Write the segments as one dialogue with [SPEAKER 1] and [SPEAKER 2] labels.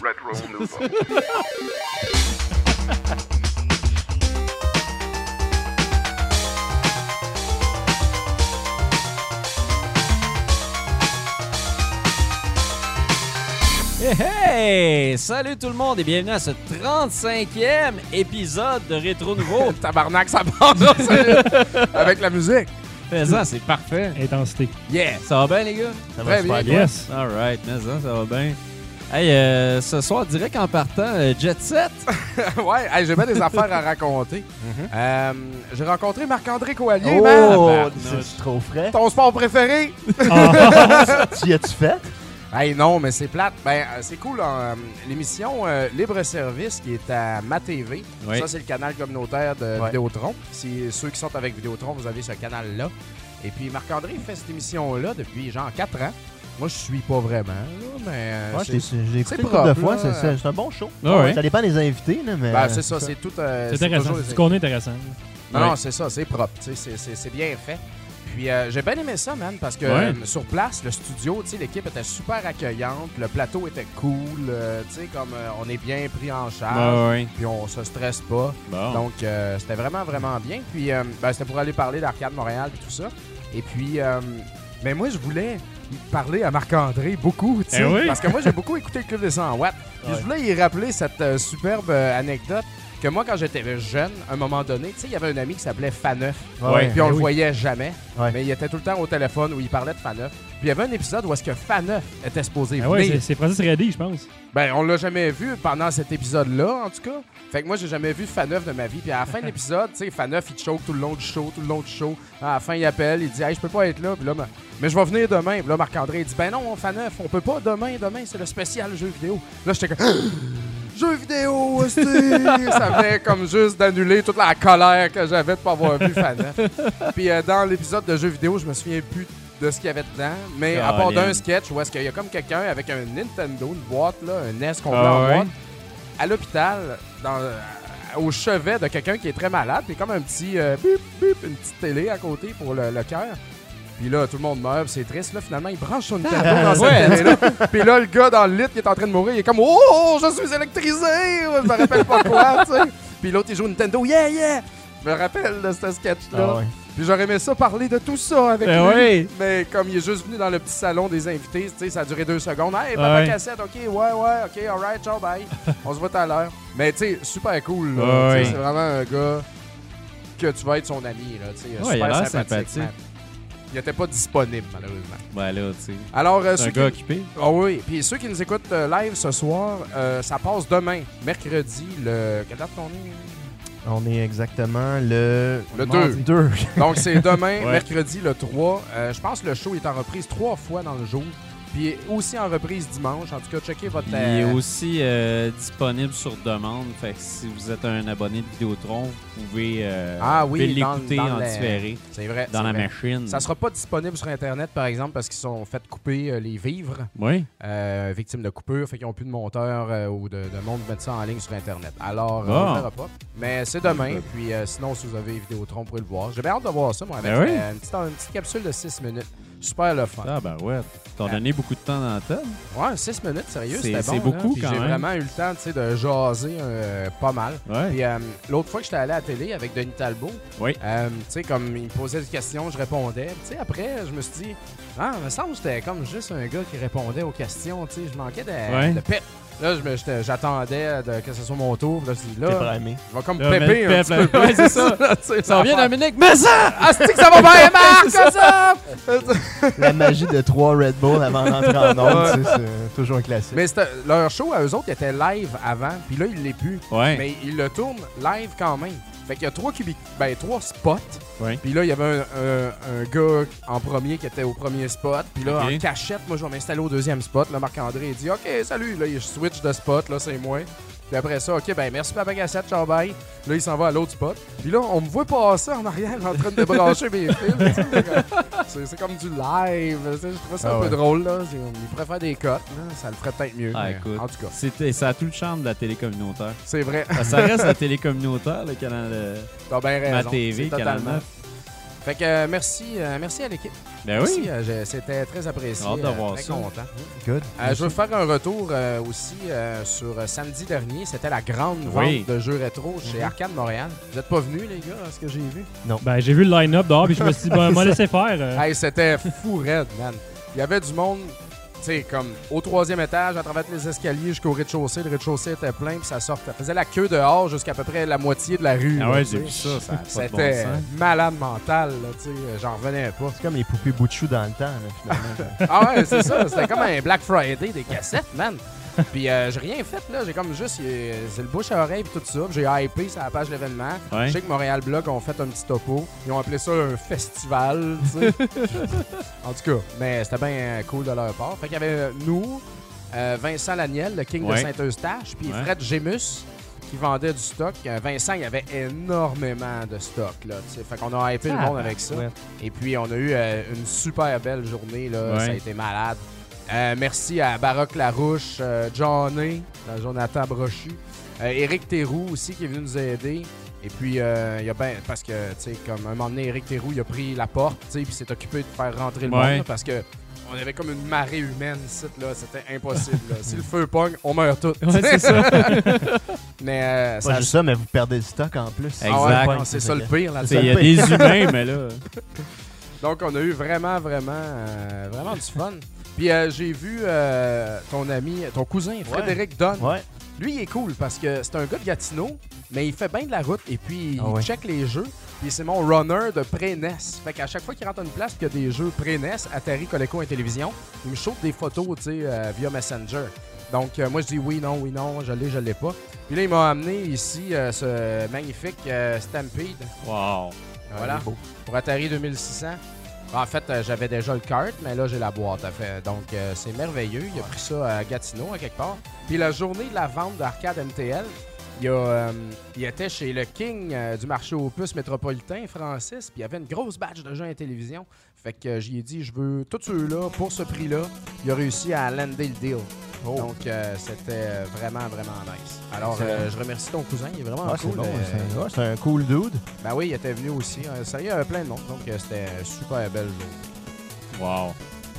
[SPEAKER 1] Red Roll Nouveau.
[SPEAKER 2] Hey, hey! Salut tout le monde et bienvenue à ce 35e épisode de Rétro Nouveau.
[SPEAKER 3] Tabarnak, ça part là, ça- avec la musique.
[SPEAKER 2] Mais ça, c'est parfait.
[SPEAKER 4] Intensité.
[SPEAKER 3] Yeah!
[SPEAKER 2] Ça va bien, les gars?
[SPEAKER 3] Ça va Très super bien.
[SPEAKER 4] Yes.
[SPEAKER 2] All right, mais ça, ça va bien. Hey, euh, ce soir, direct en partant, euh, Jet Set.
[SPEAKER 3] ouais, hey, j'ai bien des affaires à raconter. Euh, j'ai rencontré Marc-André Coallier,
[SPEAKER 5] Oh,
[SPEAKER 3] man.
[SPEAKER 5] c'est trop frais.
[SPEAKER 3] Ton sport préféré? Ah.
[SPEAKER 5] tu y as-tu fait?
[SPEAKER 3] Euh, Hey non, mais c'est plate. Ben, euh, c'est cool. hein, euh, L'émission euh, Libre Service qui est à MaTV.
[SPEAKER 2] Oui.
[SPEAKER 3] Ça, c'est le canal communautaire de
[SPEAKER 5] Ouais.
[SPEAKER 3] Vidéotron. Si ceux qui sont avec Vidéotron, vous avez ce canal-là. Et puis, Marc-André fait cette émission-là depuis genre 4 ans. Moi, je suis pas vraiment, là, mais. euh,
[SPEAKER 5] Moi, je
[SPEAKER 3] c'est-
[SPEAKER 5] l'ai je l'ai écouté
[SPEAKER 3] c'est
[SPEAKER 5] une couple de
[SPEAKER 3] propre,
[SPEAKER 5] fois.
[SPEAKER 3] là.
[SPEAKER 5] c'est- C'est c'est un bon show.
[SPEAKER 2] Ah ouais.
[SPEAKER 5] Ça dépend des invités, là, mais.
[SPEAKER 3] Ben, c'est ça, c'est tout. euh,
[SPEAKER 4] C'est
[SPEAKER 3] c'est
[SPEAKER 4] intéressant.
[SPEAKER 3] toujours les-
[SPEAKER 4] C'est qu'on est intéressant.
[SPEAKER 3] Non,
[SPEAKER 2] Ouais.
[SPEAKER 3] non, c'est ça, c'est propre. tu sais, C'est c'est- c'est bien fait. Puis euh, j'ai bien aimé ça, man, parce que
[SPEAKER 4] Ouais.
[SPEAKER 3] euh, sur place, le studio, tu sais, l'équipe était super accueillante, le plateau était cool, euh, tu sais, comme euh, on est bien pris en charge,
[SPEAKER 2] oui.
[SPEAKER 3] puis on se stresse pas.
[SPEAKER 2] Bon.
[SPEAKER 3] Donc euh, c'était vraiment, vraiment bien. Puis euh, ben, c'était pour aller parler d'Arcade Montréal et tout ça. Et puis, euh, mais moi, je voulais parler à Marc-André beaucoup, tu sais,
[SPEAKER 4] Eh oui.
[SPEAKER 3] parce que moi, j'ai beaucoup écouté le Club des 100 watts. Puis je voulais y rappeler cette euh, superbe euh, anecdote que moi, quand j'étais jeune, à un moment donné, tu sais, il y avait un ami qui s'appelait Faneuf.
[SPEAKER 5] Ah ouais.
[SPEAKER 3] Puis on le voyait jamais.
[SPEAKER 5] Ouais.
[SPEAKER 3] Mais il était tout le temps au téléphone où il parlait de Faneuf. Puis il y avait un épisode où est-ce que Faneuf était supposé
[SPEAKER 4] Ah ouais,
[SPEAKER 3] venir.
[SPEAKER 4] c'est- c'est Francis Reddy, je pense.
[SPEAKER 3] Ben, on l'a jamais vu pendant cet épisode-là, en tout cas. Fait que moi, j'ai jamais vu Faneuf de ma vie. Puis à la fin de l'épisode, tu sais, Faneuf, il te choke tout le long du show, tout le long du show. À la fin, il appelle, il dit, hey, je peux pas être là. Puis là, ben, mais je vais venir demain. Puis là, Marc-André, il dit, ben non, Faneuf, on peut pas demain. Demain, c'est le spécial jeu vidéo. Là, j'étais comme, jeu vidéo, hostie! Ça venait comme juste d'annuler toute la colère que j'avais de pas avoir vu Faneuf. Puis euh, dans l'épisode de jeux vidéo, je me souviens plus de ce qu'il y avait dedans, mais à part
[SPEAKER 2] Caroline.
[SPEAKER 3] d'un sketch où est-ce qu'il y a comme quelqu'un avec un Nintendo, une boîte, là, un NES qu'on
[SPEAKER 2] Ah
[SPEAKER 3] voit en
[SPEAKER 2] ouais?
[SPEAKER 3] boîte, à l'hôpital, dans, euh, au chevet de quelqu'un qui est très malade, puis comme un petit euh, bip, bip, une petite télé à côté pour le, le cœur. Puis là, tout le monde meurt, puis c'est triste. Là, finalement, il branche son Nintendo
[SPEAKER 5] Ah,
[SPEAKER 3] dans cette
[SPEAKER 2] ouais.
[SPEAKER 3] télé-là. Puis là, le gars dans le lit qui est en train de mourir, il est comme « Oh, je suis électrisé! » Je me rappelle pas quoi, tu sais. Puis l'autre, il joue Nintendo « Yeah, yeah! » Je me rappelle de ce sketch-là.
[SPEAKER 5] Ah ouais. Eh
[SPEAKER 3] Puis j'aurais aimé ça parler de tout ça avec
[SPEAKER 2] Ben
[SPEAKER 3] lui.
[SPEAKER 2] oui.
[SPEAKER 3] Mais comme il est juste venu dans le petit salon des invités, tu sais, ça a duré deux secondes. Hey, papa
[SPEAKER 4] Ouais.
[SPEAKER 3] cassette, ok, ouais, ouais, ok, alright, ciao, bye. On se voit tout à l'heure. Mais tu sais, super cool. là.
[SPEAKER 2] Ouais,
[SPEAKER 3] Tu sais,
[SPEAKER 2] ouais.
[SPEAKER 3] C'est vraiment un gars que tu vas être son ami. Là, tu sais,
[SPEAKER 2] Ouais, il a
[SPEAKER 3] super
[SPEAKER 2] l'air sympathique.
[SPEAKER 3] man. Il n'était pas disponible, malheureusement.
[SPEAKER 2] Ben là, tu sais,
[SPEAKER 3] Alors,
[SPEAKER 2] c'est
[SPEAKER 3] euh, ceux
[SPEAKER 2] un
[SPEAKER 3] qui-
[SPEAKER 2] gars occupé.
[SPEAKER 3] Ah oui, puis ceux qui nous écoutent euh, live ce soir, euh, ça passe demain, mercredi, le. Quelle date qu'on est
[SPEAKER 5] On est exactement le.
[SPEAKER 3] Le
[SPEAKER 5] mardi- deux.
[SPEAKER 3] Donc, c'est demain,
[SPEAKER 2] Ouais.
[SPEAKER 3] mercredi, le 3. Euh, je pense que le show est en reprise trois fois dans le jour. Puis aussi en reprise dimanche. En tout cas, checkez votre.
[SPEAKER 2] Il est
[SPEAKER 3] euh,
[SPEAKER 2] aussi euh, disponible sur demande. Fait que si vous êtes un abonné de Vidéotron, vous pouvez, euh,
[SPEAKER 3] Ah
[SPEAKER 2] vous
[SPEAKER 3] oui,
[SPEAKER 2] pouvez
[SPEAKER 3] dans-
[SPEAKER 2] l'écouter
[SPEAKER 3] dans
[SPEAKER 2] en
[SPEAKER 3] la-
[SPEAKER 2] différé
[SPEAKER 3] C'est vrai.
[SPEAKER 2] dans
[SPEAKER 3] c'est
[SPEAKER 2] la
[SPEAKER 3] vrai.
[SPEAKER 2] machine.
[SPEAKER 3] Ça sera pas disponible sur Internet, par exemple, parce qu'ils sont fait couper euh, les vivres,
[SPEAKER 2] Oui.
[SPEAKER 3] euh, victimes de coupures, fait qu'ils n'ont plus de monteur euh, ou de, de monde mettre ça en ligne sur Internet. Alors, euh,
[SPEAKER 2] Bon.
[SPEAKER 3] on ne verra pas. Mais c'est demain, puis euh, sinon, si vous avez Vidéotron, vous pouvez le voir. J'ai bien hâte de voir ça, moi, avec
[SPEAKER 2] Ben oui.
[SPEAKER 3] euh, une, petite, une petite capsule de 6 minutes. Super le fun.
[SPEAKER 2] Ah ben ouais. T'as
[SPEAKER 3] Ah.
[SPEAKER 2] donné beaucoup de temps dans la table.
[SPEAKER 3] Ouais, 6 minutes, sérieux,
[SPEAKER 2] C'est-
[SPEAKER 3] c'était
[SPEAKER 2] c'est
[SPEAKER 3] bon, là.
[SPEAKER 2] beaucoup,
[SPEAKER 3] Puis
[SPEAKER 2] quand
[SPEAKER 3] J'ai
[SPEAKER 2] même.
[SPEAKER 3] vraiment eu le temps, tu sais, de jaser euh, pas mal.
[SPEAKER 2] Ouais.
[SPEAKER 3] Puis euh, l'autre fois que j'étais allé à la télé avec Denis Talbot,
[SPEAKER 2] Oui.
[SPEAKER 3] euh, tu sais, comme il me posait des questions, je répondais. Tu sais, après, je me suis dit, ah, il me semble que j'étais comme juste un gars qui répondait aux questions, tu sais, je manquais de,
[SPEAKER 2] Ouais.
[SPEAKER 3] de pep. Là, je me- j'étais- j'attendais de- que ce soit mon tour. Puis Là, je me suis dit,
[SPEAKER 5] T'es
[SPEAKER 3] là,
[SPEAKER 5] primé.
[SPEAKER 3] je vais comme
[SPEAKER 4] Là,
[SPEAKER 3] pépé
[SPEAKER 4] mais
[SPEAKER 3] un petit
[SPEAKER 4] pep,
[SPEAKER 3] peu.
[SPEAKER 4] là. Ouais, c'est
[SPEAKER 2] ça.
[SPEAKER 3] Tu sais,
[SPEAKER 2] Ça revient
[SPEAKER 3] l'affaire.
[SPEAKER 2] Dominique, mais ça!
[SPEAKER 3] Ah, c'est que ça va bien, Marc, comme ça!
[SPEAKER 5] La magie de trois Red Bull avant d'entrer en onde, tu sais, c'est toujours un classique.
[SPEAKER 3] Mais c'était- leur show à eux autres était live avant, puis là, il l'est plus.
[SPEAKER 2] Ouais.
[SPEAKER 3] Mais il le tourne live quand même. Fait qu'il y a trois cubic... ben, trois spots.
[SPEAKER 2] Ouais.
[SPEAKER 3] Puis là, il y avait un, un- un gars en premier qui était au premier spot. Puis là,
[SPEAKER 2] Ok.
[SPEAKER 3] en cachette, moi, je vais m'installer au deuxième spot. Là, Marc-André, il dit OK, salut. Là, il switch de spot. Là, c'est moi. Puis après ça, OK, ben merci, Papa Cassette, ciao, bye. Là, il s'en va à l'autre spot. Puis là, on me voit passer en arrière en train de débrancher mes fils. tu sais, C'est c'est comme du live. tu sais, Je trouvais ça
[SPEAKER 5] Ah
[SPEAKER 3] un peu
[SPEAKER 5] ouais.
[SPEAKER 3] drôle. Là. C'est- Il préfère des cotes. là, Ça le ferait peut-être mieux.
[SPEAKER 2] Ah,
[SPEAKER 3] mais
[SPEAKER 2] écoute.
[SPEAKER 3] En tout cas,
[SPEAKER 2] C'était- Ça a tout le charme de la télé communautaire.
[SPEAKER 3] c'est vrai.
[SPEAKER 2] Parce que Ça reste la télé communautaire, le canal euh,
[SPEAKER 3] T'as bien raison.
[SPEAKER 2] ma TV,
[SPEAKER 3] C'est
[SPEAKER 2] Canal 9.
[SPEAKER 3] Fait que euh, merci, euh, merci à l'équipe.
[SPEAKER 2] Ben oui.
[SPEAKER 3] Merci, euh, j'ai- C'était très apprécié.
[SPEAKER 2] Hâte de
[SPEAKER 3] euh,
[SPEAKER 2] voir
[SPEAKER 3] très
[SPEAKER 2] ça.
[SPEAKER 3] content.
[SPEAKER 5] Good.
[SPEAKER 3] Euh, je veux faire un retour euh, aussi euh, sur euh, samedi dernier. C'était la grande vente
[SPEAKER 2] Oui.
[SPEAKER 3] de jeux rétro chez
[SPEAKER 5] Mhm.
[SPEAKER 3] Arcade Montréal. Vous êtes pas venus, les gars, à ce que j'ai vu?
[SPEAKER 1] Ben, j'ai vu le line-up dehors, puis je me suis dit, ben, m'a laissé faire. euh.
[SPEAKER 3] Hey, c'était fou raide, man. Il y avait du monde, tu sais, comme au troisième étage, à travers tous les escaliers jusqu'au rez-de-chaussée. Le rez-de-chaussée était plein, puis ça sortait. Ça faisait la queue dehors jusqu'à à peu près la moitié de la rue.
[SPEAKER 2] Ah
[SPEAKER 3] là,
[SPEAKER 2] ouais,
[SPEAKER 3] tu sais.
[SPEAKER 2] j'ai vu ça, ça a pas de bon
[SPEAKER 3] C'était
[SPEAKER 2] sens.
[SPEAKER 3] malade mental, là, tu sais. J'en revenais pas.
[SPEAKER 5] C'est comme les poupées bout de chou dans le temps, là, finalement.
[SPEAKER 3] Ah ouais, c'est ça. C'était comme un Black Friday des cassettes, man. Puis euh, j'ai rien fait, là. J'ai comme juste. euh, C'est le bouche à oreille, puis tout ça. Puis J'ai hypé sur la page de l'événement.
[SPEAKER 2] Ouais.
[SPEAKER 3] Je sais que Montréal Blog ont fait un petit topo. Ils ont appelé ça un festival, tu sais. en tout cas, mais c'était bien euh, cool de leur part. Fait qu'il y avait euh, nous, euh, Vincent Laniel, le king
[SPEAKER 2] Ouais.
[SPEAKER 3] de Saint-Eustache, puis
[SPEAKER 2] Ouais.
[SPEAKER 3] Fred Gémus qui vendait du stock. Euh, Vincent, il y avait énormément de stock, là. tu sais. Fait qu'on a hypé le monde avec ça.
[SPEAKER 5] ouais.
[SPEAKER 3] Et puis, on a eu euh, une super belle journée. Là.
[SPEAKER 2] Ouais.
[SPEAKER 3] Ça a été malade. Euh, merci à Baroque Larouche, euh, Johnny, euh, Jonathan Brochu, euh, Éric Théroux aussi qui est venu nous aider. Et puis, euh, il y a ben, parce que, tu sais, comme un moment donné, Éric Théroux, il a pris la porte, tu sais, puis s'est occupé de faire rentrer le
[SPEAKER 2] Ouais.
[SPEAKER 3] monde, là, parce que on avait comme une marée humaine ici, là, c'était impossible. là. Si le feu pogne, on meurt tous.
[SPEAKER 2] Ouais, c'est ça.
[SPEAKER 3] Mais euh,
[SPEAKER 5] Pas
[SPEAKER 3] ça,
[SPEAKER 5] juste ça, mais vous perdez le stock en plus.
[SPEAKER 2] Exact.
[SPEAKER 3] Ah ouais,
[SPEAKER 5] Point,
[SPEAKER 3] c'est ça le
[SPEAKER 5] que-
[SPEAKER 3] pire. là,
[SPEAKER 2] Tu
[SPEAKER 3] c'est
[SPEAKER 2] sais, Il y
[SPEAKER 3] le
[SPEAKER 2] a des humains, mais là.
[SPEAKER 3] Donc, on a eu vraiment, vraiment, euh, vraiment du fun. Puis euh, j'ai vu euh, ton ami, ton cousin, Frédéric Don.
[SPEAKER 5] Ouais.
[SPEAKER 3] Lui, il est cool parce que c'est un gars de Gatineau, mais il fait bien de la route et puis il
[SPEAKER 5] Ah ouais.
[SPEAKER 3] check les jeux. Puis c'est mon runner de pré-NES. Fait qu'à chaque fois qu'il rentre à une place puis qu'il y a des jeux pré-NES, Atari, Coleco et télévision, il me shoot des photos, tu sais, euh, via Messenger. Donc, euh, moi, je dis oui, non, oui, non, je l'ai, je l'ai pas. Puis là, il m'a amené ici euh, ce magnifique euh, Stampede.
[SPEAKER 2] Wow.
[SPEAKER 3] Voilà.
[SPEAKER 5] il est beau.
[SPEAKER 3] Pour Atari 2600. En fait, euh, j'avais déjà le cart, mais là, j'ai la boîte. à fait. Donc, euh, c'est merveilleux. Il a pris ça à Gatineau, à quelque part. Puis la journée de la vente d'arcade MTL, il, a, euh, il était chez le king euh, du marché aux puces métropolitain, Francis, puis il avait une grosse badge de jeux à télévision. Fait que euh, j'y ai dit, je veux tous ceux-là pour ce prix-là. Il a réussi à lander le deal. Donc, euh, c'était vraiment, vraiment nice. Alors,
[SPEAKER 5] Oh. Excellent.
[SPEAKER 3] euh, je remercie ton cousin. Il est vraiment
[SPEAKER 5] Ah, c'est
[SPEAKER 3] cool.
[SPEAKER 5] bon,
[SPEAKER 3] euh,
[SPEAKER 5] c'est un- ouais, c'est un cool dude.
[SPEAKER 3] ben oui, il était venu aussi. Euh, Ça y est, il y avait plein de monde. Donc, euh, c'était un super belle journée.
[SPEAKER 2] Wow.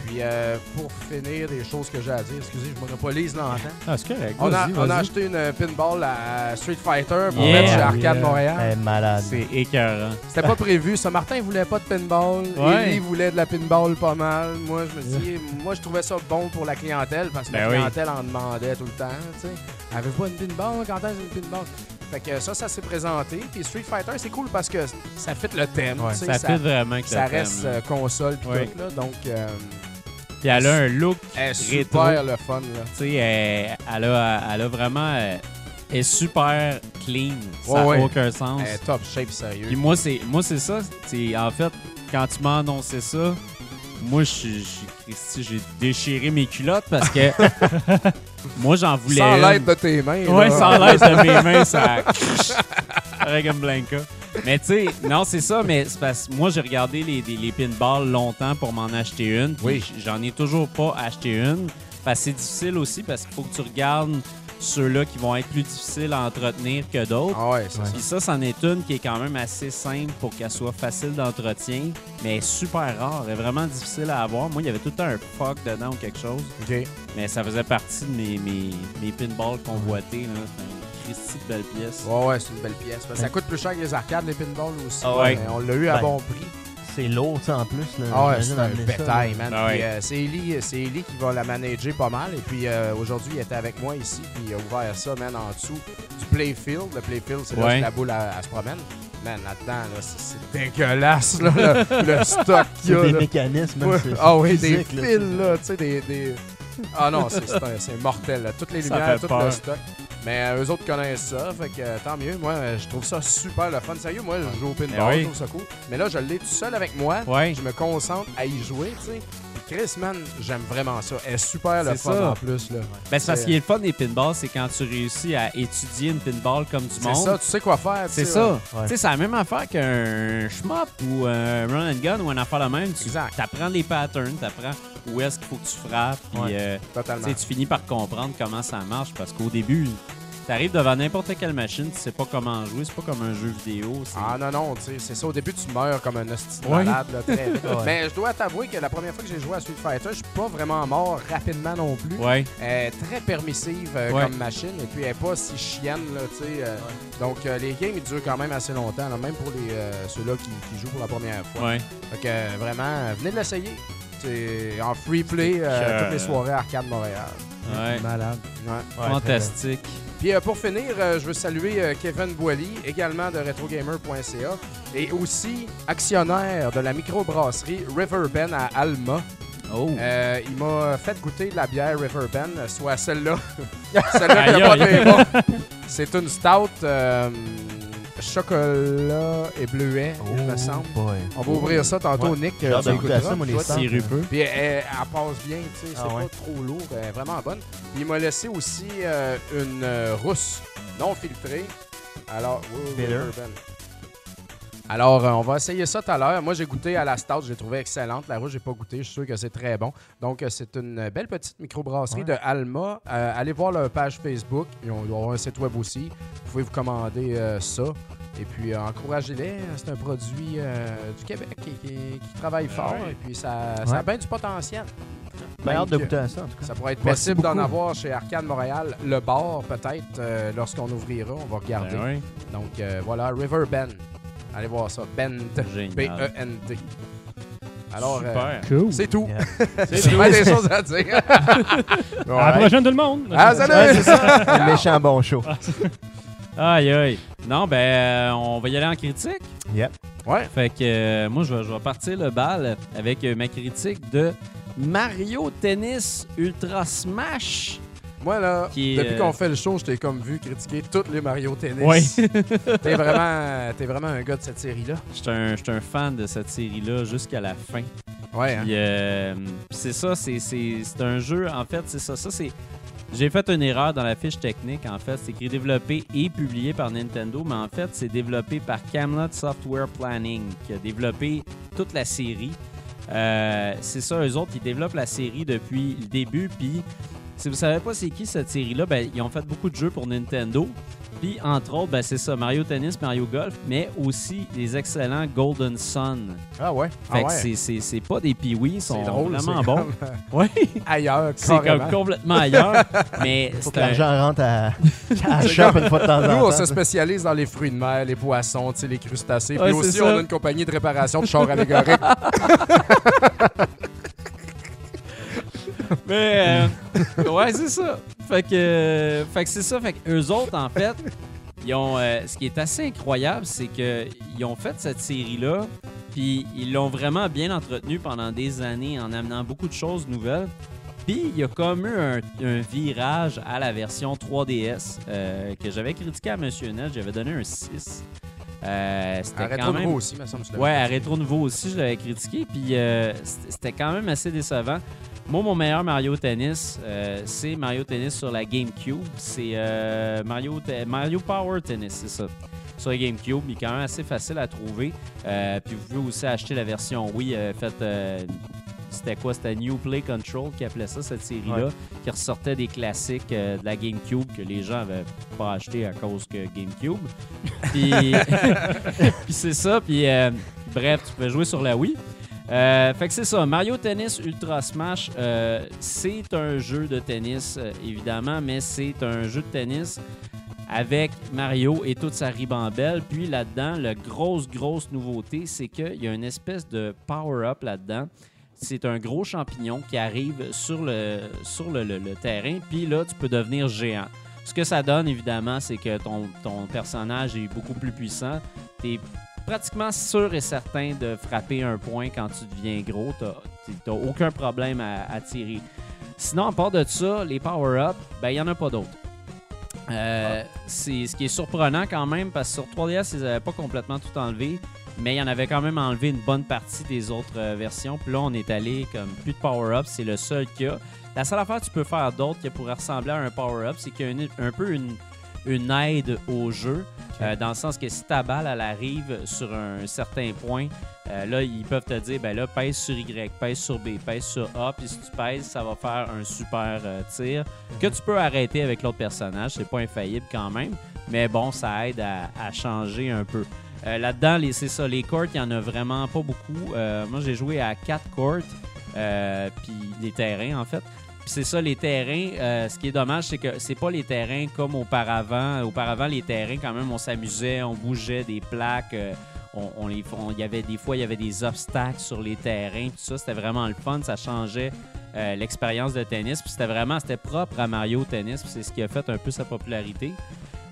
[SPEAKER 3] Puis, euh, pour finir, des choses que j'ai à dire. Excusez, je monopolise l'entente.
[SPEAKER 2] Ah, c'est correct.
[SPEAKER 3] On a,
[SPEAKER 2] Vas-y,
[SPEAKER 3] on a
[SPEAKER 2] vas-y.
[SPEAKER 3] acheté une pinball à Street Fighter pour
[SPEAKER 2] Yeah.
[SPEAKER 3] mettre chez Arcade
[SPEAKER 5] Yeah.
[SPEAKER 3] Montréal.
[SPEAKER 5] Eh, malade.
[SPEAKER 2] C'est écœurant.
[SPEAKER 3] C'était pas prévu. Ça, Martin voulait pas de pinball.
[SPEAKER 2] Ouais.
[SPEAKER 3] Élie voulait de la pinball pas mal. Moi, je me suis dit, moi, je trouvais ça bon pour la clientèle parce que la
[SPEAKER 2] Ben oui.
[SPEAKER 3] clientèle en demandait tout le temps. tu sais. Avez-vous pas une pinball? Quand est-ce une pinball? Fait que ça, ça s'est présenté. Puis Street Fighter, c'est cool parce que ça fit le thème.
[SPEAKER 5] Ouais.
[SPEAKER 3] tu sais,
[SPEAKER 2] Ça fait vraiment que
[SPEAKER 3] ça reste euh, console pis
[SPEAKER 2] Oui.
[SPEAKER 3] tout, là, donc euh,
[SPEAKER 2] Puis elle a un look
[SPEAKER 3] elle est
[SPEAKER 2] rétro.
[SPEAKER 3] super le fun, là.
[SPEAKER 2] Tu sais, elle, elle a, elle a vraiment. euh, Elle est super clean. Ça n'a
[SPEAKER 3] Ouais, ouais.
[SPEAKER 2] aucun sens.
[SPEAKER 3] Elle est Eh, top shape, sérieux.
[SPEAKER 2] Puis moi, c'est moi c'est ça. C'est- en fait, quand tu m'as annoncé ça, moi, je suis- je suis- Christy, j'ai déchiré mes culottes parce que moi, j'en voulais.
[SPEAKER 3] Sans
[SPEAKER 2] une.
[SPEAKER 3] l'aide de tes mains,
[SPEAKER 2] Ouais,
[SPEAKER 3] là.
[SPEAKER 2] sans l'aide de mes mains, ça. Pareil comme Blanca. Mais tu sais, non, c'est ça, mais c'est parce que moi, j'ai regardé les, les, les pinballs longtemps pour m'en acheter une. puis
[SPEAKER 3] Oui.
[SPEAKER 2] j- J'en ai toujours pas acheté une. Parce que c'est difficile aussi parce qu'il faut que tu regardes ceux-là qui vont être plus difficiles à entretenir que d'autres.
[SPEAKER 3] Ah ouais, c'est
[SPEAKER 5] Ouais.
[SPEAKER 3] ça.
[SPEAKER 2] Puis ça, c'en est une qui est quand même assez simple pour qu'elle soit facile d'entretien, mais elle est super rare, elle est vraiment difficile à avoir. Moi, il y avait tout le temps un fuck dedans ou quelque chose,
[SPEAKER 3] OK.
[SPEAKER 2] mais ça faisait partie de mes, mes, mes pinballs convoités. là. C'est une Christie de belle pièce.
[SPEAKER 3] Ouais, ouais, c'est une belle pièce. Parce que ça coûte plus cher que les arcades, les pinballs aussi.
[SPEAKER 2] Ah ouais.
[SPEAKER 3] Mais on l'a eu à
[SPEAKER 5] Ben.
[SPEAKER 3] bon prix.
[SPEAKER 5] C'est lourd, tu sais, en plus. Là,
[SPEAKER 3] Ah ouais,
[SPEAKER 5] J'imagine
[SPEAKER 3] c'est un
[SPEAKER 5] amener ça,
[SPEAKER 3] bétail,
[SPEAKER 5] là.
[SPEAKER 3] man.
[SPEAKER 2] Ah
[SPEAKER 3] Puis,
[SPEAKER 2] ouais.
[SPEAKER 3] euh, c'est Ellie, c'est Ellie qui va la manager pas mal. Et puis euh, aujourd'hui, il était avec moi ici, puis il a ouvert ça, man, en dessous du playfield. Le playfield, c'est là
[SPEAKER 2] Ouais.
[SPEAKER 3] que la boule, elle, elle se promène. Man, là-dedans, là, c'est- c'est dégueulasse, là, le, le stock qu'il y
[SPEAKER 5] C'est
[SPEAKER 3] a.
[SPEAKER 5] des
[SPEAKER 3] là.
[SPEAKER 5] mécanismes.
[SPEAKER 3] Ouais.
[SPEAKER 5] c'est- c'est
[SPEAKER 3] Ah oui, des
[SPEAKER 5] physique, là, c'est-
[SPEAKER 3] fils, là, tu sais, des... des- Ah non, c'est- c'est un- c'est mortel, là. Toutes les
[SPEAKER 2] Ça
[SPEAKER 3] lumières,
[SPEAKER 2] fait
[SPEAKER 3] tout le
[SPEAKER 2] peur.
[SPEAKER 3] stock. Mais euh, eux autres connaissent ça, fait que euh, tant mieux. Moi, euh, je trouve ça super le fun. Sérieux, moi, je joue au pinball,
[SPEAKER 2] Ben oui.
[SPEAKER 3] je trouve ça cool. Mais là, je l'ai tout seul avec moi.
[SPEAKER 2] Ouais.
[SPEAKER 3] Je me concentre à y jouer, tu sais. Puis Chris, man, j'aime vraiment ça. Elle est super le
[SPEAKER 2] C'est
[SPEAKER 3] fun
[SPEAKER 2] ça.
[SPEAKER 3] en plus, là.
[SPEAKER 2] Ben, c'est
[SPEAKER 3] euh,
[SPEAKER 2] parce qu'il est le fun des pinballs, c'est quand tu réussis à étudier une pinball comme du
[SPEAKER 3] C'est
[SPEAKER 2] monde.
[SPEAKER 3] ça, tu sais quoi faire. tu
[SPEAKER 2] C'est
[SPEAKER 3] sais,
[SPEAKER 2] ça.
[SPEAKER 3] ouais.
[SPEAKER 5] Ouais.
[SPEAKER 2] Tu sais, c'est la même affaire qu'un schmop ou un run and gun ou un affaire la même. Tu
[SPEAKER 3] Exact.
[SPEAKER 2] apprends les patterns, tu apprends où est-ce qu'il faut que tu frappes. puis,
[SPEAKER 5] Ouais.
[SPEAKER 2] euh,
[SPEAKER 3] Totalement.
[SPEAKER 2] Tu sais, tu finis par comprendre comment ça marche parce qu'au début, T'arrives devant n'importe quelle machine, tu sais pas comment jouer, c'est pas comme un jeu vidéo. c'est-
[SPEAKER 3] Ah non, non, tu sais, c'est ça. Au début, tu meurs comme un hostile
[SPEAKER 2] Ouais.
[SPEAKER 3] malade, là, très vite.
[SPEAKER 5] Ouais.
[SPEAKER 3] Mais je dois t'avouer que la première fois que j'ai joué à Street Fighter, je suis pas vraiment mort rapidement non plus.
[SPEAKER 2] Ouais.
[SPEAKER 3] Elle est très permissive euh,
[SPEAKER 2] Ouais.
[SPEAKER 3] comme machine, et puis elle est pas si chienne, là, tu sais. euh, Donc, euh, les games, ils durent quand même assez longtemps, là, même pour les, euh, ceux-là qui, qui jouent pour la première fois.
[SPEAKER 2] Ouais.
[SPEAKER 3] Fait que, euh, vraiment, euh, venez l'essayer. C'est en free play euh,
[SPEAKER 2] C'était
[SPEAKER 3] toutes les soirées à Arcade Montréal.
[SPEAKER 2] Ouais.
[SPEAKER 5] Malade.
[SPEAKER 3] Ouais.
[SPEAKER 5] Ouais,
[SPEAKER 2] Fantastique.
[SPEAKER 3] Puis euh, pour finir, euh, je veux saluer euh, Kevin Boilly, également de retrogamer.ca, et aussi actionnaire de la microbrasserie Riverben à Alma.
[SPEAKER 2] Oh.
[SPEAKER 3] Euh, il m'a fait goûter de la bière Riverben, euh, soit celle-là. celle-là qui
[SPEAKER 2] Aïe,
[SPEAKER 3] a pas
[SPEAKER 2] aïe.
[SPEAKER 3] très bon. C'est une stout euh, chocolat et bleuet,
[SPEAKER 5] très-
[SPEAKER 3] il me
[SPEAKER 5] Oh
[SPEAKER 3] semble.
[SPEAKER 5] boy.
[SPEAKER 3] On va ouvrir ça tantôt, Nick.
[SPEAKER 5] J'ai hâte
[SPEAKER 3] tu
[SPEAKER 5] de goûter à
[SPEAKER 3] goûteras.
[SPEAKER 5] ça, moi, les
[SPEAKER 2] Toi,
[SPEAKER 5] stars.
[SPEAKER 2] sirupeux.
[SPEAKER 3] Puis elle, elle- elle passe bien, tu sais, c'est
[SPEAKER 5] Mhm. Ah ouais.
[SPEAKER 3] pas trop lourd, elle est vraiment bonne. Puis il m'a laissé aussi euh, une euh, rousse non filtrée. Alors, oui, oui, oui,
[SPEAKER 5] Bitter.
[SPEAKER 3] bourbon. Alors, euh, on va essayer ça tout à l'heure. Moi, j'ai goûté à la stout, je l'ai trouvée excellente. La rousse, j'ai pas goûté, je suis sûr que c'est très bon. Donc, euh, c'est une belle petite microbrasserie
[SPEAKER 5] Ouais.
[SPEAKER 3] de Alma. Euh, allez voir leur page Facebook, ils ont, ils ont un site web aussi. Vous pouvez vous commander euh, ça. Et puis, euh, encouragez-les. C'est un produit euh, du Québec qui, qui- qui travaille fort. Et puis, ça, ça a
[SPEAKER 5] Ouais.
[SPEAKER 3] bien du potentiel.
[SPEAKER 5] Ben, hâte de
[SPEAKER 3] Donc,
[SPEAKER 5] goûter à ça, en tout cas.
[SPEAKER 3] Ça pourrait être
[SPEAKER 5] Merci
[SPEAKER 3] possible d'en
[SPEAKER 5] beaucoup.
[SPEAKER 3] avoir chez Arcade Montréal, le bar peut-être, euh, lorsqu'on ouvrira, on va regarder.
[SPEAKER 2] Ben ouais.
[SPEAKER 3] Donc euh, voilà, River Bend. Allez voir ça, Bend.
[SPEAKER 2] Génial.
[SPEAKER 3] B-E-N-D. euh, Alors, euh,
[SPEAKER 2] Super.
[SPEAKER 1] Cool.
[SPEAKER 3] c'est tout.
[SPEAKER 2] C'est
[SPEAKER 3] J'ai bien des choses à dire.
[SPEAKER 1] À la
[SPEAKER 3] Ouais.
[SPEAKER 1] prochaine, tout le monde.
[SPEAKER 3] Ah, salut!
[SPEAKER 5] Ouais, c'est ça. Un méchant bon show.
[SPEAKER 2] Aïe, aïe. Non, ben, euh, on va y aller en critique.
[SPEAKER 5] Yep.
[SPEAKER 3] Ouais.
[SPEAKER 2] Fait que euh, moi, je vais, je vais partir le bal avec euh, ma critique de Mario Tennis Ultra Smash.
[SPEAKER 3] Moi, là,
[SPEAKER 2] Qui,
[SPEAKER 3] depuis
[SPEAKER 2] euh,
[SPEAKER 3] qu'on fait le show, je t'ai comme vu critiquer toutes les Mario Tennis.
[SPEAKER 1] Ouais.
[SPEAKER 3] T'es vraiment, t'es vraiment un gars de cette série-là.
[SPEAKER 2] J'étais un, j'étais un fan de cette série-là jusqu'à la fin.
[SPEAKER 3] Ouais. hein?
[SPEAKER 2] Puis, euh, c'est ça, c'est, c'est, c'est un jeu, en fait, c'est ça. Ça, c'est. J'ai fait une erreur dans la fiche technique, en fait. C'est écrit développé et publié par Nintendo, mais en fait, c'est développé par Camelot Software Planning, qui a développé toute la série. Euh, c'est ça, eux autres, ils développent la série depuis le début. Puis, si vous savez pas c'est qui cette série-là, ben, ils ont fait beaucoup de jeux pour Nintendo. Puis, entre autres, ben, c'est ça, Mario Tennis, Mario Golf, mais aussi les excellents Golden Sun.
[SPEAKER 3] Ah ouais.
[SPEAKER 2] Fait
[SPEAKER 3] Ah
[SPEAKER 2] que
[SPEAKER 3] ouais.
[SPEAKER 2] c'est- c'est c'est pas des piouis, ils sont
[SPEAKER 3] drôle,
[SPEAKER 2] vraiment
[SPEAKER 3] c'est
[SPEAKER 2] bons.
[SPEAKER 3] comme,
[SPEAKER 2] Oui,
[SPEAKER 3] euh, ailleurs,
[SPEAKER 2] c'est comme
[SPEAKER 3] carrément.
[SPEAKER 2] complètement ailleurs. mais
[SPEAKER 5] Faut
[SPEAKER 2] c'est
[SPEAKER 5] que
[SPEAKER 2] un-
[SPEAKER 5] l'argent rentre à, à la shop une fois de temps en temps.
[SPEAKER 3] Nous, on se spécialise dans les fruits de mer, les poissons, tu sais, les crustacés.
[SPEAKER 2] Ouais,
[SPEAKER 3] Puis
[SPEAKER 2] c'est
[SPEAKER 3] aussi,
[SPEAKER 2] ça.
[SPEAKER 3] on a une compagnie de réparation de chars allégoriques.
[SPEAKER 2] Mais euh, ouais, c'est ça. Fait que, euh, fait que c'est ça. Fait que eux autres, en fait, ils ont, euh, ce qui est assez incroyable, c'est que ils ont fait cette série-là, puis ils l'ont vraiment bien entretenue pendant des années en amenant beaucoup de choses nouvelles. Puis il y a comme eu un, un virage à la version 3DS euh, que j'avais critiqué à Monsieur Net, j'avais donné un 6. Euh, C'était
[SPEAKER 3] Arrête
[SPEAKER 2] quand
[SPEAKER 3] trop
[SPEAKER 2] même
[SPEAKER 3] nouveau aussi, me semble. tu l'as
[SPEAKER 2] Ouais,
[SPEAKER 3] fait.
[SPEAKER 2] à Rétro Nouveau aussi, je l'avais critiqué. Puis euh, c't- c'était quand même assez décevant. Moi, mon meilleur Mario Tennis, euh, c'est Mario Tennis sur la GameCube. C'est euh, Mario, Te- Mario Power Tennis, c'est ça. Sur la GameCube, il est quand même assez facile à trouver. Euh, puis vous pouvez aussi acheter la version Wii euh, faite. euh, c'était quoi? C'était New Play Control qui appelait ça, cette série-là, qui ressortait des classiques euh, de la GameCube que les gens avaient pas acheté à cause que GameCube. Puis, puis c'est ça. Puis euh, bref, tu peux jouer sur la Wii. Euh, fait que c'est ça, Mario Tennis Ultra Smash, euh, c'est un jeu de tennis, euh, évidemment, mais c'est un jeu de tennis avec Mario et toute sa ribambelle. Puis là-dedans, la grosse, grosse nouveauté, c'est qu'il y a une espèce de power-up là-dedans. C'est un gros champignon qui arrive sur, le, sur le, le- le terrain, puis là, tu peux devenir géant. Ce que ça donne, évidemment, c'est que ton, ton personnage est beaucoup plus puissant. T'es pratiquement sûr et certain de frapper un point quand tu deviens gros. T'as- t'es- T'as aucun problème à, à tirer. Sinon, à part de ça, les power-ups, ben, il n'y en a pas d'autres. Euh, c'est ce qui est surprenant quand même parce que sur 3DS, ils n'avaient pas complètement tout enlevé, mais ils en avaient quand même enlevé une bonne partie des autres euh, versions. Puis là, on est allé comme plus de power-up, c'est le seul qu'il y a. La seule affaire que tu peux faire d'autre qui pourrait ressembler à un power-up, c'est qu'il y a une- un peu une, une aide au jeu, euh, dans le sens que si ta balle elle arrive sur un certain point, Euh, là, ils peuvent te dire, ben là, pèse sur Y, pèse sur B, pèse sur A, puis si tu pèses, ça va faire un super euh, tir que tu peux arrêter avec l'autre personnage. C'est pas infaillible quand même, mais bon, ça aide à, à changer un peu. Euh, Là-dedans, les- c'est ça, les courts, il y en a vraiment pas beaucoup. Euh, moi, j'ai joué à 4 courts, euh, puis des terrains, en fait. Puis c'est ça, les terrains. euh, ce qui est dommage, c'est que c'est pas les terrains comme auparavant. Auparavant, les terrains, quand même, on s'amusait, on bougeait des plaques. euh, on, on les, on- il y avait des fois, il y avait des obstacles sur les terrains, tout ça. C'était vraiment le fun, ça changeait euh, l'expérience de tennis. Puis c'était vraiment, c'était propre à Mario Tennis. Puis c'est ce qui a fait un peu sa popularité.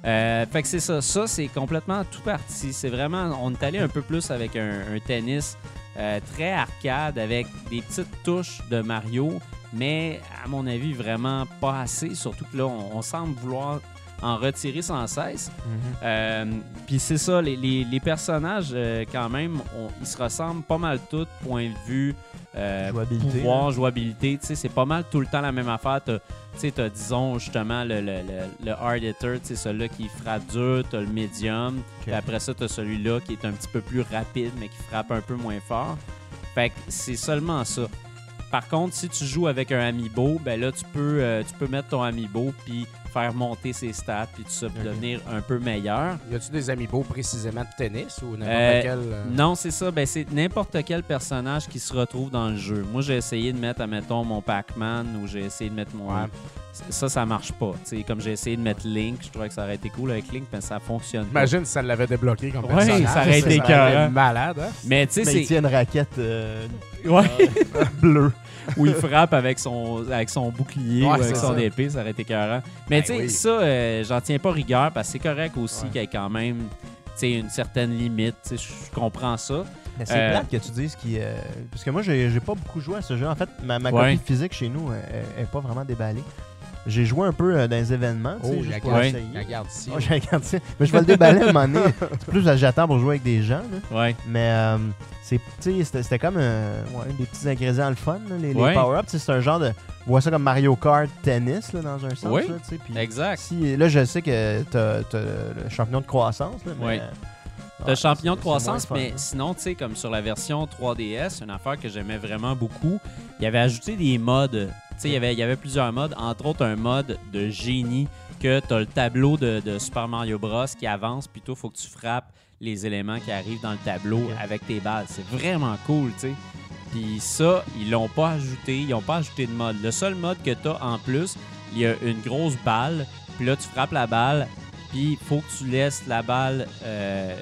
[SPEAKER 2] Euh, fait que c'est ça. Ça, c'est complètement tout parti. C'est vraiment, on est allé un peu plus avec un, un tennis euh, très arcade, avec des petites touches de Mario, mais à mon avis, vraiment pas assez. Surtout que là, on, on semble vouloir en retirer sans cesse.
[SPEAKER 5] Mhm.
[SPEAKER 2] Euh, Puis c'est ça, les, les- les personnages, euh, quand même, on- ils se ressemblent pas mal tous, point de vue, euh,
[SPEAKER 5] Jouabilité,
[SPEAKER 2] pouvoir,
[SPEAKER 5] là.
[SPEAKER 2] jouabilité. tu sais, C'est pas mal tout le temps la même affaire. T'as- Tu sais, t'as, disons, justement, le, le, le, le hard hitter, tu sais, celui-là qui frappe dur, t'as le medium, puis après ça, t'as celui-là qui est un petit peu plus rapide, mais qui frappe un peu moins fort. Fait que c'est seulement ça. Par contre, si tu joues avec un amiibo, ben là, tu peux, euh, tu peux mettre ton amiibo puis faire monter ses stats puis tout ça, puis
[SPEAKER 5] Ok.
[SPEAKER 2] devenir un peu meilleur.
[SPEAKER 3] Y a-tu des amiibo précisément de tennis ou n'importe
[SPEAKER 2] Euh,
[SPEAKER 3] quel. euh,
[SPEAKER 2] Non, c'est ça. Ben, c'est n'importe quel personnage qui se retrouve dans le jeu. Moi, j'ai essayé de mettre, admettons, mon Pac-Man ou j'ai essayé de mettre mon.
[SPEAKER 3] Ouais.
[SPEAKER 2] Ça, ça marche pas. Tu sais, comme j'ai essayé de mettre Link, je trouvais que ça aurait été cool avec Link, mais ça fonctionne pas.
[SPEAKER 3] Imagine si ça l'avait débloqué comme
[SPEAKER 1] Ouais,
[SPEAKER 3] personnage.
[SPEAKER 2] ça aurait été écœurant.
[SPEAKER 3] malade, hein?
[SPEAKER 2] Mais tu
[SPEAKER 5] Mais
[SPEAKER 2] sais,
[SPEAKER 5] il
[SPEAKER 2] c'est
[SPEAKER 5] tient une raquette euh,
[SPEAKER 1] Ouais.
[SPEAKER 5] bleue.
[SPEAKER 2] où il frappe avec son, avec son bouclier
[SPEAKER 3] Ouais,
[SPEAKER 2] ou avec
[SPEAKER 3] c'est
[SPEAKER 2] son
[SPEAKER 3] ça.
[SPEAKER 2] épée, ça aurait été écœurant. Mais
[SPEAKER 3] Ben
[SPEAKER 2] tu sais,
[SPEAKER 3] oui.
[SPEAKER 2] ça, euh, j'en tiens pas rigueur parce que c'est correct aussi
[SPEAKER 3] Ouais.
[SPEAKER 2] qu'il y ait quand même tu sais, une certaine limite. Tu sais, Je comprends ça.
[SPEAKER 5] Mais c'est
[SPEAKER 2] Euh,
[SPEAKER 5] plate que tu dises qui. euh, parce que moi, j'ai j'ai pas beaucoup joué à ce jeu. En fait, ma, ma
[SPEAKER 2] Ouais.
[SPEAKER 5] copie physique chez nous elle- elle est pas vraiment déballée. J'ai joué un peu euh, dans les événements, tu sais,
[SPEAKER 3] Oh,
[SPEAKER 5] juste
[SPEAKER 3] la
[SPEAKER 5] pour
[SPEAKER 2] garde.
[SPEAKER 5] essayer.
[SPEAKER 3] Regarde ici.
[SPEAKER 5] Oh, j'ai un quartier. Mais je vais le déballer à un moment donné. C'est plus, j'attends pour jouer avec des gens. là.
[SPEAKER 2] Ouais.
[SPEAKER 5] Mais euh, c'est- tu sais, c'était c'était comme euh, ouais, un des petits ingrédients le fun, là, les, les
[SPEAKER 2] Ouais.
[SPEAKER 5] power-ups. Tu sais, C'est un genre de. Vois ça comme Mario Kart tennis là, dans un sens.
[SPEAKER 2] Oui.
[SPEAKER 5] là, tu sais, puis
[SPEAKER 2] Exact.
[SPEAKER 5] si, là, je sais que t'as t'as le champignon de croissance. Là, mais,
[SPEAKER 2] Oui.
[SPEAKER 5] euh,
[SPEAKER 2] T'as
[SPEAKER 5] ouais,
[SPEAKER 2] le champignon de
[SPEAKER 5] c'est- c'est moins
[SPEAKER 2] croissance,
[SPEAKER 5] fun,
[SPEAKER 2] mais
[SPEAKER 5] hein.
[SPEAKER 2] sinon, tu sais, comme sur la version 3DS, une affaire que j'aimais vraiment beaucoup, il avait ajouté des modes. Tu sais, il y avait, il y avait plusieurs modes, entre autres un mode de génie que t'as le tableau de, de Super Mario Bros. qui avance, puis toi, faut que tu frappes les éléments qui arrivent dans le tableau
[SPEAKER 5] Ok.
[SPEAKER 2] avec tes balles. C'est vraiment cool, tu sais. Puis ça, ils l'ont pas ajouté, ils ont pas ajouté de mode. Le seul mode que t'as en plus, il y a une grosse balle, puis là, tu frappes la balle, puis il faut que tu laisses la balle. euh,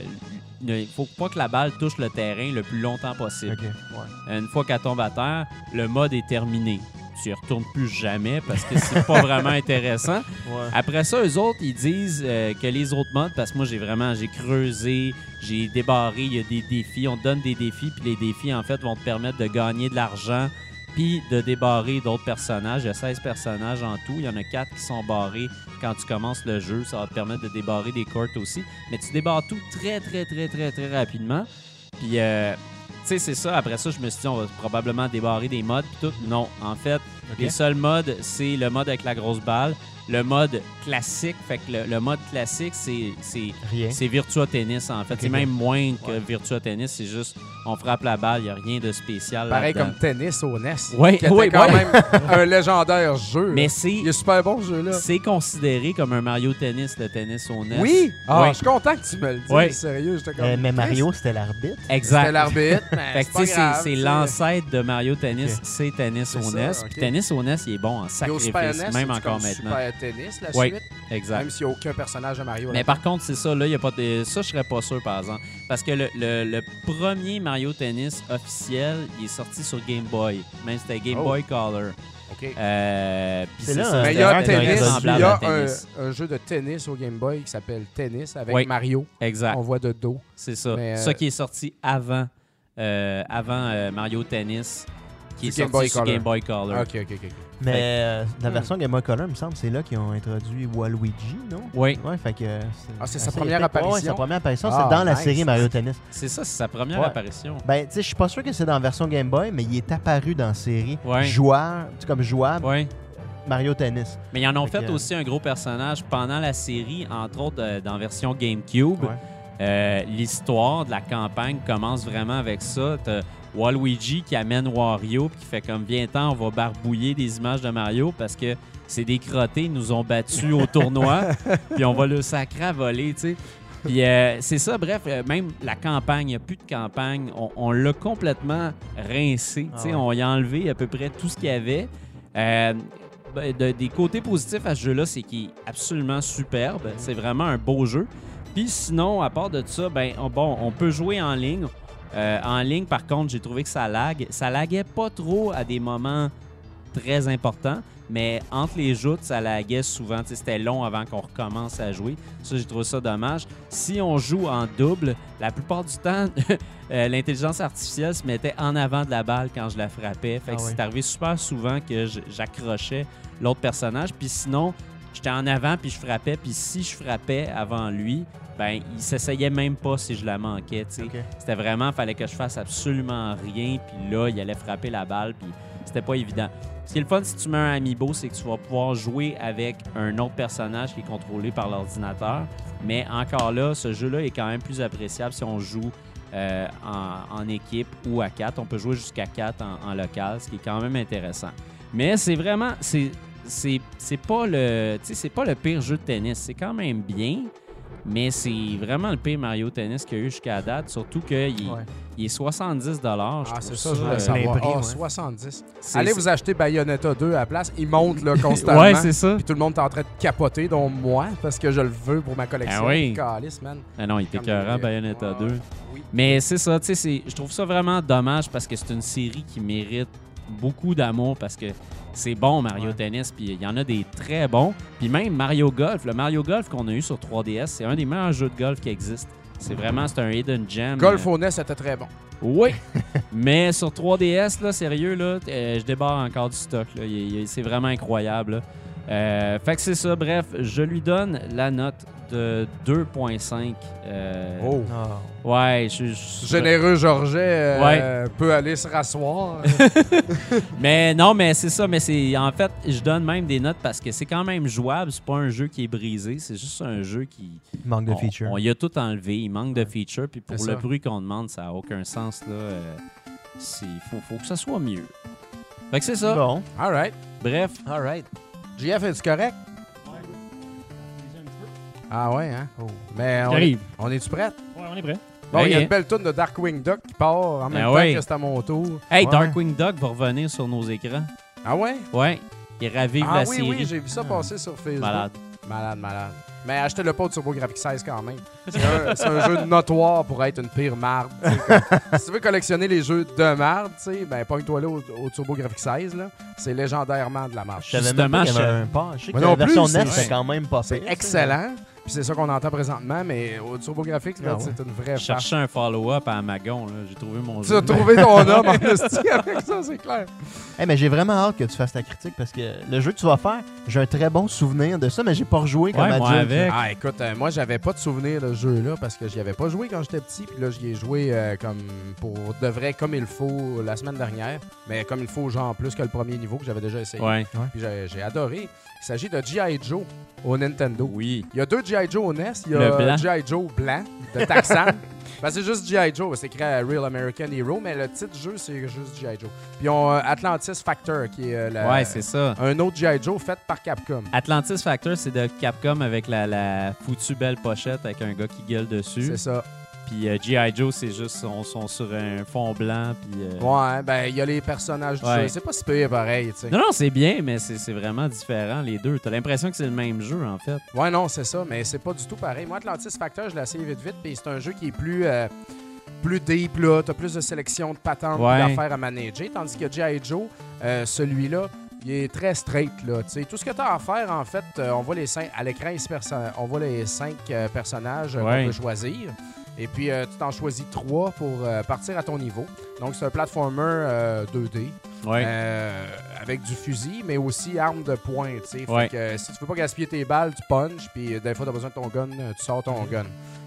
[SPEAKER 2] ne- Il faut pas que la balle touche le terrain le plus longtemps possible.
[SPEAKER 5] Ok, ouais.
[SPEAKER 2] Une fois qu'elle tombe à terre, le mode est terminé. Tu y retournes plus jamais parce que c'est pas vraiment intéressant.
[SPEAKER 5] Ouais.
[SPEAKER 2] Après ça, eux autres, ils disent euh, que les autres modes, parce que moi, j'ai vraiment, j'ai creusé, j'ai débarré, il y a des défis, on te donne des défis, puis les défis, en fait, vont te permettre de gagner de l'argent, puis de débarrer d'autres personnages. Il y a 16 personnages en tout, il y en a 4 qui sont barrés quand tu commences le jeu, ça va te permettre de débarrer des cartes aussi. Mais tu débarres tout très, très, très, très, très rapidement. Puis, euh, tu sais, c'est ça. Après ça, je me suis dit, on va probablement débarrer des modes, puis tout. Non, en fait,
[SPEAKER 5] Ok.
[SPEAKER 2] les seuls modes, c'est le mode avec la grosse balle, le mode classique. Fait que le, le mode classique, c'est- c'est
[SPEAKER 5] Rien.
[SPEAKER 2] c'est Virtua Tennis, en fait.
[SPEAKER 5] Ok,
[SPEAKER 2] C'est
[SPEAKER 5] ok.
[SPEAKER 2] même moins que
[SPEAKER 5] Ouais.
[SPEAKER 2] Virtua Tennis. C'est juste, on frappe la balle, il n'y a rien de spécial
[SPEAKER 3] Pareil
[SPEAKER 2] là-dedans.
[SPEAKER 3] comme tennis au NES.
[SPEAKER 2] Ouais,
[SPEAKER 3] qui était
[SPEAKER 2] ouais,
[SPEAKER 3] quand
[SPEAKER 2] ouais.
[SPEAKER 3] même un légendaire jeu.
[SPEAKER 2] Mais
[SPEAKER 3] là.
[SPEAKER 2] c'est
[SPEAKER 3] Il est super bon, ce jeu-là.
[SPEAKER 2] c'est considéré comme un Mario Tennis, le tennis au net.
[SPEAKER 3] Oui! Ah,
[SPEAKER 2] Ouais.
[SPEAKER 3] Je suis content que tu me le dises.
[SPEAKER 2] Ouais.
[SPEAKER 3] Sérieux, j'étais comme.
[SPEAKER 5] Euh, mais
[SPEAKER 3] Chris,
[SPEAKER 5] Mario, c'était l'arbitre.
[SPEAKER 3] C'était
[SPEAKER 2] Exact.
[SPEAKER 3] l'arbitre.
[SPEAKER 2] Fait
[SPEAKER 3] mais
[SPEAKER 2] que, tu sais,
[SPEAKER 3] Ah, c'est pas
[SPEAKER 2] c'est
[SPEAKER 3] grave,
[SPEAKER 2] c'est
[SPEAKER 3] tu sais.
[SPEAKER 2] l'ancêtre de Mario Tennis,
[SPEAKER 5] Ok.
[SPEAKER 2] c'est Tennis
[SPEAKER 3] C'est
[SPEAKER 2] au
[SPEAKER 3] ça,
[SPEAKER 2] NES.
[SPEAKER 3] ok.
[SPEAKER 2] Puis Tennis au NES, il est bon en
[SPEAKER 3] Puis au Super
[SPEAKER 2] sacrifice,
[SPEAKER 3] NES,
[SPEAKER 2] même
[SPEAKER 3] c'est-tu
[SPEAKER 2] encore
[SPEAKER 3] comme
[SPEAKER 2] maintenant.
[SPEAKER 3] Super tennis, la
[SPEAKER 2] Ouais.
[SPEAKER 3] suite.
[SPEAKER 2] Exact.
[SPEAKER 3] Même s'il n'y a aucun personnage de Mario.
[SPEAKER 2] Mais
[SPEAKER 3] là-dedans.
[SPEAKER 2] par contre, c'est ça, là, il y a pas de... Ça, je serais pas sûr, par exemple. Parce que le, le- le premier Mario Tennis officiel, il est sorti sur Game Boy. Même c'était Game
[SPEAKER 3] Oh.
[SPEAKER 2] Boy Color.
[SPEAKER 3] OK.
[SPEAKER 2] Euh, puis
[SPEAKER 5] C'est
[SPEAKER 2] c'est
[SPEAKER 5] là,
[SPEAKER 2] ça,
[SPEAKER 5] hein.
[SPEAKER 3] Mais
[SPEAKER 2] c'était-
[SPEAKER 3] il y a un
[SPEAKER 2] c'était
[SPEAKER 3] tennis,
[SPEAKER 2] semblable
[SPEAKER 3] il y a
[SPEAKER 2] à tennis.
[SPEAKER 3] un, un jeu de tennis au Game Boy qui s'appelle Tennis avec
[SPEAKER 2] Oui.
[SPEAKER 3] Mario.
[SPEAKER 2] Exact,
[SPEAKER 5] Oh.
[SPEAKER 3] On voit de dos.
[SPEAKER 2] c'est ça.
[SPEAKER 3] Mais, euh,
[SPEAKER 2] Ça qui est sorti avant, euh, avant euh, Mario Tennis, qui est
[SPEAKER 3] Sur
[SPEAKER 2] sorti
[SPEAKER 3] Game Boy
[SPEAKER 2] sur
[SPEAKER 3] Color.
[SPEAKER 2] Game Boy Color.
[SPEAKER 3] Ok, ok, ok. ok.
[SPEAKER 5] Mais
[SPEAKER 2] Fait que-
[SPEAKER 5] euh, la
[SPEAKER 3] Hmm.
[SPEAKER 5] version Game Boy Color, il me semble, c'est là qu'ils ont introduit Waluigi, non?
[SPEAKER 2] Oui,
[SPEAKER 5] Ouais, fait que. euh,
[SPEAKER 3] Ah, c'est sa
[SPEAKER 5] assez
[SPEAKER 3] première
[SPEAKER 5] épique. Ouais, ouais,
[SPEAKER 3] apparition?
[SPEAKER 5] sa première apparition,
[SPEAKER 3] Ah,
[SPEAKER 5] c'est dans la
[SPEAKER 3] nice.
[SPEAKER 5] série Mario Tennis.
[SPEAKER 2] c'est ça, c'est sa première
[SPEAKER 5] Ouais.
[SPEAKER 2] apparition.
[SPEAKER 5] Ben, tu sais, je suis pas sûr que c'est dans la version Game Boy, mais il est apparu dans la série
[SPEAKER 2] Ouais.
[SPEAKER 5] joueur, tu sais, comme jouable
[SPEAKER 2] Ouais.
[SPEAKER 5] Mario Tennis.
[SPEAKER 2] Mais ils en ont
[SPEAKER 5] Fait
[SPEAKER 2] fait
[SPEAKER 5] que-
[SPEAKER 2] aussi un gros personnage pendant la série, entre autres euh, dans version GameCube. Euh, L'histoire de la campagne commence vraiment avec ça. T'as Waluigi qui amène Wario puis qui fait comme viens-t'en, on va barbouiller des images de Mario parce que c'est des crottés, ils nous ont battus au tournoi, puis on va le sacrer à voler, tu sais. Puis euh, c'est ça, bref, euh, même la campagne, il n'y a plus de campagne. On, on l'a complètement rincé. tu sais,
[SPEAKER 5] Ah ouais.
[SPEAKER 2] On y a enlevé à peu près tout ce qu'il y avait. Euh, ben, de- des côtés positifs à ce jeu-là, c'est qu'il est absolument superbe.
[SPEAKER 5] Mhm.
[SPEAKER 2] C'est vraiment un beau jeu. Puis sinon, à part de ça, ben, on- bon, on peut jouer en ligne. Euh, en ligne, par contre, j'ai trouvé que ça lag. Ça laguait pas trop à des moments très importants, mais entre les joutes, ça laguait souvent. Tu sais, C'était long avant qu'on recommence à jouer. Ça, j'ai trouvé ça dommage. Si on joue en double, la plupart du temps, euh, l'intelligence artificielle se mettait en avant de la balle quand je la frappais. Fait que
[SPEAKER 5] Ah ouais.
[SPEAKER 2] c'est arrivé super souvent que je- j'accrochais l'autre personnage. Puis sinon, j'étais en avant puis je frappais. Puis si je frappais avant lui, ben il s'essayait même pas si je la manquais. tu sais.
[SPEAKER 5] Ok.
[SPEAKER 2] C'était vraiment, fallait que je fasse absolument rien. Puis là, il allait frapper la balle. Puis c'était pas évident. Ce qui est le fun si tu mets un amiibo, c'est que tu vas pouvoir jouer avec un autre personnage qui est contrôlé par l'ordinateur. Mais encore là, ce jeu-là est quand même plus appréciable si on joue euh, en, en équipe ou à 4. On peut jouer jusqu'à 4 en, en local, ce qui est quand même intéressant. Mais c'est vraiment. C'est, c'est, c'est pas le. Tu sais, c'est pas le pire jeu de tennis. C'est quand même bien. Mais c'est vraiment le pire Mario Tennis qu'il y a eu jusqu'à date, surtout qu'il est-
[SPEAKER 5] Ouais.
[SPEAKER 2] il est 70 je
[SPEAKER 3] Ah,
[SPEAKER 2] trouve
[SPEAKER 3] c'est ça, je
[SPEAKER 2] euh,
[SPEAKER 3] voulais
[SPEAKER 5] plein
[SPEAKER 3] savoir.
[SPEAKER 5] prix,
[SPEAKER 3] Ah,
[SPEAKER 5] ouais.
[SPEAKER 3] 70.
[SPEAKER 2] c'est-
[SPEAKER 3] Allez
[SPEAKER 2] c'est-
[SPEAKER 3] vous acheter Bayonetta 2 à la place. Il monte là, constamment.
[SPEAKER 2] Ouais, c'est ça.
[SPEAKER 3] Puis tout le monde est en train de capoter, dont moi, parce que je le veux pour ma collection.
[SPEAKER 2] Ah oui.
[SPEAKER 3] Calice, man.
[SPEAKER 2] Ah non, il était
[SPEAKER 3] Comme
[SPEAKER 2] écœurant,
[SPEAKER 3] les-
[SPEAKER 2] Bayonetta
[SPEAKER 3] Ouais,
[SPEAKER 2] 2.
[SPEAKER 3] oui.
[SPEAKER 2] Mais c'est ça, tu sais, c'est- je trouve ça vraiment dommage parce que c'est une série qui mérite beaucoup d'amour parce que c'est bon Mario
[SPEAKER 5] Ouais.
[SPEAKER 2] Tennis, puis il y en a des très bons. Puis même Mario Golf, le Mario Golf qu'on a eu sur 3DS, c'est un des meilleurs jeux de golf qui existe. C'est vraiment, c'est un hidden gem.
[SPEAKER 3] Golf
[SPEAKER 2] Euh,
[SPEAKER 3] au nez, c'était très bon.
[SPEAKER 2] Oui. Mais sur 3DS, là, sérieux, là, euh, je débarre encore du stock. là. Il- il- C'est vraiment incroyable. là. Euh, fait que c'est ça. Bref, je lui donne la note de 2.5. euh,
[SPEAKER 3] Oh.
[SPEAKER 5] Non.
[SPEAKER 2] Ouais, je, je-
[SPEAKER 3] Généreux Georget euh, peut aller se rasseoir.
[SPEAKER 2] Mais non, mais c'est ça. Mais c'est en fait, je donne même des notes parce que c'est quand même jouable. C'est pas un jeu qui est brisé. C'est juste un jeu qui
[SPEAKER 5] Manque de
[SPEAKER 2] on-
[SPEAKER 5] feature.
[SPEAKER 2] On, y a tout enlevé. Il manque de features. Puis pour
[SPEAKER 3] C'est
[SPEAKER 2] le
[SPEAKER 3] ça.
[SPEAKER 2] bruit qu'on demande, ça a aucun sens là. Euh, c'est faut, faut que ça soit mieux. Fait que c'est ça.
[SPEAKER 5] Bon.
[SPEAKER 3] All right.
[SPEAKER 2] Bref,
[SPEAKER 5] All right.
[SPEAKER 3] JF, est-tu correct? Ah ouais, hein?
[SPEAKER 5] Oh.
[SPEAKER 3] Mais on,
[SPEAKER 1] J'arrive.
[SPEAKER 3] on est-tu prêt?
[SPEAKER 1] Ouais, on est prêt.
[SPEAKER 3] Bon, il y a
[SPEAKER 2] Ok.
[SPEAKER 3] une belle tourne de Darkwing Duck qui part en même
[SPEAKER 2] Ah
[SPEAKER 3] temps
[SPEAKER 2] ouais.
[SPEAKER 3] que c'est à mon tour.
[SPEAKER 2] hey,
[SPEAKER 5] Ouais.
[SPEAKER 2] Darkwing Duck va revenir sur nos écrans.
[SPEAKER 3] Ah ouais?
[SPEAKER 2] Ouais, il ravive
[SPEAKER 3] Ah
[SPEAKER 2] la
[SPEAKER 3] oui,
[SPEAKER 2] série.
[SPEAKER 3] oui, j'ai vu ça passer sur Facebook.
[SPEAKER 2] Malade.
[SPEAKER 3] Malade, malade. Mais achetez-le pas au TurboGrafx 16 quand même. C'est un, c'est un jeu notoire pour être une pire marde. tu sais, comme- si tu veux collectionner les jeux de marde, tu sais, ben pogne-toi là au, au TurboGrafx 16, là. C'est légendairement de la marche.
[SPEAKER 5] Je savais
[SPEAKER 2] Justement,
[SPEAKER 5] même pas qu'il y avait
[SPEAKER 2] je-
[SPEAKER 5] un port. Je sais que
[SPEAKER 3] Moi
[SPEAKER 5] la
[SPEAKER 3] non plus,
[SPEAKER 5] version
[SPEAKER 3] c'est
[SPEAKER 5] NES,
[SPEAKER 3] vrai.
[SPEAKER 5] c'est quand même pas
[SPEAKER 3] C'est
[SPEAKER 5] pire, ça.
[SPEAKER 3] excellent. Puis c'est ça qu'on entend présentement, mais au TurboGrafx, là,
[SPEAKER 5] Ah ouais.
[SPEAKER 3] c'est une vraie
[SPEAKER 2] Je cherchais un follow-up à Magon. là. J'ai trouvé mon
[SPEAKER 3] Tu
[SPEAKER 2] jeu.
[SPEAKER 3] as trouvé ton homme en esti avec ça, c'est clair.
[SPEAKER 5] Eh mais j'ai vraiment hâte que tu fasses ta critique parce que le jeu que tu vas faire, j'ai un très bon souvenir de ça, mais j'ai pas rejoué comme
[SPEAKER 2] Ouais, moi
[SPEAKER 5] adulte.
[SPEAKER 2] avec.
[SPEAKER 3] Ah, écoute, euh, moi, j'avais pas de souvenir de ce jeu-là parce que j'y avais pas joué quand j'étais petit. Puis là, j'y ai joué euh, comme pour de vrai, comme il faut la semaine dernière. Mais comme il faut, genre plus que le premier niveau que j'avais déjà essayé.
[SPEAKER 2] Ouais.
[SPEAKER 3] Puis j'ai, j'ai adoré. Il s'agit de G.I. Joe au Nintendo.
[SPEAKER 2] Oui.
[SPEAKER 3] Il y a deux G.I. Joe au NES. Il y
[SPEAKER 2] Le blanc.
[SPEAKER 3] a G.I. Joe blanc de Taxan. Ben, c'est juste G.I. Joe, c'est écrit euh, Real American Hero, mais le titre jeu, c'est juste G.I. Joe. Puis ils ont euh, Atlantis Factor, qui est euh, la-
[SPEAKER 2] Ouais, c'est ça.
[SPEAKER 3] un autre G.I. Joe fait par Capcom.
[SPEAKER 2] Atlantis Factor, c'est de Capcom avec la, la foutue belle pochette avec un gars qui gueule dessus.
[SPEAKER 3] C'est ça.
[SPEAKER 2] Puis euh, G.I. Joe, c'est juste, on sont sur un fond blanc. Puis, euh,
[SPEAKER 3] Ouais, ben, il y a les personnages du
[SPEAKER 2] Ouais.
[SPEAKER 3] jeu. C'est pas si pire pareil, tu sais.
[SPEAKER 2] Non, non, c'est bien, mais c'est c'est vraiment différent les deux. T'as l'impression que c'est le même jeu, en fait.
[SPEAKER 3] Ouais, non, c'est ça, mais c'est pas du tout pareil. Moi, Atlantis Factor, je l'ai essayé vite vite, puis c'est un jeu qui est plus. euh, plus deep, là, t'as plus de sélection de patentes
[SPEAKER 2] Ouais.
[SPEAKER 3] d'affaires à manager, tandis que G.I. Joe, euh, celui-là, il est très straight, là, tu sais. Tout ce que t'as à faire, en fait, euh, on voit les cinq, à l'écran, il se perso- on voit les cinq euh, personnages euh,
[SPEAKER 2] Ouais.
[SPEAKER 3] qu'on peut choisir, et puis euh, tu t'en choisis trois pour euh, partir à ton niveau. Donc, c'est un platformer euh, 2D,
[SPEAKER 2] Ouais.
[SPEAKER 3] Euh, avec du fusil, mais aussi arme de poing. tu sais. Fait
[SPEAKER 2] Ouais.
[SPEAKER 3] que, euh, si tu veux pas gaspiller tes balles, tu punches, puis euh, des fois, tu as besoin de ton gun, euh, tu sors
[SPEAKER 2] Mhm.
[SPEAKER 3] ton gun.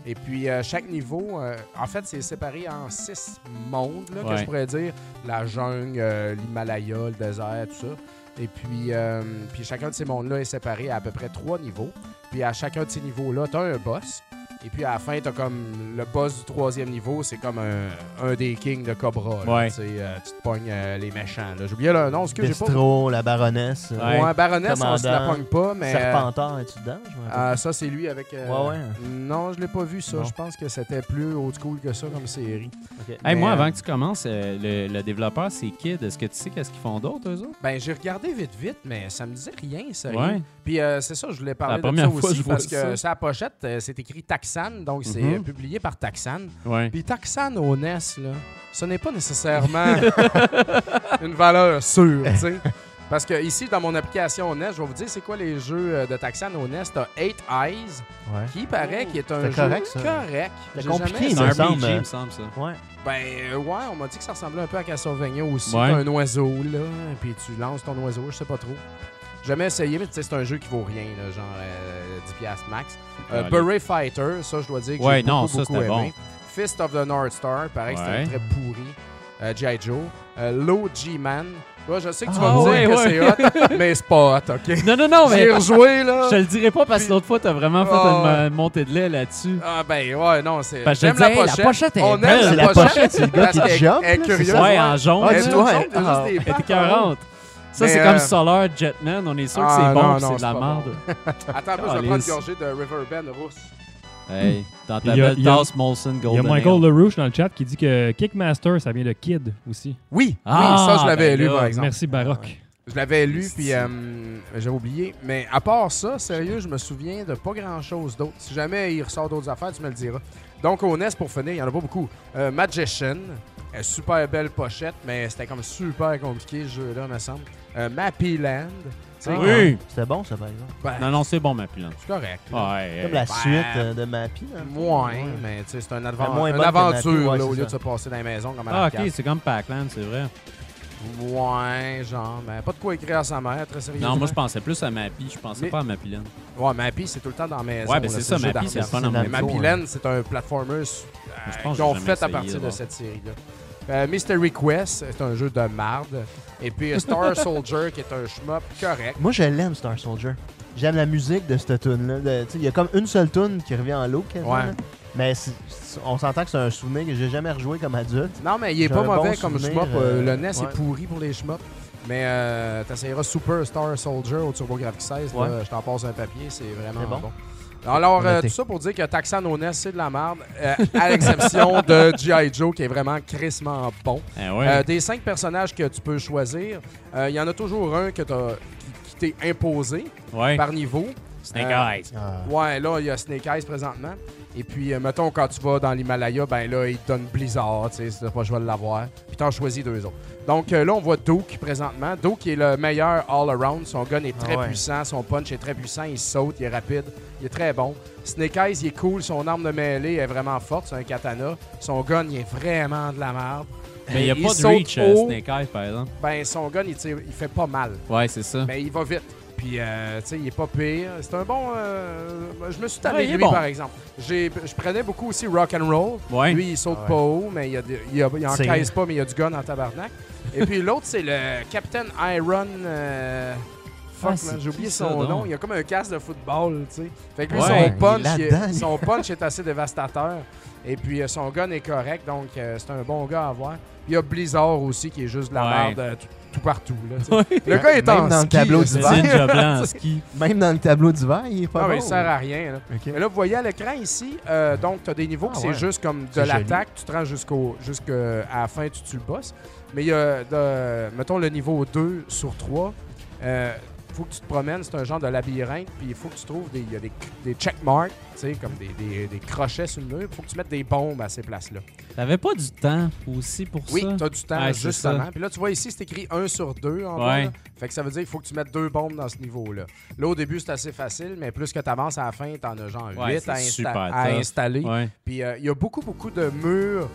[SPEAKER 3] Et puis, euh, chaque niveau, euh, en fait, c'est séparé en six mondes, là,
[SPEAKER 2] Ouais.
[SPEAKER 3] que je pourrais dire. La jungle, euh, l'Himalaya, le désert, tout ça. Et puis, euh, puis chacun de ces mondes-là est séparé à à peu près trois niveaux. Puis à chacun de ces niveaux-là, tu as un boss. Et puis à la fin, t'as comme le boss du troisième niveau, c'est comme un, un des kings de Cobra. là.
[SPEAKER 1] Ouais.
[SPEAKER 3] Tu sais, euh, tu te pognes euh, les méchants. là. J'ai oublié le nom, ce que j'ai pas.
[SPEAKER 5] Destro, la baronesse, euh,
[SPEAKER 1] Ouais.
[SPEAKER 3] Ouais, Baroness, on se la
[SPEAKER 5] Commandant.
[SPEAKER 3] pogne pas, mais. euh,
[SPEAKER 5] Serpentard, es-tu dedans? Je me rappelle.
[SPEAKER 3] Ah, ça, c'est lui avec. euh,
[SPEAKER 5] Ouais, ouais.
[SPEAKER 3] Non, je l'ai pas vu, ça.
[SPEAKER 5] Non.
[SPEAKER 3] Je pense que c'était plus old school que ça comme série.
[SPEAKER 5] Ok.
[SPEAKER 2] Hey,
[SPEAKER 3] Mais,
[SPEAKER 2] moi,
[SPEAKER 3] euh,
[SPEAKER 2] avant que tu commences, euh, le, le développeur, c'est Kid. Est-ce que tu sais qu'est-ce qu'ils font d'autre, eux autres?
[SPEAKER 3] Ben, j'ai regardé vite, vite, mais ça me disait rien, sérieux.
[SPEAKER 2] Ouais.
[SPEAKER 3] Puis euh, c'est ça, je voulais parler
[SPEAKER 2] La
[SPEAKER 3] de
[SPEAKER 2] première
[SPEAKER 3] ça
[SPEAKER 2] fois,
[SPEAKER 3] aussi,
[SPEAKER 2] je vois
[SPEAKER 3] parce
[SPEAKER 2] ça.
[SPEAKER 3] que sa pochette, euh, c'est écrit Taxan, donc c'est
[SPEAKER 2] Mhm.
[SPEAKER 3] euh, publié par Taxan.
[SPEAKER 2] Ouais.
[SPEAKER 3] Puis Taxan au NES, là, ce n'est pas nécessairement une valeur sûre, tu sais. Parce que ici, dans mon application NES, je vais vous dire c'est quoi les jeux euh, de Taxan au NES. T'as Eight Eyes,
[SPEAKER 5] Ouais.
[SPEAKER 3] qui paraît qui est un
[SPEAKER 5] C'était
[SPEAKER 3] jeu
[SPEAKER 5] Oh. correct, ça.
[SPEAKER 3] correct.
[SPEAKER 5] C'était
[SPEAKER 3] J'ai
[SPEAKER 5] compliqué,
[SPEAKER 3] jamais-
[SPEAKER 2] C'est
[SPEAKER 5] me
[SPEAKER 2] un
[SPEAKER 5] semble,
[SPEAKER 2] RPG,
[SPEAKER 5] euh,
[SPEAKER 2] il me semble, ça.
[SPEAKER 5] Ouais.
[SPEAKER 3] Ben euh, ouais, on m'a dit que ça ressemblait un peu à Castlevania aussi.
[SPEAKER 2] Ouais.
[SPEAKER 3] T'as un oiseau là, puis tu lances ton oiseau, je sais pas trop. J'ai Jamais essayé, mais tu sais, c'est un jeu qui vaut rien, là, genre euh, 10 piastres max. Euh,
[SPEAKER 2] Ah,
[SPEAKER 3] Beret Fighter, ça je dois dire que
[SPEAKER 2] Ouais,
[SPEAKER 3] j'ai
[SPEAKER 2] non,
[SPEAKER 3] beaucoup,
[SPEAKER 2] ça,
[SPEAKER 3] beaucoup
[SPEAKER 2] c'était
[SPEAKER 3] aimé.
[SPEAKER 2] bon.
[SPEAKER 3] Fist of the North Star, pareil, que
[SPEAKER 2] Ouais.
[SPEAKER 3] c'était très pourri. Euh, G.I. Joe. Euh, Low G-Man. Ouais, je sais que tu
[SPEAKER 5] Ah,
[SPEAKER 3] vas me
[SPEAKER 2] ouais,
[SPEAKER 3] dire que
[SPEAKER 2] ouais.
[SPEAKER 3] c'est hot, mais c'est pas hot, OK?
[SPEAKER 2] Non, non, non, mais
[SPEAKER 3] J'ai rejoué, là.
[SPEAKER 2] je te le dirai pas parce que
[SPEAKER 3] Puis-
[SPEAKER 2] l'autre fois, t'as vraiment fait
[SPEAKER 3] Oh,
[SPEAKER 2] une une montée de lait là-dessus.
[SPEAKER 3] Ah ben ouais, non, c'est...
[SPEAKER 2] Parce que je
[SPEAKER 3] J'aime
[SPEAKER 2] te disais,
[SPEAKER 3] la
[SPEAKER 2] hey, la
[SPEAKER 3] pochette.
[SPEAKER 2] pochette est
[SPEAKER 3] On aime
[SPEAKER 2] belle.
[SPEAKER 5] C'est
[SPEAKER 3] la
[SPEAKER 5] la pochette, c'est le gars
[SPEAKER 3] parce
[SPEAKER 5] qui
[SPEAKER 3] qu'elle-
[SPEAKER 5] jump.
[SPEAKER 3] elle est
[SPEAKER 5] là, c'est
[SPEAKER 3] curieuse.
[SPEAKER 5] ça?
[SPEAKER 2] Ouais,
[SPEAKER 3] ouais.
[SPEAKER 2] en jaune.
[SPEAKER 5] Ah,
[SPEAKER 3] Elle
[SPEAKER 5] tu
[SPEAKER 3] est
[SPEAKER 2] là.
[SPEAKER 5] vois,
[SPEAKER 3] jaune, t'as
[SPEAKER 5] ah.
[SPEAKER 3] juste des
[SPEAKER 2] Elle
[SPEAKER 3] pattes
[SPEAKER 2] était
[SPEAKER 3] en
[SPEAKER 2] 40. Ça,
[SPEAKER 3] Mais,
[SPEAKER 2] c'est comme
[SPEAKER 3] euh,
[SPEAKER 2] Solar Jetman. On est sûr que
[SPEAKER 3] ah,
[SPEAKER 2] c'est bon,
[SPEAKER 3] non,
[SPEAKER 2] puis
[SPEAKER 3] non,
[SPEAKER 2] c'est de la
[SPEAKER 3] c'est pas
[SPEAKER 2] merde.
[SPEAKER 3] Attends un peu, je vais prendre une gorgée de River Bend rousse.
[SPEAKER 2] Hey, dans ta
[SPEAKER 1] Il y a-
[SPEAKER 2] belle
[SPEAKER 1] il y a-
[SPEAKER 2] tasse Molson
[SPEAKER 1] Il y a
[SPEAKER 2] Golden.
[SPEAKER 1] Michael
[SPEAKER 2] Ale.
[SPEAKER 1] LaRouche dans le chat qui dit que Kickmaster, ça vient de Kid aussi.
[SPEAKER 3] Oui,
[SPEAKER 2] Ah,
[SPEAKER 3] oui, ça je l'avais
[SPEAKER 2] ben
[SPEAKER 3] lu
[SPEAKER 2] là,
[SPEAKER 3] par exemple.
[SPEAKER 1] Merci Baroque.
[SPEAKER 3] Je l'avais lu puis euh, j'ai oublié. Mais à part ça, sérieux, je me souviens de pas grand chose d'autre. Si jamais il ressort d'autres affaires, tu me le diras. Donc au NES pour finir, il y en a pas beaucoup. Euh, Magician, euh, super belle pochette, mais c'était comme super compliqué ce jeu-là, me semble. Euh, Mappy Land, tu sais,
[SPEAKER 2] Ah Oui.
[SPEAKER 5] C'était bon, ça, par exemple.
[SPEAKER 3] ben,
[SPEAKER 2] Non, non, c'est bon, ma pilante.
[SPEAKER 3] c'est correct. là.
[SPEAKER 2] Ouais.
[SPEAKER 5] Comme la
[SPEAKER 3] ben,
[SPEAKER 5] suite euh, de Mappy. là.
[SPEAKER 3] Moins,
[SPEAKER 5] Ouais.
[SPEAKER 3] mais tu sais, c'est un
[SPEAKER 5] Ben,
[SPEAKER 3] advan-
[SPEAKER 5] moins
[SPEAKER 3] une
[SPEAKER 5] bonne que
[SPEAKER 3] aventure
[SPEAKER 5] Matthew, ouais,
[SPEAKER 3] là, au
[SPEAKER 5] c'est
[SPEAKER 3] lieu de
[SPEAKER 5] ça.
[SPEAKER 3] se passer dans la maison comme à
[SPEAKER 2] Ah,
[SPEAKER 3] l'arcade.
[SPEAKER 2] ok, c'est comme Pac-Land, c'est vrai.
[SPEAKER 3] Ouais, genre, mais pas de quoi écrire à sa mère, très sérieux.
[SPEAKER 2] Non, moi, je pensais plus à Mappy. Je pensais
[SPEAKER 3] Mais-
[SPEAKER 2] pas à Mappyland.
[SPEAKER 3] Ouais, Mappy, c'est tout le temps dans la maison.
[SPEAKER 2] Ouais,
[SPEAKER 3] là,
[SPEAKER 2] ben c'est ça,
[SPEAKER 3] le jeu
[SPEAKER 2] Mappy, c'est le
[SPEAKER 3] d'arcade.
[SPEAKER 2] fun hein. en
[SPEAKER 5] c'est
[SPEAKER 3] Mais
[SPEAKER 5] la-
[SPEAKER 2] même
[SPEAKER 3] Mappy
[SPEAKER 5] Ouais.
[SPEAKER 3] Land, c'est un platformer
[SPEAKER 2] Je
[SPEAKER 3] euh,
[SPEAKER 2] pense
[SPEAKER 3] qu'ils
[SPEAKER 2] que j'ai
[SPEAKER 3] ont
[SPEAKER 2] jamais
[SPEAKER 3] fait à
[SPEAKER 2] essayé,
[SPEAKER 3] partir de
[SPEAKER 2] là.
[SPEAKER 3] cette série-là. Euh, Mystery Quest, c'est un jeu de marde. Et puis euh, Star Soldier, qui est un shmup correct.
[SPEAKER 5] Moi, je l'aime, Star Soldier. J'aime la musique de cette tune-là. De- tu sais, Il y a comme une seule tune qui revient en loop, quasiment.
[SPEAKER 3] Ouais.
[SPEAKER 5] là. Mais c'est- c'est- on s'entend que c'est un souvenir que j'ai jamais rejoué comme adulte.
[SPEAKER 3] Non, mais il est
[SPEAKER 5] J'ai
[SPEAKER 3] pas
[SPEAKER 5] un bon
[SPEAKER 3] mauvais comme
[SPEAKER 5] souvenir,
[SPEAKER 3] shmup. euh, le
[SPEAKER 5] euh,
[SPEAKER 3] NES
[SPEAKER 5] ouais.
[SPEAKER 3] est pourri pour les shmups. Mais euh, t'essayeras Super Star Soldier au TurboGrafx 16. là,
[SPEAKER 5] Ouais.
[SPEAKER 3] je t'en passe un papier, c'est vraiment
[SPEAKER 5] C'est
[SPEAKER 3] bon.
[SPEAKER 5] bon.
[SPEAKER 3] Alors, euh,
[SPEAKER 5] Noté.
[SPEAKER 3] tout ça pour dire que Taxan au NES, c'est de la merde, euh, à l'exception de G.I. Joe, qui est vraiment crissement bon.
[SPEAKER 2] Eh ouais.
[SPEAKER 3] Euh, des cinq personnages que tu peux choisir, euh, il y en a toujours un que t'as- qui, qui t'est imposé
[SPEAKER 2] ouais.
[SPEAKER 3] par niveau.
[SPEAKER 2] Snake
[SPEAKER 3] euh,
[SPEAKER 2] Eyes.
[SPEAKER 3] Ouais, là, il y a Snake Eyes présentement. Et puis, euh, mettons, quand tu vas dans l'Himalaya, ben là, ils te donnent Blizzard, tu sais, c'est pas je vais l'avoir. Puis t'en choisis deux autres. Donc euh, là, on voit Duke présentement. Duke est le meilleur all-around. Son gun est très
[SPEAKER 5] Ah ouais.
[SPEAKER 3] puissant, son punch est très puissant, il saute, il est rapide, il est très bon. Snake Eyes, il est cool, son arme de mêlée est vraiment forte, c'est un katana. Son gun, il est vraiment de la merde.
[SPEAKER 2] Mais il n'y a
[SPEAKER 3] il
[SPEAKER 2] pas de
[SPEAKER 3] saute
[SPEAKER 2] reach, euh,
[SPEAKER 3] haut.
[SPEAKER 2] Snake Eyes, par exemple.
[SPEAKER 3] Ben, son gun, il, tire- il fait pas mal.
[SPEAKER 2] Ouais, c'est ça.
[SPEAKER 3] Mais il va vite. Puis, euh, tu sais, il est pas pire. C'est un bon. euh, je me suis tanné
[SPEAKER 2] Ouais, il
[SPEAKER 3] de
[SPEAKER 2] est
[SPEAKER 3] lui,
[SPEAKER 2] bon.
[SPEAKER 3] par exemple. J'ai- Je prenais beaucoup aussi rock and roll.
[SPEAKER 2] Ouais.
[SPEAKER 3] Lui, il saute
[SPEAKER 5] Ah ouais.
[SPEAKER 3] pas haut, mais il, a, des- il, a- il
[SPEAKER 5] C'est-
[SPEAKER 3] encaisse pas, mais il a du gun en tabarnak. Et puis l'autre, c'est le Captain Iron. euh, Fuck,
[SPEAKER 2] Ah, c'est
[SPEAKER 3] man, j'ai oublié
[SPEAKER 2] qui ça,
[SPEAKER 3] son
[SPEAKER 2] donc?
[SPEAKER 3] nom. Il a comme un casque de football, tu sais. Fait que lui,
[SPEAKER 2] Ouais,
[SPEAKER 3] son, punch,
[SPEAKER 5] il est
[SPEAKER 3] il-
[SPEAKER 5] là-dedans,
[SPEAKER 3] son punch est assez dévastateur. Et puis euh, son gun est correct, donc euh, c'est un bon gars à voir. Il y a Blizzard aussi, qui est juste de la
[SPEAKER 2] Ouais.
[SPEAKER 3] merde euh, tout, tout partout. là, tu sais. Le gars est
[SPEAKER 5] Même
[SPEAKER 3] en
[SPEAKER 5] dans le
[SPEAKER 3] ski,
[SPEAKER 5] tableau
[SPEAKER 3] là,
[SPEAKER 5] du
[SPEAKER 3] c'est-
[SPEAKER 2] C'est
[SPEAKER 5] vent.
[SPEAKER 2] Ninja Blanc en ski.
[SPEAKER 5] Même dans le tableau d'hiver, il est pas
[SPEAKER 3] Non, Ah, mais
[SPEAKER 5] bon.
[SPEAKER 3] il sert à rien. là.
[SPEAKER 5] Ok.
[SPEAKER 3] Mais là, vous voyez à l'écran ici, euh, donc tu as des niveaux
[SPEAKER 5] Ah
[SPEAKER 3] que c'est
[SPEAKER 5] ouais.
[SPEAKER 3] juste comme de
[SPEAKER 5] C'est joli.
[SPEAKER 3] l'attaque, tu te rends jusqu'au jusqu'à la fin, tu tues le boss. Mais il y a, de- mettons, le niveau 2 sur 3, euh, faut que tu te promènes, c'est un genre de labyrinthe, puis il faut que tu trouves des, il y a des, des checkmarks, tu sais, comme des, des- des crochets sur le mur, faut que tu mettes des bombes à ces places-là.
[SPEAKER 2] T'avais pas du temps aussi pour
[SPEAKER 3] Oui,
[SPEAKER 2] ça?
[SPEAKER 3] tu as du temps,
[SPEAKER 2] Ouais, c'est
[SPEAKER 3] justement.
[SPEAKER 2] ça.
[SPEAKER 3] Puis là, tu vois ici, c'est écrit 1 sur 2 en
[SPEAKER 2] Ouais.
[SPEAKER 3] bas. là. Fait que ça veut dire qu'il faut que tu mettes deux bombes dans ce niveau-là. Là, au début, c'est assez facile, mais plus que tu avances à la fin, tu en as genre 8
[SPEAKER 2] Ouais, c'est
[SPEAKER 3] à, insta-
[SPEAKER 2] super
[SPEAKER 3] à
[SPEAKER 2] tough.
[SPEAKER 3] installer.
[SPEAKER 2] Ouais.
[SPEAKER 3] Puis euh, il y a beaucoup, beaucoup de murs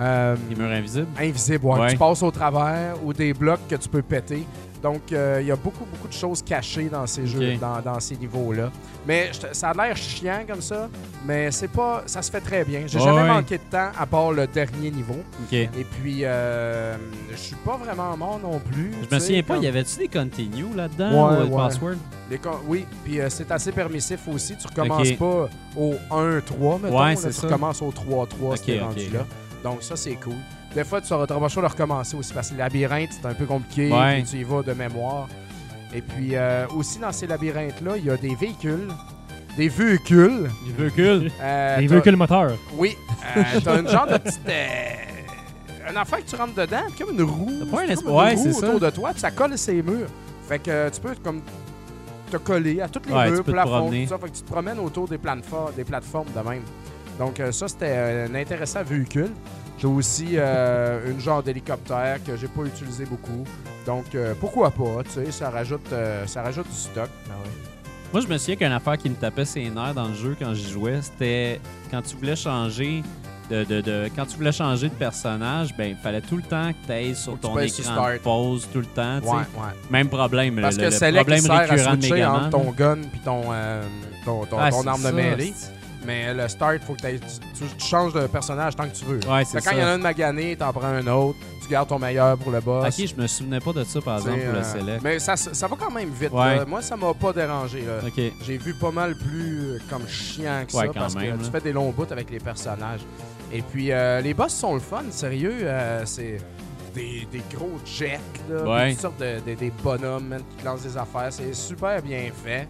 [SPEAKER 3] Euh,
[SPEAKER 2] Les murs invisibles.
[SPEAKER 3] invisibles, ouais, que
[SPEAKER 2] Ouais.
[SPEAKER 3] tu passes au travers ou des blocs que tu peux péter. Donc, euh, il y a beaucoup, beaucoup de choses cachées dans ces jeux,
[SPEAKER 2] Ok.
[SPEAKER 3] dans, dans ces niveaux-là. Mais je te- ça a l'air chiant comme ça, mais c'est pas, ça se fait très bien. J'ai
[SPEAKER 2] Ouais,
[SPEAKER 3] jamais
[SPEAKER 2] ouais.
[SPEAKER 3] manqué de temps à part le dernier niveau.
[SPEAKER 2] OK.
[SPEAKER 3] Et puis, euh, je suis pas vraiment mort non plus.
[SPEAKER 2] Je
[SPEAKER 3] tu
[SPEAKER 2] me
[SPEAKER 3] sais,
[SPEAKER 2] souviens pas,
[SPEAKER 3] comme-
[SPEAKER 2] y avait-tu des continues là-dedans
[SPEAKER 3] Ouais,
[SPEAKER 2] ou
[SPEAKER 3] ouais.
[SPEAKER 2] des password?
[SPEAKER 3] les con- Oui, puis euh, c'est assez permissif aussi. Tu recommences
[SPEAKER 2] Ok.
[SPEAKER 3] pas au 1-3, mettons.
[SPEAKER 2] Ouais,
[SPEAKER 3] là,
[SPEAKER 2] c'est
[SPEAKER 3] tu
[SPEAKER 2] ça.
[SPEAKER 3] recommences au 3-3,
[SPEAKER 2] Ok,
[SPEAKER 3] c'était
[SPEAKER 2] ok.
[SPEAKER 3] rendu là. Donc ça, c'est cool. Des fois, tu auras trop chaud de recommencer aussi parce que le labyrinthe, c'est un peu compliqué.
[SPEAKER 2] Ouais.
[SPEAKER 3] puis Tu y vas de mémoire. Et puis euh, aussi, dans ces labyrinthes-là, il y a des véhicules. Des véhicules.
[SPEAKER 2] Des véhicules.
[SPEAKER 3] Euh,
[SPEAKER 1] Les
[SPEAKER 3] t'as-
[SPEAKER 1] véhicules moteurs.
[SPEAKER 3] Oui. Euh, T'as une genre de petite. euh, un enfant que tu rentres dedans, puis comme une roue.
[SPEAKER 2] T'as pas un
[SPEAKER 3] c'est
[SPEAKER 2] esp-
[SPEAKER 3] comme une
[SPEAKER 2] ouais,
[SPEAKER 3] roue
[SPEAKER 2] c'est ça.
[SPEAKER 3] autour de toi, puis ça colle ses murs. Fait que euh, tu peux comme te coller à toutes les
[SPEAKER 2] Ouais, tu
[SPEAKER 3] murs,
[SPEAKER 2] peux te
[SPEAKER 3] plafonds,
[SPEAKER 2] promener.
[SPEAKER 3] tout ça. Fait que tu te promènes autour des plateformes, des plateformes de même. Donc euh, ça, c'était euh, un intéressant véhicule. J'ai aussi euh, une genre d'hélicoptère que j'ai pas utilisé beaucoup. Donc euh, pourquoi pas, tu sais, ça rajoute, euh, ça rajoute du stock.
[SPEAKER 2] Ah Moi, je me souviens qu'une affaire qui me tapait ses nerfs dans le jeu quand j'y jouais, c'était quand tu voulais changer de, de- de- quand tu voulais changer de personnage, ben il fallait tout le temps que tu ailles sur
[SPEAKER 3] Faut que tu
[SPEAKER 2] ton
[SPEAKER 3] pèses sur
[SPEAKER 2] écran de
[SPEAKER 3] start.
[SPEAKER 2] pause tout le temps. Ah, tu sais.
[SPEAKER 3] Ouais, ouais.
[SPEAKER 2] Même problème. le-
[SPEAKER 3] Parce
[SPEAKER 2] le,
[SPEAKER 3] que
[SPEAKER 2] le
[SPEAKER 3] c'est là qui
[SPEAKER 2] problème
[SPEAKER 3] sert à
[SPEAKER 2] récurrent de
[SPEAKER 3] switcher
[SPEAKER 2] Megaman.
[SPEAKER 3] entre ton gun puis ton, euh, ton, ton,
[SPEAKER 2] Ah,
[SPEAKER 3] ton
[SPEAKER 2] c'est
[SPEAKER 3] arme de
[SPEAKER 2] ça,
[SPEAKER 3] mêlée.
[SPEAKER 2] c'est-
[SPEAKER 3] Mais le start, faut que t'ailles- tu, tu- tu changes de personnage tant que tu veux.
[SPEAKER 2] Ouais,
[SPEAKER 3] Fait
[SPEAKER 2] c'est
[SPEAKER 3] que quand
[SPEAKER 2] ça.
[SPEAKER 3] il y en a un de magané, t'en prends un autre, tu gardes ton meilleur pour le boss.
[SPEAKER 2] Ok, je me souvenais pas de ça, par
[SPEAKER 3] Tu sais,
[SPEAKER 2] exemple, pour le
[SPEAKER 3] euh,
[SPEAKER 2] Select.
[SPEAKER 3] Mais ça, ça va quand même vite.
[SPEAKER 2] Ouais.
[SPEAKER 3] là. Moi, ça m'a pas dérangé. là.
[SPEAKER 2] Ok.
[SPEAKER 3] J'ai vu pas mal plus euh, comme chiant que
[SPEAKER 2] Ouais,
[SPEAKER 3] ça
[SPEAKER 2] quand
[SPEAKER 3] parce
[SPEAKER 2] même,
[SPEAKER 3] que
[SPEAKER 2] là.
[SPEAKER 3] tu fais des longs bouts avec les personnages. Et puis, euh, les boss sont le fun, sérieux. euh, c'est des, des gros jets, là,
[SPEAKER 2] Ouais.
[SPEAKER 3] puis toutes sortes de, de- des bonhommes man, qui te lancent des affaires. C'est super bien fait.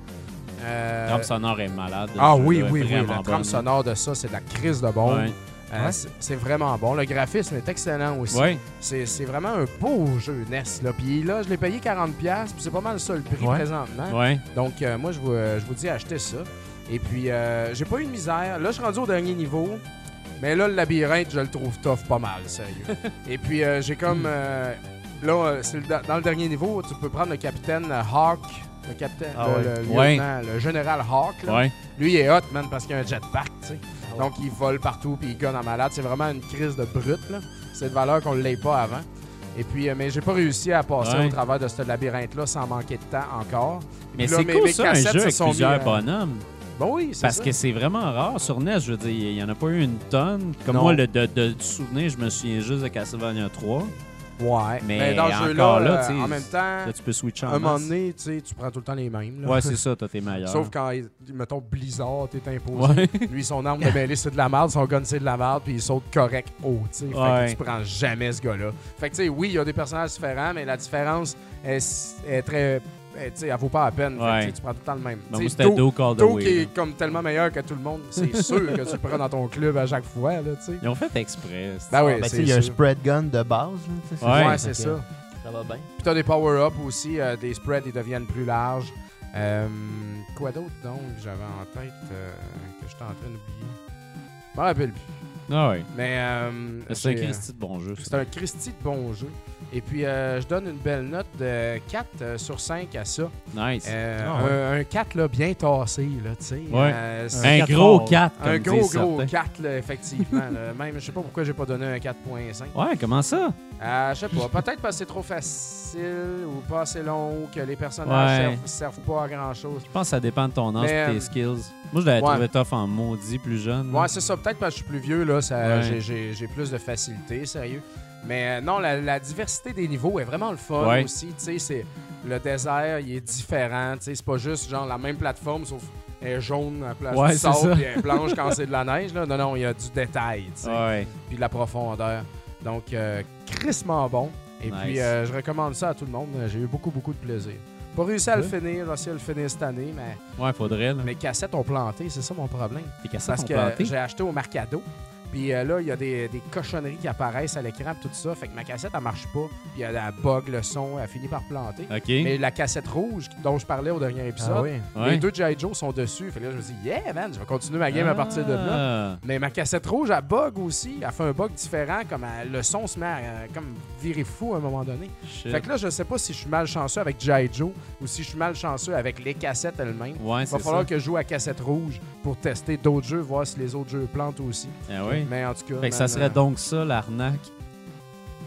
[SPEAKER 3] Euh,
[SPEAKER 2] La trame sonore est malade.
[SPEAKER 3] ah
[SPEAKER 2] ce
[SPEAKER 3] oui,
[SPEAKER 2] jeu-là est
[SPEAKER 3] oui, oui.
[SPEAKER 2] vraiment
[SPEAKER 3] La trame
[SPEAKER 2] bonne.
[SPEAKER 3] sonore de ça, c'est de la crise de bombe.
[SPEAKER 2] Ouais.
[SPEAKER 3] Euh, c'est- C'est vraiment bon. Le graphisme est excellent aussi.
[SPEAKER 2] Ouais.
[SPEAKER 3] C'est c'est vraiment un beau jeu NES. Là. Puis là, je l'ai payé 40$, puis c'est pas mal ça le prix
[SPEAKER 5] Ouais.
[SPEAKER 3] présentement.
[SPEAKER 2] Ouais.
[SPEAKER 3] Donc, euh, moi, je vous, euh, je vous dis achetez ça. Et puis, euh, j'ai pas eu de misère. Là, je suis rendu au dernier niveau. Mais là, le labyrinthe, je le trouve tough pas mal, sérieux. Et puis, euh, j'ai comme.
[SPEAKER 2] Hmm.
[SPEAKER 3] euh, là, euh, c'est le- dans le dernier niveau, tu peux prendre le capitaine euh, Hawk. Le capitaine.
[SPEAKER 5] Ah
[SPEAKER 3] le, le
[SPEAKER 2] ouais.
[SPEAKER 3] lieutenant, le général Hawk. là.
[SPEAKER 2] Ouais.
[SPEAKER 3] Lui, il est hot, man, parce qu'il a un jetpack, tu sais.
[SPEAKER 5] ouais.
[SPEAKER 3] Donc, il vole partout, puis il gonne en malade. C'est vraiment une crise de brute, là. C'est de valeur qu'on ne l'ait pas avant. Et puis, euh, mais j'ai pas réussi à passer
[SPEAKER 2] Ouais.
[SPEAKER 3] au travers de ce labyrinthe-là sans manquer de temps encore. Et
[SPEAKER 2] Mais
[SPEAKER 3] puis là,
[SPEAKER 2] c'est
[SPEAKER 3] mes-
[SPEAKER 2] cool,
[SPEAKER 3] mes
[SPEAKER 2] ça, un
[SPEAKER 3] cassettes
[SPEAKER 2] jeu
[SPEAKER 3] se
[SPEAKER 2] avec
[SPEAKER 3] sont mis,
[SPEAKER 2] plusieurs
[SPEAKER 3] euh,
[SPEAKER 2] bonhommes.
[SPEAKER 3] Ben oui, c'est
[SPEAKER 2] Parce
[SPEAKER 3] ça.
[SPEAKER 2] que c'est vraiment rare sur NES. Je veux dire, il n'y en a pas eu une tonne. Comme
[SPEAKER 3] Non.
[SPEAKER 2] moi, le, de, de, du souvenir, je me souviens juste de Castlevania 3.
[SPEAKER 3] Ouais.
[SPEAKER 2] Mais
[SPEAKER 3] dans
[SPEAKER 2] encore
[SPEAKER 3] ce jeu-là,
[SPEAKER 2] là,
[SPEAKER 3] euh,
[SPEAKER 2] tu sais,
[SPEAKER 3] en même temps,
[SPEAKER 2] Là, tu peux switcher en
[SPEAKER 3] à un moment
[SPEAKER 2] masse.
[SPEAKER 3] donné, tu sais, tu prends tout le temps les mêmes. là.
[SPEAKER 2] Ouais, c'est ça, toi, t'es meilleur.
[SPEAKER 3] Sauf quand, mettons, Blizzard est imposé.
[SPEAKER 2] Ouais.
[SPEAKER 3] Lui, son arme de mêlée, c'est de la merde, son gun, c'est de la merde, puis il saute correct haut. tu sais. Fait que
[SPEAKER 2] Ouais.
[SPEAKER 3] tu prends jamais ce gars-là. Fait que, tu sais, oui, il y a des personnages différents, mais la différence est, s- est très. est, tu sais, elle vaut pas la peine. Fait que,
[SPEAKER 2] Ouais.
[SPEAKER 3] tu sais, tu prends tout le temps le même.
[SPEAKER 2] Ben,
[SPEAKER 3] Tu
[SPEAKER 2] moi,
[SPEAKER 3] sais,
[SPEAKER 2] c'était
[SPEAKER 3] Do-
[SPEAKER 2] Do Call the
[SPEAKER 3] Do qui
[SPEAKER 2] Way. là.
[SPEAKER 3] est comme tellement meilleur que tout le monde, c'est sûr que tu le prends dans ton club à chaque fois, là, tu sais.
[SPEAKER 2] Ils ont fait exprès. c'est-
[SPEAKER 3] Ben oui,
[SPEAKER 5] Ben, tu sais,
[SPEAKER 3] c'est
[SPEAKER 5] il y a un
[SPEAKER 3] sûr.
[SPEAKER 5] spread gun de base. là, tu sais,
[SPEAKER 2] Ouais.
[SPEAKER 3] Ouais, c'est
[SPEAKER 5] Fait que,
[SPEAKER 3] ça.
[SPEAKER 5] Ça va bien.
[SPEAKER 3] Puis t'as des power-ups aussi, euh, des spreads, ils deviennent plus larges. Euh, quoi d'autre donc que j'avais en tête euh, que j'étais en train d'oublier? Je m'en rappelle plus.
[SPEAKER 2] Ah ouais.
[SPEAKER 3] Mais euh,
[SPEAKER 2] C'est un
[SPEAKER 3] j'ai-
[SPEAKER 2] Christy de bon jeu. ça.
[SPEAKER 3] c'est un Christy de bon jeu. Et puis, euh, je donne une belle note de 4 euh, sur 5 à ça.
[SPEAKER 2] Nice.
[SPEAKER 3] Euh,
[SPEAKER 5] Ah ouais.
[SPEAKER 3] un, un 4 là, bien tassé, là, tu sais.
[SPEAKER 2] Ouais.
[SPEAKER 3] Euh, c'est-
[SPEAKER 2] Un
[SPEAKER 1] quatre
[SPEAKER 2] gros
[SPEAKER 1] forts.
[SPEAKER 2] 4.
[SPEAKER 3] un gros, gros 4, là, effectivement. là. Même, je sais pas pourquoi j'ai pas donné un 4.5.
[SPEAKER 2] Ouais, comment ça?
[SPEAKER 3] Euh, je sais pas, peut-être parce que c'est trop facile ou pas assez long ou que les personnages
[SPEAKER 2] Ouais.
[SPEAKER 3] servent, servent pas à grand-chose.
[SPEAKER 2] Je pense que ça dépend de ton âge
[SPEAKER 3] Mais,
[SPEAKER 2] et
[SPEAKER 3] euh,
[SPEAKER 2] tes skills. Moi, je l'avais trouvé
[SPEAKER 3] ouais.
[SPEAKER 2] tough en maudit plus jeune.
[SPEAKER 3] Ouais, c'est ça. Peut-être parce que je suis plus vieux, là, ça-
[SPEAKER 2] Mm. Ouais.
[SPEAKER 3] j'ai- j'ai j'ai plus de facilité, sérieux. Mais euh, non, la, la diversité des niveaux est vraiment le fun
[SPEAKER 2] Ouais.
[SPEAKER 3] aussi. Tu sais, c'est- le désert, il est différent. Tu sais, c'est pas juste genre la même plateforme, sauf elle est jaune à la place
[SPEAKER 2] Ouais,
[SPEAKER 3] du
[SPEAKER 2] c'est
[SPEAKER 3] sable,
[SPEAKER 2] ça.
[SPEAKER 3] puis elle est blanche quand c'est de la neige. Là. Non, non, il y a du détail, tu sais,
[SPEAKER 2] Ouais.
[SPEAKER 3] puis de la profondeur. Donc, euh, crissement bon. Et
[SPEAKER 2] Nice.
[SPEAKER 3] puis, euh, je recommande ça à tout le monde. J'ai eu beaucoup, beaucoup de plaisir. Pas réussi à le
[SPEAKER 2] Ouais.
[SPEAKER 3] finir, là, si à le finir cette année, mais
[SPEAKER 2] Ouais, faudrait. Là.
[SPEAKER 3] mes cassettes ont planté, c'est ça mon problème.
[SPEAKER 2] Tes cassettes
[SPEAKER 3] Parce
[SPEAKER 2] sont
[SPEAKER 3] que
[SPEAKER 2] plantées.
[SPEAKER 3] j'ai acheté au Mercado. Puis euh, là, il y a des, des cochonneries qui apparaissent à l'écran, puis tout ça. Fait que ma cassette, elle marche pas. Puis elle, elle bug le son, elle finit par planter.
[SPEAKER 2] OK.
[SPEAKER 3] Mais la cassette rouge dont je parlais au dernier épisode,
[SPEAKER 5] Ah oui.
[SPEAKER 2] Ouais.
[SPEAKER 3] les deux G.I. Joe sont dessus. Fait que là, je me dis, yeah, man, je vais continuer ma game à partir de là.
[SPEAKER 2] Ah.
[SPEAKER 3] Mais ma cassette rouge, elle bug aussi. Elle fait un bug différent, comme elle- le son se met à euh, comme virer fou à un moment donné.
[SPEAKER 2] Shit.
[SPEAKER 3] Fait que là, je sais pas si je suis malchanceux avec G.I. Joe ou si je suis malchanceux avec les cassettes elles-mêmes.
[SPEAKER 2] Ouais,
[SPEAKER 3] Il va
[SPEAKER 2] c'est
[SPEAKER 3] falloir
[SPEAKER 2] ça.
[SPEAKER 3] que je joue à cassette rouge pour tester d'autres jeux, voir si les autres jeux plantent aussi.
[SPEAKER 2] Ah oui.
[SPEAKER 3] Mais en tout cas.
[SPEAKER 2] Fait
[SPEAKER 3] man,
[SPEAKER 2] que ça
[SPEAKER 3] euh,
[SPEAKER 2] serait donc ça, l'arnaque.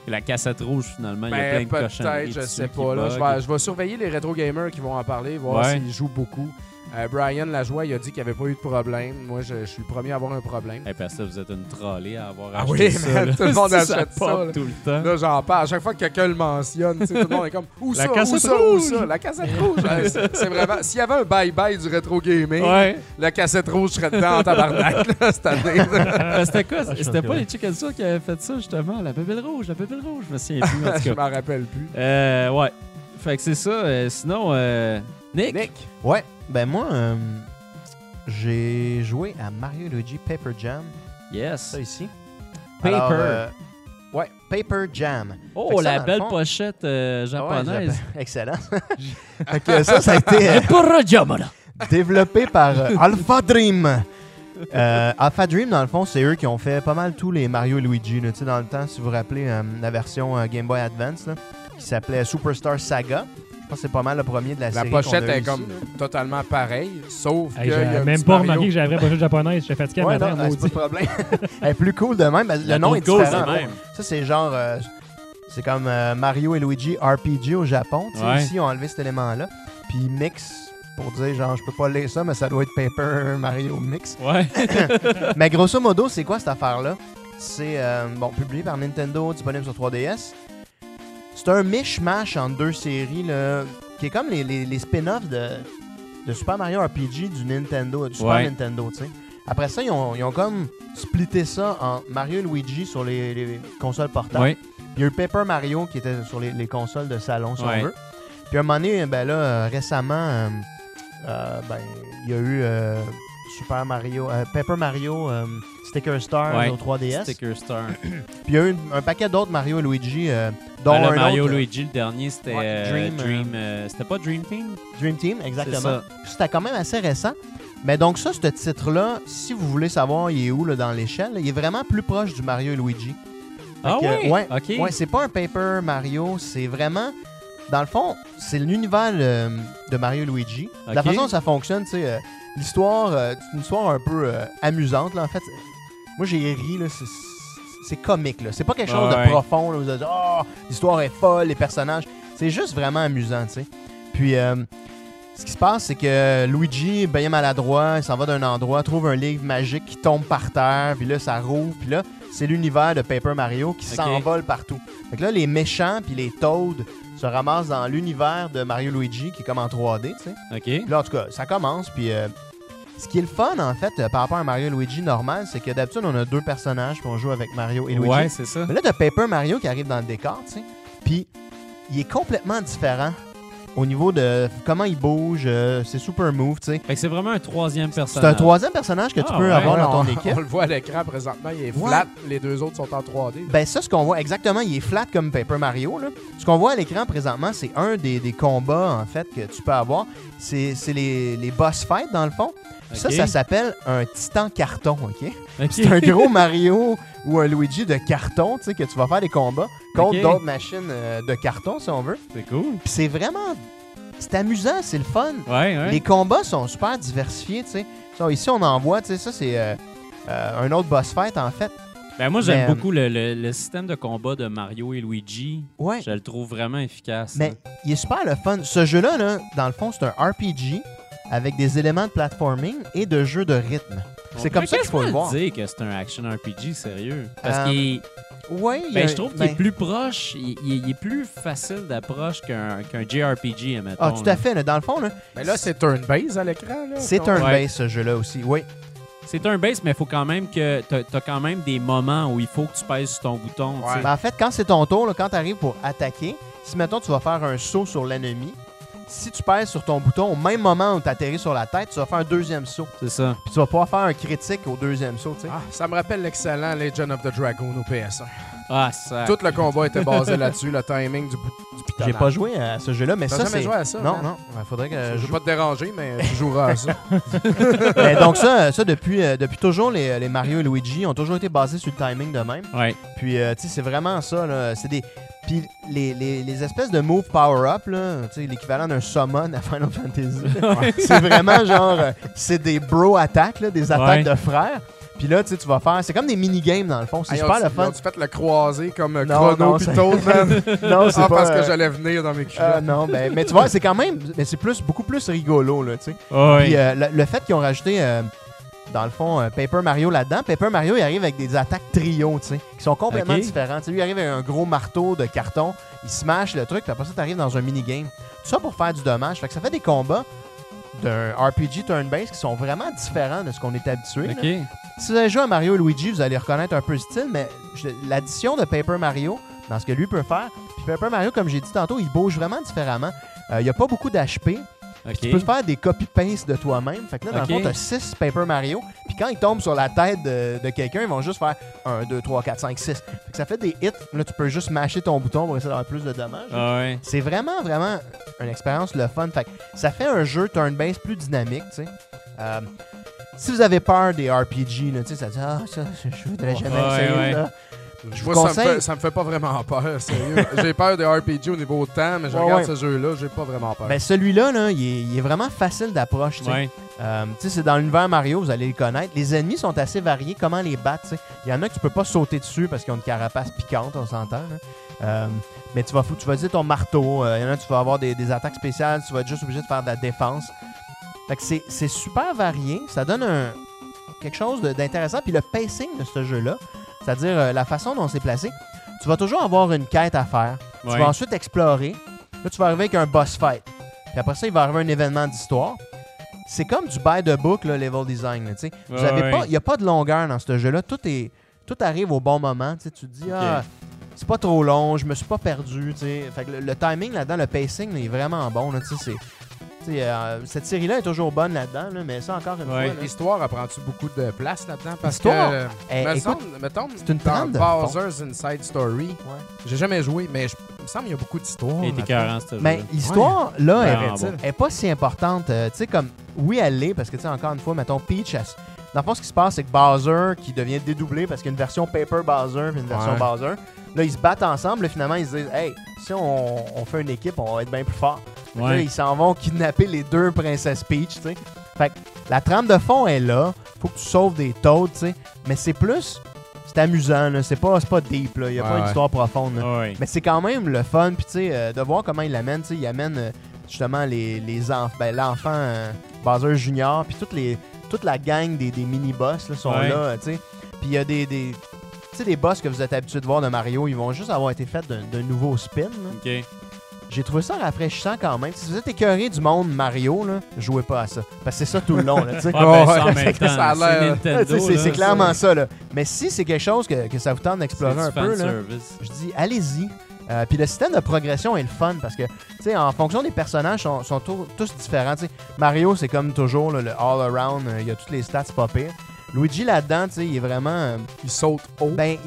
[SPEAKER 2] La cassette rouge, finalement. Il y a
[SPEAKER 3] ben,
[SPEAKER 2] plein de cochonneries.
[SPEAKER 3] peut-être, je
[SPEAKER 2] dessus
[SPEAKER 3] sais
[SPEAKER 2] qui
[SPEAKER 3] pas. Là, je,
[SPEAKER 2] bug.
[SPEAKER 3] vais, je vais surveiller les rétro gamers qui vont en parler, voir
[SPEAKER 2] Ouais.
[SPEAKER 3] s'ils jouent beaucoup. Euh, Brian Lajoie, il a dit qu'il n'y avait pas eu de problème. Moi, je, je suis le premier à avoir un problème.
[SPEAKER 2] Eh, parce que là, vous êtes une trollée à avoir
[SPEAKER 3] Ah
[SPEAKER 2] acheté
[SPEAKER 3] oui,
[SPEAKER 2] ça.
[SPEAKER 3] man,
[SPEAKER 2] là.
[SPEAKER 3] tout le monde
[SPEAKER 2] Ça, ça
[SPEAKER 3] achète ça,
[SPEAKER 2] pop
[SPEAKER 3] là.
[SPEAKER 2] tout le temps.
[SPEAKER 3] Là, j'en parle. À chaque fois que quelqu'un le mentionne, tu sais, tout le monde est comme Où
[SPEAKER 1] La
[SPEAKER 3] ça, où
[SPEAKER 1] cassette
[SPEAKER 3] ça, où
[SPEAKER 1] rouge!
[SPEAKER 3] ça La cassette rouge Ouais, C'est c'est vraiment. S'il y avait un bye-bye du rétro gaming,
[SPEAKER 2] Ouais.
[SPEAKER 3] la cassette rouge serait dedans en tabarnak là, cette année.
[SPEAKER 2] Ben, C'était quoi?
[SPEAKER 1] Ah, je suis
[SPEAKER 2] C'était pas
[SPEAKER 1] curieux.
[SPEAKER 2] les Chicken Soul qui avaient fait ça, justement. La pépelle rouge, la pépelle rouge. Je me souviens plus, en tout
[SPEAKER 3] je
[SPEAKER 2] cas.
[SPEAKER 3] m'en rappelle plus.
[SPEAKER 2] Euh, ouais. Fait que c'est ça. Euh, sinon, euh, Nick,
[SPEAKER 3] Nick,
[SPEAKER 5] Ouais, ben moi, euh, j'ai joué à Mario Luigi Paper Jam.
[SPEAKER 2] Yes.
[SPEAKER 5] Ça ici.
[SPEAKER 2] Paper.
[SPEAKER 5] Alors, euh, ouais, Paper Jam. Fait
[SPEAKER 2] oh,
[SPEAKER 5] que ça,
[SPEAKER 2] la
[SPEAKER 5] dans le
[SPEAKER 2] belle
[SPEAKER 5] fond- Ah
[SPEAKER 2] pochette euh,
[SPEAKER 5] Ouais,
[SPEAKER 2] japonaise.
[SPEAKER 5] j'appelle- Excellent. Fait que ça, ça a été euh,
[SPEAKER 2] Porojamala.
[SPEAKER 5] développé par euh, Alpha Dream. Euh, Alpha Dream, dans le fond, c'est eux qui ont fait pas mal tous les Mario et Luigi. là. Tu sais, dans le temps, si vous vous rappelez euh, la version euh, Game Boy Advance, là, qui s'appelait Superstar Saga. Je pense que c'est pas mal le premier de la,
[SPEAKER 3] la
[SPEAKER 5] série. qu'on
[SPEAKER 3] pochette
[SPEAKER 5] a eu
[SPEAKER 3] est comme
[SPEAKER 5] ici, là.
[SPEAKER 3] totalement pareille, sauf que.
[SPEAKER 1] Hey,
[SPEAKER 3] qu'il y a
[SPEAKER 1] J'ai
[SPEAKER 3] un
[SPEAKER 1] même
[SPEAKER 3] petit
[SPEAKER 1] pas
[SPEAKER 3] Mario.
[SPEAKER 1] remarqué que j'avais la pochette japonaise. J'étais fatigué à
[SPEAKER 5] Ouais,
[SPEAKER 1] matin,
[SPEAKER 5] non, c'est pas
[SPEAKER 1] maudit.
[SPEAKER 5] de problème. Elle est plus cool de même. mais Le nom est différent. Ça, c'est genre. euh, c'est comme euh, Mario et Luigi RPG au Japon. Tu sais,
[SPEAKER 2] Ouais.
[SPEAKER 5] Ici, ils ont enlevé cet élément-là. Puis ils mixent pour dire, genre, je peux pas lire ça, mais ça doit être Paper Mario Mix.
[SPEAKER 2] Ouais.
[SPEAKER 5] mais grosso modo, c'est quoi cette affaire-là? C'est, euh, bon, publié par Nintendo, disponible sur 3DS. C'est un mishmash entre deux séries, là, qui est comme les, les, les spin-offs de, de Super Mario RPG du Nintendo, du Super
[SPEAKER 2] Ouais.
[SPEAKER 5] Nintendo, tu sais. Après ça, ils ont, ils ont comme splitté ça en Mario et Luigi sur les, les consoles portables.
[SPEAKER 2] Ouais.
[SPEAKER 5] Il y a eu Paper Mario qui était sur les, les consoles de salon, si
[SPEAKER 2] Ouais.
[SPEAKER 5] on veut. Puis à un moment donné, ben là, euh, récemment, euh, euh, ben, il y a eu euh, Super Mario, euh, Paper Mario, euh, Sticker Star
[SPEAKER 2] Ouais.
[SPEAKER 5] au 3DS.
[SPEAKER 2] Sticker Star.
[SPEAKER 5] Puis il y a eu une- un paquet d'autres Mario et Luigi, euh, dont
[SPEAKER 2] Ben,
[SPEAKER 5] un
[SPEAKER 2] le Mario
[SPEAKER 5] autre, euh,
[SPEAKER 2] Luigi, le dernier, c'était
[SPEAKER 5] Ouais,
[SPEAKER 2] euh, Dream.
[SPEAKER 5] Dream, euh,
[SPEAKER 2] euh, c'était pas Dream Team?
[SPEAKER 5] Dream Team,
[SPEAKER 2] C'est
[SPEAKER 5] exactement.
[SPEAKER 2] ça.
[SPEAKER 5] Puis C'était quand même assez récent. Mais donc ça, ce titre-là, si vous voulez savoir il est où là, dans l'échelle, il est vraiment plus proche du Mario et Luigi.
[SPEAKER 2] Ah
[SPEAKER 5] que,
[SPEAKER 2] oui?
[SPEAKER 5] ouais,
[SPEAKER 2] OK.
[SPEAKER 5] Ouais, c'est pas un Paper Mario, c'est vraiment. Dans le fond, c'est l'univers euh, de Mario et Luigi. La
[SPEAKER 2] Ok.
[SPEAKER 5] façon dont ça fonctionne, tu sais, euh, l'histoire, euh, c'est une histoire un peu euh, amusante, là, en fait. Moi, j'ai ri, là, c'est- c'est- c'est comique, là. C'est pas quelque chose
[SPEAKER 2] Ouais.
[SPEAKER 5] de profond, là, où vous allez dire, oh, l'histoire est folle, les personnages. C'est juste vraiment amusant, tu sais. Puis, euh, ce qui se passe, c'est que Luigi, bien maladroit, il s'en va d'un endroit, trouve un livre magique qui tombe par terre, puis là, ça roule, puis là, c'est l'univers de Paper Mario qui
[SPEAKER 2] Ok.
[SPEAKER 5] s'envole partout. Fait que là, les méchants, puis les Toads se ramassent dans l'univers de Mario Luigi, qui est comme en 3D, tu sais.
[SPEAKER 2] OK.
[SPEAKER 5] Puis là, en tout cas, ça commence, puis... euh, ce qui est le fun, en fait, euh, par rapport à Mario Luigi normal, c'est que d'habitude, on a deux personnages qu'on joue avec Mario et Luigi.
[SPEAKER 2] Ouais, c'est ça.
[SPEAKER 5] Mais là, t'as Paper Mario qui arrive dans le décor, tu sais. Puis, il est complètement différent au niveau de comment il bouge, euh, ses super moves, tu sais.
[SPEAKER 2] Fait que c'est vraiment un troisième
[SPEAKER 5] C'est un
[SPEAKER 2] personnage.
[SPEAKER 5] troisième personnage que tu
[SPEAKER 2] Ah,
[SPEAKER 5] peux
[SPEAKER 2] ouais.
[SPEAKER 5] avoir
[SPEAKER 3] Ouais,
[SPEAKER 5] dans ton
[SPEAKER 3] on-
[SPEAKER 5] équipe.
[SPEAKER 3] On le voit à l'écran présentement, il est
[SPEAKER 5] Ouais.
[SPEAKER 3] flat. Les deux autres sont en 3D.
[SPEAKER 5] Ben ça, ce qu'on voit exactement, il est flat comme Paper Mario. Là. Ce qu'on voit à l'écran présentement, c'est un des, des combats en fait que tu peux avoir. C'est c'est les, les boss fights dans le fond. Puis Ça,
[SPEAKER 2] Ok.
[SPEAKER 5] ça s'appelle un titan carton, ok?
[SPEAKER 2] Ok.
[SPEAKER 5] C'est un gros Mario ou un Luigi de carton, tu sais, que tu vas faire des combats contre
[SPEAKER 2] Ok.
[SPEAKER 5] d'autres machines euh, de carton, si on veut.
[SPEAKER 2] C'est cool.
[SPEAKER 5] Puis c'est vraiment... C'est amusant, c'est le fun.
[SPEAKER 2] Ouais, ouais.
[SPEAKER 5] Les combats sont super diversifiés, tu sais. Ça, Ici, on en voit, tu sais, ça, c'est euh, euh, un autre boss fight, en fait.
[SPEAKER 2] Ben, moi, j'aime
[SPEAKER 5] Mais, euh,
[SPEAKER 2] beaucoup le, le- le système de combat de Mario et Luigi.
[SPEAKER 5] Ouais.
[SPEAKER 2] Je le trouve vraiment efficace.
[SPEAKER 5] Mais il est super le fun. Ce jeu-là, là, dans le fond, c'est un RPG avec des éléments de platforming et de jeu de rythme.
[SPEAKER 2] On
[SPEAKER 5] c'est comme
[SPEAKER 2] peut
[SPEAKER 5] ça qu'il faut le
[SPEAKER 2] quasiment
[SPEAKER 5] voir.
[SPEAKER 2] dire que c'est un action RPG, sérieux.
[SPEAKER 5] Euh,
[SPEAKER 2] Parce qu'il
[SPEAKER 5] Oui,
[SPEAKER 2] ben, je trouve qu'il est plus proche, il, il- il est plus facile d'approche qu'un qu'un JRPG, mettons.
[SPEAKER 5] Ah, tout à fait. là. dans le fond, là,
[SPEAKER 3] Mais Ben là, c'est turn base à l'écran. là.
[SPEAKER 5] c'est
[SPEAKER 3] Donc,
[SPEAKER 5] un
[SPEAKER 2] Ouais.
[SPEAKER 5] base, ce jeu-là aussi. Oui,
[SPEAKER 2] C'est un base, mais il faut quand même que. T'as as quand même des moments où il faut que tu pèses sur ton bouton. tu sais.
[SPEAKER 3] Ouais.
[SPEAKER 5] Ben, en fait, quand c'est ton tour, là, quand tu arrives pour attaquer, si maintenant tu vas faire un saut sur l'ennemi, si tu pèses sur ton bouton au même moment où tu atterris sur la tête, tu vas faire un deuxième saut.
[SPEAKER 2] C'est ça.
[SPEAKER 5] Puis tu vas pouvoir faire un critique au deuxième saut. tu sais.
[SPEAKER 3] Ah, ça me rappelle l'excellent Legend of the Dragon au PS1.
[SPEAKER 2] Ah, ça.
[SPEAKER 3] Tout le combat était basé là-dessus, le timing du bout du
[SPEAKER 5] Ah, J'ai
[SPEAKER 3] pitonnage.
[SPEAKER 5] pas joué à ce jeu-là, mais
[SPEAKER 3] T'as
[SPEAKER 5] ça,
[SPEAKER 3] jamais
[SPEAKER 5] c'est.
[SPEAKER 3] joué à ça? Ben
[SPEAKER 5] non,
[SPEAKER 3] man?
[SPEAKER 5] non. Il faudrait
[SPEAKER 3] Je
[SPEAKER 5] que je
[SPEAKER 3] veux pas te déranger, mais tu joueras à ça.
[SPEAKER 5] Mais donc ça, ça depuis, euh, depuis toujours, les, les Mario et Luigi ont toujours été basés sur le timing de même.
[SPEAKER 2] Ouais.
[SPEAKER 5] Puis, euh, tu sais, c'est vraiment ça. là. C'est des, Puis les, les- les espèces de move power-up, là, tu sais, l'équivalent d'un summon à Final Fantasy, c'est vraiment genre, euh, c'est des bro-attaques, là, des attaques
[SPEAKER 1] Ouais.
[SPEAKER 5] de frères. Puis là, tu sais, tu vas faire, c'est comme des mini-games dans le fond, c'est
[SPEAKER 3] Hey,
[SPEAKER 5] super
[SPEAKER 3] ont-tu-
[SPEAKER 5] le fun.
[SPEAKER 3] ont-tu fait le croisé comme euh,
[SPEAKER 5] Non,
[SPEAKER 3] Chrono
[SPEAKER 5] non,
[SPEAKER 3] pis
[SPEAKER 5] c'est-
[SPEAKER 3] Toad, man?
[SPEAKER 5] Non,
[SPEAKER 3] Ah, parce
[SPEAKER 5] euh,
[SPEAKER 3] que j'allais venir dans mes culottes.
[SPEAKER 5] euh, non, ben, mais tu vois, c'est quand même, mais c'est plus, beaucoup plus rigolo, là, tu sais.
[SPEAKER 1] Ah,
[SPEAKER 5] Puis
[SPEAKER 1] ouais.
[SPEAKER 5] euh, le, le fait qu'ils ont rajouté, euh, dans le fond, euh, Paper Mario là-dedans, Paper Mario, il arrive avec des attaques trio, tu sais, qui sont complètement
[SPEAKER 2] Ok.
[SPEAKER 5] différentes. Tu sais, lui, il arrive avec un gros marteau de carton, il smash le truc, puis après ça, t'arrives dans un minigame. Tout ça pour faire du dommage. Fait que ça fait des combats d'un RPG turn-based qui sont vraiment différents de ce qu'on est habitué. là.
[SPEAKER 2] OK.
[SPEAKER 5] Si vous avez joué à Mario et Luigi, vous allez reconnaître un peu le style, mais je- l'addition de Paper Mario dans ce que lui peut faire, puis Paper Mario, comme j'ai dit tantôt, il bouge vraiment différemment. Euh, il n'y a pas beaucoup d'HP, tu peux
[SPEAKER 2] OK.
[SPEAKER 5] te faire des copy-paste de toi-même. Fait que là, dans
[SPEAKER 2] Ok.
[SPEAKER 5] le fond, t'as 6 Paper Mario. Puis quand ils tombent sur la tête de, de quelqu'un, ils vont juste faire 1, 2, 3, 4, 5, 6. Fait que ça fait des hits. Là, tu peux juste mâcher ton bouton pour essayer d'avoir plus de dommages.
[SPEAKER 2] Ah ouais.
[SPEAKER 5] C'est vraiment, vraiment une expérience le fun. Fait que ça fait un jeu turn-based plus dynamique, tu sais. Euh, si vous avez peur des RPG, là, tu sais, ça dit « Ah, ça, je- je voudrais jamais
[SPEAKER 1] Ouais,
[SPEAKER 5] essayer,
[SPEAKER 1] ouais.
[SPEAKER 5] là.
[SPEAKER 3] Je
[SPEAKER 5] vous
[SPEAKER 3] vois, ça, me
[SPEAKER 5] conseille-
[SPEAKER 3] fait, ça me fait pas vraiment peur, sérieux. j'ai peur des RPG au niveau temps, mais je
[SPEAKER 5] Ouais,
[SPEAKER 3] regarde
[SPEAKER 5] ouais.
[SPEAKER 3] ce jeu-là, j'ai pas vraiment peur.
[SPEAKER 5] Ben, celui-là, là, il, est, il est vraiment facile d'approche, tu sais.
[SPEAKER 1] Ouais.
[SPEAKER 5] Euh, tu sais, c'est dans l'univers Mario, vous allez le connaître. Les ennemis sont assez variés. Comment les battre? tu sais? Il y en a que tu peux pas sauter dessus parce qu'ils ont une carapace piquante, on s'entend. là. Euh, mais tu vas, fou- tu vas utiliser ton marteau. Euh, Il y en a, tu vas avoir des, des attaques spéciales. Tu vas être juste obligé de faire de la défense. Fait que c'est, c'est super varié. Ça donne un, quelque chose de- d'intéressant. Puis le pacing de ce jeu-là, c'est-à-dire euh, la façon dont c'est placé, tu vas toujours avoir une quête à faire. Tu
[SPEAKER 2] Ouais.
[SPEAKER 5] vas ensuite explorer. Là, tu vas arriver avec un boss fight. Puis après ça, il va arriver un événement d'histoire. C'est comme du buy the book, là, level design. là, tu sais. Vous
[SPEAKER 1] Ouais,
[SPEAKER 5] avez
[SPEAKER 1] ouais.
[SPEAKER 5] pas- Il n'y a pas de longueur dans ce jeu-là. Tout, est, tout arrive au bon moment. tu sais. Tu te dis, ah, c'est pas trop long, je me suis pas perdu. tu sais. Fait que le, le timing là-dedans, le pacing là, est vraiment bon. là, tu sais, c'est- tu sais, euh, cette série-là est toujours bonne là-dedans, là, mais ça, encore une fois.
[SPEAKER 1] Ouais.
[SPEAKER 5] là,
[SPEAKER 3] L'histoire, apprends-tu beaucoup de place là-dedans? Parce
[SPEAKER 5] L'histoire?
[SPEAKER 3] que, euh,
[SPEAKER 5] Eh,
[SPEAKER 3] me
[SPEAKER 5] écoute,
[SPEAKER 3] semble- mettons,
[SPEAKER 5] c'est une
[SPEAKER 3] dans
[SPEAKER 5] trame de fond.
[SPEAKER 3] Bowser's Inside Story,
[SPEAKER 5] ouais.
[SPEAKER 3] j'ai jamais joué, mais je- il me semble qu'il y a beaucoup d'histoires.
[SPEAKER 2] Il était
[SPEAKER 3] là-dedans.
[SPEAKER 2] écœurant, ce
[SPEAKER 5] Mais
[SPEAKER 2] jeu.
[SPEAKER 5] l'histoire, là,
[SPEAKER 3] Ben,
[SPEAKER 2] Ouais,
[SPEAKER 5] elle-
[SPEAKER 3] ah
[SPEAKER 2] vraiment
[SPEAKER 5] elle, est pas si importante. euh, tu sais, comme, oui, elle l'est, parce que, tu sais, encore une fois, mettons, Peach, elle s- dans le fond, ce qui se passe, c'est que Bowser, qui devient dédoublé parce qu'il y a une version Paper Bowser puis une version
[SPEAKER 3] Ouais.
[SPEAKER 5] Bowser, là, ils se battent ensemble, là, finalement, ils se disent, hey, si on, on fait une équipe, on va être bien plus fort. Fait que là,
[SPEAKER 1] Ouais.
[SPEAKER 5] ils s'en vont kidnapper les deux princesses Peach, tu sais. Fait que la trame de fond est là, faut que tu sauves des toads, tu sais. Mais c'est plus, c'est amusant, là, c'est pas, c'est pas deep, là, y a
[SPEAKER 3] Ouais,
[SPEAKER 5] pas
[SPEAKER 3] ouais.
[SPEAKER 5] une histoire profonde. là.
[SPEAKER 1] Ah, ouais.
[SPEAKER 5] Mais c'est quand même le fun, puis tu sais, euh, de voir comment il l'amène, tu sais, il amène euh, justement les, les enfants, ben l'enfant euh, Bowser Junior, puis toute, les, toute la gang des, des mini-boss là, sont
[SPEAKER 1] Ouais.
[SPEAKER 5] là, euh, tu sais. Puis il y a des, des, tu sais, des boss que vous êtes habitués de voir de Mario, ils vont juste avoir été faits d'un d'un nouveau spin. là.
[SPEAKER 2] OK.
[SPEAKER 5] J'ai trouvé ça rafraîchissant quand même. Si vous êtes écœuré du monde Mario, là, jouez pas à ça, parce que c'est ça tout le long, là, tu sais.
[SPEAKER 1] Ah, ben, ça,
[SPEAKER 3] Ouais,
[SPEAKER 1] en même temps,
[SPEAKER 3] ça a
[SPEAKER 1] c'est
[SPEAKER 3] l'air-
[SPEAKER 5] Tu
[SPEAKER 2] Nintendo,
[SPEAKER 5] sais, c'est-
[SPEAKER 2] là, ça,
[SPEAKER 5] c'est clairement ça, là. Mais si c'est quelque chose que, que ça vous tente
[SPEAKER 2] c'est
[SPEAKER 5] d'explorer
[SPEAKER 2] du
[SPEAKER 5] un peu, là,
[SPEAKER 2] fanservice.
[SPEAKER 5] je dis allez-y. Euh, puis le système de progression est le fun parce que, tu sais, en fonction des personnages, sont, sont tous- tous différents. tu sais. Mario, c'est comme toujours là, le all-around, euh, il y a toutes les stats, c'est pas pire. Luigi, là-dedans, tu sais, il est vraiment. euh,
[SPEAKER 3] Il saute haut.
[SPEAKER 5] ben.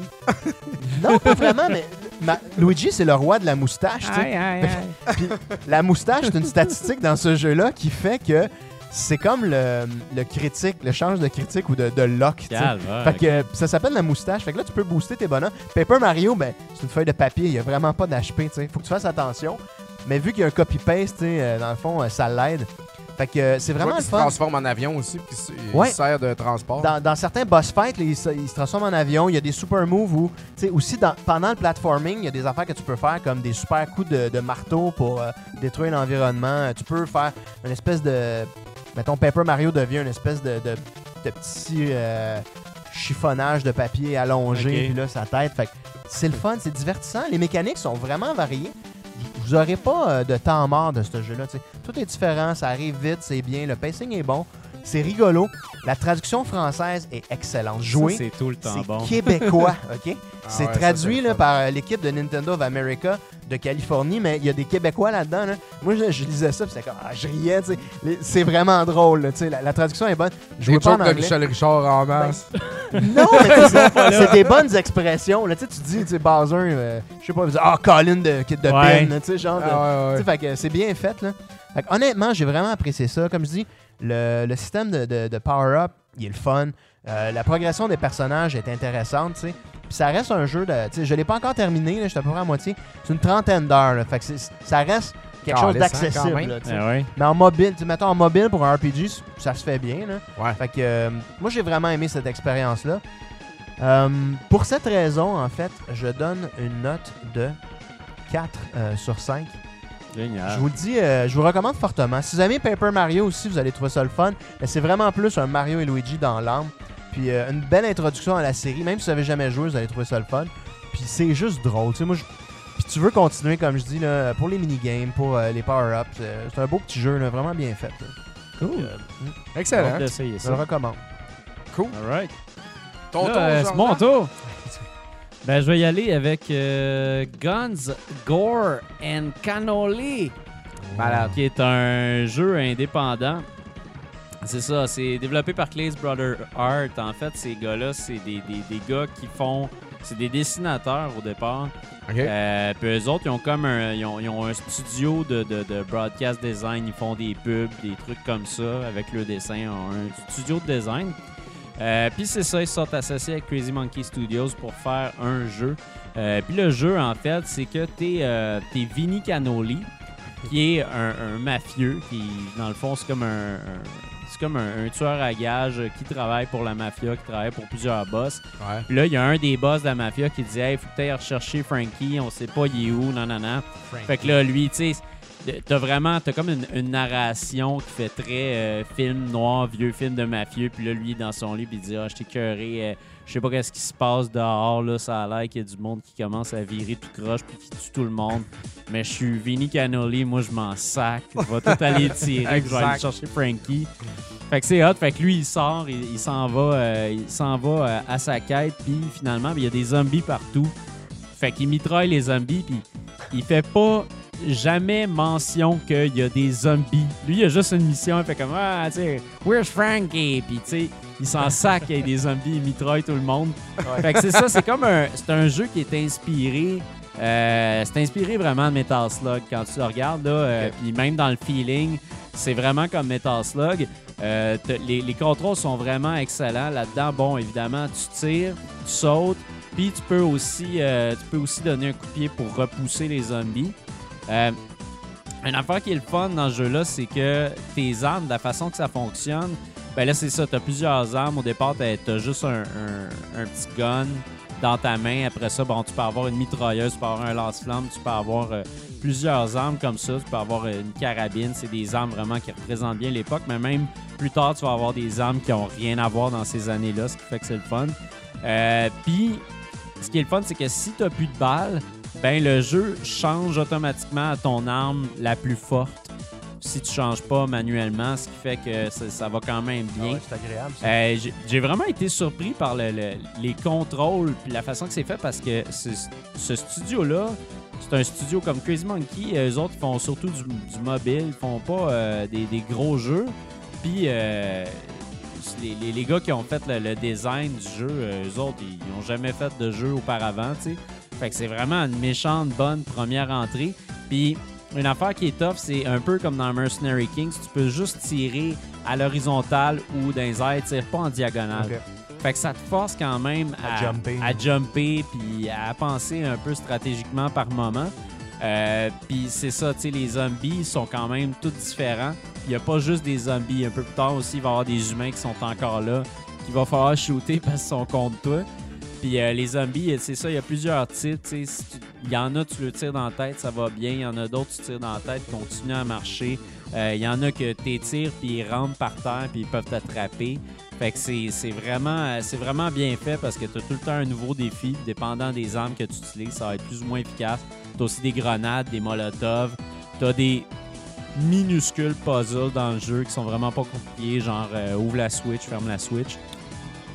[SPEAKER 5] il- non, pas vraiment, mais ma- Luigi, c'est le roi de la moustache, tu sais. Puis la moustache, c'est une statistique dans ce jeu-là qui fait que c'est comme le, le critique, le change de critique ou de, de lock, tu sais.
[SPEAKER 2] Calvaire.
[SPEAKER 5] Fait que euh, ça s'appelle la moustache. Fait que là, tu peux booster tes bonhommes. Paper Mario, ben, c'est une feuille de papier. Il n'y a vraiment pas d'HP. tu sais. Faut que tu fasses attention. Mais vu qu'il y a un copy-paste, tu sais, euh, dans le fond, euh, ça l'aide. Fait que euh, c'est
[SPEAKER 3] Je vois
[SPEAKER 5] vraiment
[SPEAKER 3] qu'il
[SPEAKER 5] le
[SPEAKER 3] se
[SPEAKER 5] fun.
[SPEAKER 3] transforme en avion aussi, puis s- il
[SPEAKER 5] Ouais.
[SPEAKER 3] sert de transport.
[SPEAKER 5] Dans, dans certains boss fights, là, il, se, il se transforme en avion. Il y a des super moves où, tu sais, aussi dans- pendant le platforming, il y a des affaires que tu peux faire comme des super coups de, de marteau pour euh, détruire l'environnement. Euh, Tu peux faire une espèce de. Mettons, Paper Mario devient une espèce de, de, de petit euh, chiffonnage de papier allongé,
[SPEAKER 1] Ok.
[SPEAKER 5] puis là, sa tête. Fait que c'est le fun, c'est divertissant. Les mécaniques sont vraiment variées. Vous n'aurez pas euh, de temps mort de ce jeu-là. tu sais. Tout est différent, ça arrive vite, c'est bien, le pacing est bon, c'est rigolo. La traduction française est excellente.
[SPEAKER 2] Ça,
[SPEAKER 5] Jouer,
[SPEAKER 2] C'est tout le temps
[SPEAKER 5] c'est
[SPEAKER 2] bon.
[SPEAKER 5] québécois, OK?
[SPEAKER 3] Ah
[SPEAKER 5] c'est
[SPEAKER 3] ouais, ça,
[SPEAKER 5] traduit
[SPEAKER 3] c'est
[SPEAKER 5] là,
[SPEAKER 3] le fun.
[SPEAKER 5] par euh, l'équipe de Nintendo of America de Californie, mais il y a des Québécois là-dedans. là. Moi, je, je lisais ça, puis c'était comme, ah, je riais, tu sais. Les- C'est vraiment drôle, là, tu sais. La, la traduction est bonne. Je
[SPEAKER 3] Des
[SPEAKER 5] vois pas en
[SPEAKER 3] jokes de
[SPEAKER 5] anglais. Ben,
[SPEAKER 3] Michel Richard en masse.
[SPEAKER 5] Non, mais tu sais, c'est c'est des bonnes expressions. Là, tu sais, tu dis, tu sais, Bowser, euh, je sais pas, vous dites, ah, Colin de, de
[SPEAKER 1] Ouais.
[SPEAKER 5] Ben, là, tu sais, genre. de-
[SPEAKER 3] Ah, ouais,
[SPEAKER 5] tu
[SPEAKER 3] ouais.
[SPEAKER 5] sais, fait que c'est bien fait, là. Fait que honnêtement, j'ai vraiment apprécié ça. Comme je dis, le, le système de, de- de power-up, il est le fun. Euh, la progression des personnages est intéressante, tu sais. Puis ça reste un jeu de. tu sais, Je l'ai pas encore terminé, là, je suis à peu près à moitié. C'est une trentaine d'heures. là. Fait que c'est- ça reste quelque chose
[SPEAKER 3] Calisse, hein, quand
[SPEAKER 5] d'accessible.
[SPEAKER 3] même.
[SPEAKER 5] là, tu sais.
[SPEAKER 2] Ah ouais.
[SPEAKER 5] Mais en mobile, tu sais, mettons en mobile pour un RPG, s- ça se fait bien. Là.
[SPEAKER 3] Ouais.
[SPEAKER 5] Fait que euh, moi j'ai vraiment aimé cette expérience-là. Euh, pour cette raison, en fait, je donne une note de 4 euh, sur 5. Je
[SPEAKER 2] Génial.
[SPEAKER 5] vous le dis, euh, je vous recommande fortement. Si vous aimez Paper Mario aussi, vous allez trouver ça le fun. Mais c'est vraiment plus un Mario et Luigi dans l'âme. Puis euh, une belle introduction à la série. Même si vous n'avez jamais joué, vous allez trouver ça le fun. Puis c'est juste drôle. Tu sais, moi, je- Puis tu veux continuer, comme je dis, là, pour les minigames, pour euh, les power-ups. euh, c'est un beau petit jeu, là, vraiment bien fait. là.
[SPEAKER 2] Cool.
[SPEAKER 3] Excellent.
[SPEAKER 2] d'essayer
[SPEAKER 5] Je
[SPEAKER 2] ça.
[SPEAKER 5] le recommande.
[SPEAKER 3] Cool.
[SPEAKER 2] All right.
[SPEAKER 3] Ton
[SPEAKER 2] Là,
[SPEAKER 3] tour,
[SPEAKER 2] euh, c'est
[SPEAKER 3] Jordan?
[SPEAKER 2] mon tour. Ben, je vais y aller avec euh, Guns, Gore and Cannoli,
[SPEAKER 3] Malade.
[SPEAKER 2] qui est un jeu indépendant. C'est ça, c'est développé par Clay's Brother Art. En fait, ces gars-là, c'est des, des- des gars qui font. C'est des dessinateurs au départ.
[SPEAKER 3] OK.
[SPEAKER 2] Euh, puis eux autres, ils ont comme un, ils ont, ils ont un studio de, de- de broadcast design. Ils font des pubs, des trucs comme ça avec le dessin. Ils ont un studio de design. Euh, puis c'est ça, ils se sont associés avec Crazy Monkey Studios pour faire un jeu. Euh, puis le jeu, en fait, c'est que t'es euh, t'es Vinny Canoli, qui est un, un mafieux, qui, dans le fond, c'est comme un, un- c'est comme un, un tueur à gages qui travaille pour la mafia, qui travaille pour plusieurs boss.
[SPEAKER 3] Ouais.
[SPEAKER 2] Puis là, il y a un des boss de la mafia qui dit Hey, faut peut-être rechercher Frankie, on sait pas il est où, non, non, non. Fait que là, lui, tu sais, t'as vraiment, t'as comme une, une narration qui fait très euh, film noir, vieux film de mafieux. Puis là, lui, dans son lit, puis il dit Ah, je t'ai curé, je sais pas qu'est-ce qui se passe dehors, là, ça a l'air qu'il y a du monde qui commence à virer tout croche, puis qui tue tout le monde. Mais je suis Vinny Canoli, moi, je m'en sac, je vais tout aller tirer, puis je vais aller
[SPEAKER 3] Exact.
[SPEAKER 2] chercher Frankie. Fait que c'est hot. Fait que lui, il sort, il, il s'en va, euh, il s'en va euh, à sa quête. Puis finalement, ben, il y a des zombies partout. Fait qu'il mitraille les zombies. Puis il fait pas jamais mention qu'il y a des zombies. Lui, il a juste une mission. Il fait comme Ah, tu sais, where's Frankie? Puis tu sais, il s'en sac qu'il y ait des zombies. Il mitraille tout le monde. Fait que c'est ça. C'est comme un, c'est un jeu qui est inspiré. euh, c'est inspiré vraiment de Metal Slug quand tu le regardes. Là, euh,
[SPEAKER 3] Ok.
[SPEAKER 2] Puis même dans le feeling, c'est vraiment comme Metal Slug. Euh, t'as- les, les contrôles sont vraiment excellents là-dedans. Bon, évidemment, tu tires, tu sautes, puis tu peux aussi, euh, tu peux aussi donner un coup de pied pour repousser les zombies. Euh, une affaire qui est le fun dans ce jeu-là, c'est que tes armes, la façon que ça fonctionne, ben là, c'est ça. T'as plusieurs armes. Au départ, t'as t'as juste un, un- un petit gun dans ta main. Après ça, bon, tu peux avoir une mitrailleuse, tu peux avoir un lance-flamme, tu peux avoir euh, plusieurs armes comme ça. Tu peux avoir euh, une carabine. C'est des armes vraiment qui représentent bien l'époque. Mais même plus tard, tu vas avoir des armes qui ont rien à voir dans ces années-là, ce qui fait que c'est le fun. Euh, Puis, ce qui est le fun, c'est que si t'as plus de balles, ben le jeu change automatiquement à ton arme la plus forte. Si tu changes pas manuellement, ce qui fait que ça, ça va quand même
[SPEAKER 5] Ah
[SPEAKER 2] bien.
[SPEAKER 5] ouais, c'est agréable. ça.
[SPEAKER 2] Euh, j'ai- J'ai vraiment été surpris par le- le- les contrôles puis la façon que c'est fait parce que ce, ce studio-là, c'est un studio comme Crazy Monkey. Eux autres, ils font surtout du, du mobile, ils font pas euh, des, des gros jeux. Puis euh, les, les- les gars qui ont fait le, le design du jeu, euh, eux autres, ils n'ont jamais fait de jeu auparavant, tu sais. Fait que c'est vraiment une méchante bonne première entrée. Puis une affaire qui est tough, c'est un peu comme dans Mercenary Kings, tu peux juste tirer à l'horizontale ou dans les airs, tire pas en diagonale.
[SPEAKER 5] Ok.
[SPEAKER 2] Fait que ça te force quand même à,
[SPEAKER 5] À jumper.
[SPEAKER 2] à jumper, puis à penser un peu stratégiquement par moment. Euh, puis c'est ça, tu sais, les zombies sont quand même tous différents. Il n'y a pas juste des zombies. Un peu plus tard aussi, il va y avoir des humains qui sont encore là, qu'il va falloir shooter parce qu'ils sont contre toi. Puis euh, les zombies, euh, c'est ça, il y a plusieurs types. tu sais, si tu- Il y en a, tu le tires dans la tête, ça va bien. Il y en a d'autres, tu tires dans la tête, continue à marcher. Euh, Il y en a que tu tires, puis ils rampent par terre, puis ils peuvent t'attraper. Fait que c'est c'est vraiment, euh, c'est vraiment bien fait parce que tu as tout le temps un nouveau défi. Dépendant des armes que tu utilises, ça va être plus ou moins efficace. Tu aussi des grenades, des molotovs. Tu as des minuscules puzzles dans le jeu qui sont vraiment pas compliqués, genre euh, ouvre la Switch, ferme la Switch.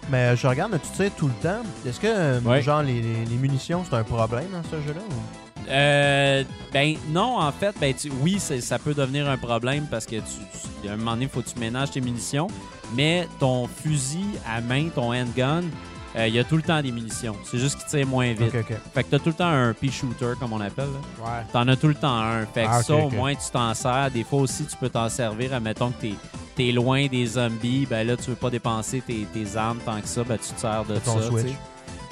[SPEAKER 5] Mais euh, je regarde, tu tires tout le temps. Est-ce que, euh,
[SPEAKER 2] Ouais.
[SPEAKER 5] genre, les, les- les munitions, c'est un problème dans ce jeu-là? ou-
[SPEAKER 2] Euh, ben non, en fait, ben tu- oui, c'est- ça peut devenir un problème parce que tu, tu- à un moment donné, faut que tu ménages tes munitions, mais ton fusil à main, ton handgun, euh, il y a tout le temps des munitions. C'est juste qu'il tire moins vite.
[SPEAKER 5] Ok, ok.
[SPEAKER 2] Fait que t'as tout le temps un pea shooter comme on appelle. là.
[SPEAKER 3] Ouais.
[SPEAKER 2] T'en as tout le temps un. Fait que
[SPEAKER 3] Ah, ok,
[SPEAKER 2] ça, au
[SPEAKER 3] ok.
[SPEAKER 2] moins, tu t'en sers. Des fois aussi, tu peux t'en servir. Admettons que t'es es loin des zombies, ben là, tu veux pas dépenser tes, tes armes tant que ça, ben tu te sers de
[SPEAKER 5] Ton
[SPEAKER 2] ça.
[SPEAKER 5] Switch.
[SPEAKER 2] tu sais.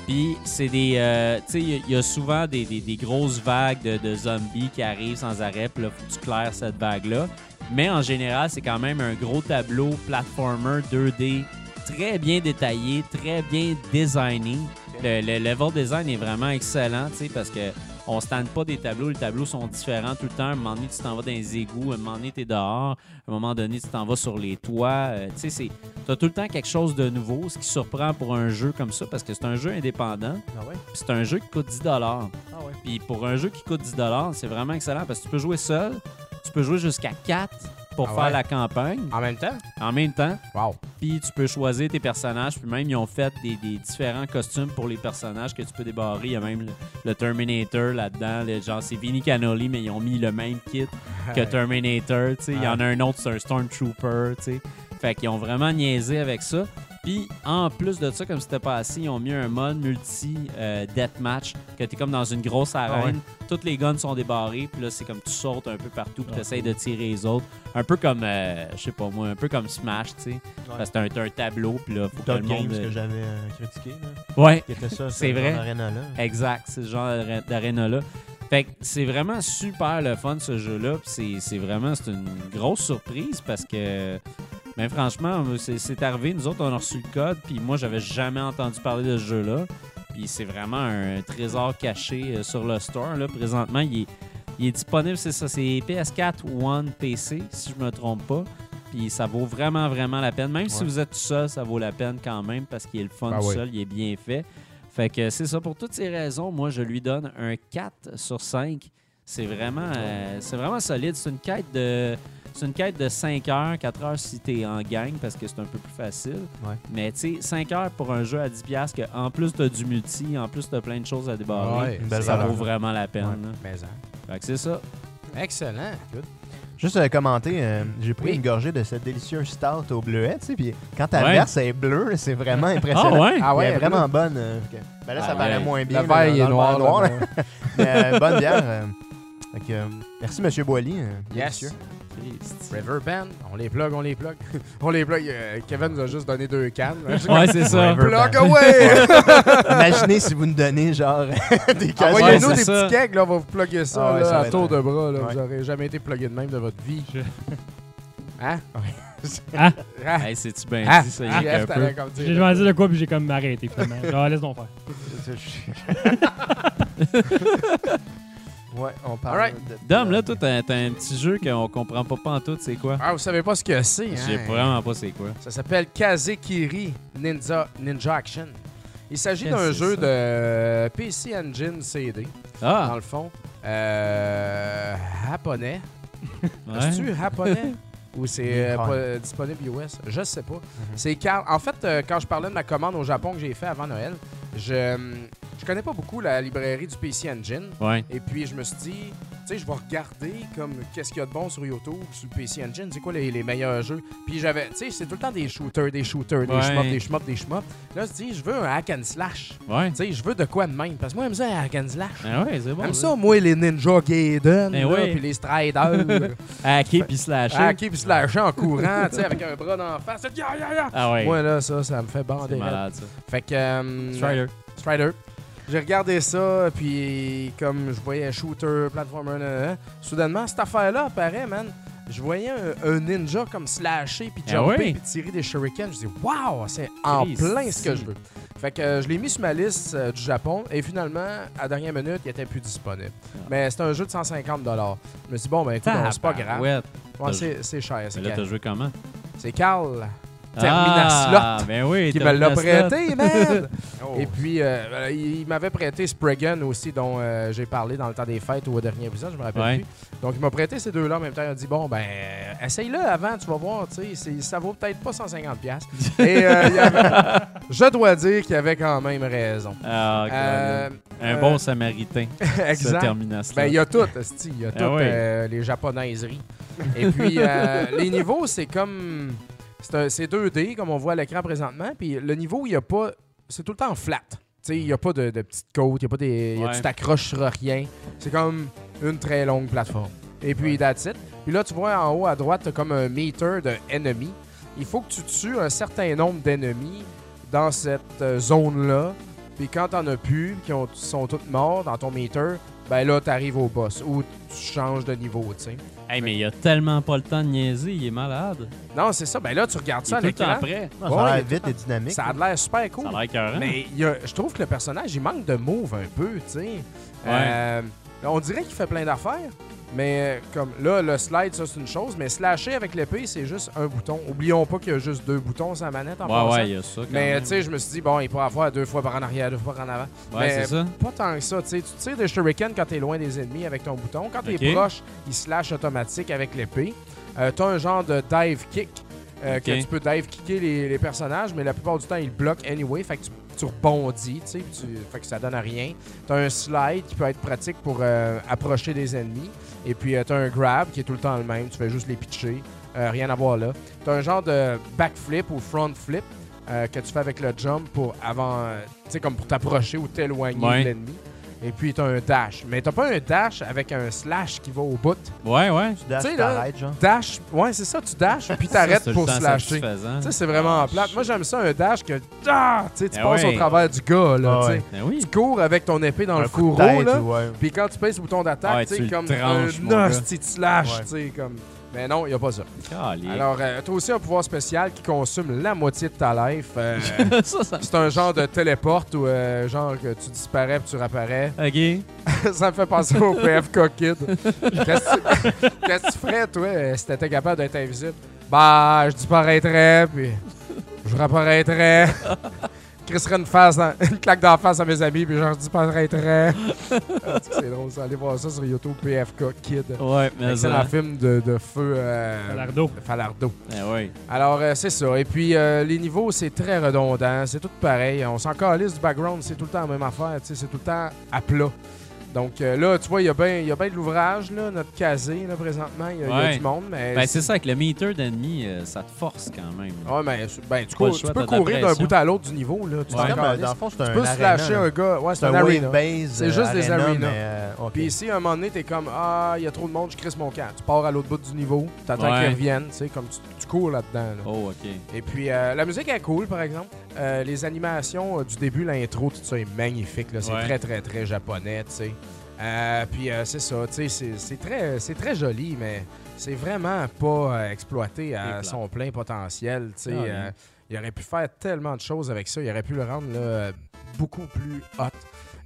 [SPEAKER 2] Puis c'est des. euh, tu sais, il y a- il y, a souvent des, des- des grosses vagues de, de zombies qui arrivent sans arrêt. Puis là, faut que tu claires cette vague-là. Mais en général, c'est quand même un gros tableau platformer 2D très bien détaillé, très bien designé. Le, le level design est vraiment excellent, tu sais, parce que on se tente pas des tableaux. Les tableaux sont différents tout le temps. un moment donné, tu t'en vas dans les égouts. un moment donné, t'es dehors. un moment donné, tu t'en vas sur les toits. Euh, tu sais, c'est- t'as tout le temps quelque chose de nouveau, ce qui surprend pour un jeu comme ça, parce que c'est un jeu indépendant.
[SPEAKER 5] Ah ouais?
[SPEAKER 2] puis C'est un jeu qui coûte 10
[SPEAKER 5] Ah ouais.
[SPEAKER 2] Puis pour un jeu qui coûte 10 c'est vraiment excellent, parce que tu peux jouer seul, tu peux jouer jusqu'à 4 pour
[SPEAKER 3] Ah
[SPEAKER 2] faire
[SPEAKER 3] ouais? Ah.
[SPEAKER 2] la campagne
[SPEAKER 3] En même temps?
[SPEAKER 2] en même temps.
[SPEAKER 3] Wow.
[SPEAKER 2] Puis tu peux choisir tes personnages. Puis même, ils ont fait des, des différents costumes pour les personnages que tu peux débarrer. Il y a même le, le Terminator là-dedans. le- genre, c'est Vinnie Cannoli, mais ils ont mis le même kit que Terminator. tu sais. Il y en a un autre, c'est un Stormtrooper. tu sais. Fait qu'ils ont vraiment niaisé avec ça. Puis en plus de ça, comme c'était passé, ils ont mis un mode multi euh, deathmatch que t'es comme dans une grosse arène. Toutes les guns sont débarrées. Puis là, c'est comme tu sautes un peu partout. Puis t'essayes de tirer les autres. Un peu comme, euh, je sais pas moi, un peu comme Smash, tu sais. Parce que t'as un, t'as un tableau, puis là, faut que
[SPEAKER 5] Top
[SPEAKER 2] le
[SPEAKER 5] Games
[SPEAKER 2] monde...
[SPEAKER 5] que j'avais euh, critiqué, là,
[SPEAKER 2] ouais,
[SPEAKER 5] qui était ça,
[SPEAKER 2] C'est
[SPEAKER 5] ce genre
[SPEAKER 2] vrai.
[SPEAKER 5] d'aréna-là.
[SPEAKER 2] exact, c'est ce genre d'ar- d'aréna-là. Fait que c'est vraiment super le fun, ce jeu-là, puis c'est- c'est vraiment c'est une grosse surprise, parce que... Mais franchement, c'est c'est arrivé, nous autres, on a reçu le code, puis moi, j'avais jamais entendu parler de ce jeu-là. Puis c'est vraiment un trésor caché euh, sur le store, là, présentement. Il est, il est disponible, c'est ça, c'est PS4 One PC, si je me trompe pas. Puis ça vaut vraiment, vraiment la peine. Même si
[SPEAKER 3] Ouais.
[SPEAKER 2] vous êtes tout seul, ça vaut la peine quand même parce qu'il est le fun
[SPEAKER 3] Ah
[SPEAKER 2] tout
[SPEAKER 3] oui.
[SPEAKER 2] seul, il est bien fait. Fait que c'est ça. Pour toutes ces raisons, moi, je lui donne un 4 sur 5. C'est vraiment, euh, c'est vraiment solide. C'est une quête de... C'est une quête de 5 heures, 4 heures si t'es en gang parce que c'est un peu plus facile.
[SPEAKER 5] Ouais.
[SPEAKER 2] Mais tu sais, 5 heures pour un jeu à 10$ piastres que en plus t'as du multi, en plus t'as plein de choses à débarrer,
[SPEAKER 3] Ouais,
[SPEAKER 5] une belle
[SPEAKER 2] ça
[SPEAKER 5] valeur.
[SPEAKER 2] vaut vraiment la peine.
[SPEAKER 5] Ouais.
[SPEAKER 2] là.
[SPEAKER 3] Mais, hein.
[SPEAKER 2] Fait que c'est ça.
[SPEAKER 3] Excellent. Good.
[SPEAKER 5] Juste euh, commenter, euh, j'ai pris
[SPEAKER 3] Oui.
[SPEAKER 5] une gorgée de cette délicieuse stout au bleuet, tu sais, puis quand ta
[SPEAKER 2] Ouais.
[SPEAKER 5] verse elle est bleue, là, c'est vraiment
[SPEAKER 2] Ah
[SPEAKER 5] impressionnant.
[SPEAKER 2] ouais?
[SPEAKER 3] Ah ouais,
[SPEAKER 5] Elle est vraiment bonne. euh, ok. Ben là, ça
[SPEAKER 2] Ah
[SPEAKER 5] paraît
[SPEAKER 2] ouais.
[SPEAKER 5] moins bien.
[SPEAKER 3] La
[SPEAKER 5] là,
[SPEAKER 3] veille
[SPEAKER 5] dans
[SPEAKER 3] est
[SPEAKER 5] le
[SPEAKER 3] noire.
[SPEAKER 5] verre noir,
[SPEAKER 3] là,
[SPEAKER 5] là.
[SPEAKER 3] bon.
[SPEAKER 5] Mais, euh, bonne bière. euh. Fait que, euh, merci, Monsieur Boily. euh,
[SPEAKER 3] Yes.
[SPEAKER 5] délicieux.
[SPEAKER 2] Christ.
[SPEAKER 3] River Band. On les plug, on les plug. on les plug. Euh, Kevin nous a juste donné deux cannes.
[SPEAKER 2] Ouais, c'est ça.
[SPEAKER 5] River
[SPEAKER 3] plug
[SPEAKER 5] Band.
[SPEAKER 3] away!
[SPEAKER 5] Imaginez si vous nous donnez, genre, euh, des cases.
[SPEAKER 2] ouais,
[SPEAKER 3] Envoyez-nous
[SPEAKER 2] c'est
[SPEAKER 3] des
[SPEAKER 2] ça.
[SPEAKER 3] petits cakes, là, on va vous plugger ça,
[SPEAKER 5] Ah ouais,
[SPEAKER 3] là,
[SPEAKER 5] ça va
[SPEAKER 3] à
[SPEAKER 5] être
[SPEAKER 3] tour
[SPEAKER 5] vrai.
[SPEAKER 3] de bras. Là.
[SPEAKER 5] Ouais.
[SPEAKER 3] Vous n'aurez jamais été plugué de même de votre vie.
[SPEAKER 1] Je-
[SPEAKER 3] Hein?
[SPEAKER 1] Ah.
[SPEAKER 3] Ah!
[SPEAKER 2] Hey, c'est-tu bien
[SPEAKER 3] Ah!
[SPEAKER 2] dit, ça,
[SPEAKER 3] Ah!
[SPEAKER 2] Yannick, un
[SPEAKER 3] Jeff,
[SPEAKER 2] peu?
[SPEAKER 3] t'allais comme dire.
[SPEAKER 1] J'ai demandé de quoi, puis j'ai comme arrêté finalement. Genre, laisse donc faire.
[SPEAKER 5] ouais, on parle
[SPEAKER 3] Alright.
[SPEAKER 5] de...
[SPEAKER 2] Dom, là, toi, t'as t'as un petit jeu qu'on comprend pas pantoute, c'est quoi?
[SPEAKER 3] Ah, vous savez pas ce que c'est, hein?
[SPEAKER 2] Je sais vraiment pas c'est quoi.
[SPEAKER 3] Ça s'appelle Kazekiri Ninja, Ninja Action. Il s'agit
[SPEAKER 2] Qu'est-ce
[SPEAKER 3] d'un
[SPEAKER 2] que
[SPEAKER 3] jeu
[SPEAKER 2] c'est ça?
[SPEAKER 3] de euh, PC Engine CD, dans
[SPEAKER 2] Ah!
[SPEAKER 3] le fond. Euh, japonais.
[SPEAKER 2] ouais.
[SPEAKER 3] Est-ce que japonais? Ou c'est euh,
[SPEAKER 5] Nikon.
[SPEAKER 3] pas disponible US? Je sais pas. C'est car... En fait, euh, quand je parlais de ma commande au Japon que j'ai fait avant Noël, je, hum, je connais pas beaucoup la librairie du PC Engine.
[SPEAKER 2] Ouais.
[SPEAKER 3] Et puis je me suis dit, tu sais, je vais regarder comme qu'est-ce qu'il y a de bon sur YouTube, sur le PC Engine, c'est quoi les, les meilleurs jeux. Puis j'avais, tu sais, c'est tout le temps des shooters, des shooters, des
[SPEAKER 2] Ouais.
[SPEAKER 3] shmups, des shmups, des shmups. Là, je dis, je veux un hack and slash.
[SPEAKER 2] Ouais.
[SPEAKER 3] Tu sais, je veux de quoi de même. Parce que moi, j'aime ça, un hack and slash.
[SPEAKER 2] Ah ouais, c'est bon.
[SPEAKER 3] J'aime ça, moi, les Ninja Gaiden,
[SPEAKER 2] Ben
[SPEAKER 3] là,
[SPEAKER 2] ouais.
[SPEAKER 3] puis les Striders,
[SPEAKER 2] Hacker puis slasher.
[SPEAKER 3] hacker puis slasher en courant, tu sais, avec un bras d'en face. Ya, ya, ya.
[SPEAKER 2] Ah ouais.
[SPEAKER 3] Moi, là, ça, ça me fait
[SPEAKER 2] c'est
[SPEAKER 3] bander.
[SPEAKER 2] malade, ça.
[SPEAKER 3] Fait que. euh,
[SPEAKER 2] Strider.
[SPEAKER 3] Strider. J'ai regardé ça, puis comme je voyais shooter, platformer, nan, nan, nan, soudainement, cette affaire-là apparaît, man. Je voyais un, un ninja comme slasher, puis
[SPEAKER 2] Ah
[SPEAKER 3] jumper,
[SPEAKER 2] oui?
[SPEAKER 3] puis tirer des shurikens. Je dis, waouh, c'est en
[SPEAKER 2] Christ.
[SPEAKER 3] plein ce que je veux. Fait que euh, je l'ai mis sur ma liste euh, du Japon, et finalement, à la dernière minute, il était plus disponible.
[SPEAKER 2] Ah.
[SPEAKER 3] Mais c'était un jeu de 150 Je me suis dit, bon, ben écoute,
[SPEAKER 2] Ah,
[SPEAKER 3] c'est pas
[SPEAKER 2] bah,
[SPEAKER 3] grave.
[SPEAKER 2] ouais.
[SPEAKER 3] Ouais, c'est c'est cher, c'est
[SPEAKER 2] Mais là, t'as
[SPEAKER 3] Carl.
[SPEAKER 2] joué comment?
[SPEAKER 3] C'est Carl
[SPEAKER 2] Ah,
[SPEAKER 3] Terminaslot
[SPEAKER 2] ben oui,
[SPEAKER 3] qui me l'a
[SPEAKER 2] Terminaslot.
[SPEAKER 3] prêté, man!
[SPEAKER 5] Oh.
[SPEAKER 3] Et puis, euh, euh, il il m'avait prêté Spraggan aussi, dont euh, j'ai parlé dans le temps des fêtes ou au dernier épisode, je me rappelle
[SPEAKER 2] Ouais.
[SPEAKER 3] plus. Donc, il m'a prêté ces deux-là en même temps. Il a dit Bon, ben, euh, essaye-le avant, tu vas voir, tu sais, c'est- ça vaut peut-être pas 150$. piastres. Et euh, il avait- je dois dire qu'il avait quand même raison.
[SPEAKER 2] Ah,
[SPEAKER 3] Euh,
[SPEAKER 2] Un
[SPEAKER 3] euh,
[SPEAKER 2] bon samaritain, ce
[SPEAKER 3] exact.
[SPEAKER 2] Terminaslot.
[SPEAKER 3] Ben, il y a tout, esti, il y a
[SPEAKER 2] Ah
[SPEAKER 3] tout,
[SPEAKER 2] oui.
[SPEAKER 3] euh, les japonaiseries. Et puis, euh, les niveaux, c'est comme. C'est un- c'est 2D, comme on voit à l'écran présentement. Puis le niveau, il n'y a pas. C'est tout le temps flat. Tu sais, il n'y a pas de, de petites côtes, il n'y a pas des. il y a-
[SPEAKER 2] Ouais.
[SPEAKER 3] Tu t'accroches sur rien. C'est comme une très longue plateforme. Et puis, that's it. Puis là, tu vois en haut à droite, tu comme un meter de ennemis. Il faut que tu tues un certain nombre d'ennemis dans cette euh, zone-là Puis quand t'en as plus, qui ont- sont toutes morts dans ton meter, ben là, t'arrives au boss ou tu changes de niveau, tu sais.
[SPEAKER 2] Hey, mais il a tellement pas le temps de niaiser, il est malade.
[SPEAKER 3] Non, c'est ça. Ben là, tu regardes
[SPEAKER 2] Il
[SPEAKER 3] ça
[SPEAKER 2] est
[SPEAKER 3] à
[SPEAKER 2] tout le temps
[SPEAKER 3] l'écran.
[SPEAKER 2] prêt.
[SPEAKER 5] Ça
[SPEAKER 3] Ouais,
[SPEAKER 5] a
[SPEAKER 3] il y a
[SPEAKER 5] l'air vite et dynamique.
[SPEAKER 3] Ça a l'air super cool.
[SPEAKER 2] Ça a l'air écœurant.
[SPEAKER 3] Mais il y a- je trouve que le personnage, il manque de move un peu, tu sais. Euh, on dirait qu'il fait plein d'affaires, mais euh, comme là, le slide, ça, c'est une chose, mais slasher avec l'épée, c'est juste un bouton. Oublions pas qu'il y a juste deux boutons sur la manette en
[SPEAKER 2] ouais,
[SPEAKER 3] passant.
[SPEAKER 2] ouais, il y a ça. Quand
[SPEAKER 3] Mais
[SPEAKER 2] même.
[SPEAKER 3] tu sais, je me suis dit, bon, il pourra avoir deux fois par en arrière, deux fois par en avant.
[SPEAKER 2] Ouais,
[SPEAKER 3] mais-
[SPEAKER 2] c'est ça.
[SPEAKER 3] Pas tant que ça, tu sais. Tu tires des shuriken quand t'es loin des ennemis avec ton bouton. Quand t'es
[SPEAKER 2] Ok.
[SPEAKER 3] proche, il slash automatique avec l'épée. Euh, t'as un genre de dive kick euh,
[SPEAKER 2] Ok.
[SPEAKER 3] que tu peux dive kicker les, les personnages, mais la plupart du temps, ils te bloquent anyway. Fait que tu, tu rebondis, tu sais. puis tu- Fait que ça donne à rien. T'as un slide qui peut être pratique pour euh, approcher des ennemis. Et puis, euh, t'as un grab qui est tout le temps le même. Tu fais juste les pitcher. Euh, rien à voir là. T'as un genre de backflip ou front flip euh, que tu fais avec le jump pour avant, euh, tu sais, comme pour t'approcher ou t'éloigner
[SPEAKER 2] Ouais.
[SPEAKER 3] de l'ennemi. Et puis t'as un dash. Mais t'as pas un dash avec un slash qui va au bout.
[SPEAKER 2] Ouais, ouais.
[SPEAKER 5] Tu dash,
[SPEAKER 3] Tu sais, là-
[SPEAKER 5] t'arrêtes, genre.
[SPEAKER 3] Dash, ouais, c'est ça, tu dash puis
[SPEAKER 2] Ça,
[SPEAKER 3] t'arrêtes
[SPEAKER 2] c'est le
[SPEAKER 3] pour
[SPEAKER 2] temps
[SPEAKER 3] slasher.
[SPEAKER 2] satisfaisant.
[SPEAKER 3] Tu sais, c'est vraiment plate. Moi, j'aime ça, un dash que ah, tu sais, tu
[SPEAKER 2] Eh
[SPEAKER 3] passes
[SPEAKER 2] ouais.
[SPEAKER 3] au travers du gars, là,
[SPEAKER 5] Ah
[SPEAKER 3] tu
[SPEAKER 5] ouais.
[SPEAKER 3] sais.
[SPEAKER 2] Ben oui.
[SPEAKER 3] Tu cours avec ton épée dans
[SPEAKER 5] Un
[SPEAKER 3] le
[SPEAKER 5] coup de
[SPEAKER 3] fourreau,
[SPEAKER 5] tête,
[SPEAKER 3] là.
[SPEAKER 5] ouais.
[SPEAKER 3] Puis quand tu pèses le bouton d'attaque,
[SPEAKER 2] Ouais,
[SPEAKER 3] tu
[SPEAKER 2] tu
[SPEAKER 3] sais,
[SPEAKER 2] le
[SPEAKER 3] comme
[SPEAKER 2] tranches, mon
[SPEAKER 3] un
[SPEAKER 2] gars.
[SPEAKER 3] nasty slash,
[SPEAKER 5] Ouais.
[SPEAKER 3] tu sais, comme... Mais non, il n'y a pas ça.
[SPEAKER 2] Calé.
[SPEAKER 3] Alors, euh, t'as aussi un pouvoir spécial qui consomme la moitié de ta life. euh,
[SPEAKER 2] ça, ça.
[SPEAKER 3] c'est un genre de téléporte où, euh, genre, que tu disparais puis tu réapparais.
[SPEAKER 2] Ok.
[SPEAKER 3] ça me fait penser au PFK Kid. Qu'est-ce que tu- qu'est-ce que tu ferais, toi, euh, si t'étais capable d'être invisible? Bah, je disparaîtrais, puis je réapparaîtrais. Je crisserais une, face dans- une claque d'en face à mes amis, puis genre, je disparaîtrais. Ah, c'est que c'est drôle, ça. Allez voir ça sur YouTube, PFK Kid.
[SPEAKER 2] Ouais, Oh, mais
[SPEAKER 3] C'est un
[SPEAKER 2] ça.
[SPEAKER 3] film de, de feu... euh,
[SPEAKER 1] Falardeau.
[SPEAKER 3] Falardeau.
[SPEAKER 2] Ben oui.
[SPEAKER 3] Alors, euh, c'est ça. Et puis, euh, les niveaux, c'est très redondant. C'est tout pareil. On s'en calisse du background. C'est tout le temps la même affaire. tu sais, C'est tout le temps à plat. Donc euh, là, tu vois, il y a bien de l'ouvrage, là, notre casé, là, présentement. Il y, a- il y
[SPEAKER 2] Ouais.
[SPEAKER 3] a du monde, mais...
[SPEAKER 2] Ben c'est ça, avec le meter d'ennemis, euh, ça te force quand même.
[SPEAKER 3] Ouais, mais ben, tu,
[SPEAKER 2] Pas le
[SPEAKER 3] cours-
[SPEAKER 2] choix,
[SPEAKER 3] tu peux
[SPEAKER 2] t'as de la
[SPEAKER 3] courir d'un
[SPEAKER 2] pression.
[SPEAKER 3] bout à l'autre du niveau, là. Tu
[SPEAKER 5] C'est
[SPEAKER 3] t'en
[SPEAKER 5] comme, euh,
[SPEAKER 3] calisses.
[SPEAKER 5] dans le fond, c'est un
[SPEAKER 3] Tu peux
[SPEAKER 5] arena,
[SPEAKER 3] slasher
[SPEAKER 5] là.
[SPEAKER 3] un gars. Ouais,
[SPEAKER 5] C'est
[SPEAKER 3] c'est
[SPEAKER 5] un
[SPEAKER 3] un
[SPEAKER 5] wave
[SPEAKER 3] arena.
[SPEAKER 5] base.
[SPEAKER 3] C'est
[SPEAKER 5] euh,
[SPEAKER 3] juste des
[SPEAKER 5] arena,
[SPEAKER 3] arenas.
[SPEAKER 5] mais, euh, ok.
[SPEAKER 3] Puis ici, à un moment donné, t'es comme Ah, il y a trop de monde, je crisse mon camp. Tu pars à l'autre bout du niveau, t'attends
[SPEAKER 2] Ouais.
[SPEAKER 3] qu'ils reviennent, tu sais, comme tu, tu cours là-dedans. là.
[SPEAKER 2] Oh, ok.
[SPEAKER 3] Et puis, euh, la musique est cool, par exemple. Euh, les animations euh, du début, l'intro, tout ça est magnifique. là. C'est
[SPEAKER 2] Ouais.
[SPEAKER 3] très, très, très japonais, tu sais. Euh, puis, euh, c'est ça, tu sais, c'est- c'est très, c'est très joli, mais c'est vraiment pas euh, exploité
[SPEAKER 2] C'est
[SPEAKER 3] à
[SPEAKER 2] plate.
[SPEAKER 3] son plein potentiel, tu sais.
[SPEAKER 2] Ah oui.
[SPEAKER 3] Euh, il aurait pu faire tellement de choses avec ça. Il aurait pu le rendre là, beaucoup plus hot.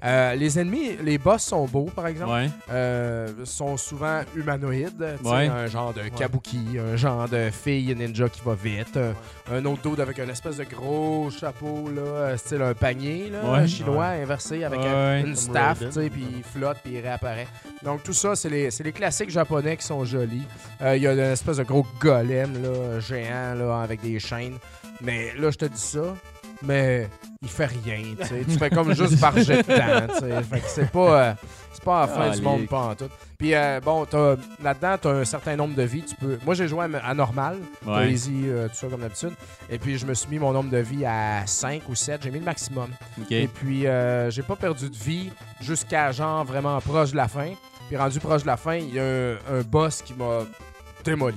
[SPEAKER 3] Euh, les ennemis, les boss sont beaux, par exemple
[SPEAKER 2] Ouais.
[SPEAKER 3] euh, sont souvent humanoïdes. tu sais,
[SPEAKER 2] Ouais.
[SPEAKER 3] Un genre de kabuki, un genre de fille ninja qui va vite, un, un autre dude avec une espèce de gros chapeau, là, euh, style un panier là,
[SPEAKER 2] Ouais.
[SPEAKER 3] chinois inversé avec un-
[SPEAKER 2] Ouais.
[SPEAKER 3] une
[SPEAKER 5] Comme
[SPEAKER 3] staff,
[SPEAKER 5] Raiden.
[SPEAKER 3] tu sais, puis il flotte, puis il réapparaît. Donc tout ça, c'est les, c'est les classiques japonais qui sont jolis. Euh, Il y a une espèce de gros golem là, géant là, avec des chaînes. Mais là, je te dis ça, mais il fait rien. tu sais. Tu fais comme juste par jet de temps. tu sais. Fait que c'est pas, euh, c'est pas la fin
[SPEAKER 2] Ah,
[SPEAKER 3] du monde,
[SPEAKER 2] les-
[SPEAKER 3] pas en tout. Puis euh, bon, t'as- là-dedans, tu as un certain nombre de vies. Tu peux... Moi, j'ai joué à, à normal, t'as
[SPEAKER 2] Ouais.
[SPEAKER 3] easy, euh, tout ça comme d'habitude. Et puis, je me suis mis mon nombre de vies à 5 ou 7. J'ai mis le maximum.
[SPEAKER 2] Ok.
[SPEAKER 3] Et puis, euh, j'ai pas perdu de vie jusqu'à genre vraiment proche de la fin. Puis, rendu proche de la fin, il y a un, un boss qui m'a démoli.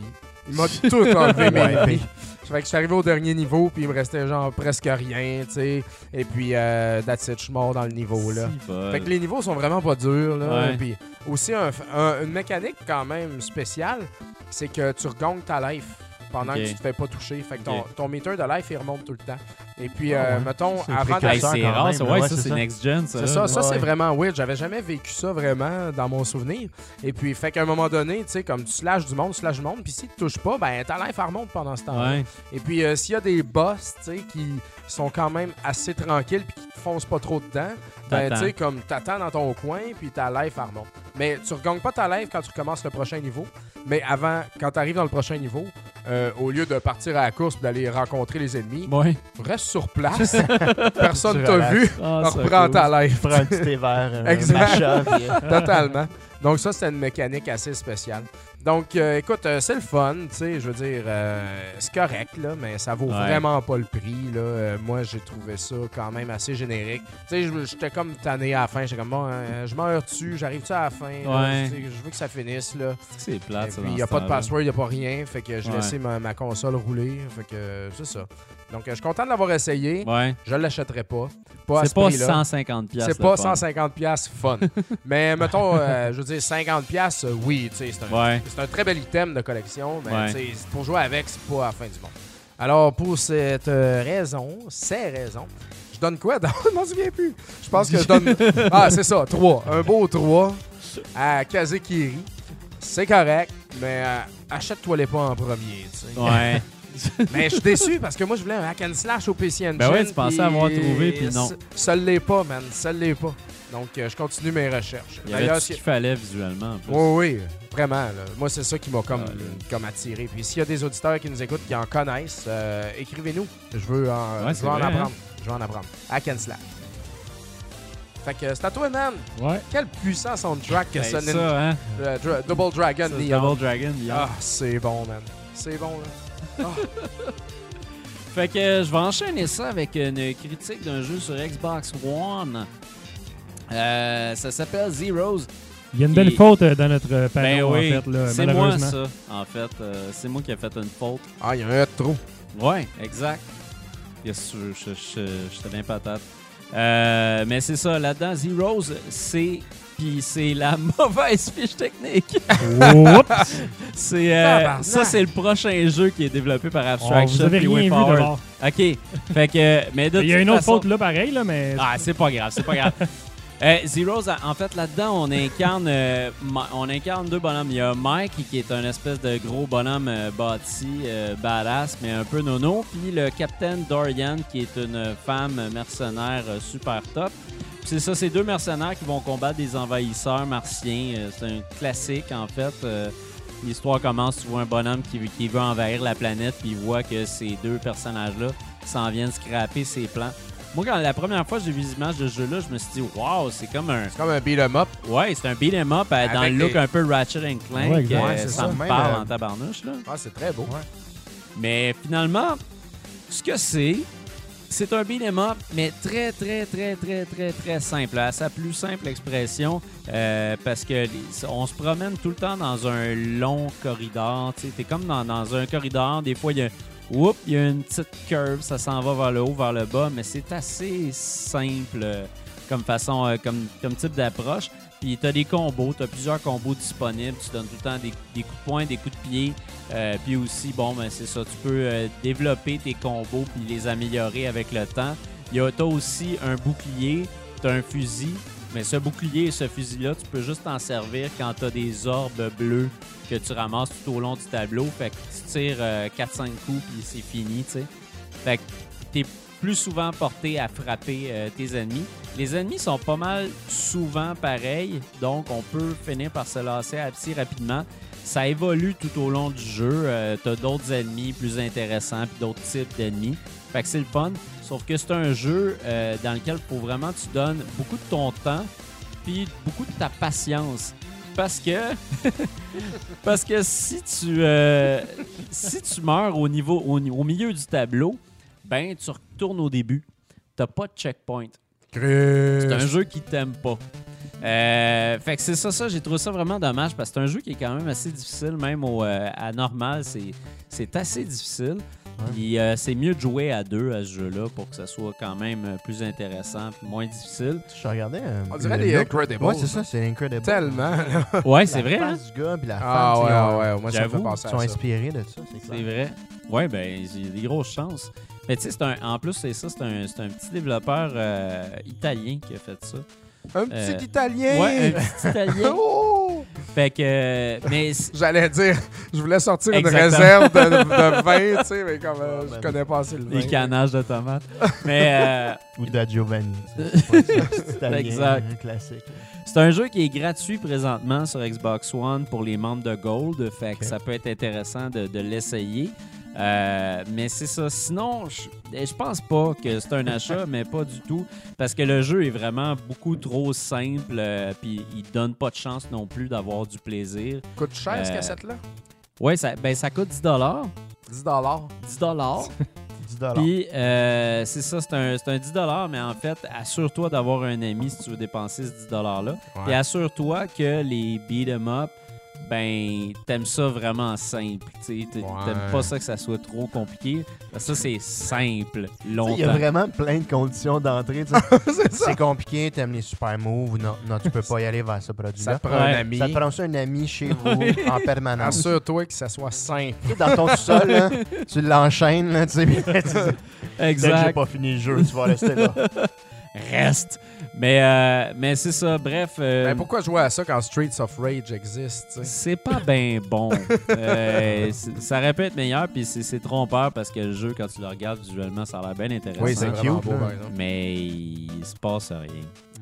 [SPEAKER 3] Il m'a tout enlevé mes vies. Fait que je suis arrivé au dernier niveau, puis il me restait genre presque rien, tu sais. Et puis, euh, that's it, je suis mort dans le niveau, là.
[SPEAKER 2] Si bol.
[SPEAKER 3] Fait que les niveaux sont vraiment pas durs. Là.
[SPEAKER 2] Ouais.
[SPEAKER 3] Puis aussi, un- un- une mécanique quand même spéciale, c'est que tu regagnes ta life pendant
[SPEAKER 2] Ok.
[SPEAKER 3] que tu te fais pas toucher. Fait que ton,
[SPEAKER 2] Ok.
[SPEAKER 3] ton meter de life, il remonte tout le temps. Et puis,
[SPEAKER 5] Ah
[SPEAKER 3] euh,
[SPEAKER 5] ouais.
[SPEAKER 3] mettons,
[SPEAKER 5] C'est
[SPEAKER 3] avant
[SPEAKER 5] précoce.
[SPEAKER 2] Hey,
[SPEAKER 3] d'aller-
[SPEAKER 5] quand
[SPEAKER 2] c'est
[SPEAKER 5] même,
[SPEAKER 2] rare, ça.
[SPEAKER 5] là,
[SPEAKER 2] Ouais,
[SPEAKER 5] ouais,
[SPEAKER 2] ça,
[SPEAKER 5] c'est
[SPEAKER 2] c'est
[SPEAKER 5] ça.
[SPEAKER 2] next gen, ça.
[SPEAKER 3] C'est ça, ça c'est
[SPEAKER 5] Ouais.
[SPEAKER 3] vraiment weird. J'avais jamais vécu ça vraiment dans mon souvenir. Et puis, fait qu'à un moment donné, tu sais, comme tu slashes du monde, tu slashes du monde, puis si tu touches pas, ben ta life elle remonte pendant ce temps-là.
[SPEAKER 2] Ouais.
[SPEAKER 3] Et puis, euh, s'il y a des boss, tu sais, qui sont quand même assez tranquilles puis qui te foncent pas trop dedans, ben,
[SPEAKER 2] T'attends.
[SPEAKER 3] tu sais, comme t'attends dans ton coin puis ta life elle remonte. Mais tu regagnes pas ta life quand tu recommences le prochain niveau. Mais avant, quand t'arrives dans le prochain niveau, euh, au lieu de partir à la course et d'aller rencontrer les ennemis,
[SPEAKER 2] Ouais.
[SPEAKER 3] reste sur place. Personne
[SPEAKER 5] Tu
[SPEAKER 3] t'a
[SPEAKER 5] relaxes.
[SPEAKER 3] vu.
[SPEAKER 2] Ah, ça
[SPEAKER 3] Reprends
[SPEAKER 2] cool.
[SPEAKER 3] ta life.
[SPEAKER 5] Prends un petit thé vert, euh, un
[SPEAKER 3] Exact.
[SPEAKER 5] matcha, puis, euh,
[SPEAKER 3] Totalement. Donc ça, c'est une mécanique assez spéciale. Donc, euh, écoute, euh, c'est le fun, tu sais, je veux dire, euh, c'est correct, là, mais ça vaut
[SPEAKER 2] Ouais.
[SPEAKER 3] vraiment pas le prix, là. Euh, moi, j'ai trouvé ça quand même assez générique. Tu sais, je- j'étais comme tanné à la fin, j'étais comme, bon, euh, je meurs-tu, j'arrive-tu à la fin, là?
[SPEAKER 2] Ouais.
[SPEAKER 3] Tu sais, je veux que ça finisse, là.
[SPEAKER 2] C'est
[SPEAKER 3] Et
[SPEAKER 2] plate, ça.
[SPEAKER 3] puis,
[SPEAKER 2] dans
[SPEAKER 3] il n'y Eh, a
[SPEAKER 2] ce
[SPEAKER 3] pas de
[SPEAKER 2] temps-là.
[SPEAKER 3] password, il n'y a pas rien, fait que je
[SPEAKER 2] Ouais.
[SPEAKER 3] laissais ma, ma console rouler, fait que euh, c'est ça. Donc, euh, je suis content de l'avoir essayé,
[SPEAKER 2] Ouais.
[SPEAKER 3] je l'achèterai pas. pas à ce
[SPEAKER 2] C'est pas
[SPEAKER 3] prix-là.
[SPEAKER 2] 150 piastres.
[SPEAKER 3] C'est pas
[SPEAKER 2] le fun.
[SPEAKER 3] 150 piastres fun. Mais mettons, euh, je veux dire, 50 piastres, euh, oui, tu sais, c'est un,
[SPEAKER 2] Ouais.
[SPEAKER 3] c'est un très bel item de collection, mais
[SPEAKER 2] Ouais.
[SPEAKER 3] tu sais, c'est- pour jouer avec, c'est pas à la fin du monde. Alors, pour cette euh, raison, ces raisons, je donne quoi? dans- je m'en souviens plus. Je pense que je donne... Ah, c'est ça, 3. Un beau 3 à Kazekiri. C'est correct, mais euh, achète-toi-les pas en premier, tu sais.
[SPEAKER 2] Ouais.
[SPEAKER 3] Mais je suis déçu parce que moi, je voulais un hack and slash au PC Engine.
[SPEAKER 2] Ben ouais, tu pensais
[SPEAKER 3] puis-
[SPEAKER 2] avoir trouvé, puis non.
[SPEAKER 3] Ça- Ça l'est pas, man. Ça l'est pas. Donc, euh, je continue mes recherches.
[SPEAKER 2] Il y avait tout
[SPEAKER 3] D'ailleurs,
[SPEAKER 2] ce
[SPEAKER 3] si-
[SPEAKER 2] qu'il fallait visuellement. en plus.
[SPEAKER 3] oui, oui, vraiment. là. Moi, c'est ça qui m'a comme,
[SPEAKER 2] Ah, là.
[SPEAKER 3] comme attiré. Puis s'il y a des auditeurs qui nous écoutent, qui en connaissent, euh, écrivez-nous. Je veux en,
[SPEAKER 2] Ouais,
[SPEAKER 3] je
[SPEAKER 2] c'est
[SPEAKER 3] veux en
[SPEAKER 2] vrai,
[SPEAKER 3] apprendre.
[SPEAKER 2] hein.
[SPEAKER 3] Je veux en apprendre. Hack and slash. Fait que c'est à toi, man.
[SPEAKER 1] Ouais.
[SPEAKER 3] Quel puissant soundtrack que
[SPEAKER 2] Ben,
[SPEAKER 3] ça,
[SPEAKER 2] ça,
[SPEAKER 3] Nin-
[SPEAKER 2] hein?
[SPEAKER 3] euh, Dra- Double Dragon
[SPEAKER 2] Ça,
[SPEAKER 3] Neon.
[SPEAKER 2] Double Dragon, Neon.
[SPEAKER 3] Ah, c'est bon, man. C'est bon, là.
[SPEAKER 2] Fait que euh, je vais enchaîner ça avec une critique d'un jeu sur Xbox One. Euh, ça s'appelle Zeroes.
[SPEAKER 1] Il y a une belle
[SPEAKER 2] Et-
[SPEAKER 1] faute euh, dans notre euh,
[SPEAKER 2] Ben
[SPEAKER 1] panneau,
[SPEAKER 2] oui,
[SPEAKER 1] en fait, là,
[SPEAKER 2] c'est moi
[SPEAKER 1] malheureusement.
[SPEAKER 2] ça, en fait. Euh, c'est moi qui ai fait une faute.
[SPEAKER 3] Ah, il y en a un de trop.
[SPEAKER 2] Ouais, exact. Yes, je, je, je, j'étais bien patate. Euh, mais c'est ça, là-dedans, Zeroes, c'est. Puis c'est la mauvaise fiche technique.
[SPEAKER 1] Oups!
[SPEAKER 2] C'est, euh,
[SPEAKER 3] Tabarnak.
[SPEAKER 2] ça, c'est le prochain jeu qui est développé par
[SPEAKER 1] On
[SPEAKER 2] Abstraction.
[SPEAKER 1] Oh, vous avez
[SPEAKER 2] puis
[SPEAKER 1] rien vu
[SPEAKER 2] WayForward.
[SPEAKER 1] d'abord.
[SPEAKER 2] OK. Fait que, mais de
[SPEAKER 1] Il y a
[SPEAKER 2] toute
[SPEAKER 1] une autre
[SPEAKER 2] façon-
[SPEAKER 1] faute là, pareil, là, mais...
[SPEAKER 2] Ah, c'est pas grave, c'est pas grave. Euh, Zeroes, en fait, là-dedans, on incarne, euh, Ma- on incarne deux bonhommes. Il y a Mike, qui est un espèce de gros bonhomme euh, bâti, euh, badass, mais un peu nono. Puis le Capitaine Dorian, qui est une femme mercenaire euh, super top. Puis C'est ça, c'est deux mercenaires qui vont combattre des envahisseurs martiens. Euh, C'est un classique, en fait. Euh, L'histoire commence, tu vois un bonhomme qui, qui veut envahir la planète, puis il voit que ces deux personnages-là s'en viennent scraper ses plans. Moi, quand la première fois que j'ai vu les images de ce jeu-là, je me suis dit, waouh, c'est comme un.
[SPEAKER 3] C'est comme un beat'em up.
[SPEAKER 2] Ouais, c'est un beat'em up euh, dans le
[SPEAKER 3] Avec
[SPEAKER 2] look
[SPEAKER 3] des-
[SPEAKER 2] un peu Ratchet and Clank.
[SPEAKER 1] Ouais, exact.
[SPEAKER 2] euh,
[SPEAKER 3] Ouais, c'est
[SPEAKER 2] ça
[SPEAKER 3] ça,
[SPEAKER 2] me
[SPEAKER 5] même,
[SPEAKER 2] parle
[SPEAKER 5] euh,
[SPEAKER 2] en tabarnouche, là.
[SPEAKER 3] Ah, c'est très beau.
[SPEAKER 2] Mais finalement, ce que c'est, c'est un beat'em up, mais très, très, très, très, très, très simple. À sa plus simple expression, euh, parce que les- on se promène tout le temps dans un long corridor. Tu es comme dans, dans un corridor. Des fois, il y a Oups, il y a une petite curve, ça s'en va vers le haut, vers le bas, mais c'est assez simple euh, comme façon, euh, comme, comme type d'approche. Puis t'as des combos, t'as plusieurs combos disponibles, tu donnes tout le temps des, des coups de poing, des coups de pied, euh, puis aussi, bon, ben, c'est ça, tu peux euh, développer tes combos puis les améliorer avec le temps. Il y a t'as aussi un bouclier, t'as un fusil, mais ce bouclier et ce fusil-là, tu peux juste t'en servir quand t'as des orbes bleus que tu ramasses tout au long du tableau. Fait que tu tires euh, 4-5 coups puis c'est fini, tu sais. Fait que t'es plus souvent porté à frapper euh, tes ennemis. Les ennemis sont pas mal souvent pareils, donc on peut finir par se lasser assez rapidement. Ça évolue tout au long du jeu. Euh, T'as d'autres ennemis plus intéressants puis d'autres types d'ennemis. Fait que c'est le fun. Sauf que c'est un jeu euh, dans lequel faut vraiment tu donnes beaucoup de ton temps puis beaucoup de ta patience. Parce que parce que si tu euh, si tu meurs au niveau au, ni- au milieu du tableau, ben tu retournes au début. T'as pas de checkpoint. C'est un jeu qui t'aime pas. Euh, fait que c'est ça, ça, j'ai trouvé ça vraiment dommage parce que c'est un jeu qui est quand même assez difficile, même au, euh, à normal, c'est, c'est assez difficile. Puis euh, c'est mieux de jouer à deux à ce jeu-là pour que ça soit quand même euh, plus intéressant, puis moins difficile.
[SPEAKER 5] Je regardais. euh,
[SPEAKER 3] On dirait
[SPEAKER 5] le
[SPEAKER 3] des
[SPEAKER 5] look.
[SPEAKER 3] Incredibles.
[SPEAKER 5] Ouais, c'est ça, c'est Incredible.
[SPEAKER 3] Tellement. là.
[SPEAKER 2] Ouais, c'est vrai,
[SPEAKER 5] La
[SPEAKER 2] hein?
[SPEAKER 5] face du gars puis la femme,
[SPEAKER 3] Ah
[SPEAKER 5] tu sais, on-
[SPEAKER 3] ouais, ouais, ouais. Moi, ça me fait
[SPEAKER 2] j'avoue,
[SPEAKER 5] Ils
[SPEAKER 3] penser à
[SPEAKER 5] sont
[SPEAKER 3] ça.
[SPEAKER 5] inspirés de ça, c'est
[SPEAKER 2] C'est
[SPEAKER 5] clair.
[SPEAKER 2] vrai. Ouais, ben, j'ai des grosses chances. Mais tu sais, c'est un- en plus, c'est ça, c'est un, c'est un petit développeur euh, italien qui a fait ça.
[SPEAKER 3] Un
[SPEAKER 2] Euh,
[SPEAKER 3] petit italien.
[SPEAKER 2] Ouais, un petit italien.
[SPEAKER 3] Oh!
[SPEAKER 2] fait que. euh, mais c'est-
[SPEAKER 3] J'allais dire, je voulais sortir une
[SPEAKER 2] Exactement.
[SPEAKER 3] réserve de, de vin, tu sais, mais comme euh,
[SPEAKER 5] Ah,
[SPEAKER 3] je
[SPEAKER 5] ben.
[SPEAKER 3] connais pas assez le vin.
[SPEAKER 2] les canages de tomates. mais. euh,
[SPEAKER 5] Ou de Giovanni. ça, c'est pas ça, c'est italien,
[SPEAKER 2] Exact.
[SPEAKER 5] un classique.
[SPEAKER 2] C'est un jeu qui est gratuit présentement sur Xbox One pour les membres de Gold. Fait
[SPEAKER 5] Ok.
[SPEAKER 2] que ça peut être intéressant de, de l'essayer. Euh, mais c'est ça. Sinon, je, eh, je pense pas que c'est un achat, mais pas du tout. Parce que le jeu est vraiment beaucoup trop simple. euh, Puis il donne pas de chance non plus d'avoir du plaisir.
[SPEAKER 3] Coûte cher, cette
[SPEAKER 2] Euh,
[SPEAKER 3] cassette-là?
[SPEAKER 2] Ouais, ça, ben, ça coûte 10
[SPEAKER 3] 10
[SPEAKER 2] 10 dollars.
[SPEAKER 5] 10 dollars.
[SPEAKER 2] Puis, euh, c'est ça, c'est un, c'est un 10 mais en fait, assure-toi d'avoir un ami si tu veux dépenser ce 10 $-là.
[SPEAKER 3] Ouais.
[SPEAKER 2] Et assure-toi que les beat 'em up ben, t'aimes ça vraiment simple. tu sais. T'a-
[SPEAKER 3] Ouais.
[SPEAKER 2] T'aimes pas ça que ça soit trop compliqué. Parce que ça, c'est simple,
[SPEAKER 5] Il y a
[SPEAKER 2] longtemps.
[SPEAKER 5] vraiment plein de conditions d'entrée. tu sais.
[SPEAKER 3] c'est ça.
[SPEAKER 5] C'est compliqué, t'aimes les super moves, non, non, tu peux pas y aller vers ce
[SPEAKER 3] Ça
[SPEAKER 5] produit-là.
[SPEAKER 3] te prend un
[SPEAKER 2] Ouais,
[SPEAKER 3] ami.
[SPEAKER 5] Ça te prend ça un ami chez vous en permanence.
[SPEAKER 3] Assure-toi que ça soit simple.
[SPEAKER 5] Tu sais, Dans ton sol, là, tu l'enchaînes, là, tu sais, puis tu sais, Dès que j'ai
[SPEAKER 2] Exact.
[SPEAKER 5] pas fini le jeu, tu vas rester là.
[SPEAKER 2] Reste. Mais, euh, mais c'est ça. Bref. euh,
[SPEAKER 3] Ben, pourquoi jouer à ça quand Streets of Rage existe? tu sais?
[SPEAKER 2] C'est pas bien bon. Euh, c'est- ça aurait pu être meilleur, puis c'est c'est trompeur parce que le jeu, quand tu le regardes visuellement, ça a l'air bien intéressant.
[SPEAKER 5] Oui, c'est
[SPEAKER 3] vraiment
[SPEAKER 5] cute,
[SPEAKER 3] beau,
[SPEAKER 5] là.
[SPEAKER 3] par exemple.
[SPEAKER 2] mais il se passe rien.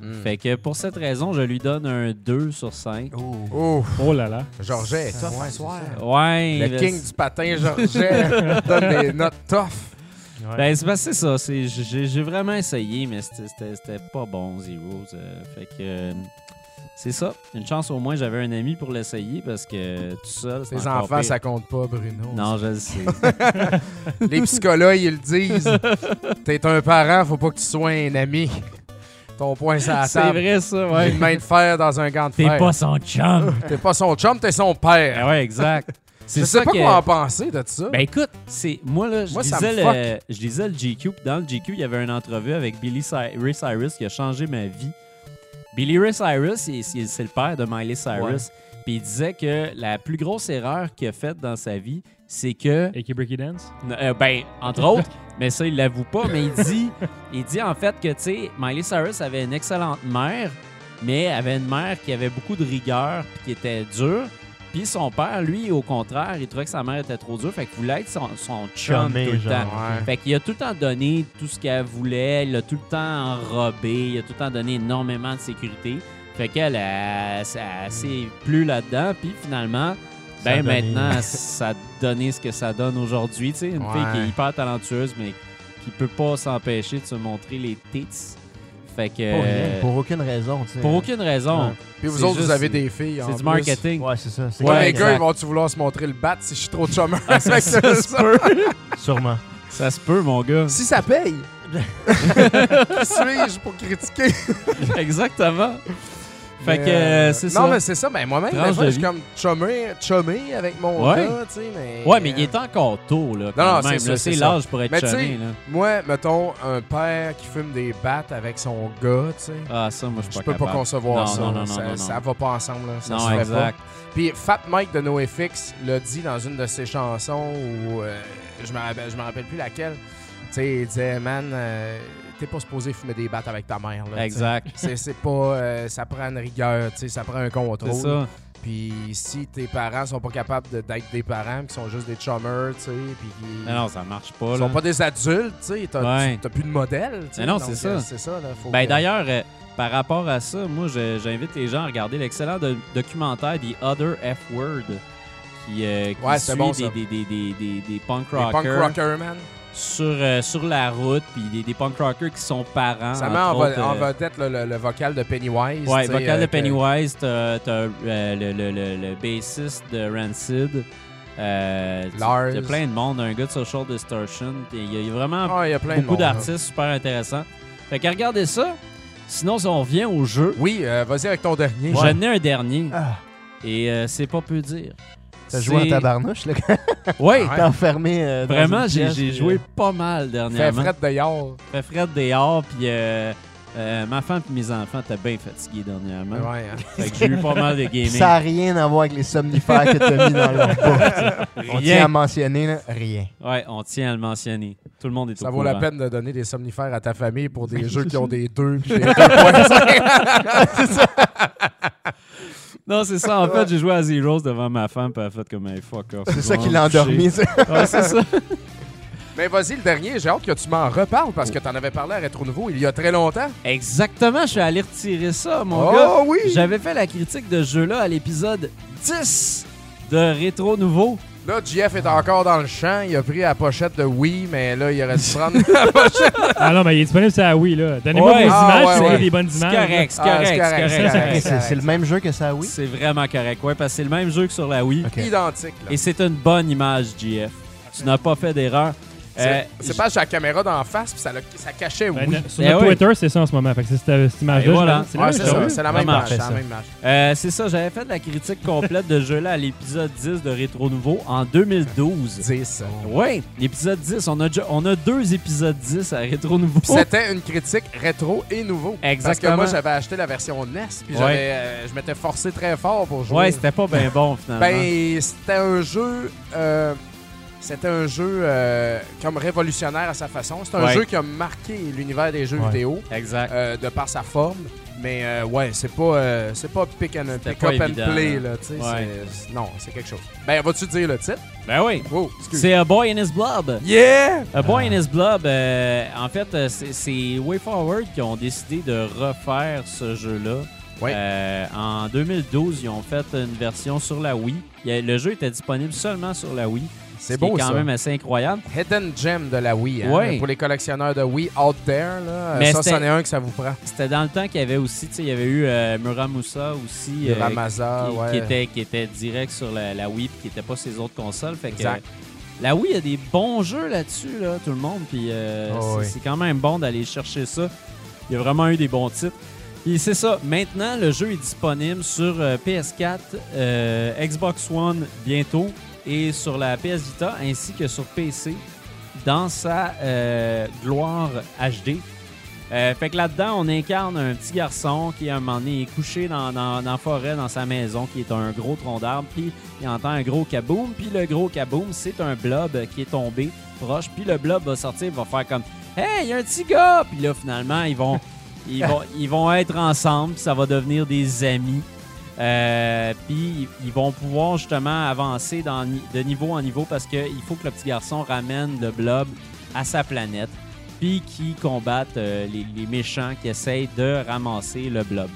[SPEAKER 3] Mm.
[SPEAKER 2] Fait que pour cette raison, je lui donne un 2 sur 5.
[SPEAKER 5] Oh.
[SPEAKER 3] Ouf,
[SPEAKER 1] Oh là là.
[SPEAKER 3] Georget.
[SPEAKER 5] Ça, François.
[SPEAKER 2] Ouais.
[SPEAKER 3] Le
[SPEAKER 2] ben,
[SPEAKER 3] king du patin, Georget. donne des notes tough.
[SPEAKER 1] Ouais.
[SPEAKER 2] Ben, c'est parce que c'est ça. c'est- J'ai j'ai vraiment essayé, mais c'était- c'était c'était pas bon, Zeros. euh, fait que. euh, C'est ça. Une chance au moins, j'avais un ami pour l'essayer parce que tout seul. c'est
[SPEAKER 3] Les
[SPEAKER 2] encore
[SPEAKER 3] enfants,
[SPEAKER 2] pire.
[SPEAKER 3] ça compte pas, Bruno.
[SPEAKER 2] Non, je le sais.
[SPEAKER 3] Les psychologues, ils le disent. T'es un parent, faut pas que tu sois un ami. Ton point, ça
[SPEAKER 2] c'est
[SPEAKER 3] table.
[SPEAKER 2] vrai, ça, ouais.
[SPEAKER 3] Une main de fer dans un gant de fer.
[SPEAKER 2] son chum.
[SPEAKER 3] T'es pas son chum, t'es son père.
[SPEAKER 2] Ah ouais, exact.
[SPEAKER 3] Je
[SPEAKER 2] C'est
[SPEAKER 3] sais
[SPEAKER 2] ça
[SPEAKER 3] pas
[SPEAKER 2] que-
[SPEAKER 3] quoi en penser de ça.
[SPEAKER 2] Ben écoute, c'est moi là, je
[SPEAKER 3] Moi, ça
[SPEAKER 2] lisais
[SPEAKER 3] me
[SPEAKER 2] le, je lisais le GQ, puis dans le GQ, il y avait une entrevue avec Billy Cy- Ray Cyrus qui a changé ma vie. Billy Ray Cyrus, il- il- c'est le père de Miley Cyrus, puis il disait que la plus grosse erreur qu'il a faite dans sa vie, c'est que
[SPEAKER 1] Et qui Breaky Dance?
[SPEAKER 2] euh, ben, entre autres, mais ça, il l'avoue pas, mais il dit, il dit en fait que, tu sais, Miley Cyrus avait une excellente mère, mais avait une mère qui avait beaucoup de rigueur, puis qui était dure. Puis son père, lui, au contraire, il trouvait que sa mère était trop dure, fait qu'il voulait être son, son chum
[SPEAKER 5] Chumé,
[SPEAKER 2] tout le
[SPEAKER 5] genre.
[SPEAKER 2] temps.
[SPEAKER 3] Ouais.
[SPEAKER 2] Fait qu'il a tout le temps donné tout ce qu'elle voulait, il l'a tout le temps enrobé, il a tout le temps donné énormément de sécurité. Fait qu'elle, elle, elle, elle s'est plus là-dedans, puis finalement,
[SPEAKER 5] Ça
[SPEAKER 2] ben
[SPEAKER 5] a donné.
[SPEAKER 2] maintenant, ça a donné ce que ça donne aujourd'hui. Tu sais, une
[SPEAKER 3] Ouais.
[SPEAKER 2] fille qui est hyper talentueuse, mais qui peut pas s'empêcher de se montrer les tits. Fait que.
[SPEAKER 5] Pour, rien,
[SPEAKER 2] euh,
[SPEAKER 5] pour aucune raison, tu sais.
[SPEAKER 2] pour aucune raison.
[SPEAKER 5] Ouais.
[SPEAKER 3] Puis vous
[SPEAKER 2] c'est
[SPEAKER 3] autres, vous
[SPEAKER 2] juste-
[SPEAKER 3] avez des filles. en
[SPEAKER 2] C'est du
[SPEAKER 3] plus.
[SPEAKER 2] marketing.
[SPEAKER 5] Ouais, c'est ça. c'est
[SPEAKER 3] Ouais,
[SPEAKER 2] Ouais,
[SPEAKER 3] les gars,
[SPEAKER 2] exact.
[SPEAKER 3] ils vont-tu vouloir se montrer le bat si je suis trop chômeur?
[SPEAKER 2] Ah, ça,
[SPEAKER 3] Fait
[SPEAKER 2] ça
[SPEAKER 3] que
[SPEAKER 2] se peut.
[SPEAKER 5] Sûrement.
[SPEAKER 2] Ça se peut, mon gars.
[SPEAKER 3] Si ça paye, qui suis-je pour critiquer?
[SPEAKER 2] Exactement. Fait
[SPEAKER 3] Mais,
[SPEAKER 2] que euh,
[SPEAKER 3] euh,
[SPEAKER 2] c'est
[SPEAKER 3] non,
[SPEAKER 2] ça.
[SPEAKER 3] mais c'est ça. Ben, moi-même,
[SPEAKER 2] Tranche
[SPEAKER 3] des fois,
[SPEAKER 2] de
[SPEAKER 3] je suis comme chômé, chômé avec mon
[SPEAKER 2] Ouais.
[SPEAKER 3] gars, tu sais, mais... euh,
[SPEAKER 2] Ouais, mais il est encore tôt, là. Quand
[SPEAKER 3] non,
[SPEAKER 2] même,
[SPEAKER 3] c'est
[SPEAKER 2] là.
[SPEAKER 3] ça, c'est
[SPEAKER 2] C'est
[SPEAKER 3] ça.
[SPEAKER 2] l'âge pour être
[SPEAKER 3] Mais tu sais-
[SPEAKER 2] chumé, là.
[SPEAKER 3] Moi, mettons, un père qui fume des battes avec son gars, tu sais,
[SPEAKER 2] Ah, ça, moi, je suis
[SPEAKER 3] je
[SPEAKER 2] pas
[SPEAKER 3] peux pas
[SPEAKER 2] capable.
[SPEAKER 3] concevoir
[SPEAKER 2] Non,
[SPEAKER 3] ça.
[SPEAKER 2] non, non, non,
[SPEAKER 3] ça,
[SPEAKER 2] non, non.
[SPEAKER 3] ça va pas ensemble, là. Ça se
[SPEAKER 2] non,
[SPEAKER 3] fait
[SPEAKER 2] exact.
[SPEAKER 3] pas. Puis Fat Mike de NoFX l'a dit dans une de ses chansons, où euh, je me rappelle, je me rappelle plus laquelle, tu sais, il disait « Man, euh, t'es pas supposé fumer des battes avec ta mère, là. tu sais.
[SPEAKER 2] Exact.
[SPEAKER 3] C'est c'est pas... euh, ça prend une rigueur, tu sais, ça prend un contrôle.
[SPEAKER 2] C'est ça.
[SPEAKER 3] Puis si tes parents sont pas capables de- d'être des parents, qui sont juste des chummers, tu sais, puis qui
[SPEAKER 2] Mais non, ça marche pas,
[SPEAKER 3] ils
[SPEAKER 2] là.
[SPEAKER 3] sont pas des adultes, tu sais, t'as
[SPEAKER 2] Ouais.
[SPEAKER 3] tu- t'as plus de modèle, tu sais.
[SPEAKER 2] Mais non,
[SPEAKER 3] donc,
[SPEAKER 2] c'est
[SPEAKER 3] euh,
[SPEAKER 2] ça.
[SPEAKER 3] C'est ça, là. Faut
[SPEAKER 2] Ben,
[SPEAKER 3] que-
[SPEAKER 2] D'ailleurs, euh, par rapport à ça, moi, je- j'invite les gens à regarder l'excellent do- documentaire The Other F Word qui, euh, qui
[SPEAKER 3] Ouais, c'est
[SPEAKER 2] suit
[SPEAKER 3] bon, ça.
[SPEAKER 2] des, des, des, des, des- des punk
[SPEAKER 3] Les
[SPEAKER 2] rockers
[SPEAKER 3] punk rockers, man.
[SPEAKER 2] Sur, euh, sur la route, puis des, des punk rockers qui sont parents.
[SPEAKER 3] Ça
[SPEAKER 2] Ah, entre
[SPEAKER 3] met en, vo-
[SPEAKER 2] autres,
[SPEAKER 3] en
[SPEAKER 2] euh,
[SPEAKER 3] vedette le, le- le vocal de Pennywise.
[SPEAKER 2] Ouais,
[SPEAKER 3] tu sais,
[SPEAKER 2] vocal
[SPEAKER 3] euh,
[SPEAKER 2] de
[SPEAKER 3] que-
[SPEAKER 2] Pennywise, t'as t'as, euh, le, le, le, le bassiste de Rancid. Euh, tu-
[SPEAKER 3] Lars.
[SPEAKER 2] Il y a plein de monde, un gars de Social Distortion. Il y a- il y a vraiment
[SPEAKER 3] Ah, il y a plein de
[SPEAKER 2] beaucoup
[SPEAKER 3] monde, là.
[SPEAKER 2] d'artistes super intéressants. Fait que regardez ça. Sinon, si on revient au jeu,
[SPEAKER 3] Oui, euh, vas-y avec ton dernier.
[SPEAKER 2] j'en ai un dernier.
[SPEAKER 5] Ah,
[SPEAKER 2] Et euh, c'est pas peu dire.
[SPEAKER 5] T'as joué en
[SPEAKER 2] C'est-
[SPEAKER 5] tabarnouche, là, quand
[SPEAKER 2] Oui,
[SPEAKER 3] Ouais.
[SPEAKER 5] t'es enfermé. euh, dans
[SPEAKER 2] vraiment,
[SPEAKER 5] une
[SPEAKER 2] j'ai
[SPEAKER 5] pièce,
[SPEAKER 2] j'ai
[SPEAKER 5] puis,
[SPEAKER 2] joué
[SPEAKER 5] euh,
[SPEAKER 2] pas mal
[SPEAKER 3] Fais
[SPEAKER 2] dernièrement.
[SPEAKER 3] frette de yard.
[SPEAKER 2] Fait Fred dehors, puis euh, euh, ma femme et mes enfants étaient bien fatigués dernièrement.
[SPEAKER 3] Ouais, hein.
[SPEAKER 2] Fait que j'ai eu pas mal de gaming.
[SPEAKER 5] Ça n'a rien à voir avec les somnifères que t'as mis dans leur boîte. On tient à mentionner, là, rien.
[SPEAKER 2] Ouais, on tient à le mentionner. Tout le monde est
[SPEAKER 3] Ça
[SPEAKER 2] au
[SPEAKER 3] vaut la
[SPEAKER 2] courant.
[SPEAKER 3] peine de donner des somnifères à ta famille pour des jeux qui ont des deux. puis des 2.5.
[SPEAKER 2] Non, c'est ça. En fait, j'ai joué à Zeros devant ma femme, puis elle a fait comme un fuck off.
[SPEAKER 5] C'est ça qui l'a
[SPEAKER 2] Vraiment
[SPEAKER 5] endormi. ça.
[SPEAKER 2] couché. Ouais, c'est ça.
[SPEAKER 3] Mais vas-y, le dernier, j'ai hâte que tu m'en reparles parce que t'en avais parlé à Rétro Nouveau il y a très longtemps.
[SPEAKER 2] Exactement, je suis allé retirer ça, mon
[SPEAKER 3] oh
[SPEAKER 2] gars.
[SPEAKER 3] oui!
[SPEAKER 2] J'avais fait la critique de ce jeu-là à l'épisode 10 de Rétro Nouveau.
[SPEAKER 3] Là, JF est encore dans le champ. Il a pris la pochette de oui, mais là, il aurait dû prendre la pochette.
[SPEAKER 1] Ah non, mais il est disponible sur Wii, là. Donnez-moi
[SPEAKER 2] Ouais.
[SPEAKER 1] vos
[SPEAKER 3] Ah,
[SPEAKER 1] images,
[SPEAKER 3] ouais,
[SPEAKER 1] si vous avez
[SPEAKER 3] ouais.
[SPEAKER 1] des bonnes
[SPEAKER 2] C'est
[SPEAKER 1] images.
[SPEAKER 2] correct, c'est
[SPEAKER 3] Ah,
[SPEAKER 2] correct,
[SPEAKER 3] c'est
[SPEAKER 2] c'est correct.
[SPEAKER 3] correct,
[SPEAKER 2] c'est correct.
[SPEAKER 5] C'est c'est le même jeu que ça, oui?
[SPEAKER 2] C'est vraiment correct, ouais, parce que c'est le même jeu que sur la Wii.
[SPEAKER 5] Ok.
[SPEAKER 3] Identique. Là.
[SPEAKER 2] Et c'est une bonne image, GF. Tu n'as pas fait d'erreur. Euh,
[SPEAKER 3] C'est pas j'ai la caméra d'en face, puis ça, le- ça cachait oui.
[SPEAKER 1] Ben, na- sur
[SPEAKER 2] Ben
[SPEAKER 1] notre
[SPEAKER 2] oui.
[SPEAKER 1] Twitter, c'est ça en ce moment. Fait que c'est cette, cette image-là.
[SPEAKER 2] Et voilà.
[SPEAKER 1] je- C'est la
[SPEAKER 3] Ouais,
[SPEAKER 1] même
[SPEAKER 3] c'est
[SPEAKER 1] chose.
[SPEAKER 3] ça, c'est la même
[SPEAKER 2] Vraiment,
[SPEAKER 3] image.
[SPEAKER 5] fait
[SPEAKER 3] C'est la
[SPEAKER 5] ça.
[SPEAKER 3] même image.
[SPEAKER 2] Euh, c'est ça, j'avais fait de la critique complète de ce jeu-là à l'épisode 10 de Rétro Nouveau en 2012.
[SPEAKER 3] 10.
[SPEAKER 2] Ouais, l'épisode 10, on a, déjà- on a deux épisodes 10 à Rétro Nouveau.
[SPEAKER 3] Puis C'était une critique rétro et nouveau. Parce que
[SPEAKER 2] Exactement.
[SPEAKER 3] moi, j'avais acheté la version NES, puis
[SPEAKER 2] Ouais.
[SPEAKER 3] j'avais, euh, je m'étais forcé très fort pour jouer.
[SPEAKER 2] Ouais, c'était pas bien bon finalement.
[SPEAKER 3] Ben, c'était un jeu. euh, c'était un jeu euh, comme révolutionnaire à sa façon. C'est un
[SPEAKER 2] Ouais.
[SPEAKER 3] jeu qui a marqué l'univers des jeux
[SPEAKER 5] Ouais.
[SPEAKER 3] vidéo
[SPEAKER 2] exact.
[SPEAKER 3] euh, de par sa forme. Mais euh, ouais, c'est pas, euh, c'est pas pick, and,
[SPEAKER 2] C'était
[SPEAKER 3] pick
[SPEAKER 2] pas
[SPEAKER 3] up
[SPEAKER 2] évident,
[SPEAKER 3] and play.
[SPEAKER 2] hein.
[SPEAKER 3] Là, tu sais,
[SPEAKER 2] Ouais.
[SPEAKER 3] c'est- c'est- non, c'est quelque chose. Ben, vas-tu dire le titre?
[SPEAKER 2] Ben oui.
[SPEAKER 3] Wow, excuse. Ah.
[SPEAKER 2] C'est A Boy and His Blob.
[SPEAKER 3] Yeah!
[SPEAKER 2] A Boy and His Blob, euh, en fait, euh, c'est- c'est WayForward qui ont décidé de refaire ce jeu-là.
[SPEAKER 3] Ouais.
[SPEAKER 2] Euh, en 2012, ils ont fait une version sur la Wii. Il y a- Le jeu était disponible seulement sur la Wii.
[SPEAKER 3] C'est
[SPEAKER 2] ce
[SPEAKER 3] beau,
[SPEAKER 2] qui est quand
[SPEAKER 3] ça.
[SPEAKER 2] même assez incroyable.
[SPEAKER 3] Hidden Gem de la Wii. hein,
[SPEAKER 2] Ouais.
[SPEAKER 3] Pour les collectionneurs de Wii out there, là,
[SPEAKER 2] Mais
[SPEAKER 3] ça,
[SPEAKER 2] c'était-
[SPEAKER 3] c'en est un que ça vous prend.
[SPEAKER 2] C'était dans le temps qu'il y avait aussi, tu sais, il y avait eu euh, Muramasa aussi, euh,
[SPEAKER 3] Ramazza,
[SPEAKER 2] qui,
[SPEAKER 3] ouais.
[SPEAKER 2] qui était, qui était direct sur la, la Wii, puis qui n'était pas ses autres consoles. Fait que,
[SPEAKER 3] Exact.
[SPEAKER 2] euh, la Wii, il y a des bons jeux là-dessus, là, tout le monde. Puis euh,
[SPEAKER 3] Oh,
[SPEAKER 2] c'est
[SPEAKER 3] oui.
[SPEAKER 2] c'est quand même bon d'aller chercher ça. Il y a vraiment eu des bons titres. Et c'est ça. Maintenant, le jeu est disponible sur euh, PS4, euh, Xbox One bientôt et sur la PS Vita ainsi que sur PC dans sa euh, gloire HD. Euh, fait que là-dedans, on incarne un petit garçon qui, à un moment donné, est couché dans, dans- dans la forêt, dans sa maison, qui est un gros tronc d'arbre, puis il entend un gros kaboom, puis le gros kaboom, c'est un blob qui est tombé proche, puis le blob va sortir, va faire comme « Hey, il y a un petit gars! » Puis là, finalement, ils vont, ils vont, ils vont être ensemble, puis ça va devenir des amis. Euh, puis ils vont pouvoir justement avancer dans ni- de niveau en niveau parce qu'il faut que le petit garçon ramène le blob à sa planète puis qui combattent euh, les, les méchants qui essayent de ramasser le blob.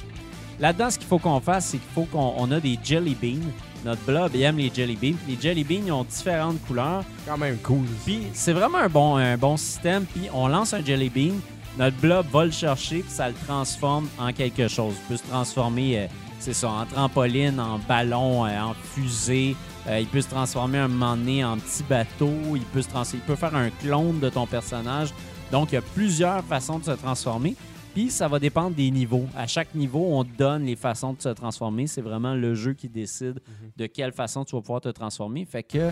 [SPEAKER 2] Là-dedans, ce qu'il faut qu'on fasse, c'est qu'il faut qu'on on a des jelly beans. Notre blob il aime les jelly beans. puis Les jelly beans ils ont différentes couleurs.
[SPEAKER 3] quand même cool.
[SPEAKER 2] Puis c'est vraiment un bon, un bon système. Puis on lance un jelly bean, notre blob va le chercher, puis ça le transforme en quelque chose. Il peut se transformer, euh, c'est ça, en trampoline, en ballon, euh, en fusée. Euh, il peut se transformer un moment donné en petit bateau. Il peut, se trans- il peut faire un clone de ton personnage. Donc, il y a plusieurs façons de se transformer. Puis, ça va dépendre des niveaux. À chaque niveau, on te donne les façons de se transformer. C'est vraiment le jeu qui décide de quelle façon tu vas pouvoir te transformer. Fait que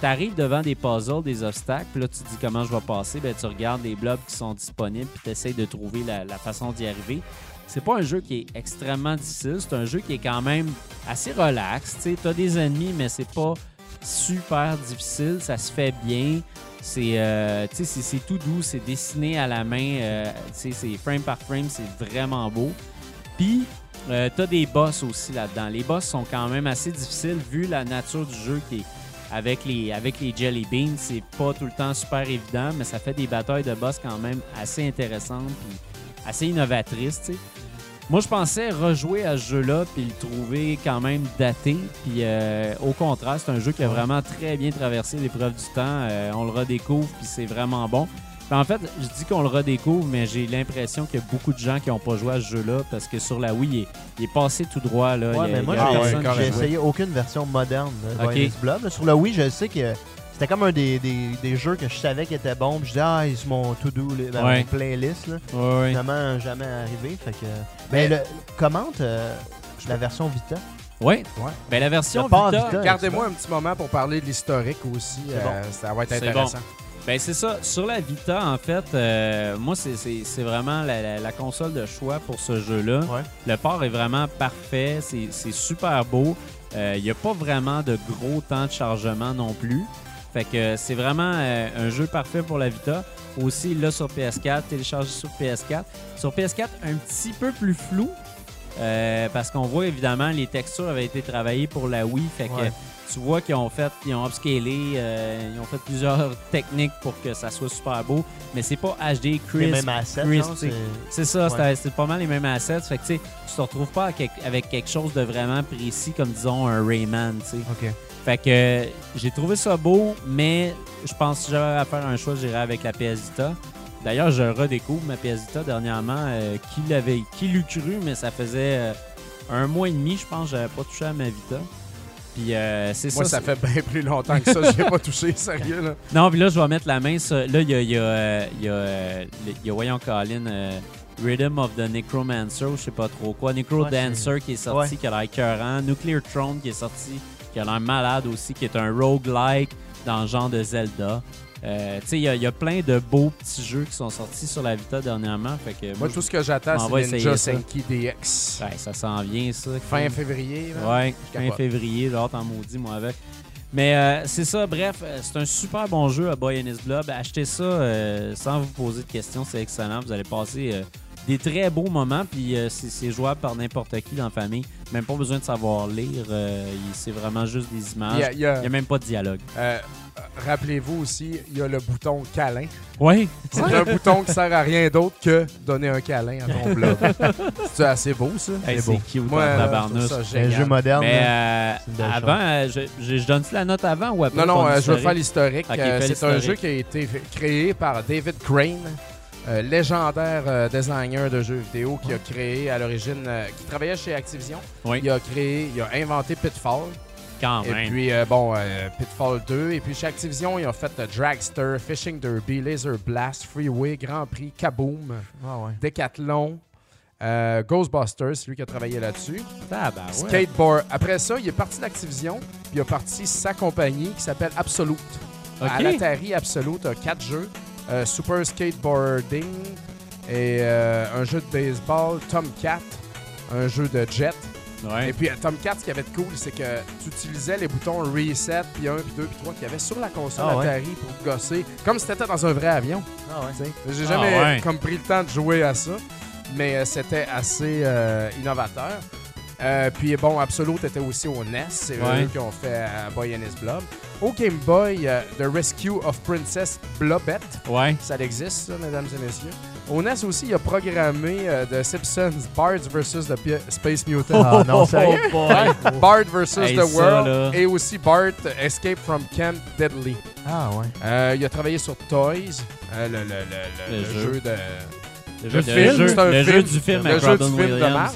[SPEAKER 2] tu arrives devant des puzzles, des obstacles. Puis là, tu te dis comment je vais passer. Ben, tu regardes les blobs qui sont disponibles. Puis, tu essaies de trouver la, la façon d'y arriver. C'est pas un jeu qui est extrêmement difficile. C'est un jeu qui est quand même assez relax. Tu as des ennemis, mais c'est pas super difficile. Ça se fait bien. C'est euh, tu sais, c'est- c'est tout doux, c'est dessiné à la main, euh, tu sais, c'est frame par frame, c'est vraiment beau. Puis, euh, t'as des boss aussi là-dedans. Les boss sont quand même assez difficiles vu la nature du jeu qui est avec les, avec les Jelly Beans. C'est pas tout le temps super évident, mais ça fait des batailles de boss quand même assez intéressantes puis assez innovatrices, tu sais. Moi, je pensais rejouer à ce jeu-là puis le trouver quand même daté. Puis euh, au contraire, c'est un jeu qui a vraiment très bien traversé l'épreuve du temps. Euh, on le redécouvre puis c'est vraiment bon. Puis en fait, je dis qu'on le redécouvre, mais j'ai l'impression qu'il y a beaucoup de gens qui n'ont pas joué à ce jeu-là parce que sur la Wii, il est, il est passé tout droit. Là.
[SPEAKER 5] Ouais,
[SPEAKER 2] Il y a-
[SPEAKER 5] mais moi,
[SPEAKER 2] il y a
[SPEAKER 5] j'ai-
[SPEAKER 2] personne qui
[SPEAKER 5] j'ai
[SPEAKER 2] joue.
[SPEAKER 5] essayé aucune version moderne de
[SPEAKER 2] Ah Ok.
[SPEAKER 5] Boy Meets Blob. Là, Sur le Wii, je sais que c'était comme un des, des, des jeux que je savais qui était bon. puis Je disais, ah, c'est mon to-do, li- dans
[SPEAKER 2] Ouais.
[SPEAKER 5] mon playlist. Là.
[SPEAKER 2] Ouais, ouais.
[SPEAKER 5] Finalement, jamais arrivé. Fait que... Mais, le, commente euh, la version Vita.
[SPEAKER 2] Oui.
[SPEAKER 3] Ouais.
[SPEAKER 2] Ben, la version
[SPEAKER 5] Le port
[SPEAKER 2] Vita,
[SPEAKER 5] Vita.
[SPEAKER 3] Ah, Gardez-moi un petit moment pour parler de l'historique aussi. euh, Ça va être
[SPEAKER 2] C'est
[SPEAKER 3] intéressant.
[SPEAKER 2] ben, c'est ça. Sur la Vita, en fait, euh, moi, c'est- c'est c'est vraiment la, la- la console de choix pour ce jeu-là.
[SPEAKER 5] Ouais.
[SPEAKER 2] Le port est vraiment parfait. C'est c'est super beau. Euh, Il n'y a pas vraiment de gros temps de chargement non plus. Fait que c'est vraiment euh, un jeu parfait pour la Vita. Aussi, là, sur PS4, téléchargé sur PS4. Sur PS4, un petit peu plus flou. euh, parce qu'on voit évidemment les textures avaient été travaillées pour la Wii, fait que
[SPEAKER 5] Ouais.
[SPEAKER 2] tu vois qu'ils ont fait, ils ont upscalé, euh, ils ont fait plusieurs techniques pour que ça soit super beau, mais c'est pas HD
[SPEAKER 5] Les
[SPEAKER 2] crisp.
[SPEAKER 5] mêmes assets.
[SPEAKER 2] Chris,
[SPEAKER 5] genre,
[SPEAKER 2] tu sais.
[SPEAKER 5] c'est-
[SPEAKER 2] C'est ça,
[SPEAKER 5] Ouais.
[SPEAKER 2] c'est- c'est pas mal les mêmes assets. Fait que tu sais, tu te retrouves pas avec, avec quelque chose de vraiment précis comme disons un Rayman, tu sais.
[SPEAKER 5] Ok.
[SPEAKER 2] Fait que euh, j'ai trouvé ça beau, mais je pense que si j'avais à faire un choix, j'irais avec la PS Vita. D'ailleurs, je redécouvre ma PS Vita dernièrement. euh, qui l'avait, qui l'eût cru, mais ça faisait euh, un mois et demi, je pense, que j'avais pas touché à ma Vita. Puis euh, c'est ça.
[SPEAKER 3] Moi, ça
[SPEAKER 2] c'est-
[SPEAKER 3] fait bien plus longtemps que ça. Je l'ai pas touché, sérieux. Là.
[SPEAKER 2] Non, puis là, je vais mettre la main sur. Là, il y a, il y a, euh, il y a, euh, le- il y a, voyons, Colin, euh, Rhythm of the Necromancer, ou je sais pas trop quoi. Necro
[SPEAKER 5] Ouais,
[SPEAKER 2] Dancer qui est sorti,
[SPEAKER 5] Ouais.
[SPEAKER 2] qui a l'air écœurant. Nuclear Throne qui est sorti, qui a l'air malade aussi, qui est un roguelike dans le genre de Zelda. Euh, tu sais, il y, a- il y a plein de beaux petits jeux qui sont sortis sur la Vita dernièrement. Fait que moi,
[SPEAKER 3] Moi, tout ce que j'attends,
[SPEAKER 2] on va
[SPEAKER 3] c'est
[SPEAKER 2] essayer
[SPEAKER 3] Ninja
[SPEAKER 2] ça.
[SPEAKER 3] Senki DX.
[SPEAKER 2] je- ouais, ça s'en vient, ça.
[SPEAKER 3] Fin février. là.
[SPEAKER 2] Ouais,
[SPEAKER 3] Je
[SPEAKER 2] fin
[SPEAKER 3] capote.
[SPEAKER 2] février, genre t'en maudis, moi avec. Mais euh, c'est ça, bref, euh, c'est un super bon jeu à Boy and His Blob. Achetez ça euh, sans vous poser de questions, c'est excellent. Vous allez passer euh, des très beaux moments, puis euh, c'est c'est jouable par n'importe qui dans la famille. Même pas besoin de savoir lire, euh, il- c'est vraiment juste des images.
[SPEAKER 3] Il y a- il y a-
[SPEAKER 2] hein, Il n'y a même pas de dialogue.
[SPEAKER 3] euh, Rappelez-vous aussi, il y a le bouton câlin.
[SPEAKER 1] Ouais.
[SPEAKER 3] C'est un bouton qui sert à rien d'autre que donner un câlin à ton blob. C'est assez beau, ça?
[SPEAKER 2] Hey, c'est Ben, cute,
[SPEAKER 3] Moi,
[SPEAKER 2] en
[SPEAKER 3] euh, je
[SPEAKER 2] tabarnouche.
[SPEAKER 3] trouve ça
[SPEAKER 5] C'est un jeu
[SPEAKER 3] génial.
[SPEAKER 5] moderne.
[SPEAKER 2] Mais
[SPEAKER 5] là.
[SPEAKER 2] euh,
[SPEAKER 5] C'est une belle
[SPEAKER 2] avant, euh, je, je- je donne-tu la note avant ou après?
[SPEAKER 3] Non, non,
[SPEAKER 2] ton
[SPEAKER 3] euh, je veux
[SPEAKER 2] historique?
[SPEAKER 3] faire l'historique.
[SPEAKER 2] Ok,
[SPEAKER 3] Euh,
[SPEAKER 2] fais
[SPEAKER 3] c'est un
[SPEAKER 2] l'historique.
[SPEAKER 3] jeu qui a été fait- créé par David Crane, euh, légendaire euh, designer de jeux vidéo qui a créé à l'origine, euh, qui travaillait chez Activision.
[SPEAKER 2] Oui.
[SPEAKER 3] Il a créé, il a inventé Pitfall.
[SPEAKER 2] Quand
[SPEAKER 3] Et
[SPEAKER 2] même.
[SPEAKER 3] puis, euh, bon, euh, Pitfall 2. Et puis, chez Activision, ils ont fait euh, Dragster, Fishing Derby, Laser Blast, Freeway, Grand Prix, Kaboom,
[SPEAKER 5] Ah ouais.
[SPEAKER 3] Decathlon, euh, Ghostbusters, c'est lui qui a travaillé là-dessus.
[SPEAKER 2] Tabarouette.
[SPEAKER 3] Skateboard. Après ça, il est parti d'Activision, puis il a parti sa compagnie qui s'appelle Absolute. À
[SPEAKER 2] Ok.
[SPEAKER 3] l'Atari Absolute, il y a quatre jeux. Euh, Super Skateboarding, et euh, un jeu de baseball, Tomcat, un jeu de jet.
[SPEAKER 2] Ouais.
[SPEAKER 3] Et puis euh, Tomcat, ce qui avait de cool, c'est que tu utilisais les boutons Reset, puis 1, puis 2, puis 3 qu'il y avait sur la console
[SPEAKER 5] Ah ouais.
[SPEAKER 3] Atari pour gosser, comme si t'étais dans un vrai avion.
[SPEAKER 5] Ah ouais.
[SPEAKER 3] tu sais. J'ai
[SPEAKER 2] Ah
[SPEAKER 3] jamais
[SPEAKER 2] ouais.
[SPEAKER 3] comme pris le temps de jouer à ça, mais euh, c'était assez euh, innovateur. Euh, puis bon, Absolute était aussi au NES, c'est
[SPEAKER 2] Ouais.
[SPEAKER 3] eux qui ont fait euh, Boy and His Blob. Au Game Boy, euh, The Rescue of Princess Blobette,
[SPEAKER 2] Ouais.
[SPEAKER 3] ça existe, ça, mesdames et messieurs. Au NES aussi, il a programmé euh, The Simpsons Birds vs. The P- Space Mutant.
[SPEAKER 5] Ah non,
[SPEAKER 3] Oh
[SPEAKER 5] sérieux?
[SPEAKER 3] Bard vs.
[SPEAKER 2] Hey,
[SPEAKER 3] The
[SPEAKER 2] ça,
[SPEAKER 3] World
[SPEAKER 2] là.
[SPEAKER 3] et aussi Bart Escape from Camp Deadly.
[SPEAKER 5] Ah ouais.
[SPEAKER 3] Euh, il a travaillé sur Toys, euh, le, le- le- le-
[SPEAKER 2] Le
[SPEAKER 3] le
[SPEAKER 2] jeu.
[SPEAKER 3] jeu. de.
[SPEAKER 2] Le
[SPEAKER 1] jeu
[SPEAKER 2] jeu,
[SPEAKER 1] de film,
[SPEAKER 2] le
[SPEAKER 3] c'est un
[SPEAKER 2] jeu
[SPEAKER 3] film.
[SPEAKER 2] du film
[SPEAKER 3] le
[SPEAKER 2] avec
[SPEAKER 3] jeu du
[SPEAKER 2] Robin
[SPEAKER 3] film de
[SPEAKER 2] Williams.
[SPEAKER 3] marque.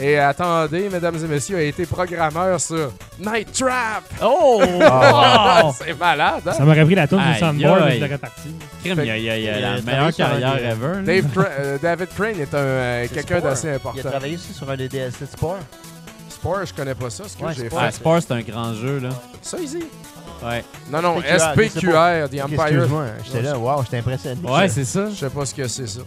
[SPEAKER 3] Et attendez, mesdames et messieurs, a été programmeur sur Night Trap!
[SPEAKER 2] Oh!
[SPEAKER 5] Ah.
[SPEAKER 3] C'est malade, hein?
[SPEAKER 1] Ça m'aurait pris la toune du
[SPEAKER 2] Aïe,
[SPEAKER 1] soundboard, mais
[SPEAKER 2] aïe.
[SPEAKER 1] je l'aurais parti.
[SPEAKER 2] Crime, il a, il a- il a
[SPEAKER 5] Il a
[SPEAKER 2] la meilleure
[SPEAKER 5] travaillé sur un
[SPEAKER 2] carrière
[SPEAKER 5] des-
[SPEAKER 2] ever. là.
[SPEAKER 3] Dave Cra- euh, David Crane est un, euh, quelqu'un d'assez
[SPEAKER 5] Il a
[SPEAKER 3] important.
[SPEAKER 5] travaillé aussi sur un des DLC de sport.
[SPEAKER 3] Sport, je connais pas ça, ce que
[SPEAKER 5] Ouais,
[SPEAKER 3] j'ai
[SPEAKER 5] Sport.
[SPEAKER 2] Ah,
[SPEAKER 3] fait.
[SPEAKER 2] Spore, c'est un grand jeu, là.
[SPEAKER 3] Ça, easy.
[SPEAKER 2] Ouais,
[SPEAKER 3] Non, non,
[SPEAKER 5] SPQR,
[SPEAKER 3] SPQR, The
[SPEAKER 5] Ok,
[SPEAKER 3] Empire
[SPEAKER 5] Excuse-moi, j'étais là, wow, j'étais impressionné.
[SPEAKER 2] ouais Eh c'est ça.
[SPEAKER 3] Je sais pas ce que c'est ça.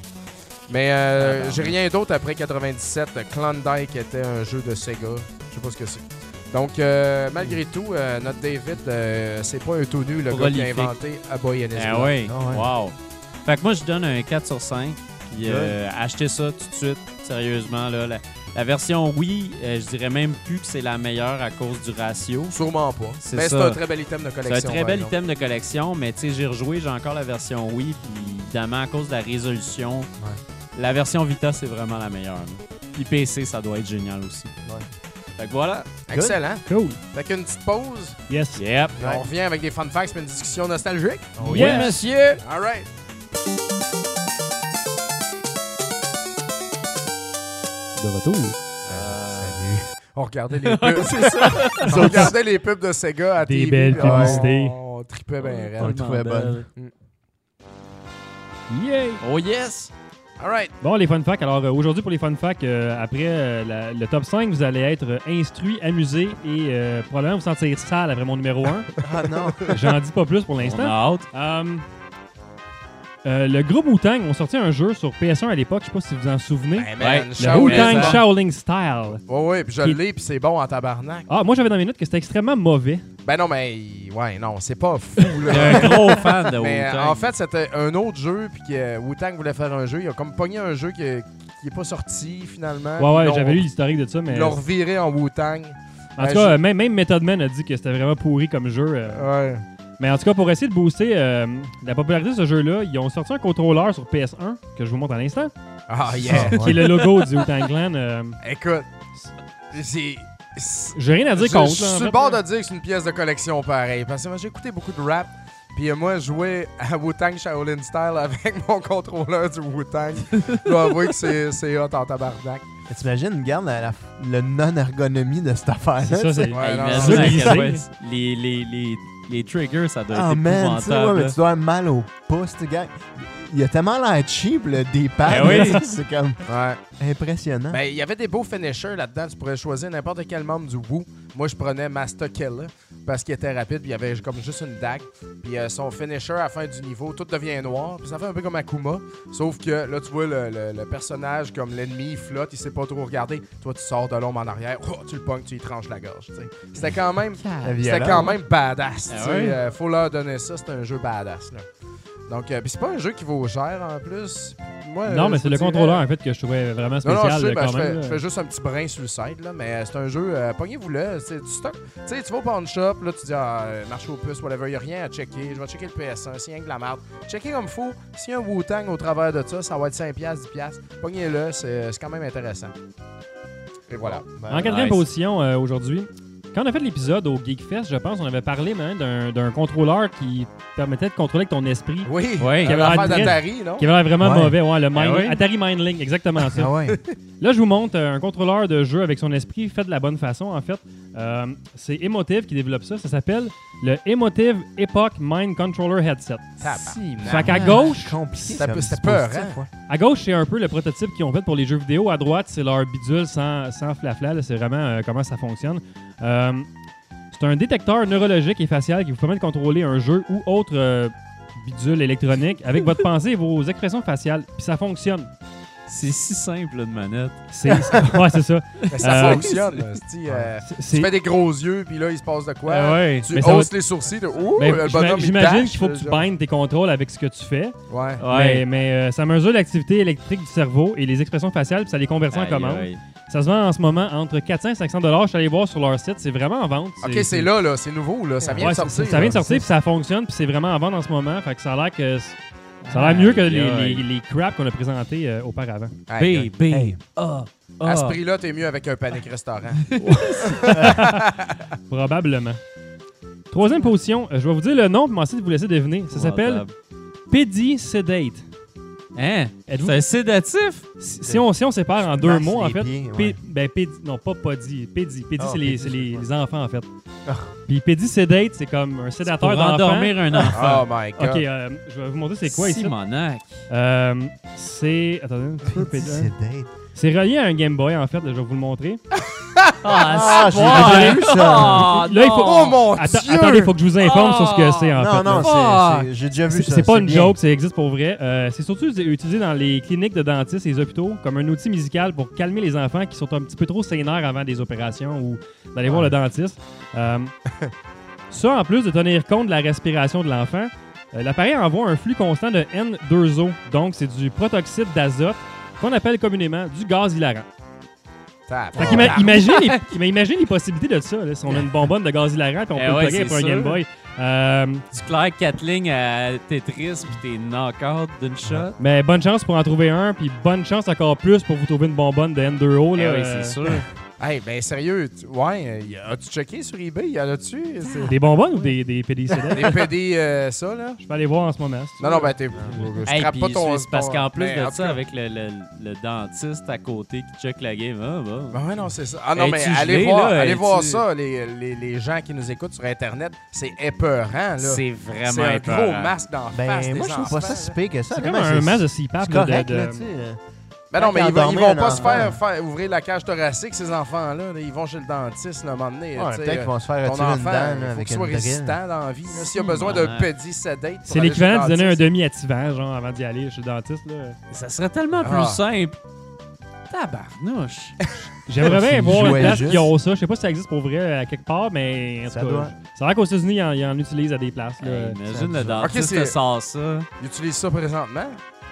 [SPEAKER 3] Mais euh,
[SPEAKER 2] Ah, ben.
[SPEAKER 3] j'ai rien d'autre après 97. euh, Klondike était un jeu de Sega. Je sais pas ce que c'est. Donc, euh, malgré
[SPEAKER 2] Hmm.
[SPEAKER 3] tout, euh, notre David, euh, c'est pas un tout nu, le
[SPEAKER 2] Prolifique.
[SPEAKER 3] gars qui a inventé A Boy and His
[SPEAKER 2] Ah
[SPEAKER 3] Blob.
[SPEAKER 2] ouais.
[SPEAKER 5] Ah ouais.
[SPEAKER 2] Wow. Fait que moi, je donne un 4 sur 5. Puis euh, achetez ça tout de suite, sérieusement. Là. La, la version Wii, euh, je dirais même plus que c'est la meilleure à cause du ratio.
[SPEAKER 3] Sûrement pas.
[SPEAKER 2] C'est
[SPEAKER 3] Mais c'est
[SPEAKER 2] ça.
[SPEAKER 3] un très bel item de
[SPEAKER 2] C'est un
[SPEAKER 3] collection.
[SPEAKER 2] très
[SPEAKER 3] par
[SPEAKER 2] bel
[SPEAKER 3] exemple.
[SPEAKER 2] item de collection, mais tu sais, j'ai rejoué, j'ai encore la version Wii, puis évidemment, à cause de la résolution, la version Vita, c'est vraiment la meilleure. là. Puis PC, ça doit être génial aussi.
[SPEAKER 5] Ouais.
[SPEAKER 2] Fait que voilà.
[SPEAKER 3] Excellent.
[SPEAKER 1] Cool.
[SPEAKER 3] Fait qu'une petite pause.
[SPEAKER 1] Yes.
[SPEAKER 2] Yep.
[SPEAKER 3] puis On revient avec des fun facts et une discussion nostalgique.
[SPEAKER 5] Oh,
[SPEAKER 1] Yes.
[SPEAKER 2] Oui, monsieur.
[SPEAKER 3] All right.
[SPEAKER 1] De retour.
[SPEAKER 3] Euh, On regardait les pubs. c'est ça. On regardait les pubs de Sega à
[SPEAKER 1] Des
[SPEAKER 3] TV,
[SPEAKER 1] belles
[SPEAKER 3] puis on-
[SPEAKER 1] publicités.
[SPEAKER 3] On, tripait bien raide.
[SPEAKER 5] On le trouvait
[SPEAKER 2] belle.
[SPEAKER 1] Yay!
[SPEAKER 2] Oh yes!
[SPEAKER 3] All right.
[SPEAKER 1] Bon, les fun facts. Alors, euh, aujourd'hui, pour les fun facts, euh, après euh, la- le top 5, vous allez être euh, instruits, amusés et euh, probablement vous sentir sale après mon numéro 1.
[SPEAKER 5] Ah non.
[SPEAKER 1] J'en dis pas plus pour
[SPEAKER 2] On a
[SPEAKER 1] l'instant.
[SPEAKER 2] hâte.
[SPEAKER 1] Euh, euh, le groupe Wu-Tang ont sorti un jeu sur PS1 à l'époque, je sais pas si vous vous en souvenez.
[SPEAKER 3] Ben,
[SPEAKER 2] Ouais.
[SPEAKER 3] man,
[SPEAKER 1] le
[SPEAKER 3] Shaolin
[SPEAKER 1] Wu-Tang
[SPEAKER 3] Zen.
[SPEAKER 1] Shaolin Style.
[SPEAKER 3] Ouais, ouais, puis je
[SPEAKER 1] Qui-
[SPEAKER 3] l'ai, puis c'est bon en tabarnak.
[SPEAKER 1] Ah, moi j'avais dans mes notes que c'était extrêmement mauvais.
[SPEAKER 3] Ben non, mais. Ouais, non, c'est pas fou,
[SPEAKER 2] Il est un
[SPEAKER 3] là.
[SPEAKER 2] gros fan de
[SPEAKER 3] mais
[SPEAKER 2] Wu-Tang.
[SPEAKER 3] en fait, c'était un autre jeu, puis que Wu-Tang voulait faire un jeu. Il a comme pogné un jeu qui, qui est pas sorti, finalement.
[SPEAKER 1] Ouais, ouais,
[SPEAKER 3] Ils l'ont-
[SPEAKER 1] j'avais lu l'historique de ça, mais.
[SPEAKER 3] Euh, Ils l'ont reviré en Wu-Tang.
[SPEAKER 1] En tout
[SPEAKER 3] Euh,
[SPEAKER 1] cas,
[SPEAKER 3] je-
[SPEAKER 1] euh, même, même Method Man a dit que c'était vraiment pourri comme jeu. euh.
[SPEAKER 2] Ah.
[SPEAKER 3] Ouais.
[SPEAKER 1] Mais en tout cas, pour essayer de booster euh, la popularité de ce jeu-là, ils ont sorti un contrôleur sur PS1 que je vous montre à l'instant,
[SPEAKER 3] Ah, yeah.
[SPEAKER 5] Oh,
[SPEAKER 1] qui est le logo du Wu-Tang Clan. euh,
[SPEAKER 3] Écoute, c'est. c'est-
[SPEAKER 1] J'ai rien à
[SPEAKER 3] Je
[SPEAKER 1] dire
[SPEAKER 3] je
[SPEAKER 1] contre.
[SPEAKER 3] suis
[SPEAKER 1] là, en
[SPEAKER 3] sur
[SPEAKER 1] fait,
[SPEAKER 3] le bord
[SPEAKER 1] là.
[SPEAKER 3] de dire que c'est une pièce de collection pareil. Parce que moi, j'ai écouté beaucoup de rap. Puis euh, moi, jouer à Wu-Tang Shaolin Style avec mon contrôleur du Wu-Tang, je dois avouer que c'est c'est hot en tabarnak.
[SPEAKER 5] Mais t'imagines, regarde la, la- le non-ergonomie de cette affaire-là.
[SPEAKER 1] C'est ça,
[SPEAKER 5] tu sais.
[SPEAKER 1] c'est.
[SPEAKER 3] Ouais, non,
[SPEAKER 2] Imagine
[SPEAKER 1] c'est
[SPEAKER 2] à quel
[SPEAKER 1] ça.
[SPEAKER 2] point les, les, les, les triggers, ça doit
[SPEAKER 5] Ah,
[SPEAKER 2] être
[SPEAKER 5] man, tu sais, ouais,
[SPEAKER 2] épouvantable.
[SPEAKER 5] mais tu dois avoir mal au pouce, tu sais, gars. Il a tellement l'air cheap, le départ.
[SPEAKER 1] Ben oui.
[SPEAKER 5] c'est comme
[SPEAKER 3] Ouais.
[SPEAKER 5] impressionnant.
[SPEAKER 3] Ben, il y avait des beaux finishers là-dedans. Tu pourrais choisir n'importe quel membre du Wu. Moi, je prenais Master Killer parce qu'il était rapide. Puis il y avait comme juste une dague. Puis euh, son finisher, à la fin du niveau, tout devient noir. Puis ça fait un peu comme Akuma. Sauf que là, tu vois le, le- le personnage, comme l'ennemi, il flotte, il sait pas trop regarder. Toi, tu sors de l'ombre en arrière. Oh, tu le pognes, tu y tranches la gorge. tu sais. C'était quand même.
[SPEAKER 5] La
[SPEAKER 3] C'était
[SPEAKER 5] violence.
[SPEAKER 3] quand même badass.
[SPEAKER 2] Ah
[SPEAKER 3] tu sais,
[SPEAKER 2] ouais?
[SPEAKER 3] euh, faut leur donner ça, c'est un jeu badass. Là. Donc, euh, puis c'est pas un jeu qui vaut cher en plus. Moi,
[SPEAKER 1] Non,
[SPEAKER 3] euh,
[SPEAKER 1] mais
[SPEAKER 3] je
[SPEAKER 1] c'est
[SPEAKER 3] vous
[SPEAKER 1] le
[SPEAKER 3] dirais-
[SPEAKER 1] contrôleur, en fait, que je trouvais vraiment
[SPEAKER 3] non,
[SPEAKER 1] spécial
[SPEAKER 3] non, je sais, ben,
[SPEAKER 1] quand
[SPEAKER 3] je,
[SPEAKER 1] même.
[SPEAKER 3] fais,
[SPEAKER 1] là.
[SPEAKER 3] je fais juste un petit brin sur le site, là, mais euh, c'est un jeu, euh, pognez-vous-le, c'est du stock. Tu sais, tu vas au pawn shop, là, tu dis, ah, euh, marché aux puces, whatever, il a rien à checker, je vais checker le PS1, c'est rien que de la merde. Checker comme fou, s'il y a un Wu-Tang au travers de ça, ça va être 5$, 10$, pognez-le, c'est c'est quand même intéressant. Et voilà.
[SPEAKER 5] Ben,
[SPEAKER 1] En quatrième
[SPEAKER 2] nice.
[SPEAKER 1] position euh, aujourd'hui, quand on a fait l'épisode au Geek Fest, je pense, on avait parlé man, d'un d'un contrôleur qui permettait de contrôler avec ton esprit,
[SPEAKER 3] Oui,
[SPEAKER 2] Ouais.
[SPEAKER 1] Qui avait
[SPEAKER 3] l'affaire
[SPEAKER 1] l'air
[SPEAKER 3] d'Atari, non?
[SPEAKER 1] qui avait l'air vraiment
[SPEAKER 5] Ouais.
[SPEAKER 1] mauvais. Ouais, le Mind-
[SPEAKER 2] Ah oui?
[SPEAKER 1] Atari Mindlink, exactement ça.
[SPEAKER 5] Ah ouais.
[SPEAKER 1] Là, je vous montre euh, un contrôleur de jeu avec son esprit fait de la bonne façon, en fait. Euh, c'est Emotive qui développe ça. Ça s'appelle le Emotive Epoch Mind Controller Headset.
[SPEAKER 3] Tabarnak.
[SPEAKER 2] Si, man.
[SPEAKER 3] Ah,
[SPEAKER 1] Fait qu'à gauche,
[SPEAKER 5] compliqué.
[SPEAKER 3] Ça
[SPEAKER 5] comme
[SPEAKER 3] peut- ça peut,
[SPEAKER 5] dispositif, ouais.
[SPEAKER 1] à gauche, c'est un peu le prototype qu'ils ont fait pour les jeux vidéo. À droite, c'est leur bidule sans, sans flafla. là. C'est vraiment euh, comment ça fonctionne. Euh, c'est un détecteur neurologique et facial qui vous permet de contrôler un jeu ou autre euh, bidule électronique avec votre pensée et vos expressions faciales. Puis ça fonctionne.
[SPEAKER 2] C'est si simple, là, de manette.
[SPEAKER 1] C'est, ouais, c'est ça.
[SPEAKER 3] Mais ça
[SPEAKER 1] Euh,
[SPEAKER 3] fonctionne, là, c'est-tu, euh,
[SPEAKER 1] C'est-
[SPEAKER 3] Tu
[SPEAKER 1] c'est-
[SPEAKER 3] fais des gros yeux, puis là, il se passe de quoi?
[SPEAKER 1] Euh, ouais.
[SPEAKER 3] Tu
[SPEAKER 1] Mais ça va-
[SPEAKER 3] hausses les sourcils de Ouh,
[SPEAKER 1] Ben,
[SPEAKER 3] le
[SPEAKER 1] j'ima-
[SPEAKER 3] bonhomme il
[SPEAKER 1] J'imagine
[SPEAKER 3] dash,
[SPEAKER 1] qu'il faut que tu
[SPEAKER 3] genre.
[SPEAKER 1] bindes tes contrôles avec ce que tu fais.
[SPEAKER 3] Ouais.
[SPEAKER 1] Mais, mais, euh, ça mesure l'activité électrique du cerveau et les expressions faciales, puis ça les convertit en
[SPEAKER 2] Aïe,
[SPEAKER 1] commandes.
[SPEAKER 2] aïe.
[SPEAKER 1] Ça se vend en ce moment entre 400 et 500 dollars. Je suis allé voir sur leur site, c'est vraiment en vente.
[SPEAKER 3] Ok, c'est là, là, c'est nouveau, là. Ça vient
[SPEAKER 1] Ouais,
[SPEAKER 3] de sortir.
[SPEAKER 1] c'est- Ça vient de
[SPEAKER 3] là.
[SPEAKER 1] sortir, puis ça fonctionne, puis c'est vraiment en vente en ce moment. Fait que ça a l'air que c- ça a l'air mieux que
[SPEAKER 2] Aïe,
[SPEAKER 1] les,
[SPEAKER 2] aïe.
[SPEAKER 1] les, les crap qu'on a présentés euh, auparavant.
[SPEAKER 3] Aïe, aïe.
[SPEAKER 2] B, B,
[SPEAKER 5] Hey.
[SPEAKER 2] A,
[SPEAKER 3] À
[SPEAKER 1] Ah.
[SPEAKER 3] ce
[SPEAKER 2] A.
[SPEAKER 3] prix-là, t'es mieux avec un panique restaurant.
[SPEAKER 1] Probablement. Troisième position, euh, je vais vous dire le nom, puis moi aussi de vous laisser deviner. Ça s'appelle PD Sedate.
[SPEAKER 2] Hein?
[SPEAKER 1] Êtes-vous-
[SPEAKER 2] C'est un sédatif?
[SPEAKER 1] Si si on, si on sépare en deux
[SPEAKER 5] Masse
[SPEAKER 1] mots, en
[SPEAKER 5] les
[SPEAKER 1] fait,
[SPEAKER 5] pieds,
[SPEAKER 1] Pé-
[SPEAKER 5] ouais.
[SPEAKER 1] ben, pédi, non, pas podi. Pédi. Pédi,
[SPEAKER 5] Ah,
[SPEAKER 1] c'est, les,
[SPEAKER 5] pédi,
[SPEAKER 1] c'est les,
[SPEAKER 5] ouais.
[SPEAKER 1] les enfants, en fait.
[SPEAKER 5] Ah.
[SPEAKER 1] Puis pédi sédate, c'est comme un sédateur
[SPEAKER 2] Pour
[SPEAKER 1] d'enfant.
[SPEAKER 2] endormir un enfant.
[SPEAKER 3] oh my god.
[SPEAKER 5] Ah.
[SPEAKER 1] Ok, euh, je vais vous montrer c'est quoi ici.
[SPEAKER 2] Simonac.
[SPEAKER 1] Euh, c'est. Attendez, un petit peu, pédi-
[SPEAKER 5] C'est date.
[SPEAKER 1] C'est relié à un Game Boy, en fait, là, je vais vous le montrer.
[SPEAKER 5] Ah,
[SPEAKER 2] c'est
[SPEAKER 5] j'ai
[SPEAKER 2] bon.
[SPEAKER 5] déjà vu ça.
[SPEAKER 2] Ah,
[SPEAKER 1] Là, il faut-
[SPEAKER 2] non.
[SPEAKER 3] Oh mon
[SPEAKER 1] Atta-
[SPEAKER 3] dieu!
[SPEAKER 1] attendez, il faut que je vous informe
[SPEAKER 2] Ah.
[SPEAKER 1] sur ce que c'est, en
[SPEAKER 5] Non,
[SPEAKER 1] fait.
[SPEAKER 5] non,
[SPEAKER 1] là.
[SPEAKER 5] c'est- c'est- j'ai déjà vu
[SPEAKER 1] c'est,
[SPEAKER 5] ça.
[SPEAKER 1] c'est pas une
[SPEAKER 5] bien.
[SPEAKER 1] joke, ça existe pour vrai. Euh, c'est surtout us- utilisé dans les cliniques de dentistes et les hôpitaux comme un outil musical pour calmer les enfants qui sont un petit peu trop sénères avant des opérations ou d'aller voir le dentiste. Euh, ça, en plus de tenir compte de la respiration de l'enfant, euh, l'appareil envoie un flux constant de N2O. Donc, c'est du protoxyde d'azote qu'on appelle communément du gaz hilarant.
[SPEAKER 3] Tabarnak.
[SPEAKER 1] Fait qu'ima- imagine, les, mais imagine les possibilités de ça. là, si on a une bonbonne de gaz hilarant et on
[SPEAKER 2] Eh
[SPEAKER 1] peut le
[SPEAKER 2] ouais,
[SPEAKER 1] plugger
[SPEAKER 2] c'est
[SPEAKER 1] pour un
[SPEAKER 2] sûr.
[SPEAKER 1] Game Boy. Euh,
[SPEAKER 2] Tu claires 4 lignes à Tetris puis t'es knock-out d'une shot.
[SPEAKER 1] Mais bonne chance pour en trouver un, puis bonne chance encore plus pour vous trouver une bonbonne de N2O.
[SPEAKER 2] Eh
[SPEAKER 1] Là,
[SPEAKER 2] oui,
[SPEAKER 1] euh,
[SPEAKER 2] c'est sûr.
[SPEAKER 3] Hey, ben sérieux, tu- ouais, euh, y- as-tu checké sur eBay? Y en a-tu? C'est-
[SPEAKER 1] Des bonbonnes ou des, des PDC
[SPEAKER 3] Des PD, euh, ça, là?
[SPEAKER 1] Je vais aller voir en ce moment. si tu
[SPEAKER 3] Non,
[SPEAKER 1] veux.
[SPEAKER 3] non, ben t'es. Je
[SPEAKER 2] Hey,
[SPEAKER 3] crappe
[SPEAKER 2] puis
[SPEAKER 3] pas ton.
[SPEAKER 2] c'est parce
[SPEAKER 3] ton-
[SPEAKER 2] qu'en plus
[SPEAKER 3] Ben, en
[SPEAKER 2] de
[SPEAKER 3] tout
[SPEAKER 2] ça,
[SPEAKER 3] cas-
[SPEAKER 2] avec le, le, le dentiste à côté qui check la game, ah, bah.
[SPEAKER 3] Ben ouais, non, c'est ça. Ah non,
[SPEAKER 2] Es-tu
[SPEAKER 3] mais allez
[SPEAKER 2] gelé,
[SPEAKER 3] voir,
[SPEAKER 2] là?
[SPEAKER 3] allez
[SPEAKER 2] Es-tu-
[SPEAKER 3] voir ça, les, les, les gens qui nous écoutent sur Internet. C'est épeurant, là.
[SPEAKER 2] c'est
[SPEAKER 3] C'est
[SPEAKER 2] vraiment
[SPEAKER 3] un gros
[SPEAKER 2] épeurant.
[SPEAKER 3] masque d'en face. des
[SPEAKER 5] Ben, moi, je trouve pas ça
[SPEAKER 3] enfants,
[SPEAKER 5] si
[SPEAKER 3] là.
[SPEAKER 5] pire que ça.
[SPEAKER 1] C'est comme
[SPEAKER 5] Comment
[SPEAKER 1] un masque de CPAP.
[SPEAKER 5] C'est
[SPEAKER 1] là, de-
[SPEAKER 5] correct,
[SPEAKER 1] de-
[SPEAKER 5] là, tu sais.
[SPEAKER 3] Ben non,
[SPEAKER 5] Quand
[SPEAKER 3] mais
[SPEAKER 5] ils
[SPEAKER 3] ils, vont- ils
[SPEAKER 5] endormaient
[SPEAKER 3] vont
[SPEAKER 5] un
[SPEAKER 3] pas se
[SPEAKER 5] enfant.
[SPEAKER 3] faire, faire ouvrir la cage thoracique, ces enfants-là. là. Ils vont chez le dentiste, là, à un moment donné.
[SPEAKER 5] Ouais,
[SPEAKER 3] tu sais,
[SPEAKER 5] Peut-être
[SPEAKER 3] euh,
[SPEAKER 5] qu'ils vont se
[SPEAKER 3] ton
[SPEAKER 5] faire retirer une
[SPEAKER 3] enfant,
[SPEAKER 5] dent
[SPEAKER 3] il
[SPEAKER 5] là,
[SPEAKER 3] faut
[SPEAKER 5] avec
[SPEAKER 3] qu'il
[SPEAKER 5] une
[SPEAKER 3] soit
[SPEAKER 5] brille.
[SPEAKER 3] résistant dans la vie. là. S'il a besoin d'un
[SPEAKER 2] malade.
[SPEAKER 3] petit sedate. pour
[SPEAKER 1] C'est
[SPEAKER 3] aller
[SPEAKER 1] l'équivalent
[SPEAKER 3] chez
[SPEAKER 1] de
[SPEAKER 3] le
[SPEAKER 1] donner un
[SPEAKER 3] dentiste.
[SPEAKER 1] demi-attivant, genre, avant d'y aller chez le dentiste. là.
[SPEAKER 2] Ça serait tellement plus
[SPEAKER 3] Ah.
[SPEAKER 2] simple. Tabarnouche.
[SPEAKER 1] J'aimerais
[SPEAKER 5] C'est
[SPEAKER 1] bien
[SPEAKER 5] une
[SPEAKER 1] voir une
[SPEAKER 5] jouet
[SPEAKER 1] place
[SPEAKER 5] juste.
[SPEAKER 1] qui ont ça. Je sais pas si ça existe pour vrai à quelque part, mais en tout
[SPEAKER 5] Ça
[SPEAKER 1] cas,
[SPEAKER 5] doit.
[SPEAKER 1] ça a l'air qu'aux États-Unis, ils en, ils en utilisent à des places. là.
[SPEAKER 2] Hey,
[SPEAKER 5] ça
[SPEAKER 2] imagine
[SPEAKER 5] me
[SPEAKER 2] le
[SPEAKER 5] dit-
[SPEAKER 2] dentiste
[SPEAKER 3] Ok,
[SPEAKER 2] te
[SPEAKER 3] c'est-
[SPEAKER 2] sort ça.
[SPEAKER 3] Il utilise ça présentement?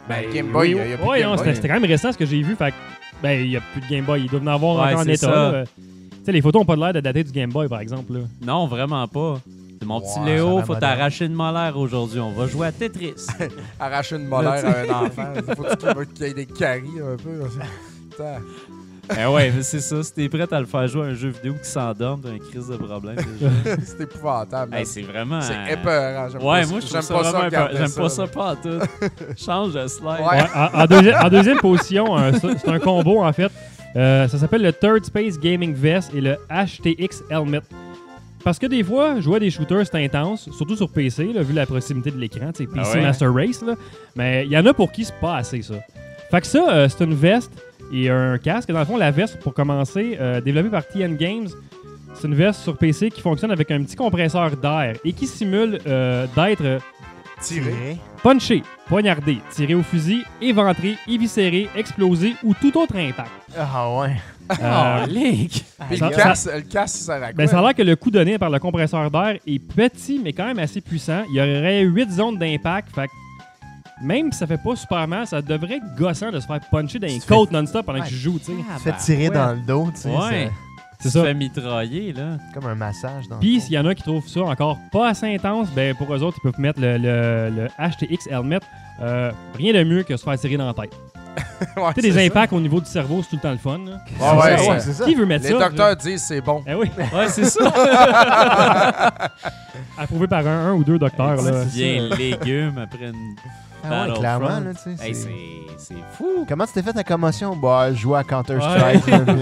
[SPEAKER 3] Ben,
[SPEAKER 2] Ben,
[SPEAKER 3] Game Boy,
[SPEAKER 1] Oui,
[SPEAKER 3] il y a plus
[SPEAKER 1] ouais,
[SPEAKER 3] de Game
[SPEAKER 1] non, c'était
[SPEAKER 3] Boy.
[SPEAKER 1] c'était quand même récent ce que j'ai vu. Fait que, ben, il y a plus de Game Boy. Ils doivent en avoir
[SPEAKER 2] Ouais,
[SPEAKER 1] encore en
[SPEAKER 2] c'est
[SPEAKER 1] état.
[SPEAKER 2] ça.
[SPEAKER 1] là. Euh, Tu sais, les photos ont pas l'air de dater du Game Boy, par exemple. là.
[SPEAKER 2] Non, vraiment pas. C'est Mon petit
[SPEAKER 3] Wow,
[SPEAKER 5] ça
[SPEAKER 2] Léo,
[SPEAKER 5] va
[SPEAKER 2] faut
[SPEAKER 3] hein.
[SPEAKER 5] moderne.
[SPEAKER 2] t'arracher une molaire aujourd'hui. On va jouer à Tetris.
[SPEAKER 3] Arracher une molaire à un enfant. Faut qu'il y ait des caries un peu. Putain.
[SPEAKER 2] eh ouais, mais c'est ça. Si t'es prêt à le faire jouer à un jeu vidéo qui s'endorme, t'as un crise de problème déjà.
[SPEAKER 3] C'est épouvantable.
[SPEAKER 2] Hey, c'est vraiment.
[SPEAKER 3] C'est épeurant. J'aime
[SPEAKER 2] Ouais,
[SPEAKER 3] pas
[SPEAKER 2] moi je
[SPEAKER 3] ça-
[SPEAKER 2] trouve ça vraiment
[SPEAKER 3] j'aime pas ça.
[SPEAKER 2] épeurant.
[SPEAKER 3] regarder
[SPEAKER 2] J'aime pas ça
[SPEAKER 3] là.
[SPEAKER 2] pas en tout. Change de slide.
[SPEAKER 3] Ouais.
[SPEAKER 1] euh, Ouais, en, en deuxi- en deuxième position, un- c'est un combo en fait. Euh, ça s'appelle le Third Space Gaming Vest et le HTX Helmet. Parce que des fois, jouer à des shooters, c'est intense, surtout sur PC, là, vu la proximité de l'écran, tu sais, PC
[SPEAKER 4] Ah ouais?
[SPEAKER 1] Master Race. là. Mais il y en a pour qui c'est pas assez, ça. Fait que ça, euh, c'est une veste et un casque. Dans le fond, la veste, pour commencer, euh, développée par TN Games, c'est une veste sur PC qui fonctionne avec un petit compresseur d'air et qui simule euh, d'être euh,
[SPEAKER 3] Tiré.
[SPEAKER 1] punché, poignardé, tiré au fusil, éventré, éviscéré, explosé ou tout autre impact.
[SPEAKER 5] Ah ouais.
[SPEAKER 1] Euh,
[SPEAKER 2] Link!
[SPEAKER 3] Puis
[SPEAKER 1] Ça-
[SPEAKER 3] le casse, le casse, ça sert à quoi?
[SPEAKER 1] Ben, ça a l'air que le coup donné par le compresseur d'air est petit, mais quand même assez puissant. Il y aurait 8 zones d'impact. Fait que même si ça fait pas super mal, ça devrait être gossant de se faire puncher dans les
[SPEAKER 5] Tu fais-
[SPEAKER 1] côtes non-stop pendant que
[SPEAKER 5] Ouais.
[SPEAKER 1] tu joues, tu sais.
[SPEAKER 2] Ah.
[SPEAKER 5] Tu te fais tirer dans le dos, tu sais.
[SPEAKER 2] bah Ouais. Tu
[SPEAKER 1] C'est ça.
[SPEAKER 2] te fais mitrailler, là.
[SPEAKER 5] C'est comme un massage dans
[SPEAKER 1] Puis
[SPEAKER 5] le
[SPEAKER 1] s'il y en a qui trouvent ça encore pas assez intense, ben pour eux autres, ils peuvent mettre le, le- le HTX Helmet. Euh, rien de mieux que se faire tirer dans la tête.
[SPEAKER 3] Ouais,
[SPEAKER 1] Tu sais,
[SPEAKER 3] c'est
[SPEAKER 1] des
[SPEAKER 3] ça.
[SPEAKER 1] impacts au niveau du cerveau, c'est tout le temps le fun. là.
[SPEAKER 3] Ah ouais,
[SPEAKER 5] C'est
[SPEAKER 3] ouais.
[SPEAKER 5] ça, c'est ça.
[SPEAKER 1] Qui veut mettre
[SPEAKER 3] Les
[SPEAKER 1] ça?
[SPEAKER 3] docteurs disent c'est bon.
[SPEAKER 1] Eh oui,
[SPEAKER 2] Ouais, c'est ça.
[SPEAKER 1] approuvé par un, un ou deux docteurs. là.
[SPEAKER 5] c'est
[SPEAKER 2] Bien
[SPEAKER 5] ça.
[SPEAKER 2] légumes après une.
[SPEAKER 5] Ah ouais,
[SPEAKER 2] Battlefront.
[SPEAKER 5] clairement, là, tu sais.
[SPEAKER 2] Hey,
[SPEAKER 5] c'est-
[SPEAKER 2] c'est c'est fou.
[SPEAKER 5] Comment tu t'es fait ta commotion? Bah, je jouais à Counter-Strike. là, puis-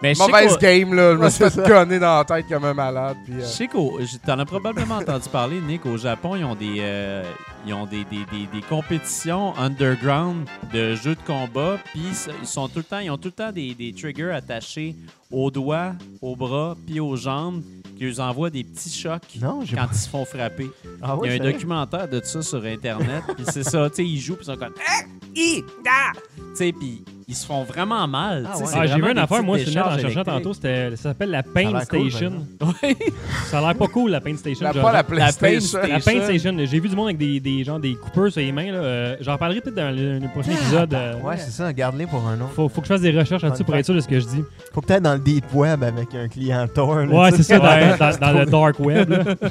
[SPEAKER 2] Mais je sais
[SPEAKER 3] Mauvaise
[SPEAKER 2] qu'au-
[SPEAKER 3] game, là. Je me
[SPEAKER 5] Ouais,
[SPEAKER 3] suis
[SPEAKER 5] c'est
[SPEAKER 3] fait gonner dans la tête comme un malade. Puis,
[SPEAKER 2] Je
[SPEAKER 3] euh,
[SPEAKER 2] sais qu'au. je- T'en as probablement entendu parler, Nick. Au Japon, ils ont des. euh, ils ont des, des, des, des compétitions underground de jeux de combat. Puis s- ils sont tout le temps. Ils ont tout le temps des, des triggers attachés aux doigts, aux bras, puis aux jambes. Qui leur envoient des petits chocs
[SPEAKER 5] Non, j'ai
[SPEAKER 2] quand
[SPEAKER 5] pas...
[SPEAKER 2] ils se font frapper.
[SPEAKER 5] Ah
[SPEAKER 2] Il y
[SPEAKER 5] ouais,
[SPEAKER 2] a un
[SPEAKER 5] sérieux?
[SPEAKER 2] documentaire de ça sur Internet. puis c'est ça, tu sais, ils jouent, puis ils sont comme. Ah! Hi! Da! Tu sais, puis ils se font vraiment mal.
[SPEAKER 5] Ah
[SPEAKER 2] tu sais,
[SPEAKER 5] ouais.
[SPEAKER 2] c'est
[SPEAKER 1] Ah, j'ai
[SPEAKER 2] vraiment
[SPEAKER 1] vu une
[SPEAKER 2] des
[SPEAKER 1] affaire,
[SPEAKER 2] petites
[SPEAKER 1] moi, sur le net, en
[SPEAKER 2] décharges
[SPEAKER 1] cherchant
[SPEAKER 2] électriques.
[SPEAKER 1] tantôt. c'était- Ça s'appelle la
[SPEAKER 5] Ça a
[SPEAKER 1] Pain
[SPEAKER 5] l'air cool,
[SPEAKER 1] Station.
[SPEAKER 5] par
[SPEAKER 2] Ouais.
[SPEAKER 1] ça a l'air pas cool, la Pain Station.
[SPEAKER 3] la-
[SPEAKER 1] genre.
[SPEAKER 3] pas la
[SPEAKER 2] La
[SPEAKER 3] PlayStation.
[SPEAKER 2] PlayStation.
[SPEAKER 1] La Pain Station. J'ai vu du monde avec des, des, genre, des coupeurs sur les mains. là. Euh, J'en parlerai peut-être dans le, le prochain
[SPEAKER 2] Ah, bah,
[SPEAKER 1] épisode. euh,
[SPEAKER 5] Ouais, c'est ça. Garde-les pour un autre.
[SPEAKER 1] faut, faut que je fasse des recherches là-dessus
[SPEAKER 5] Fun
[SPEAKER 1] pour être sûr de ce que je dis.
[SPEAKER 5] Faut peut-être dans le deep web avec un client Tor. là,
[SPEAKER 1] Ouais,
[SPEAKER 5] tu
[SPEAKER 1] c'est
[SPEAKER 5] sais,
[SPEAKER 1] ça, dans,
[SPEAKER 5] dans-
[SPEAKER 1] dans- dans le dark web. là.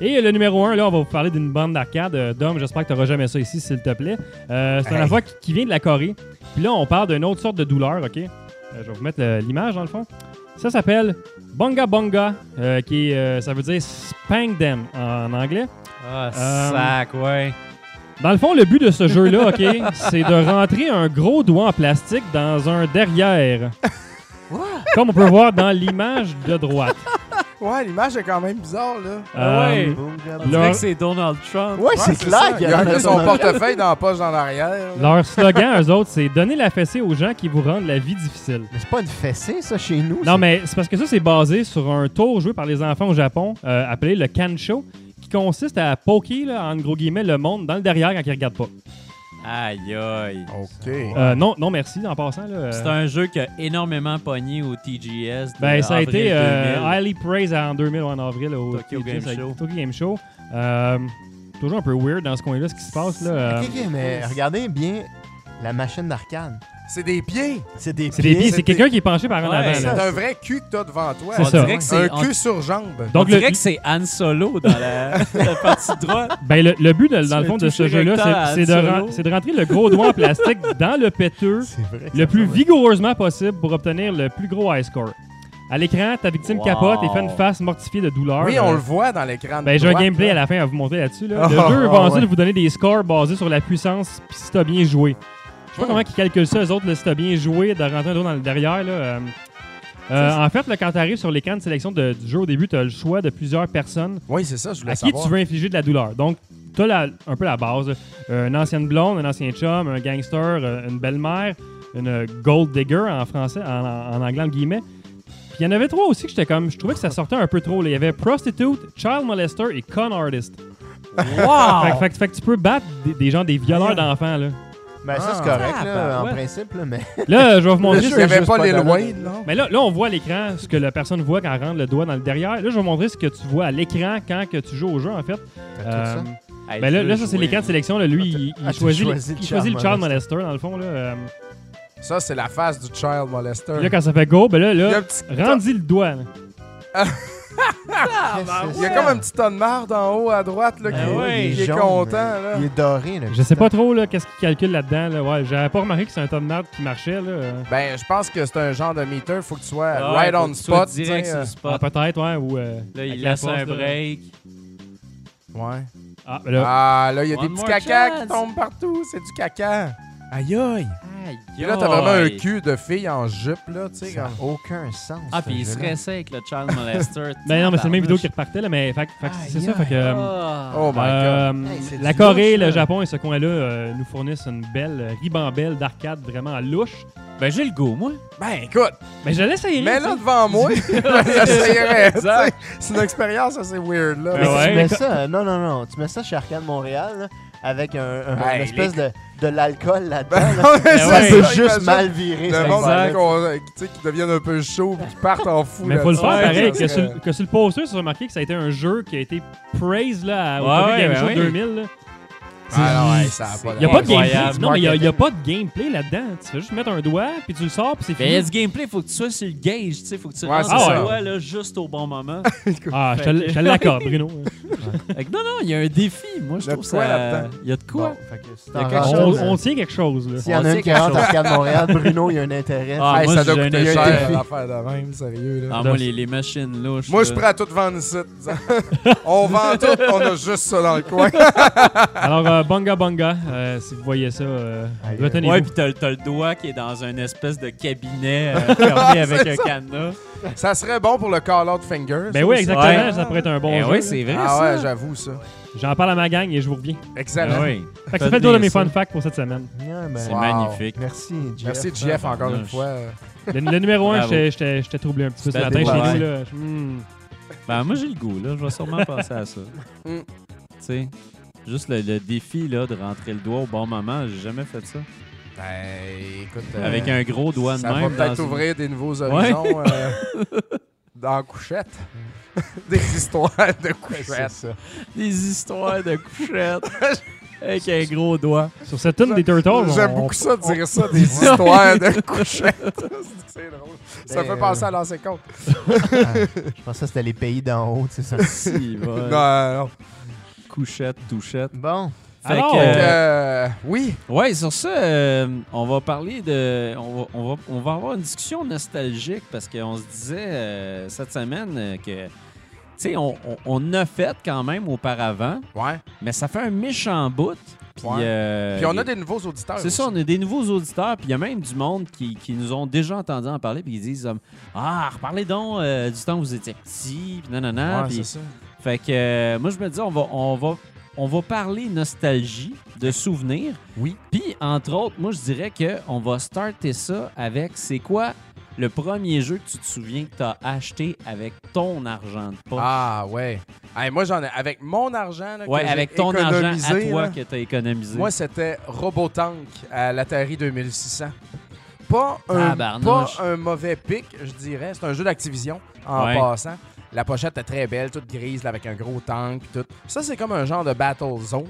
[SPEAKER 1] Et le numéro 1, là, on va vous parler d'une bande d'arcade. Euh, Dom, j'espère que tu n'auras jamais ça ici, s'il te plaît. Euh, c'est une
[SPEAKER 5] Hey.
[SPEAKER 1] affaire qui, qui vient de la Corée. Puis là, on parle d'une autre sorte de douleur, OK? Euh, je vais vous mettre euh, l'image, dans le fond. Ça s'appelle Bonga Bonga, euh, qui est, euh, ça veut dire Spank Them en anglais.
[SPEAKER 2] Ah,
[SPEAKER 1] Euh,
[SPEAKER 2] sac, ouais.
[SPEAKER 1] Dans le fond, le but de ce jeu-là, OK, c'est de rentrer un gros doigt en plastique dans un derrière. Comme on peut voir dans l'image de droite.
[SPEAKER 3] Ouais, l'image est quand même bizarre, là.
[SPEAKER 5] Ah
[SPEAKER 1] Euh,
[SPEAKER 2] ouais. On
[SPEAKER 1] leur-
[SPEAKER 2] dirait que c'est Donald Trump.
[SPEAKER 5] Ouais,
[SPEAKER 3] Ouais,
[SPEAKER 5] c'est clair
[SPEAKER 3] ça. Il
[SPEAKER 5] qu'il y
[SPEAKER 3] y a,
[SPEAKER 5] en
[SPEAKER 3] il y a
[SPEAKER 5] a
[SPEAKER 3] son
[SPEAKER 5] dans-
[SPEAKER 3] portefeuille dans la poche en arrière. là.
[SPEAKER 1] Leur slogan, eux autres, c'est Donner la fessée aux gens qui vous rendent la vie difficile.
[SPEAKER 5] Mais c'est pas une fessée, ça, chez nous.
[SPEAKER 1] Non,
[SPEAKER 5] ça.
[SPEAKER 1] mais c'est parce que ça, c'est basé sur un tour joué par les enfants au Japon, euh, appelé le Kansho, qui consiste à poker, là, en gros guillemets, le monde dans le derrière quand ils regardent pas.
[SPEAKER 2] Aïe, aïe.
[SPEAKER 3] OK.
[SPEAKER 1] Euh, non, non, merci, en passant. Là, euh,
[SPEAKER 2] C'est un jeu qui a énormément pogné au TGS. de
[SPEAKER 1] Ben, ça a
[SPEAKER 2] avril
[SPEAKER 1] été euh,
[SPEAKER 2] 2000.
[SPEAKER 1] Highly Praised en 2000 ou en avril au
[SPEAKER 2] Tokyo
[SPEAKER 1] TGS,
[SPEAKER 2] Game
[SPEAKER 1] avec
[SPEAKER 2] Show.
[SPEAKER 1] Tokyo Game Show. Euh, toujours un peu weird dans ce coin-là, ce qui se passe. Là, Euh,
[SPEAKER 5] Ok, ok, mais regardez bien la machine d'arcade.
[SPEAKER 3] C'est des pieds.
[SPEAKER 5] C'est des
[SPEAKER 1] c'est des pieds,
[SPEAKER 5] pieds.
[SPEAKER 1] c'est quelqu'un qui est penché par en
[SPEAKER 2] Ouais,
[SPEAKER 1] avant.
[SPEAKER 2] c'est
[SPEAKER 3] C'est
[SPEAKER 1] là.
[SPEAKER 5] ça.
[SPEAKER 3] un vrai cul que t'as devant toi.
[SPEAKER 1] C'est
[SPEAKER 2] On
[SPEAKER 1] ça.
[SPEAKER 2] dirait que c'est
[SPEAKER 3] Un
[SPEAKER 2] on-
[SPEAKER 3] cul sur jambe.
[SPEAKER 2] on
[SPEAKER 1] Donc, le,
[SPEAKER 2] dirait que c'est Han Solo dans la, la partie droite.
[SPEAKER 1] ben, le, le but, de-
[SPEAKER 2] Tu
[SPEAKER 1] dans le fond,
[SPEAKER 2] veux
[SPEAKER 1] de ce
[SPEAKER 2] toucher
[SPEAKER 1] jeu-là,
[SPEAKER 2] rectal à
[SPEAKER 1] c'est- c'est de,
[SPEAKER 2] Han
[SPEAKER 1] ren-
[SPEAKER 2] Solo?
[SPEAKER 1] c'est de rentrer le gros doigt en plastique dans le péteux
[SPEAKER 5] C'est vrai. que
[SPEAKER 1] le
[SPEAKER 5] ça
[SPEAKER 1] plus
[SPEAKER 5] ressemble.
[SPEAKER 1] vigoureusement possible pour obtenir le plus gros high score. À l'écran, ta victime
[SPEAKER 2] Wow.
[SPEAKER 1] capote et fait une face mortifiée de douleur.
[SPEAKER 3] Oui, on
[SPEAKER 1] Euh,
[SPEAKER 3] le voit dans l'écran. de
[SPEAKER 1] Ben, j'ai un
[SPEAKER 3] droite,
[SPEAKER 1] gameplay à
[SPEAKER 3] là.
[SPEAKER 1] la fin à vous montrer là-dessus. là. Le
[SPEAKER 5] Oh,
[SPEAKER 1] jeu va
[SPEAKER 5] oh,
[SPEAKER 1] ensuite
[SPEAKER 5] ouais.
[SPEAKER 1] vous donner des scores basés sur la puissance puis si t'as bien joué. Je sais pas
[SPEAKER 3] Hmm.
[SPEAKER 1] comment ils calculent ça, eux autres, là, si t'as bien joué, de rentrer un dos dans le derrière. Là, euh. Euh, en fait, là, quand t'arrives sur l'écran de sélection de- du jeu au début, t'as le choix de plusieurs personnes
[SPEAKER 3] Oui, c'est ça, je voulais
[SPEAKER 1] à qui
[SPEAKER 3] savoir.
[SPEAKER 1] tu veux infliger de la douleur. Donc, t'as la- un peu la base. là. Euh, une ancienne blonde, un ancien chum, un gangster, euh, une belle-mère, une euh, gold digger en français, en, en- en anglais, en guillemets. Puis il y en avait trois aussi que j'étais comme, je trouvais que ça sortait un peu trop. là. Il y avait prostitute, child molester et con artist. Fait,
[SPEAKER 3] Ah.
[SPEAKER 1] que-
[SPEAKER 2] Wow!
[SPEAKER 1] fait que- fait que tu peux battre des, des gens, des violeurs d'enfants. Là,
[SPEAKER 5] Ben, ça, c'est
[SPEAKER 3] Ah.
[SPEAKER 5] correct,
[SPEAKER 2] Ah,
[SPEAKER 5] là,
[SPEAKER 2] bah,
[SPEAKER 5] en
[SPEAKER 2] ouais.
[SPEAKER 5] principe, là, mais.
[SPEAKER 1] là je vais vous
[SPEAKER 3] Le jeu,
[SPEAKER 1] montrer. ce-
[SPEAKER 3] il n'y avait
[SPEAKER 5] juste
[SPEAKER 3] pas
[SPEAKER 5] pas
[SPEAKER 3] les
[SPEAKER 5] de
[SPEAKER 3] loin,
[SPEAKER 5] l'autre.
[SPEAKER 3] non?
[SPEAKER 1] Mais là, là, on voit à l'écran ce que la personne voit quand elle rentre le doigt dans le derrière. Là, je vais vous montrer ce que tu vois à l'écran quand que tu joues au jeu, en fait.
[SPEAKER 5] T'as tout ça?
[SPEAKER 2] Hey,
[SPEAKER 1] Ben là,
[SPEAKER 2] tu
[SPEAKER 1] là,
[SPEAKER 2] veux
[SPEAKER 1] ça, c'est
[SPEAKER 2] jouer,
[SPEAKER 1] les quatre
[SPEAKER 2] hein.
[SPEAKER 1] sélections. là. Lui,
[SPEAKER 5] Ah,
[SPEAKER 1] il, il
[SPEAKER 5] ah, tu
[SPEAKER 1] choisit,
[SPEAKER 5] choisis le
[SPEAKER 1] il choisit le
[SPEAKER 5] child
[SPEAKER 1] child molester, dans le fond. Là, Euh,
[SPEAKER 3] Ça, c'est la face du child molester.
[SPEAKER 1] puis là quand ça fait go, ben là,
[SPEAKER 3] Il y a
[SPEAKER 1] là
[SPEAKER 3] un petit-
[SPEAKER 1] rendis le doigt. là.
[SPEAKER 5] Qu'est-ce que
[SPEAKER 3] Ah, bah Il y a
[SPEAKER 5] c'est?
[SPEAKER 3] comme un petit tas de marde en haut à droite là, qui,
[SPEAKER 1] Ben
[SPEAKER 2] Ah ouais,
[SPEAKER 3] qui
[SPEAKER 5] il est
[SPEAKER 3] est
[SPEAKER 5] jaune,
[SPEAKER 3] content.
[SPEAKER 5] euh,
[SPEAKER 3] Là.
[SPEAKER 5] Il est doré, là.
[SPEAKER 1] Je sais pas trop là, qu'est-ce qu'il calcule là-dedans. Là. Ouais, J'avais pas remarqué que c'est un tas de merde qui marchait. Là. Euh,
[SPEAKER 3] Ben, je pense que c'est un genre de meter. Faut que tu sois
[SPEAKER 2] Ah,
[SPEAKER 3] right
[SPEAKER 2] faut
[SPEAKER 3] on
[SPEAKER 2] que tu sois
[SPEAKER 3] spot.
[SPEAKER 2] Direct
[SPEAKER 3] t'sais,
[SPEAKER 2] sur
[SPEAKER 3] euh,
[SPEAKER 2] le spot.
[SPEAKER 1] Ah, Peut-être, ouais. Ou, euh,
[SPEAKER 2] Là,
[SPEAKER 1] avec
[SPEAKER 2] il
[SPEAKER 1] la
[SPEAKER 2] laisse
[SPEAKER 1] force,
[SPEAKER 2] un
[SPEAKER 1] là.
[SPEAKER 2] break.
[SPEAKER 3] euh, ouais.
[SPEAKER 1] Ah, ben là,
[SPEAKER 3] Ah, là, il y a
[SPEAKER 2] One
[SPEAKER 3] des petits
[SPEAKER 2] more
[SPEAKER 3] cacas
[SPEAKER 2] chance.
[SPEAKER 3] qui tombent partout. C'est du caca. Aïe, aïe.
[SPEAKER 2] Aïe,
[SPEAKER 3] Puis là, t'as vraiment un
[SPEAKER 2] aïe.
[SPEAKER 3] cul de fille en jupe, là, tu sais.
[SPEAKER 5] Ça n'a
[SPEAKER 3] comme-
[SPEAKER 5] aucun sens.
[SPEAKER 2] Ah,
[SPEAKER 5] ce
[SPEAKER 2] puis il se
[SPEAKER 5] jeu-là.
[SPEAKER 2] stressait avec le child molester.
[SPEAKER 1] Ben non, mais c'est la même vidéo
[SPEAKER 2] Tabarnouche.
[SPEAKER 1] qui repartait, là, mais fait que- fait que
[SPEAKER 5] Aïe,
[SPEAKER 1] c'est ça. Fait que, euh,
[SPEAKER 2] Ah.
[SPEAKER 3] Oh my god.
[SPEAKER 1] euh,
[SPEAKER 5] Hey, c'est
[SPEAKER 1] la
[SPEAKER 5] du
[SPEAKER 1] Corée,
[SPEAKER 5] louche,
[SPEAKER 1] le
[SPEAKER 5] là.
[SPEAKER 1] Japon et ce coin-là euh, nous fournissent une belle euh, ribambelle d'arcade vraiment louche.
[SPEAKER 2] Ben j'ai le goût, moi.
[SPEAKER 3] Ben écoute,
[SPEAKER 1] Mais je laisse aller.
[SPEAKER 3] mets
[SPEAKER 1] tu sais.
[SPEAKER 3] là devant moi, j'essayerais. tu sais.
[SPEAKER 2] Exact.
[SPEAKER 3] C'est une expérience assez weird, là.
[SPEAKER 1] Ben
[SPEAKER 2] Ah
[SPEAKER 5] Mais
[SPEAKER 1] ouais.
[SPEAKER 5] tu mets ça, euh, non, non, non, tu mets ça chez Arcade Montréal, là, avec un, un- une
[SPEAKER 3] Hey,
[SPEAKER 5] espèce de, de l'alcool là-dedans. là.
[SPEAKER 3] ouais,
[SPEAKER 5] Ben Ça
[SPEAKER 1] ouais.
[SPEAKER 5] peut
[SPEAKER 3] ça,
[SPEAKER 5] juste
[SPEAKER 3] imagine.
[SPEAKER 5] mal virer.
[SPEAKER 3] Le
[SPEAKER 5] ça,
[SPEAKER 3] monde
[SPEAKER 5] ça.
[SPEAKER 2] Exact.
[SPEAKER 3] qu'on- qui, tu sais, qui deviennent un peu chaud puis qui partent en fou.
[SPEAKER 1] Mais faut le faire
[SPEAKER 3] là-dessus.
[SPEAKER 1] pareil,
[SPEAKER 3] Ouais,
[SPEAKER 1] que,
[SPEAKER 3] ça
[SPEAKER 1] sur,
[SPEAKER 3] serait-
[SPEAKER 1] le- que sur le poster, ça marqué que ça a été un jeu qui a été praise là, à- au
[SPEAKER 2] Ouais,
[SPEAKER 1] Tokyo Game
[SPEAKER 2] ouais,
[SPEAKER 1] Show
[SPEAKER 2] ouais.
[SPEAKER 1] 2000. là.
[SPEAKER 3] Ah non, ouais, ça a pas
[SPEAKER 1] ben Il n'y a, pas de
[SPEAKER 2] Incroyable.
[SPEAKER 1] gameplay.
[SPEAKER 2] Du
[SPEAKER 1] Non, mais il y a- il y
[SPEAKER 5] marketing.
[SPEAKER 1] a pas de gameplay là-dedans. Tu fais juste mettre un doigt, puis tu le sors, puis c'est
[SPEAKER 2] Ben, il y a
[SPEAKER 1] fini.
[SPEAKER 2] du gameplay, faut que tu sois sur le gauge, tu sais, faut que tu
[SPEAKER 3] Ouais,
[SPEAKER 2] rentres
[SPEAKER 3] c'est
[SPEAKER 1] ça.
[SPEAKER 2] le doigt, là, juste au bon moment.
[SPEAKER 1] Ah, je te l- je te l'accorde, Bruno.
[SPEAKER 2] Fait que non, non, il y a un défi. Moi, je
[SPEAKER 3] Il y a
[SPEAKER 2] trouve
[SPEAKER 3] de quoi
[SPEAKER 2] ça.
[SPEAKER 3] là-dedans.
[SPEAKER 2] Il y a de quoi?
[SPEAKER 5] Bon, fait que si
[SPEAKER 2] y a
[SPEAKER 5] t'en
[SPEAKER 2] quelque
[SPEAKER 5] ranges,
[SPEAKER 1] On,
[SPEAKER 2] chose.
[SPEAKER 5] euh,
[SPEAKER 1] on tient quelque chose, là.
[SPEAKER 5] S'il y en
[SPEAKER 2] on
[SPEAKER 5] a
[SPEAKER 2] sait
[SPEAKER 5] une qui
[SPEAKER 2] quelque
[SPEAKER 5] rentre
[SPEAKER 2] chose.
[SPEAKER 5] à Arcade Montréal, Bruno, il y a un intérêt.
[SPEAKER 2] Ah,
[SPEAKER 3] Hey,
[SPEAKER 2] moi,
[SPEAKER 3] ça
[SPEAKER 2] j'ai
[SPEAKER 3] doit
[SPEAKER 2] un
[SPEAKER 3] coûter
[SPEAKER 2] effet.
[SPEAKER 3] cher l'affaire de même, sérieux. Là.
[SPEAKER 2] Ah, moi, les, les machines louches.
[SPEAKER 3] Moi,
[SPEAKER 2] là.
[SPEAKER 3] je prends à tout vendre ici. on vend tout, on a juste ça dans le coin.
[SPEAKER 1] Alors, euh, Bonga Bonga, euh, si vous voyez ça, euh,
[SPEAKER 5] Aïe, euh,
[SPEAKER 1] retenez-vous.
[SPEAKER 2] Ouais, puis t'as, le- t'as le doigt qui est dans un espèce de cabinet euh, fermé avec un cadenas.
[SPEAKER 3] Ça serait bon pour le call-out finger.
[SPEAKER 1] ben
[SPEAKER 3] ça
[SPEAKER 1] oui,
[SPEAKER 3] aussi.
[SPEAKER 1] exactement,
[SPEAKER 3] Ouais.
[SPEAKER 1] ça pourrait être un bon
[SPEAKER 2] Eh
[SPEAKER 1] jeu.
[SPEAKER 2] oui,
[SPEAKER 1] là.
[SPEAKER 2] c'est vrai,
[SPEAKER 3] Ah
[SPEAKER 2] ça.
[SPEAKER 3] ouais, j'avoue ça.
[SPEAKER 1] J'en parle à ma gang et je vous reviens.
[SPEAKER 3] Excellent.
[SPEAKER 2] Ah oui.
[SPEAKER 1] Fait que
[SPEAKER 2] Faites
[SPEAKER 1] ça fait le tour
[SPEAKER 2] bien
[SPEAKER 1] de mes
[SPEAKER 2] ça.
[SPEAKER 1] fun facts pour cette semaine.
[SPEAKER 5] Yeah, ben,
[SPEAKER 2] C'est
[SPEAKER 3] Wow.
[SPEAKER 2] magnifique. Ah,
[SPEAKER 5] Merci, Jeff.
[SPEAKER 3] Merci, Jeff, encore une
[SPEAKER 2] Noche.
[SPEAKER 3] fois.
[SPEAKER 1] Le, le numéro 1,
[SPEAKER 2] Bravo.
[SPEAKER 1] j'étais troublé un petit peu ce
[SPEAKER 2] C'était
[SPEAKER 1] matin chez
[SPEAKER 2] dégueulasse.
[SPEAKER 1] nous. Là. Je- hmm.
[SPEAKER 2] Ben, moi, j'ai le goût, là. Je vais sûrement passer à ça.
[SPEAKER 3] Mm.
[SPEAKER 2] tu sais, juste le, le défi, là, de rentrer le doigt au bon moment. J'ai jamais fait ça.
[SPEAKER 3] Ben, écoute. euh,
[SPEAKER 2] Avec un gros doigt de
[SPEAKER 3] Ça
[SPEAKER 2] même.
[SPEAKER 3] va peut-être
[SPEAKER 2] dans une-
[SPEAKER 3] ouvrir des nouveaux horizons euh, dans la couchette. Des histoires de
[SPEAKER 5] C'est
[SPEAKER 3] couchette.
[SPEAKER 5] ça.
[SPEAKER 2] Des histoires de couchettes avec un gros doigt.
[SPEAKER 1] Sur cette tune des Turtles,
[SPEAKER 3] J'aime
[SPEAKER 1] on-
[SPEAKER 3] beaucoup ça de dire ça, des histoires de couchette. C'est drôle. Ça
[SPEAKER 5] Ben,
[SPEAKER 3] fait penser à l'ancien compte.
[SPEAKER 5] Je pensais que c'était les pays d'en haut, tu sais ça.
[SPEAKER 2] Si,
[SPEAKER 3] Non,
[SPEAKER 2] va.
[SPEAKER 3] non.
[SPEAKER 2] Couchette, touchette.
[SPEAKER 5] Bon,
[SPEAKER 2] Fait
[SPEAKER 1] Alors,
[SPEAKER 2] que,
[SPEAKER 1] euh,
[SPEAKER 2] euh,
[SPEAKER 3] Euh, oui.
[SPEAKER 2] ouais, sur ça, euh, on va parler de. On va, on, va, on va avoir une discussion nostalgique parce qu'on se disait euh, cette semaine euh, que. Tu sais, on, on, on a fait quand même auparavant,
[SPEAKER 3] Ouais.
[SPEAKER 2] mais ça fait un méchant bout. Puis,
[SPEAKER 3] Ouais.
[SPEAKER 2] euh,
[SPEAKER 3] Puis on a
[SPEAKER 2] et-
[SPEAKER 3] des nouveaux auditeurs.
[SPEAKER 2] C'est ça,
[SPEAKER 3] aussi.
[SPEAKER 2] on a des nouveaux auditeurs, puis il y a même du monde qui, qui nous ont déjà entendu en parler, puis ils disent comme, Ah, reparlez donc euh, du temps où vous étiez petit, puis nanana.
[SPEAKER 3] Ouais,
[SPEAKER 2] puis-
[SPEAKER 3] c'est ça.
[SPEAKER 2] Fait que euh, moi, je me dis, on va, on va, on va parler nostalgie, de souvenirs.
[SPEAKER 3] Oui.
[SPEAKER 2] Puis, entre autres, moi, je dirais qu'on va starter ça avec c'est quoi le premier jeu que tu te souviens que tu as acheté avec ton argent de poche?
[SPEAKER 3] Ah, ouais. Hey, moi, j'en ai. Avec mon argent. Là, que
[SPEAKER 2] ouais,
[SPEAKER 3] j'ai
[SPEAKER 2] avec ton argent à
[SPEAKER 3] économisé,
[SPEAKER 2] toi
[SPEAKER 3] là,
[SPEAKER 2] que tu as économisé.
[SPEAKER 3] Moi, c'était Robotank à l'Atari 2600. Pas un, pas
[SPEAKER 2] Tabarnouche.
[SPEAKER 3] un mauvais pic, je dirais. C'est un jeu d'Activision, en
[SPEAKER 2] Ouais.
[SPEAKER 3] passant. La pochette est très belle, toute grise, là, avec un gros tank et tout. Ça, c'est comme un genre de Battle Zone,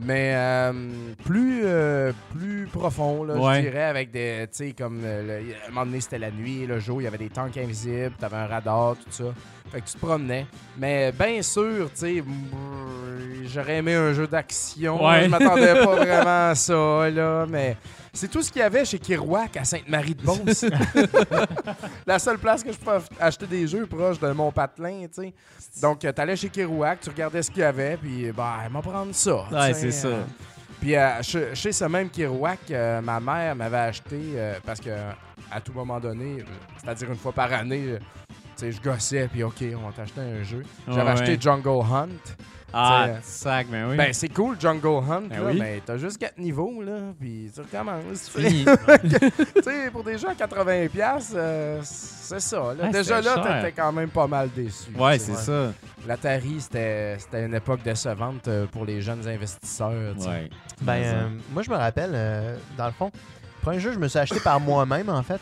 [SPEAKER 3] mais euh, plus, euh, plus profond, là,
[SPEAKER 2] Ouais.
[SPEAKER 3] je dirais, avec des... Tu sais, comme... euh, le- à un moment donné, c'était la nuit, le jour, il y avait des tanks invisibles, t'avais un radar, tout ça. Fait que tu te promenais. Mais bien sûr, tu sais, brrr, j'aurais aimé un jeu d'action.
[SPEAKER 2] Ouais.
[SPEAKER 3] Je m'attendais pas vraiment à ça, là. Mais c'est tout ce qu'il y avait chez Kirouac à Sainte-Marie-de-Beauce. La seule place que je pouvais acheter des jeux proche de mon patelin, tu sais. Donc, euh, t'allais chez Kirouac, tu regardais ce qu'il y avait, puis, bah, elle m'a prendre ça. tu
[SPEAKER 2] Ouais,
[SPEAKER 3] sais,
[SPEAKER 2] c'est ça.
[SPEAKER 3] euh, puis euh, che- chez ce même Kirouac, euh, ma mère m'avait acheté, euh, parce que à tout moment donné, euh, c'est-à-dire une fois par année, euh, tu sais, je gossais, puis OK, on va t'acheter un jeu. J'avais
[SPEAKER 2] Ouais,
[SPEAKER 3] acheté
[SPEAKER 2] ouais.
[SPEAKER 3] Jungle Hunt.
[SPEAKER 2] Ah,
[SPEAKER 3] tu sais, euh,
[SPEAKER 2] sac, mais oui.
[SPEAKER 3] Ben, c'est cool, Jungle Hunt,
[SPEAKER 2] Ben
[SPEAKER 3] là,
[SPEAKER 2] oui.
[SPEAKER 3] mais t'as juste quatre niveaux, là, puis tu recommences. tu sais.
[SPEAKER 2] Fini.
[SPEAKER 3] Tu sais, pour des gens à 80$, piastres, euh, c'est ça. là.
[SPEAKER 2] Ah,
[SPEAKER 3] Déjà
[SPEAKER 2] c'était
[SPEAKER 3] là,
[SPEAKER 2] cher.
[SPEAKER 3] t'étais quand même pas mal déçu.
[SPEAKER 2] Ouais,
[SPEAKER 3] tu sais.
[SPEAKER 2] c'est ça.
[SPEAKER 3] L'Atari, c'était c'était une époque décevante euh, pour les jeunes investisseurs. tu sais.
[SPEAKER 2] Ouais.
[SPEAKER 5] ben,
[SPEAKER 2] Mais,
[SPEAKER 5] euh, moi, je me rappelle, euh, dans le fond, le premier jeu que je me suis acheté par moi-même, en fait,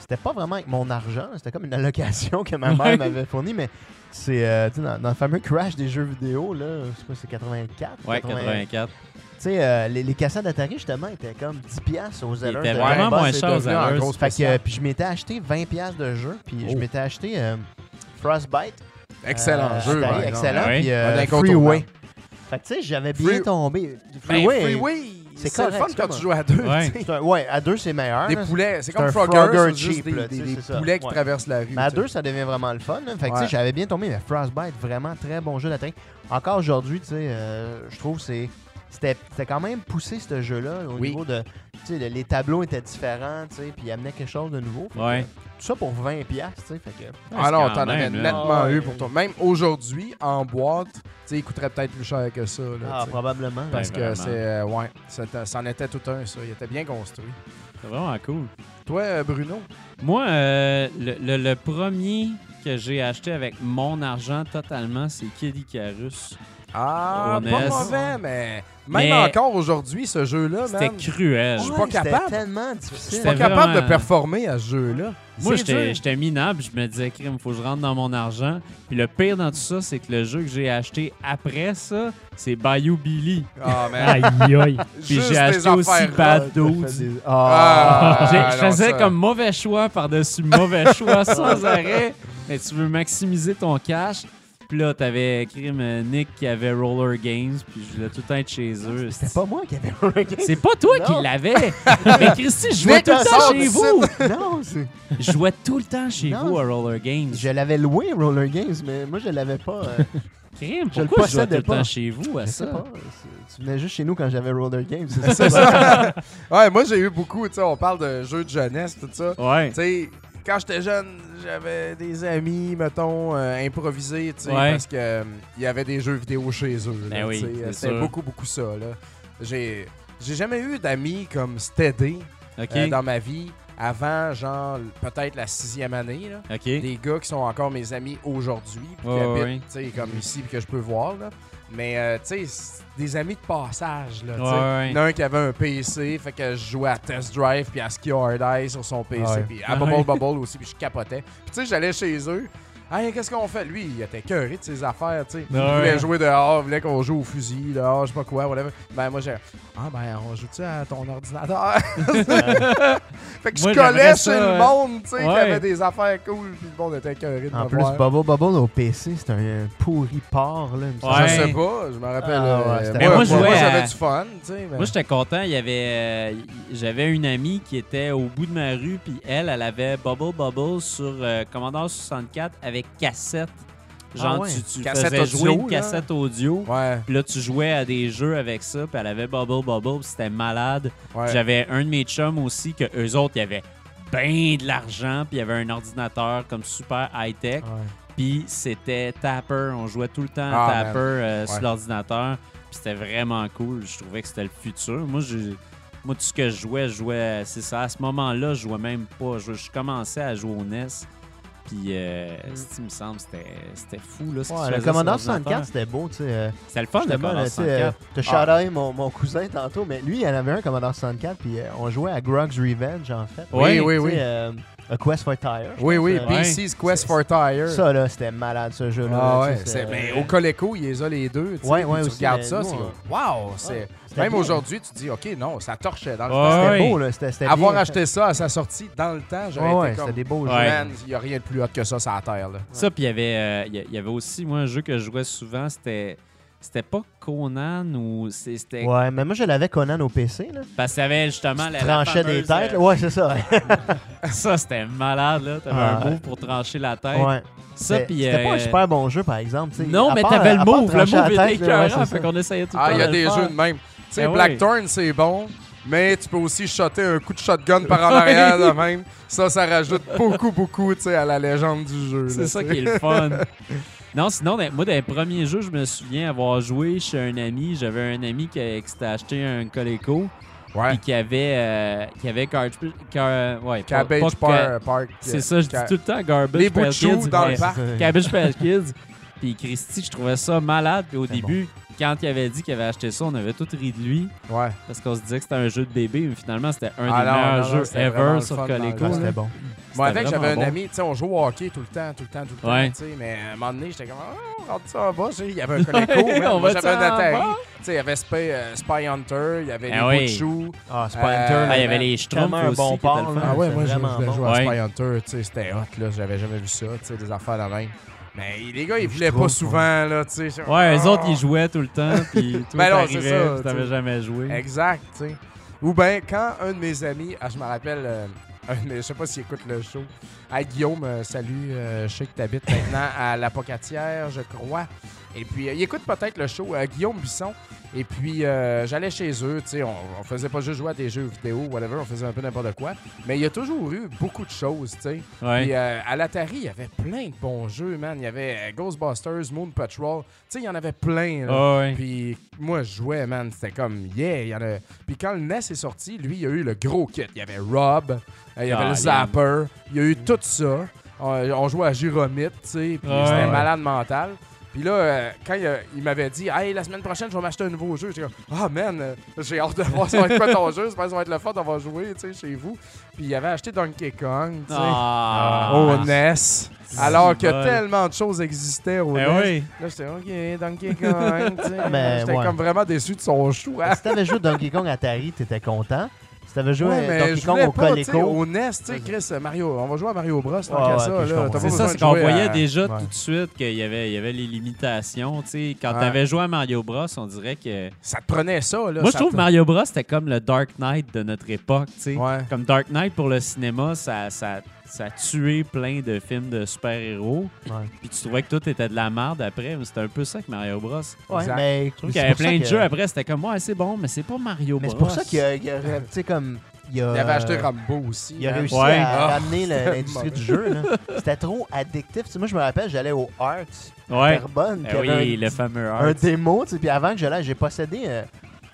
[SPEAKER 5] c'était pas vraiment avec mon argent, c'était comme une allocation que ma
[SPEAKER 1] Ouais.
[SPEAKER 5] mère m'avait fournie, mais c'est euh, tu sais, dans, dans le fameux crash des jeux vidéo, là, je sais pas, c'est 84?
[SPEAKER 2] ouais,
[SPEAKER 5] 80.
[SPEAKER 2] 84.
[SPEAKER 5] Tu sais, euh, les, les cassettes d'Atari, justement, étaient comme 10$ aux allures.
[SPEAKER 2] était
[SPEAKER 5] de
[SPEAKER 2] vraiment
[SPEAKER 5] Boss
[SPEAKER 2] moins
[SPEAKER 5] et
[SPEAKER 2] cher
[SPEAKER 5] de-
[SPEAKER 2] aux
[SPEAKER 3] devenu un
[SPEAKER 2] allures.
[SPEAKER 3] gros
[SPEAKER 5] Fait que, euh,
[SPEAKER 3] spécial.
[SPEAKER 5] puis je m'étais acheté 20$ de jeu, puis je
[SPEAKER 3] Oh.
[SPEAKER 5] m'étais acheté euh, Frostbite.
[SPEAKER 3] Excellent
[SPEAKER 5] Euh,
[SPEAKER 3] jeu.
[SPEAKER 5] Atari,
[SPEAKER 3] par exemple.
[SPEAKER 5] excellent.
[SPEAKER 2] Ah oui.
[SPEAKER 5] Puis euh,
[SPEAKER 3] Un incontournable.
[SPEAKER 5] Freeway. Fait que tu sais, j'avais bien
[SPEAKER 3] Free-
[SPEAKER 5] tombé.
[SPEAKER 3] Ben,
[SPEAKER 5] Freeway.
[SPEAKER 3] Freeway,
[SPEAKER 5] c'est
[SPEAKER 3] c'est le
[SPEAKER 5] correct,
[SPEAKER 3] fun
[SPEAKER 5] c'est
[SPEAKER 3] quand
[SPEAKER 5] comme
[SPEAKER 3] tu joues à deux.
[SPEAKER 2] Ouais.
[SPEAKER 3] tu sais.
[SPEAKER 5] c'est un- ouais, à deux, c'est meilleur.
[SPEAKER 3] Des
[SPEAKER 5] là.
[SPEAKER 3] poulets, c'est
[SPEAKER 5] c'est
[SPEAKER 3] comme
[SPEAKER 5] un
[SPEAKER 3] Frogger,
[SPEAKER 5] Frogger
[SPEAKER 3] c'est juste
[SPEAKER 5] cheap,
[SPEAKER 3] des, des-
[SPEAKER 5] là, tu sais,
[SPEAKER 3] des
[SPEAKER 5] c'est ça.
[SPEAKER 3] poulets qui
[SPEAKER 5] Ouais.
[SPEAKER 3] traversent la rue.
[SPEAKER 5] Mais à
[SPEAKER 3] tu sais.
[SPEAKER 5] deux, ça devient vraiment le fun. là. Fait que tu
[SPEAKER 3] Ouais.
[SPEAKER 5] sais, j'avais bien tombé. Mais Frostbite, vraiment très bon jeu d'atteinte. Encore aujourd'hui, tu sais, euh, je trouve que c'est c'était c'était quand même poussé, ce jeu-là, au
[SPEAKER 3] Oui.
[SPEAKER 5] niveau de. Tu sais, le- les tableaux étaient différents, tu sais, puis il amenait quelque chose de nouveau. Fait que,
[SPEAKER 2] Ouais.
[SPEAKER 5] euh, Tout ça pour 20$, tu sais, fait que.
[SPEAKER 3] Alors, Ah, t'en
[SPEAKER 2] as
[SPEAKER 3] avais nettement eu pour toi. Même aujourd'hui, en boîte, tu sais, il coûterait peut-être plus cher que ça. là,
[SPEAKER 5] Ah,
[SPEAKER 3] tu sais.
[SPEAKER 5] probablement.
[SPEAKER 3] parce
[SPEAKER 2] Ouais,
[SPEAKER 3] que
[SPEAKER 2] vraiment.
[SPEAKER 3] c'est. euh, ouais, c'était- c'en était tout un, ça. Il était bien construit.
[SPEAKER 2] C'est vraiment cool.
[SPEAKER 3] Toi, euh, Bruno,
[SPEAKER 2] Moi, euh, le, le- le premier que j'ai acheté avec mon argent totalement, c'est Kid Icarus.
[SPEAKER 3] Ah,
[SPEAKER 2] On
[SPEAKER 3] pas
[SPEAKER 2] est-
[SPEAKER 3] mauvais, mais même
[SPEAKER 2] Mais-
[SPEAKER 3] encore aujourd'hui, ce jeu-là,
[SPEAKER 2] C'était
[SPEAKER 3] Oh, man, Oh,
[SPEAKER 2] cruel.
[SPEAKER 3] Je suis
[SPEAKER 5] Ouais,
[SPEAKER 3] pas
[SPEAKER 5] c'était
[SPEAKER 3] capable.
[SPEAKER 5] tellement
[SPEAKER 3] je
[SPEAKER 5] difficile.
[SPEAKER 3] suis pas
[SPEAKER 2] c'était
[SPEAKER 3] capable de
[SPEAKER 2] vraiment-
[SPEAKER 3] performer à ce jeu-là.
[SPEAKER 2] Moi,
[SPEAKER 3] C'est
[SPEAKER 2] j'étais
[SPEAKER 3] dur.
[SPEAKER 2] j'étais minable. Je me disais, crime, faut que je rentre dans mon argent. Puis le pire dans tout ça, c'est que le jeu que j'ai acheté après ça, c'est Bayou Billy.
[SPEAKER 3] Ah, man.
[SPEAKER 1] Aïe, aïe.
[SPEAKER 2] Puis
[SPEAKER 3] Juste
[SPEAKER 2] j'ai
[SPEAKER 3] des
[SPEAKER 2] acheté aussi
[SPEAKER 3] affaires euh,
[SPEAKER 2] Bad
[SPEAKER 3] rares.
[SPEAKER 2] Dudes.
[SPEAKER 5] Ah.
[SPEAKER 3] Ah,
[SPEAKER 2] J'ai-
[SPEAKER 3] non,
[SPEAKER 2] je faisais
[SPEAKER 3] ça-
[SPEAKER 2] comme mauvais choix par-dessus mauvais choix sans arrêt. Mais tu veux maximiser ton cash. Puis là, t'avais crime euh, Nick qui avait Roller Games. Puis je voulais tout le temps être chez
[SPEAKER 3] Ah,
[SPEAKER 2] eux.
[SPEAKER 5] C'était pas moi qui avais un
[SPEAKER 2] C'est pas toi
[SPEAKER 5] Non.
[SPEAKER 2] qui l'avais. Mais Christy, je jouais
[SPEAKER 5] Nick,
[SPEAKER 2] tout le temps
[SPEAKER 5] sors
[SPEAKER 2] chez
[SPEAKER 5] d'ici.
[SPEAKER 2] vous.
[SPEAKER 5] Non, c'est.
[SPEAKER 2] Je jouais tout le temps chez
[SPEAKER 5] Non.
[SPEAKER 2] vous à Roller Games.
[SPEAKER 5] Je l'avais loué, Roller Games, mais moi, je l'avais pas. euh,
[SPEAKER 2] Crime,
[SPEAKER 5] Je le
[SPEAKER 2] pourquoi je, jouais tout
[SPEAKER 5] possédais
[SPEAKER 2] le
[SPEAKER 5] pas.
[SPEAKER 2] temps chez vous à
[SPEAKER 5] je sais
[SPEAKER 2] ça?
[SPEAKER 5] pas. c'est- Tu venais juste chez nous quand j'avais Roller Games. C'est ça.
[SPEAKER 3] C'est ça. ouais, moi, j'ai eu beaucoup. Tu sais, on parle de jeux de jeunesse, tout ça.
[SPEAKER 2] Ouais.
[SPEAKER 3] Tu sais, quand j'étais jeune, j'avais des amis, mettons, euh, improvisés, tu sais,
[SPEAKER 2] Ouais.
[SPEAKER 3] parce que euh, il y avait des jeux vidéo chez eux. là,
[SPEAKER 2] Ben oui,
[SPEAKER 3] tu sais,
[SPEAKER 2] c'est
[SPEAKER 3] euh, C'était
[SPEAKER 2] sûr.
[SPEAKER 3] beaucoup, beaucoup ça, là. J'ai j'ai jamais eu d'amis comme Steady euh,
[SPEAKER 2] OK.
[SPEAKER 5] euh,
[SPEAKER 3] dans ma vie avant, genre, peut-être la sixième année, là.
[SPEAKER 2] OK.
[SPEAKER 3] Des gars qui sont encore mes amis aujourd'hui, puis qui
[SPEAKER 2] Ouais, ouais,
[SPEAKER 3] habitent, tu sais, comme ici, puis que je peux voir, là. Mais, euh, tu sais, c'est des amis de passage, là, tu sais.
[SPEAKER 2] Ouais, ouais.
[SPEAKER 3] Il y en a un qui avait un PC, fait que je jouais à Test Drive puis à Ski or Die sur son PC,
[SPEAKER 5] Ouais.
[SPEAKER 3] puis à
[SPEAKER 2] Ouais.
[SPEAKER 3] Bubble Bubble aussi, puis je capotais. Puis tu sais, j'allais chez eux. Hey, qu'est-ce qu'on fait? Lui, il était curé de ses affaires, tu sais. Il
[SPEAKER 2] Ouais.
[SPEAKER 3] voulait jouer dehors, il voulait qu'on joue au fusil, dehors, je sais pas quoi, whatever. Ben moi, j'ai. Ah, ben on joue-tu à ton ordinateur? fait que je
[SPEAKER 2] Moi,
[SPEAKER 3] collais
[SPEAKER 2] j'aimerais
[SPEAKER 3] chez
[SPEAKER 2] ça,
[SPEAKER 3] le
[SPEAKER 2] ouais.
[SPEAKER 3] monde, tu sais, qui
[SPEAKER 2] Ouais.
[SPEAKER 3] avait des affaires cool, puis le monde était curé de
[SPEAKER 5] En
[SPEAKER 3] me
[SPEAKER 5] plus,
[SPEAKER 3] voir.
[SPEAKER 5] Bubble Bubble au PC, c'est un pourri porc, là. il me semble.
[SPEAKER 3] Je
[SPEAKER 2] Ouais.
[SPEAKER 3] sais pas, je me rappelle.
[SPEAKER 5] Ah, ouais,
[SPEAKER 3] euh,
[SPEAKER 5] c'était-
[SPEAKER 2] Mais moi, je jouais
[SPEAKER 3] j'avais
[SPEAKER 2] à-
[SPEAKER 3] du fun, tu sais. mais-
[SPEAKER 2] Moi, j'étais content. Il y avait, euh, y- j'avais une amie qui était au bout de ma rue, puis elle, elle avait Bubble Bubble sur euh, Commodore 64 avec cassette. Genre,
[SPEAKER 5] Ah ouais.
[SPEAKER 2] tu, tu
[SPEAKER 3] Cassette
[SPEAKER 2] faisais
[SPEAKER 3] audio,
[SPEAKER 2] jouer une
[SPEAKER 3] là.
[SPEAKER 2] cassette audio.
[SPEAKER 3] Ouais,
[SPEAKER 2] Puis là, tu jouais à des jeux avec ça, puis elle avait Bubble Bubble, puis c'était malade.
[SPEAKER 3] ouais.
[SPEAKER 2] J'avais un de mes chums aussi, que eux autres, il y avait ben de l'argent, puis il y avait un ordinateur comme super high-tech.
[SPEAKER 5] Ouais.
[SPEAKER 2] Puis c'était Tapper. On jouait tout le temps à
[SPEAKER 3] Ah,
[SPEAKER 2] Tapper euh,
[SPEAKER 3] Ouais.
[SPEAKER 2] sur l'ordinateur. Puis c'était vraiment cool. Je trouvais que c'était le futur. Moi, je- moi, tout ce que je jouais, je jouais. C'est ça. À ce moment-là, je jouais même pas. Je, je commençais à jouer au NES. Puis, euh, c'est- il me semble, c'était c'était fou. Là, ce qu'il
[SPEAKER 5] Mm. Ouais,
[SPEAKER 2] faisait
[SPEAKER 5] le
[SPEAKER 2] sur
[SPEAKER 5] Commandant
[SPEAKER 2] l'ordinateur.
[SPEAKER 5] 64, c'était beau, tu sais.
[SPEAKER 3] Ah,
[SPEAKER 5] euh,
[SPEAKER 2] C'était le fun, le
[SPEAKER 5] Justement,
[SPEAKER 2] Commandant
[SPEAKER 5] là, tu sais, euh,
[SPEAKER 2] 64.
[SPEAKER 5] t'as shout-out mon, mon cousin tantôt, mais lui, il en avait un Commodore 64, puis euh, on jouait à Grog's Revenge, en fait.
[SPEAKER 3] Oui, oui,
[SPEAKER 5] Tu sais,
[SPEAKER 3] oui.
[SPEAKER 5] euh, A Quest for Tire. je
[SPEAKER 3] Oui,
[SPEAKER 5] pense,
[SPEAKER 3] oui,
[SPEAKER 5] euh,
[SPEAKER 2] Ouais.
[SPEAKER 3] PC's Quest for Tire.
[SPEAKER 5] Ça, là, c'était malade, ce jeu-là.
[SPEAKER 3] Ah
[SPEAKER 5] là,
[SPEAKER 3] ouais,
[SPEAKER 5] tu sais,
[SPEAKER 3] c'est-
[SPEAKER 5] euh,
[SPEAKER 3] mais au Coleco, il les a les deux. Tu, sais,
[SPEAKER 5] Ouais, ouais,
[SPEAKER 3] puis tu
[SPEAKER 5] aussi,
[SPEAKER 3] regardes
[SPEAKER 5] mais
[SPEAKER 3] ça,
[SPEAKER 5] nous,
[SPEAKER 3] c'est
[SPEAKER 5] on-
[SPEAKER 3] comme, wow! c'est-
[SPEAKER 5] c'était
[SPEAKER 3] Même
[SPEAKER 5] bien.
[SPEAKER 3] aujourd'hui, tu dis, OK, non, ça torchait dans le
[SPEAKER 2] Ouais,
[SPEAKER 3] temps.
[SPEAKER 5] C'était
[SPEAKER 2] ouais.
[SPEAKER 5] beau, là. C'était, c'était
[SPEAKER 3] Avoir
[SPEAKER 5] bien
[SPEAKER 3] acheté ça à sa sortie dans le temps,
[SPEAKER 5] fait.
[SPEAKER 3] j'aurais
[SPEAKER 5] Ouais,
[SPEAKER 3] été
[SPEAKER 5] ouais,
[SPEAKER 3] comme,
[SPEAKER 5] c'était des beaux
[SPEAKER 2] Ouais.
[SPEAKER 5] jeux.
[SPEAKER 3] man, il n'y a rien de plus hot que ça sur la terre. Là.
[SPEAKER 2] Ça, puis il y avait, euh, il y a- il y avait aussi, moi, un jeu que je jouais souvent. C'était. C'était pas Conan ou. c'est- C'était.
[SPEAKER 5] Ouais, mais moi, je l'avais Conan au PC, là.
[SPEAKER 2] Parce qu'il y avait justement la. la
[SPEAKER 5] Tranchait des
[SPEAKER 2] fameuse,
[SPEAKER 5] têtes,
[SPEAKER 2] euh,
[SPEAKER 5] là. Ouais, c'est ça.
[SPEAKER 2] Ça, c'était malade, là. T'avais
[SPEAKER 5] Ah.
[SPEAKER 2] un move pour trancher la tête.
[SPEAKER 5] ouais.
[SPEAKER 2] Ça,
[SPEAKER 5] Mais
[SPEAKER 2] puis.
[SPEAKER 5] C'était pas
[SPEAKER 2] euh,
[SPEAKER 5] un super bon jeu, par exemple. tu sais.
[SPEAKER 2] Non,
[SPEAKER 5] À
[SPEAKER 2] mais
[SPEAKER 5] part-
[SPEAKER 2] t'avais
[SPEAKER 5] à
[SPEAKER 2] le
[SPEAKER 5] part
[SPEAKER 2] move. Le
[SPEAKER 5] trancher la
[SPEAKER 2] move était
[SPEAKER 5] tête, là, ouais,
[SPEAKER 2] écœurant.
[SPEAKER 5] c'est
[SPEAKER 2] fait qu'on essayait tout le temps.
[SPEAKER 3] Ah, il y a
[SPEAKER 2] de
[SPEAKER 3] des
[SPEAKER 2] le faire.
[SPEAKER 3] jeux de même. Tu sais,
[SPEAKER 2] Ben oui.
[SPEAKER 3] Blackthorn, c'est bon, mais tu peux aussi shotter un coup de shotgun par en arrière de même. Ça, ça rajoute beaucoup, beaucoup tu sais, à la légende du jeu. là,
[SPEAKER 2] C'est ça
[SPEAKER 3] tu sais.
[SPEAKER 2] qui est le fun. Non, sinon, dans- moi, dans les premiers jeux, je me souviens avoir joué chez un ami. J'avais un ami qui, qui s'était acheté un Coleco.
[SPEAKER 3] Ouais.
[SPEAKER 2] Puis qui avait. euh, qui avait cartridge. car- ouais, pas- pas
[SPEAKER 3] Cabbage
[SPEAKER 2] que-
[SPEAKER 3] Par- Park.
[SPEAKER 2] C'est ça, je dis
[SPEAKER 3] Ca-
[SPEAKER 2] tout le temps garbage.
[SPEAKER 3] Les bouts de
[SPEAKER 2] Patch
[SPEAKER 3] choux
[SPEAKER 2] Kids,
[SPEAKER 3] dans le
[SPEAKER 2] mais-
[SPEAKER 3] parc.
[SPEAKER 5] ça.
[SPEAKER 2] Cabbage Patch Kids. Puis Christy, je trouvais ça malade. Puis au
[SPEAKER 5] C'était
[SPEAKER 2] début, quand il avait dit qu'il avait acheté ça, on avait tout ri de lui.
[SPEAKER 3] Ouais.
[SPEAKER 2] Parce qu'on se disait que c'était un jeu de bébé, mais finalement, c'était un
[SPEAKER 3] Ah
[SPEAKER 2] des
[SPEAKER 3] non,
[SPEAKER 2] meilleurs
[SPEAKER 3] non, non,
[SPEAKER 2] jeux
[SPEAKER 3] c'était vraiment le
[SPEAKER 2] ever sur
[SPEAKER 3] fun dans le
[SPEAKER 2] Coleco.
[SPEAKER 3] temps.
[SPEAKER 5] Ah,
[SPEAKER 2] là.
[SPEAKER 5] C'était bon.
[SPEAKER 3] Moi, avec,
[SPEAKER 2] C'était
[SPEAKER 3] j'avais un
[SPEAKER 2] vraiment
[SPEAKER 3] ami, tu sais, on jouait au hockey tout le temps, tout le temps, tout le
[SPEAKER 2] Ouais.
[SPEAKER 3] temps. tu sais, Mais à un moment donné, j'étais comme, oh, on rentre ça en bas. tu sais, Il y avait un Coleco, man.
[SPEAKER 2] On
[SPEAKER 3] Moi,
[SPEAKER 2] va-tu
[SPEAKER 3] j'avais un
[SPEAKER 2] en
[SPEAKER 3] Atari.
[SPEAKER 2] bas?
[SPEAKER 3] Tu sais, Il y avait Spy, euh, Spy Hunter, il y avait
[SPEAKER 2] Ah
[SPEAKER 3] les
[SPEAKER 2] oui.
[SPEAKER 3] Bouchous.
[SPEAKER 5] Ah, Spy
[SPEAKER 3] Euh,
[SPEAKER 5] Hunter,
[SPEAKER 2] Ah, il y
[SPEAKER 5] là,
[SPEAKER 2] avait les schtroumpfs
[SPEAKER 5] Tellement un
[SPEAKER 2] aussi
[SPEAKER 5] bon
[SPEAKER 2] qui étaient le fun.
[SPEAKER 5] port, là.
[SPEAKER 3] Ah ouais,
[SPEAKER 5] c'est
[SPEAKER 3] moi, je
[SPEAKER 5] vraiment
[SPEAKER 3] je voulais
[SPEAKER 5] bon.
[SPEAKER 3] jouer à Spy
[SPEAKER 2] Ouais.
[SPEAKER 3] Hunter. tu sais, C'était hot, là. J'avais jamais vu ça, tu sais, des affaires de même. Mais les gars, ils
[SPEAKER 5] Je
[SPEAKER 3] voulaient pas
[SPEAKER 5] trouve,
[SPEAKER 3] souvent, là. tu sais.
[SPEAKER 2] Ouais,
[SPEAKER 3] les
[SPEAKER 2] eux autres, ils jouaient tout le temps, puis toi,
[SPEAKER 3] Ah. Ben non, c'est
[SPEAKER 2] t'arrivais,
[SPEAKER 3] ça,
[SPEAKER 2] puis
[SPEAKER 3] tu sais.
[SPEAKER 2] t'avais jamais joué.
[SPEAKER 3] Exact, tu sais. Ou bien, quand un de mes amis, ah, je me rappelle, euh, un de mes- je sais pas s'il écoute le show, à Guillaume, euh, salut, euh, je sais que tu habites maintenant à La Pocatière, je crois. Et puis, euh, ils écoutent peut-être le show euh, Guillaume Bisson. Et puis, euh, j'allais chez eux, tu sais, on, on faisait pas juste jouer à des jeux vidéo, whatever, on faisait un peu n'importe quoi. Mais il y a toujours eu beaucoup de choses, tu sais.
[SPEAKER 2] Ouais.
[SPEAKER 3] Puis, euh, à l'Atari, il y avait plein de bons jeux, man. Il y avait euh, Ghostbusters, Moon Patrol. Tu sais, il y en avait plein. là.
[SPEAKER 2] Ah ouais.
[SPEAKER 3] Puis moi, je jouais, man. C'était comme, yeah. il Y en a... Puis quand le NES est sorti, lui, il y a eu le gros kit. Il y avait Rob, euh, il y avait
[SPEAKER 2] Ah,
[SPEAKER 3] le
[SPEAKER 2] man.
[SPEAKER 3] Zapper, il y a eu tout ça. On, on jouait à Gyromite, tu sais. Puis
[SPEAKER 1] Ah
[SPEAKER 3] c'était
[SPEAKER 1] ouais.
[SPEAKER 3] malade mental. Puis là, euh, quand il, a- il m'avait dit, hey, la semaine prochaine, je vais m'acheter un nouveau jeu, j'ai comme, ah, man, euh, j'ai hâte de voir ça va être quoi ton jeu, j'espère que ça va être le fun, on va jouer, tu sais, chez vous. Puis il avait acheté Donkey Kong, tu sais Oh,
[SPEAKER 2] Ah.
[SPEAKER 3] au NES. Alors que
[SPEAKER 1] bol.
[SPEAKER 3] tellement de choses existaient au
[SPEAKER 1] Ah. Eh
[SPEAKER 3] NES.
[SPEAKER 1] oui.
[SPEAKER 3] Là, j'étais OK, Donkey Kong. tu sais.
[SPEAKER 5] Mais
[SPEAKER 3] j'étais
[SPEAKER 5] Ah, ben, ouais.
[SPEAKER 3] comme vraiment déçu de son choix.
[SPEAKER 5] Si t'avais joué Donkey Kong Atari, t'étais content. Si t'avais joué
[SPEAKER 3] Ouais, mais
[SPEAKER 5] Donkey
[SPEAKER 3] je
[SPEAKER 5] Kong
[SPEAKER 3] voulais
[SPEAKER 5] au
[SPEAKER 3] pas, tu sais,
[SPEAKER 5] Coleco,
[SPEAKER 3] au NES, tu sais, Chris, euh, Mario, on va jouer à Mario Bros, tant
[SPEAKER 5] Ouais,
[SPEAKER 3] qu'à
[SPEAKER 5] ouais,
[SPEAKER 3] ça,
[SPEAKER 5] puis je
[SPEAKER 3] là, t'as
[SPEAKER 5] comprends.
[SPEAKER 3] pas
[SPEAKER 5] C'est
[SPEAKER 2] C'est
[SPEAKER 3] besoin
[SPEAKER 2] ça,
[SPEAKER 3] de
[SPEAKER 2] c'est qu'on
[SPEAKER 3] jouer
[SPEAKER 2] voyait
[SPEAKER 3] à-
[SPEAKER 2] déjà
[SPEAKER 3] Ouais.
[SPEAKER 2] tout de suite qu'il y avait, il y avait les limitations. tu sais. Quand
[SPEAKER 3] Ouais.
[SPEAKER 2] t'avais joué à Mario Bros, on dirait que.
[SPEAKER 3] Ça te prenait ça, là.
[SPEAKER 2] Moi, je
[SPEAKER 3] ça
[SPEAKER 2] trouve
[SPEAKER 3] te-
[SPEAKER 2] Mario Bros, c'était comme le Dark Knight de notre époque. tu sais.
[SPEAKER 3] Ouais.
[SPEAKER 2] Comme Dark Knight pour le cinéma, ça, ça, ça a tué plein de films de super-héros.
[SPEAKER 5] Ouais.
[SPEAKER 2] Puis tu trouvais que tout était de la merde après. mais C'était un peu ça que Mario Bros. Je
[SPEAKER 5] ouais,
[SPEAKER 3] Exact.
[SPEAKER 5] mais
[SPEAKER 2] trouve qu'il
[SPEAKER 5] mais
[SPEAKER 2] y
[SPEAKER 5] c'est
[SPEAKER 2] avait
[SPEAKER 5] pour ça
[SPEAKER 2] plein de
[SPEAKER 5] que-
[SPEAKER 2] jeux après. C'était comme, ouais, c'est bon, mais c'est pas Mario
[SPEAKER 5] Mais
[SPEAKER 2] Bros.
[SPEAKER 5] c'est pour ça qu'il y a, il y a- tu sais, comme il y a,
[SPEAKER 3] Il avait acheté Rambo aussi.
[SPEAKER 5] Euh, il a
[SPEAKER 3] man.
[SPEAKER 5] réussi
[SPEAKER 2] Ouais.
[SPEAKER 5] à
[SPEAKER 3] Ah,
[SPEAKER 5] ramener le- l'industrie du jeu. là. C'était trop addictif. Tu sais, moi, je me rappelle, j'allais au Art
[SPEAKER 2] Ouais.
[SPEAKER 5] Terrebonne.
[SPEAKER 2] Eh
[SPEAKER 5] qui avait
[SPEAKER 2] oui,
[SPEAKER 5] un-
[SPEAKER 2] le fameux
[SPEAKER 5] un
[SPEAKER 2] art.
[SPEAKER 5] démo, tu sais, puis avant que je l'aille, j'ai possédé, euh,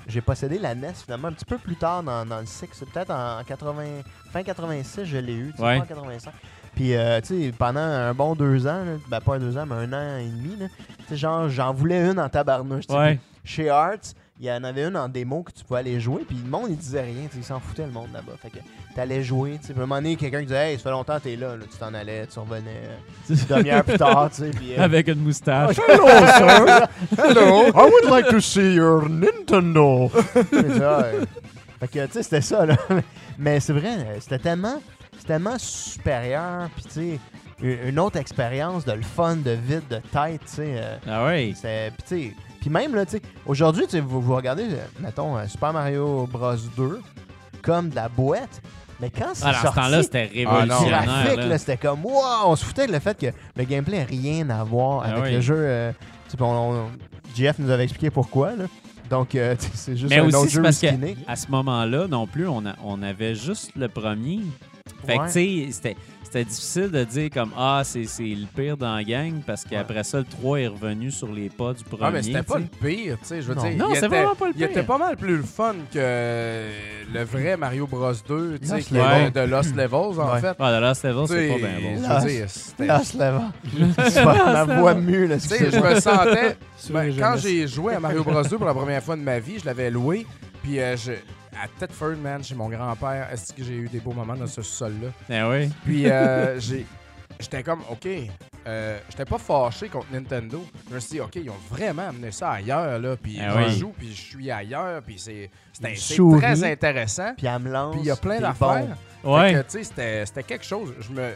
[SPEAKER 5] j'ai possédé la NES finalement un petit peu plus tard dans, dans le cycle, c'est peut-être en 80, fin 86 je l'ai eu, tu sais,
[SPEAKER 2] Ouais.
[SPEAKER 5] pas en 85. Puis euh, tu sais, pendant un bon deux ans, là, ben pas un deux ans, mais un an et demi, là, tu sais, genre j'en voulais une en tabarnouche. tu sais.
[SPEAKER 2] Ouais.
[SPEAKER 5] Chez Arts, il y en avait une en démo que tu pouvais aller jouer, puis le monde il disait rien, tu sais, il s'en foutait le monde là-bas. Fait que t'allais jouer, tu sais, puis à un moment donné quelqu'un disait, hey, ça fait longtemps que t'es là, là, tu t'en allais, tu revenais euh, une demi-heure plus tard, tu sais, puis euh,
[SPEAKER 2] Avec une moustache.
[SPEAKER 5] Hello, sir.
[SPEAKER 3] Hello.
[SPEAKER 5] I would like to see your Nintendo. euh, fait que, tu sais, c'était ça, là. Mais c'est vrai, euh, c'était tellement, c'était tellement supérieur, puis tu sais, u- une autre expérience de le fun, de vide, de tête, tu sais. euh,
[SPEAKER 2] Ah ouais.
[SPEAKER 5] c'était- puis tu sais, puis même, là, tu sais, aujourd'hui, tu sais, vous, vous regardez, euh, mettons, euh, Super Mario Bros. 2 comme de la boîte, mais quand c'est
[SPEAKER 2] Ah, dans ce
[SPEAKER 5] sorti,
[SPEAKER 2] temps-là, c'était
[SPEAKER 3] Ah, non.
[SPEAKER 2] révolutionnaire.
[SPEAKER 5] graphique,
[SPEAKER 2] là.
[SPEAKER 5] là, c'était comme wow, on se foutait de le fait que le gameplay n'a rien à voir
[SPEAKER 2] Ah
[SPEAKER 5] avec
[SPEAKER 2] oui.
[SPEAKER 5] le jeu. euh, tu sais, on- on- JF nous avait expliqué pourquoi. Là. Donc, euh, tu sais, c'est juste
[SPEAKER 2] Mais
[SPEAKER 5] un
[SPEAKER 2] aussi,
[SPEAKER 5] autre
[SPEAKER 2] c'est
[SPEAKER 5] jeu
[SPEAKER 2] parce que-
[SPEAKER 5] skinné.
[SPEAKER 2] À ce moment-là, non plus, on, a- on avait juste le premier. Fait
[SPEAKER 5] Ouais.
[SPEAKER 2] que, tu sais, c'était- c'était difficile de dire comme Ah, c'est c'est le pire dans la gang parce qu'après ça, le 3 est revenu sur les pas du premier.
[SPEAKER 3] Ah, mais c'était pas
[SPEAKER 2] tu
[SPEAKER 3] le
[SPEAKER 2] sais.
[SPEAKER 3] pire, tu sais, je veux
[SPEAKER 5] Non.
[SPEAKER 3] dire.
[SPEAKER 2] Non,
[SPEAKER 3] il
[SPEAKER 2] c'est
[SPEAKER 3] était-
[SPEAKER 2] vraiment pas le
[SPEAKER 3] Il était
[SPEAKER 2] pire.
[SPEAKER 3] pas mal plus le fun que le vrai Mario Bros 2, tu sais,
[SPEAKER 5] Lost
[SPEAKER 3] qui est
[SPEAKER 2] Levels.
[SPEAKER 3] de Lost Levels, en
[SPEAKER 5] Ouais. Ah,
[SPEAKER 3] fait.
[SPEAKER 2] Ah, The Last Level,
[SPEAKER 3] Tu
[SPEAKER 2] c'est
[SPEAKER 3] sais,
[SPEAKER 2] pas bien bon.
[SPEAKER 3] je
[SPEAKER 5] Lost.
[SPEAKER 3] veux dire, c'était-
[SPEAKER 5] Là, se levant. C'est pas- ma voix mue, là,
[SPEAKER 3] Tu sais, je
[SPEAKER 5] excusez-moi.
[SPEAKER 3] me sentais.
[SPEAKER 1] Sur
[SPEAKER 3] ben,
[SPEAKER 1] les
[SPEAKER 3] quand
[SPEAKER 1] jeunesses.
[SPEAKER 3] j'ai joué à Mario Bros 2 pour la première fois de ma vie, je l'avais loué. Puis euh, je- à Thetford, man, chez mon grand-père, est-ce que j'ai eu des beaux moments dans ce sol-là?
[SPEAKER 2] Eh oui.
[SPEAKER 3] Puis euh, j'ai- j'étais comme, OK, euh, j'étais pas fâché contre Nintendo. Je me suis dit, OK, ils ont vraiment amené ça ailleurs, là. Puis
[SPEAKER 2] Ah
[SPEAKER 3] je
[SPEAKER 2] oui.
[SPEAKER 3] joue, puis je suis ailleurs, puis c'est c'était-
[SPEAKER 5] Une
[SPEAKER 3] c'est
[SPEAKER 5] souris.
[SPEAKER 3] très intéressant.
[SPEAKER 5] Puis elle me lance.
[SPEAKER 3] Puis il y a plein
[SPEAKER 5] t'es
[SPEAKER 3] d'affaires.
[SPEAKER 5] bon.
[SPEAKER 3] Fait que,
[SPEAKER 2] Ouais.
[SPEAKER 3] tu sais, c'était c'était quelque chose. Je me.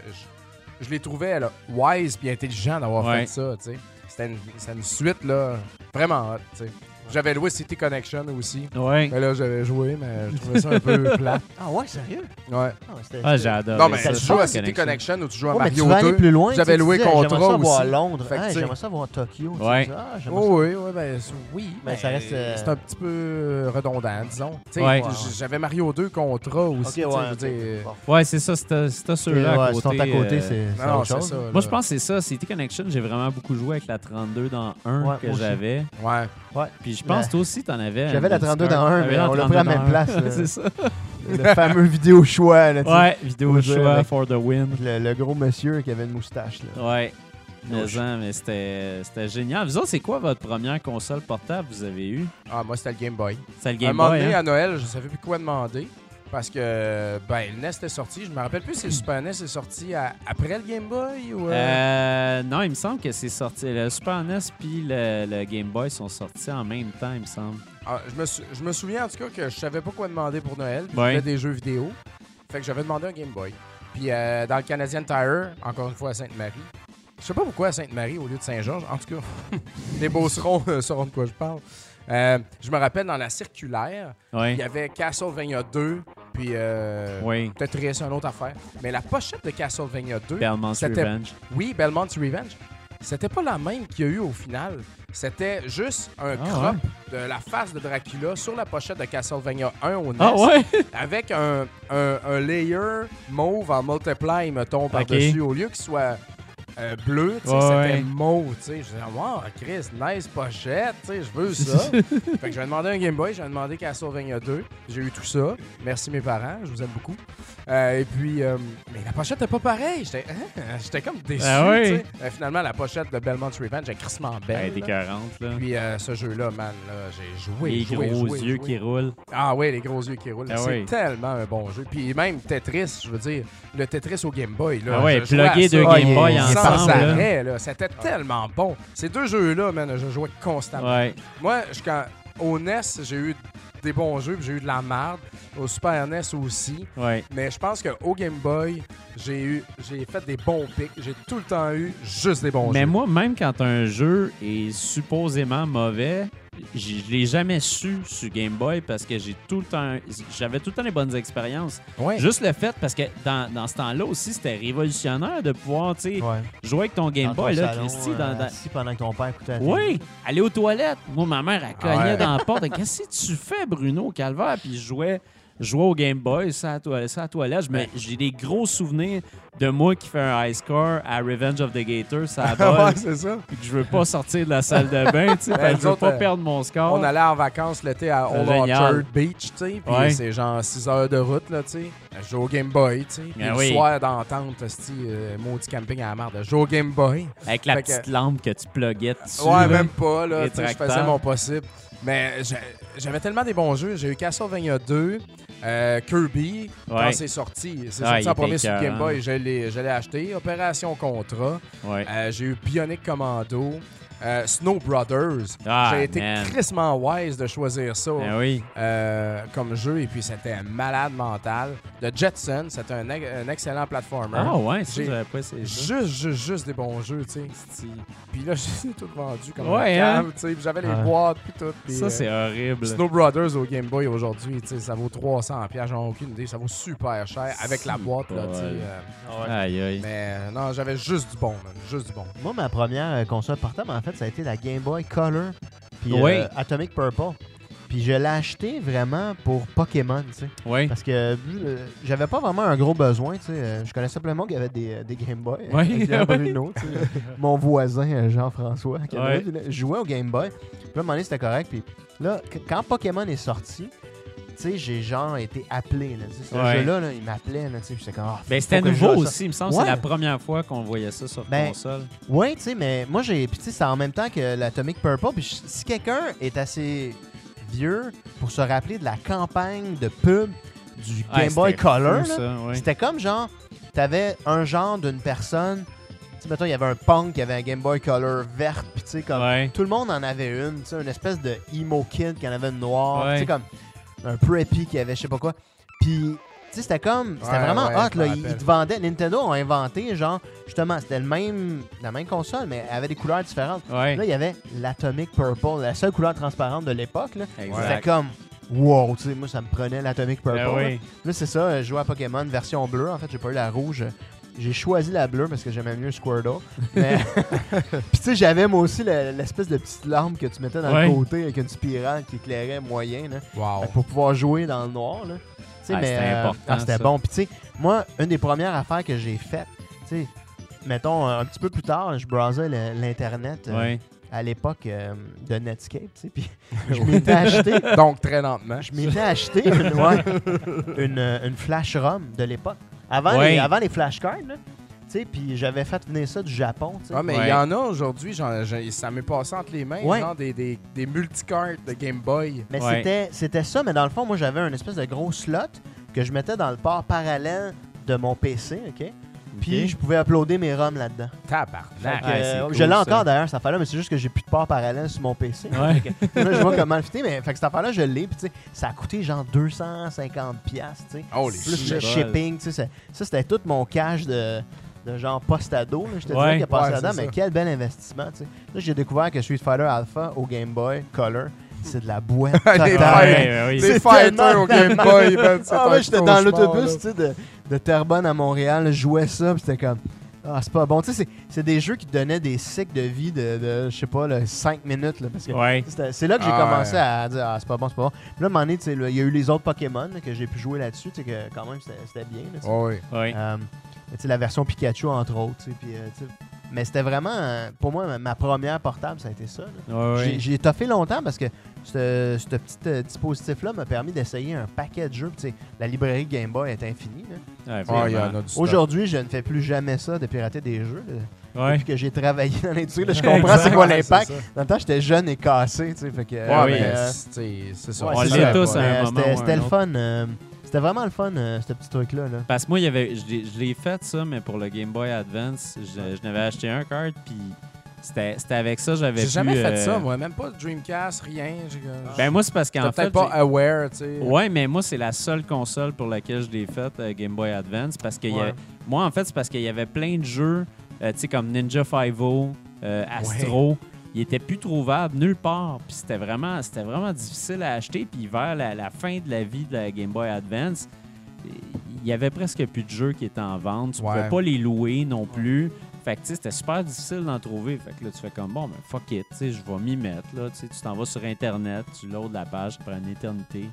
[SPEAKER 3] Je, je les trouvais là, wise puis intelligent d'avoir
[SPEAKER 2] Ouais.
[SPEAKER 3] fait ça, tu sais. C'était une, c'était une suite, là, vraiment hot, tu sais. J'avais loué City Connection aussi.
[SPEAKER 2] Ouais.
[SPEAKER 3] Mais là, j'avais joué, mais je trouvais ça un peu plat.
[SPEAKER 5] Ah ouais, sérieux?
[SPEAKER 3] Ouais.
[SPEAKER 5] Ah, c'était-
[SPEAKER 2] Ah,
[SPEAKER 5] c'était-
[SPEAKER 2] j'adore.
[SPEAKER 3] non, mais
[SPEAKER 5] ça,
[SPEAKER 3] tu
[SPEAKER 5] c'est
[SPEAKER 3] joues à
[SPEAKER 5] pas
[SPEAKER 3] City Connection ou tu joues à
[SPEAKER 5] Ouais, mais tu
[SPEAKER 3] Mario
[SPEAKER 5] vas aller
[SPEAKER 3] 2.
[SPEAKER 5] plus loin. tu
[SPEAKER 3] J'avais
[SPEAKER 5] sais, tu
[SPEAKER 3] loué
[SPEAKER 5] disais, J'aimerais
[SPEAKER 3] Contra
[SPEAKER 5] ça voir
[SPEAKER 3] aussi.
[SPEAKER 5] Londres.
[SPEAKER 3] Fait que,
[SPEAKER 5] Ah,
[SPEAKER 3] tu sais-
[SPEAKER 5] J'aimerais ça voir Tokyo. tu sais,
[SPEAKER 2] Ouais.
[SPEAKER 5] tu dis, ah, j'aimerais ça.
[SPEAKER 3] Oh, oui, oui, ben c- oui. ben,
[SPEAKER 5] Mais ça reste, euh,
[SPEAKER 3] C'est un petit peu euh, redondant, disons. Tu sais,
[SPEAKER 2] Ouais.
[SPEAKER 3] j- J'avais Mario 2 Contra
[SPEAKER 5] Ok,
[SPEAKER 3] aussi. tu sais,
[SPEAKER 5] ouais,
[SPEAKER 3] je veux
[SPEAKER 5] ok.
[SPEAKER 3] dire,
[SPEAKER 5] Bon.
[SPEAKER 2] Ouais, c'est ça, c'était c'était ceux-là. à
[SPEAKER 5] Ouais, si t'es à côté,
[SPEAKER 2] euh,
[SPEAKER 5] c'est
[SPEAKER 3] Non,
[SPEAKER 5] c'est
[SPEAKER 3] non,
[SPEAKER 5] autre
[SPEAKER 3] c'est
[SPEAKER 5] chose.
[SPEAKER 3] ça.
[SPEAKER 2] Moi, je pense que c'est ça. City Connection, j'ai vraiment beaucoup joué avec la 32 dans 1
[SPEAKER 5] Ouais, moi
[SPEAKER 2] que
[SPEAKER 5] aussi.
[SPEAKER 2] j'avais.
[SPEAKER 3] Ouais.
[SPEAKER 2] Puis je pense
[SPEAKER 5] Mais-
[SPEAKER 2] que toi aussi, t'en avais.
[SPEAKER 5] J'avais la 32 dans 1,
[SPEAKER 2] T'avais
[SPEAKER 5] mais
[SPEAKER 2] la
[SPEAKER 5] on l'a pris à la
[SPEAKER 2] 32 dans
[SPEAKER 5] même place.
[SPEAKER 2] un.
[SPEAKER 5] là.
[SPEAKER 2] C'est ça.
[SPEAKER 5] Le fameux vidéo choix. Là, tu sais.
[SPEAKER 2] Ouais, vidéo
[SPEAKER 5] Faut
[SPEAKER 2] de
[SPEAKER 5] dire
[SPEAKER 2] choix
[SPEAKER 3] euh,
[SPEAKER 5] avec-
[SPEAKER 2] for the win.
[SPEAKER 5] Le, le gros monsieur qui avait une moustache. Là.
[SPEAKER 2] Ouais.
[SPEAKER 5] Non,
[SPEAKER 2] Mais,
[SPEAKER 5] je-
[SPEAKER 2] hein, mais c'était c'était génial. Vous autres, c'est quoi votre première console portable que vous avez eue?
[SPEAKER 3] Ah, moi, c'était le Game Boy.
[SPEAKER 2] C'est le
[SPEAKER 3] à un
[SPEAKER 2] Game
[SPEAKER 3] moment
[SPEAKER 2] Boy,
[SPEAKER 3] donné,
[SPEAKER 2] hein?
[SPEAKER 3] à Noël, je savais plus quoi demander. Parce que, ben, le NES était sorti. Je me rappelle plus si le Super NES est sorti à- après le Game Boy ou. euh,
[SPEAKER 2] Euh, non, il me semble que c'est sorti. Le Super NES puis le, le Game Boy sont sortis en même temps, il me semble.
[SPEAKER 3] ah, je, me sou- je me souviens en tout cas que je savais pas quoi demander pour Noël. puis Je
[SPEAKER 2] Ouais.
[SPEAKER 3] voulais des jeux vidéo. Fait que j'avais demandé un Game Boy. Puis euh, dans le Canadian Tire, encore une fois à Sainte-Marie. Je sais pas pourquoi à Sainte-Marie au lieu de Saint-Georges. En tout cas, les beaucerons euh, sauront de quoi je parle. Euh, je me rappelle dans la circulaire, il
[SPEAKER 2] Oui.
[SPEAKER 3] y avait Castlevania 2, puis euh,
[SPEAKER 2] Oui.
[SPEAKER 3] Tetris, une autre affaire. Mais la pochette de Castlevania 2,
[SPEAKER 2] Belmont's
[SPEAKER 3] C'était-
[SPEAKER 2] Revenge.
[SPEAKER 3] Oui, Belmont's Revenge. C'était pas la même qu'il y a eu au final. C'était juste un
[SPEAKER 2] Ah,
[SPEAKER 3] crop de la face de Dracula sur la pochette de Castlevania 1 au E NES.
[SPEAKER 2] Ah ouais?
[SPEAKER 3] Avec un, un- un layer mauve en multiply, mettons, par-dessus. Au lieu qu'il soit euh, bleu, tu sais,
[SPEAKER 2] Ouais,
[SPEAKER 3] c'était
[SPEAKER 2] ouais.
[SPEAKER 3] mauve. tu sais. Je disais, wow, Chris, nice pochette, tu sais, je veux ça. fait que j'ai demandé un Game Boy, j'ai demandé Castlevania 2. J'ai eu tout ça. Merci mes parents, je vous aime beaucoup. Euh, et puis, euh, mais la pochette n'est pas pareille. J'étais hein, j'étais comme déçu.
[SPEAKER 2] Ah ouais.
[SPEAKER 3] tu sais. Euh, finalement, la pochette de Belmont's Revenge est crissement
[SPEAKER 2] Elle
[SPEAKER 3] belle.
[SPEAKER 2] était
[SPEAKER 3] là.
[SPEAKER 2] 40, là.
[SPEAKER 3] puis euh, ce jeu-là, man, là, j'ai joué.
[SPEAKER 2] les
[SPEAKER 3] joué,
[SPEAKER 2] gros
[SPEAKER 3] joué,
[SPEAKER 2] yeux
[SPEAKER 3] joué.
[SPEAKER 2] qui roulent.
[SPEAKER 3] Ah oui, les gros yeux qui roulent.
[SPEAKER 2] Ah
[SPEAKER 3] c'est
[SPEAKER 2] oui.
[SPEAKER 3] tellement un bon jeu. Puis même Tetris, je veux dire, le Tetris au Game Boy. Là,
[SPEAKER 2] Ah ouais,
[SPEAKER 3] je jouais à
[SPEAKER 2] plugger
[SPEAKER 3] ça,
[SPEAKER 2] deux
[SPEAKER 5] Ah,
[SPEAKER 2] Game
[SPEAKER 5] il-
[SPEAKER 2] Boy
[SPEAKER 5] il
[SPEAKER 3] sans
[SPEAKER 2] ensemble. là.
[SPEAKER 3] arrêt, là. C'était tellement bon. Ces deux jeux-là, man, je jouais constamment.
[SPEAKER 2] Ouais.
[SPEAKER 3] Moi, je- quand- au NES, j'ai eu des bons jeux, puis j'ai eu de la merde. Au Super NES aussi.
[SPEAKER 2] Ouais.
[SPEAKER 3] Mais je pense qu'au Game Boy, j'ai eu, j'ai fait des bons pics. J'ai tout le temps eu juste des bons
[SPEAKER 2] Mais
[SPEAKER 3] jeux.
[SPEAKER 2] moi, même quand un jeu est supposément mauvais, j- je l'ai jamais su sur Game Boy parce que j'ai tout le temps, j'avais tout le temps les bonnes expériences.
[SPEAKER 3] Ouais.
[SPEAKER 2] Juste le fait, parce que dans, dans ce temps-là aussi, c'était révolutionnaire de pouvoir, tu sais,
[SPEAKER 5] Ouais.
[SPEAKER 2] jouer avec ton Game
[SPEAKER 5] Dans ton
[SPEAKER 2] Boy, là,
[SPEAKER 5] salon,
[SPEAKER 2] Christy,
[SPEAKER 5] euh,
[SPEAKER 2] dans- dans-
[SPEAKER 5] assis pendant que ton père écoutait la télé.
[SPEAKER 2] Oui, aller aux toilettes. Moi, ma mère, elle cognait
[SPEAKER 3] ouais.
[SPEAKER 2] dans la porte. Elle, Qu'est-ce que tu fais, Bruno Calvaire? Puis je jouais, je jouais au Game Boy, ça à la toilette. Ça à la toilette. Je me- J'ai des gros souvenirs de moi qui fait un high score à Revenge of the Gator, ça à bol,
[SPEAKER 3] ouais, c'est ça.
[SPEAKER 2] puis que je veux pas sortir de la salle de bain, tu sais, parce que je
[SPEAKER 3] nous
[SPEAKER 2] veux
[SPEAKER 3] autres,
[SPEAKER 2] pas
[SPEAKER 3] euh,
[SPEAKER 2] perdre mon score.
[SPEAKER 3] On allait en vacances l'été à
[SPEAKER 2] C'est
[SPEAKER 3] Old
[SPEAKER 2] génial.
[SPEAKER 3] Orchard Beach, tu sais, puis
[SPEAKER 2] Ouais.
[SPEAKER 3] c'est genre 6 heures de route, là, tu sais. Je joue au Game Boy, tu sais. Puis
[SPEAKER 2] Ah
[SPEAKER 3] le
[SPEAKER 2] oui.
[SPEAKER 3] soir d'entente, hostie, euh, maudit camping à la merde. Je joue au Game Boy.
[SPEAKER 2] Avec la
[SPEAKER 3] Fait que-
[SPEAKER 2] petite lampe que tu pluguais dessus.
[SPEAKER 3] ouais,
[SPEAKER 2] là.
[SPEAKER 3] même pas, là. tu sais, Je
[SPEAKER 2] Rétractable.
[SPEAKER 3] faisais mon possible. Mais j'ai- j'avais tellement des bons jeux. J'ai eu Castlevania 2, euh, Kirby,
[SPEAKER 2] Ouais.
[SPEAKER 3] quand c'est sorti. C'est
[SPEAKER 2] Ouais, il
[SPEAKER 3] sorti en
[SPEAKER 2] était
[SPEAKER 3] premier sur le Game
[SPEAKER 2] écœurant.
[SPEAKER 3] Boy. Je l'ai je l'ai acheté. Opération Contrat.
[SPEAKER 2] Ouais.
[SPEAKER 3] Euh, j'ai eu Bionic Commando, euh, Snow Brothers.
[SPEAKER 2] Ah,
[SPEAKER 3] j'ai été
[SPEAKER 2] man.
[SPEAKER 3] crissement wise de choisir ça
[SPEAKER 2] Ben oui.
[SPEAKER 3] euh, comme jeu, et puis c'était un malade mental. De Jetson, c'était un, ex- un excellent platformer.
[SPEAKER 2] Ah ouais, ça,
[SPEAKER 3] J'ai-
[SPEAKER 2] j'avais pas essayé ça.
[SPEAKER 3] Juste, juste, juste des bons jeux, tu sais. Puis là, j'ai tout vendu comme
[SPEAKER 2] Ouais,
[SPEAKER 3] un cave,
[SPEAKER 2] hein?
[SPEAKER 3] tu sais. Puis J'avais les
[SPEAKER 5] Ouais.
[SPEAKER 3] boîtes, puis tout. puis,
[SPEAKER 2] Ça,
[SPEAKER 3] euh,
[SPEAKER 2] c'est horrible.
[SPEAKER 3] Snow Brothers au Game Boy aujourd'hui, tu sais, ça vaut 300 pièces, j'en ai aucune idée, ça vaut super cher avec la
[SPEAKER 2] C'est
[SPEAKER 3] boîte là,
[SPEAKER 2] pas
[SPEAKER 3] tu sais.
[SPEAKER 2] vrai.
[SPEAKER 3] euh,
[SPEAKER 5] Ah
[SPEAKER 2] Aïe, aïe.
[SPEAKER 3] mais euh, non, j'avais juste du bon, man, juste du bon.
[SPEAKER 5] Moi, ma première euh, console portable, en fait, ça a été la Game Boy Color, puis euh,
[SPEAKER 2] Oui.
[SPEAKER 5] Atomic Purple. Puis je l'ai acheté vraiment pour Pokémon, tu sais.
[SPEAKER 2] Ouais.
[SPEAKER 5] Parce que euh, j'avais pas vraiment un gros besoin, tu sais. euh, Je connaissais simplement qu'il y avait des, euh, des Game Boy. euh,
[SPEAKER 2] Ouais,
[SPEAKER 5] avec Jean
[SPEAKER 2] ouais.
[SPEAKER 5] Bruno, tu sais. Mon voisin, euh, Jean-François, qui avait-
[SPEAKER 2] Ouais.
[SPEAKER 5] il jouait au Game Boy. Puis là, à un moment donné, c'était correct. Puis là, qu- quand Pokémon est sorti, tu sais, j'ai genre été appelé, là. tu sais. Ce
[SPEAKER 2] Ouais.
[SPEAKER 5] jeu-là, là, il m'appelait, là, tu sais. Puis j'étais comme, Ah,
[SPEAKER 2] Ben,
[SPEAKER 5] faut
[SPEAKER 2] c'était
[SPEAKER 5] que je
[SPEAKER 2] nouveau
[SPEAKER 5] joue à ça.
[SPEAKER 2] aussi, il me semble.
[SPEAKER 5] Ouais.
[SPEAKER 2] C'est la première fois qu'on voyait ça sur
[SPEAKER 5] Ben,
[SPEAKER 2] console.
[SPEAKER 5] Oui, tu sais, mais moi, j'ai. Puis, tu sais, c'est en même temps que l'Atomic Purple. Puis, je- si quelqu'un est assez vieux pour se rappeler de la campagne de pub du Game
[SPEAKER 2] Ah,
[SPEAKER 5] Boy
[SPEAKER 2] c'était
[SPEAKER 5] Color,
[SPEAKER 2] fou,
[SPEAKER 5] là,
[SPEAKER 2] ça, ouais.
[SPEAKER 5] c'était comme genre, t'avais un genre d'une personne. Tu sais, mettons, il y avait un punk qui avait un Game Boy Color vert, puis tu sais, comme.
[SPEAKER 2] Ouais.
[SPEAKER 5] Tout le monde en avait une, tu sais, une espèce de emo kid qui en avait une noire,
[SPEAKER 2] Ouais.
[SPEAKER 5] tu sais, comme un preppy qui avait je sais pas quoi. Puis, tu sais, c'était comme, c'était
[SPEAKER 3] Ouais,
[SPEAKER 5] vraiment
[SPEAKER 3] ouais,
[SPEAKER 5] hot,
[SPEAKER 3] je
[SPEAKER 5] là.
[SPEAKER 3] me
[SPEAKER 5] Ils, ils
[SPEAKER 3] rappelle.
[SPEAKER 5] te vendaient, Nintendo ont inventé, genre, justement, c'était le même, la même console, mais elle avait des couleurs différentes.
[SPEAKER 2] Ouais.
[SPEAKER 5] Là, il y avait l'Atomic Purple, la seule couleur transparente de l'époque, là. C'était
[SPEAKER 2] Exact.
[SPEAKER 5] comme, wow, tu sais, moi, ça me prenait l'Atomic Purple.
[SPEAKER 2] Ben
[SPEAKER 5] là.
[SPEAKER 2] oui.
[SPEAKER 5] Là, c'est ça, euh, je jouais à Pokémon version bleue. En fait, j'ai pas eu la rouge. J'ai choisi la bleue parce que j'aimais mieux Squirtle. Mais... Puis tu sais, j'avais moi aussi le- l'espèce de petite lampe que tu mettais dans
[SPEAKER 2] Ouais.
[SPEAKER 5] le côté avec une spirale qui éclairait moyen là,
[SPEAKER 3] Wow.
[SPEAKER 5] pour pouvoir jouer dans le noir. Là. Tu sais,
[SPEAKER 2] Ah,
[SPEAKER 5] mais,
[SPEAKER 2] c'était important,
[SPEAKER 5] ah, c'était
[SPEAKER 2] ça.
[SPEAKER 5] bon. Puis tu sais, moi, une des premières affaires que j'ai faites, tu sais, mettons euh, un petit peu plus tard, je browsais le- l'internet euh,
[SPEAKER 2] Ouais.
[SPEAKER 5] à l'époque euh, de Netscape, tu sais, puis je m'étais acheté
[SPEAKER 3] Donc très lentement.
[SPEAKER 5] je m'étais acheté une, ouais, une, euh, une flash ROM de l'époque. Avant,
[SPEAKER 2] Ouais.
[SPEAKER 5] les, avant les flashcards, là. Tu sais, puis j'avais fait venir ça du Japon, tu sais.
[SPEAKER 3] Ah, mais il
[SPEAKER 2] Ouais.
[SPEAKER 3] y en a aujourd'hui, j'en- j'en- ça m'est passé entre les mains,
[SPEAKER 5] Ouais.
[SPEAKER 3] genre des, des, des multicartes de Game Boy.
[SPEAKER 5] Mais
[SPEAKER 2] Ouais.
[SPEAKER 5] c'était- c'était ça, mais dans le fond, moi, j'avais un espèce de gros slot que je mettais dans le port parallèle de mon PC, OK? Puis
[SPEAKER 2] Ok.
[SPEAKER 5] je pouvais uploader mes ROM là-dedans.
[SPEAKER 3] Tabarnak.
[SPEAKER 5] Donc,
[SPEAKER 2] Ah,
[SPEAKER 5] euh,
[SPEAKER 2] c'est
[SPEAKER 5] je
[SPEAKER 2] cool,
[SPEAKER 5] l'ai
[SPEAKER 2] ça.
[SPEAKER 5] encore d'ailleurs, cette affaire-là, mais c'est juste que j'ai plus de port parallèle sur mon PC.
[SPEAKER 2] Ouais.
[SPEAKER 5] Là, je vois comment le fitter, mais fait que cette affaire-là, je l'ai. Puis, tu sais, ça a coûté genre 250$, tu sais.
[SPEAKER 3] Holy
[SPEAKER 5] plus
[SPEAKER 3] shit.
[SPEAKER 5] le
[SPEAKER 2] shit.
[SPEAKER 5] shipping, tu sais, ça, ça, c'était tout mon cash de, de genre postado, là, je te
[SPEAKER 2] Ouais.
[SPEAKER 5] dirais qu'il a passé
[SPEAKER 3] Ouais,
[SPEAKER 5] là-dedans,
[SPEAKER 3] c'est
[SPEAKER 5] mais
[SPEAKER 3] ça.
[SPEAKER 5] quel bel investissement, tu sais. Là, j'ai découvert que Street Fighter Alpha au Game Boy Color, c'est de la boîte
[SPEAKER 3] Les
[SPEAKER 5] totale.
[SPEAKER 3] fêtes.
[SPEAKER 2] Ouais, ouais, ouais.
[SPEAKER 3] Des
[SPEAKER 5] C'est
[SPEAKER 3] fighters
[SPEAKER 5] tellement-
[SPEAKER 3] au Game Boy, man. c'est
[SPEAKER 5] Ah
[SPEAKER 3] un
[SPEAKER 5] ouais, j'étais
[SPEAKER 3] cauchemar, là.
[SPEAKER 5] dans l'autobus, tu sais, de, de Terrebonne à Montréal, là, je jouais ça, puis c'était comme... Ah, c'est pas bon. Tu sais, c'est- c'est des jeux qui te donnaient des cycles de vie de, de, je sais pas, là, 5 minutes. Là, parce que
[SPEAKER 1] Ouais.
[SPEAKER 5] C'était- C'est là que j'ai
[SPEAKER 3] Ah,
[SPEAKER 5] commencé
[SPEAKER 3] ouais.
[SPEAKER 5] à dire Ah, c'est pas bon, c'est pas bon. Puis là, à un moment donné, tu sais, là, il y a eu les autres Pokémon là, que j'ai pu jouer là-dessus, tu sais, que quand même, c'était c'était bien. là, tu sais.
[SPEAKER 3] Ouais, ouais.
[SPEAKER 1] Ouais.
[SPEAKER 5] Euh, tu sais, la version Pikachu, entre autres. tu sais, puis, euh, tu sais. mais c'était vraiment, euh, pour moi, ma- ma première portable, ça a été ça. là. J'ai- J'ai toffé longtemps parce que ce, ce petit euh, dispositif-là m'a permis d'essayer un paquet de jeux. Puis, tu sais, La librairie Game Boy est infinie. là.
[SPEAKER 2] Ouais,
[SPEAKER 3] Ah,
[SPEAKER 2] vraiment.
[SPEAKER 3] il y en a du stock.
[SPEAKER 5] Aujourd'hui, je ne fais plus jamais ça de pirater des jeux. là.
[SPEAKER 1] Ouais.
[SPEAKER 5] Depuis que j'ai travaillé dans l'industrie, là, je comprends c'est quoi
[SPEAKER 3] Ouais,
[SPEAKER 5] l'impact.
[SPEAKER 3] ça.
[SPEAKER 5] Dans le temps, j'étais jeune et cassé. tu sais, fait que,
[SPEAKER 3] Ouais,
[SPEAKER 5] euh,
[SPEAKER 1] oui,
[SPEAKER 5] mais,
[SPEAKER 3] mais
[SPEAKER 5] euh,
[SPEAKER 3] c'est- c'est- c'est ça.
[SPEAKER 5] Ouais,
[SPEAKER 2] On
[SPEAKER 5] c'est
[SPEAKER 2] l'est
[SPEAKER 5] ça.
[SPEAKER 2] tous hein, à un
[SPEAKER 5] Mais
[SPEAKER 2] moment ou à
[SPEAKER 5] C'était
[SPEAKER 2] un
[SPEAKER 5] c'était le
[SPEAKER 2] autre.
[SPEAKER 5] fun. euh, c'était vraiment le fun, euh, ce petit truc-là. là.
[SPEAKER 2] Parce que moi, il y avait, je l'ai- je l'ai fait ça, mais pour le Game Boy Advance, je, je n'avais acheté un card, puis c'était c'était avec ça, j'avais
[SPEAKER 3] J'ai
[SPEAKER 2] pu,
[SPEAKER 3] jamais fait
[SPEAKER 2] euh,
[SPEAKER 3] ça, moi. Même pas de Dreamcast, rien. J'ai-
[SPEAKER 2] Ben moi, c'est parce qu'en
[SPEAKER 3] J'étais
[SPEAKER 2] fait,
[SPEAKER 3] peut-être pas
[SPEAKER 2] j'ai-
[SPEAKER 3] aware, tu sais.
[SPEAKER 2] ouais, mais moi, c'est la seule console pour laquelle je l'ai faite, euh, Game Boy Advance, parce que il y
[SPEAKER 5] Ouais.
[SPEAKER 2] avait- moi, en fait, c'est parce qu'il y avait plein de jeux, euh, tu sais, comme Ninja Five-O, euh, Astro. Ils étaient plus trouvables nulle part. Puis c'était vraiment, c'était vraiment difficile à acheter. Puis vers la, la fin de la vie de la Game Boy Advance, il y avait presque plus de jeux qui étaient en vente. Tu
[SPEAKER 3] Ouais.
[SPEAKER 2] pouvais pas les louer non plus. Fait que tu sais, c'était super difficile d'en trouver. Fait que là, tu fais comme bon, ben fuck it, tu sais, je vais m'y mettre. Là, tu sais, tu t'en vas sur Internet, tu loads la page, tu prends une éternité.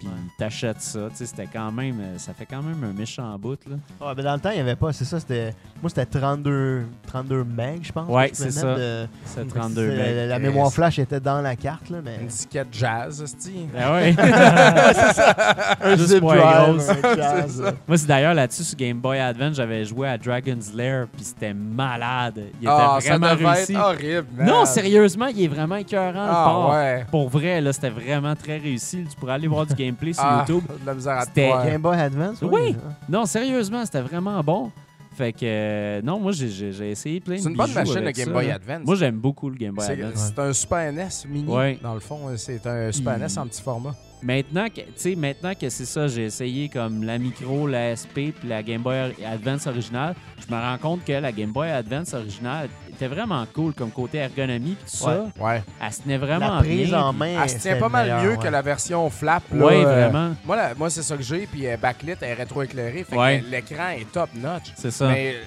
[SPEAKER 2] Puis t'achètes ça. Tu sais, c'était quand même, euh, ça fait quand même un méchant bout. Là.
[SPEAKER 5] Ah, ben, dans le temps, il n'y avait pas. C'est ça, c'était. Moi, c'était 32, 32 megs, je pense.
[SPEAKER 2] Ouais,
[SPEAKER 5] que je pouvais
[SPEAKER 2] c'est
[SPEAKER 5] mettre
[SPEAKER 2] ça.
[SPEAKER 5] de-
[SPEAKER 2] C'est
[SPEAKER 5] Fait
[SPEAKER 2] 32
[SPEAKER 5] que,
[SPEAKER 2] mecs.
[SPEAKER 5] La, la
[SPEAKER 3] Chris.
[SPEAKER 5] mémoire flash était dans la carte, là, mais.
[SPEAKER 3] Une disquette jazz, hostie.
[SPEAKER 2] Ah ouais.
[SPEAKER 5] Un
[SPEAKER 2] Juste
[SPEAKER 5] zip
[SPEAKER 2] pour la
[SPEAKER 5] drive,
[SPEAKER 2] grosse.
[SPEAKER 5] un jazz, euh.
[SPEAKER 2] Moi, c'est d'ailleurs là-dessus, sur Game Boy Advance, j'avais joué à Dragon's Lair, puis c'était malade. Il était
[SPEAKER 3] Ah, ça
[SPEAKER 2] vraiment
[SPEAKER 3] devait
[SPEAKER 2] réussi.
[SPEAKER 3] être horrible. man.
[SPEAKER 2] non, sérieusement, il est vraiment écœurant, le
[SPEAKER 3] Ah,
[SPEAKER 2] port.
[SPEAKER 3] ouais.
[SPEAKER 2] Pour vrai, là, c'était vraiment très réussi. Tu pourrais aller voir du gameplay sur
[SPEAKER 3] Ah,
[SPEAKER 2] YouTube.
[SPEAKER 3] de la misère à te
[SPEAKER 2] C'était-
[SPEAKER 3] croire.
[SPEAKER 5] Game Boy Advance,
[SPEAKER 2] Oui. Non, sérieusement, c'était vraiment bon. Fait que, euh, non, moi, j'ai- j'ai j'ai essayé plein de
[SPEAKER 3] C'est une bonne
[SPEAKER 2] bijoux
[SPEAKER 3] machine, le
[SPEAKER 2] avec
[SPEAKER 3] Game
[SPEAKER 2] ça,
[SPEAKER 3] Boy
[SPEAKER 2] là.
[SPEAKER 3] Advance.
[SPEAKER 2] Moi, j'aime beaucoup le Game Boy
[SPEAKER 3] C'est
[SPEAKER 2] Advance.
[SPEAKER 3] c'est un Super NES mini.
[SPEAKER 2] Ouais.
[SPEAKER 3] Dans le fond, c'est un Super
[SPEAKER 2] Hmm.
[SPEAKER 3] NES en petit format.
[SPEAKER 2] Maintenant que, tu sais, maintenant que c'est ça, j'ai essayé comme la micro, la SP puis la Game Boy Advance originale, je me rends compte que la Game Boy Advance originale était vraiment cool comme côté ergonomie puis tout ça.
[SPEAKER 3] Ouais.
[SPEAKER 2] Elle se tenait
[SPEAKER 5] La
[SPEAKER 2] vraiment
[SPEAKER 5] prise
[SPEAKER 2] bien.
[SPEAKER 5] en main.
[SPEAKER 3] Elle se tient
[SPEAKER 5] c'était
[SPEAKER 3] Ah, pas mal
[SPEAKER 5] meilleur,
[SPEAKER 3] mieux
[SPEAKER 5] ouais.
[SPEAKER 3] que la version flap.
[SPEAKER 2] Oui,
[SPEAKER 3] là. Euh,
[SPEAKER 2] vraiment.
[SPEAKER 3] Moi, la- moi c'est ça que j'ai, puis euh, backlit, elle est rétroéclairée. Fait
[SPEAKER 2] Ouais.
[SPEAKER 3] que l'écran est top notch.
[SPEAKER 2] C'est ça.
[SPEAKER 3] Mais euh,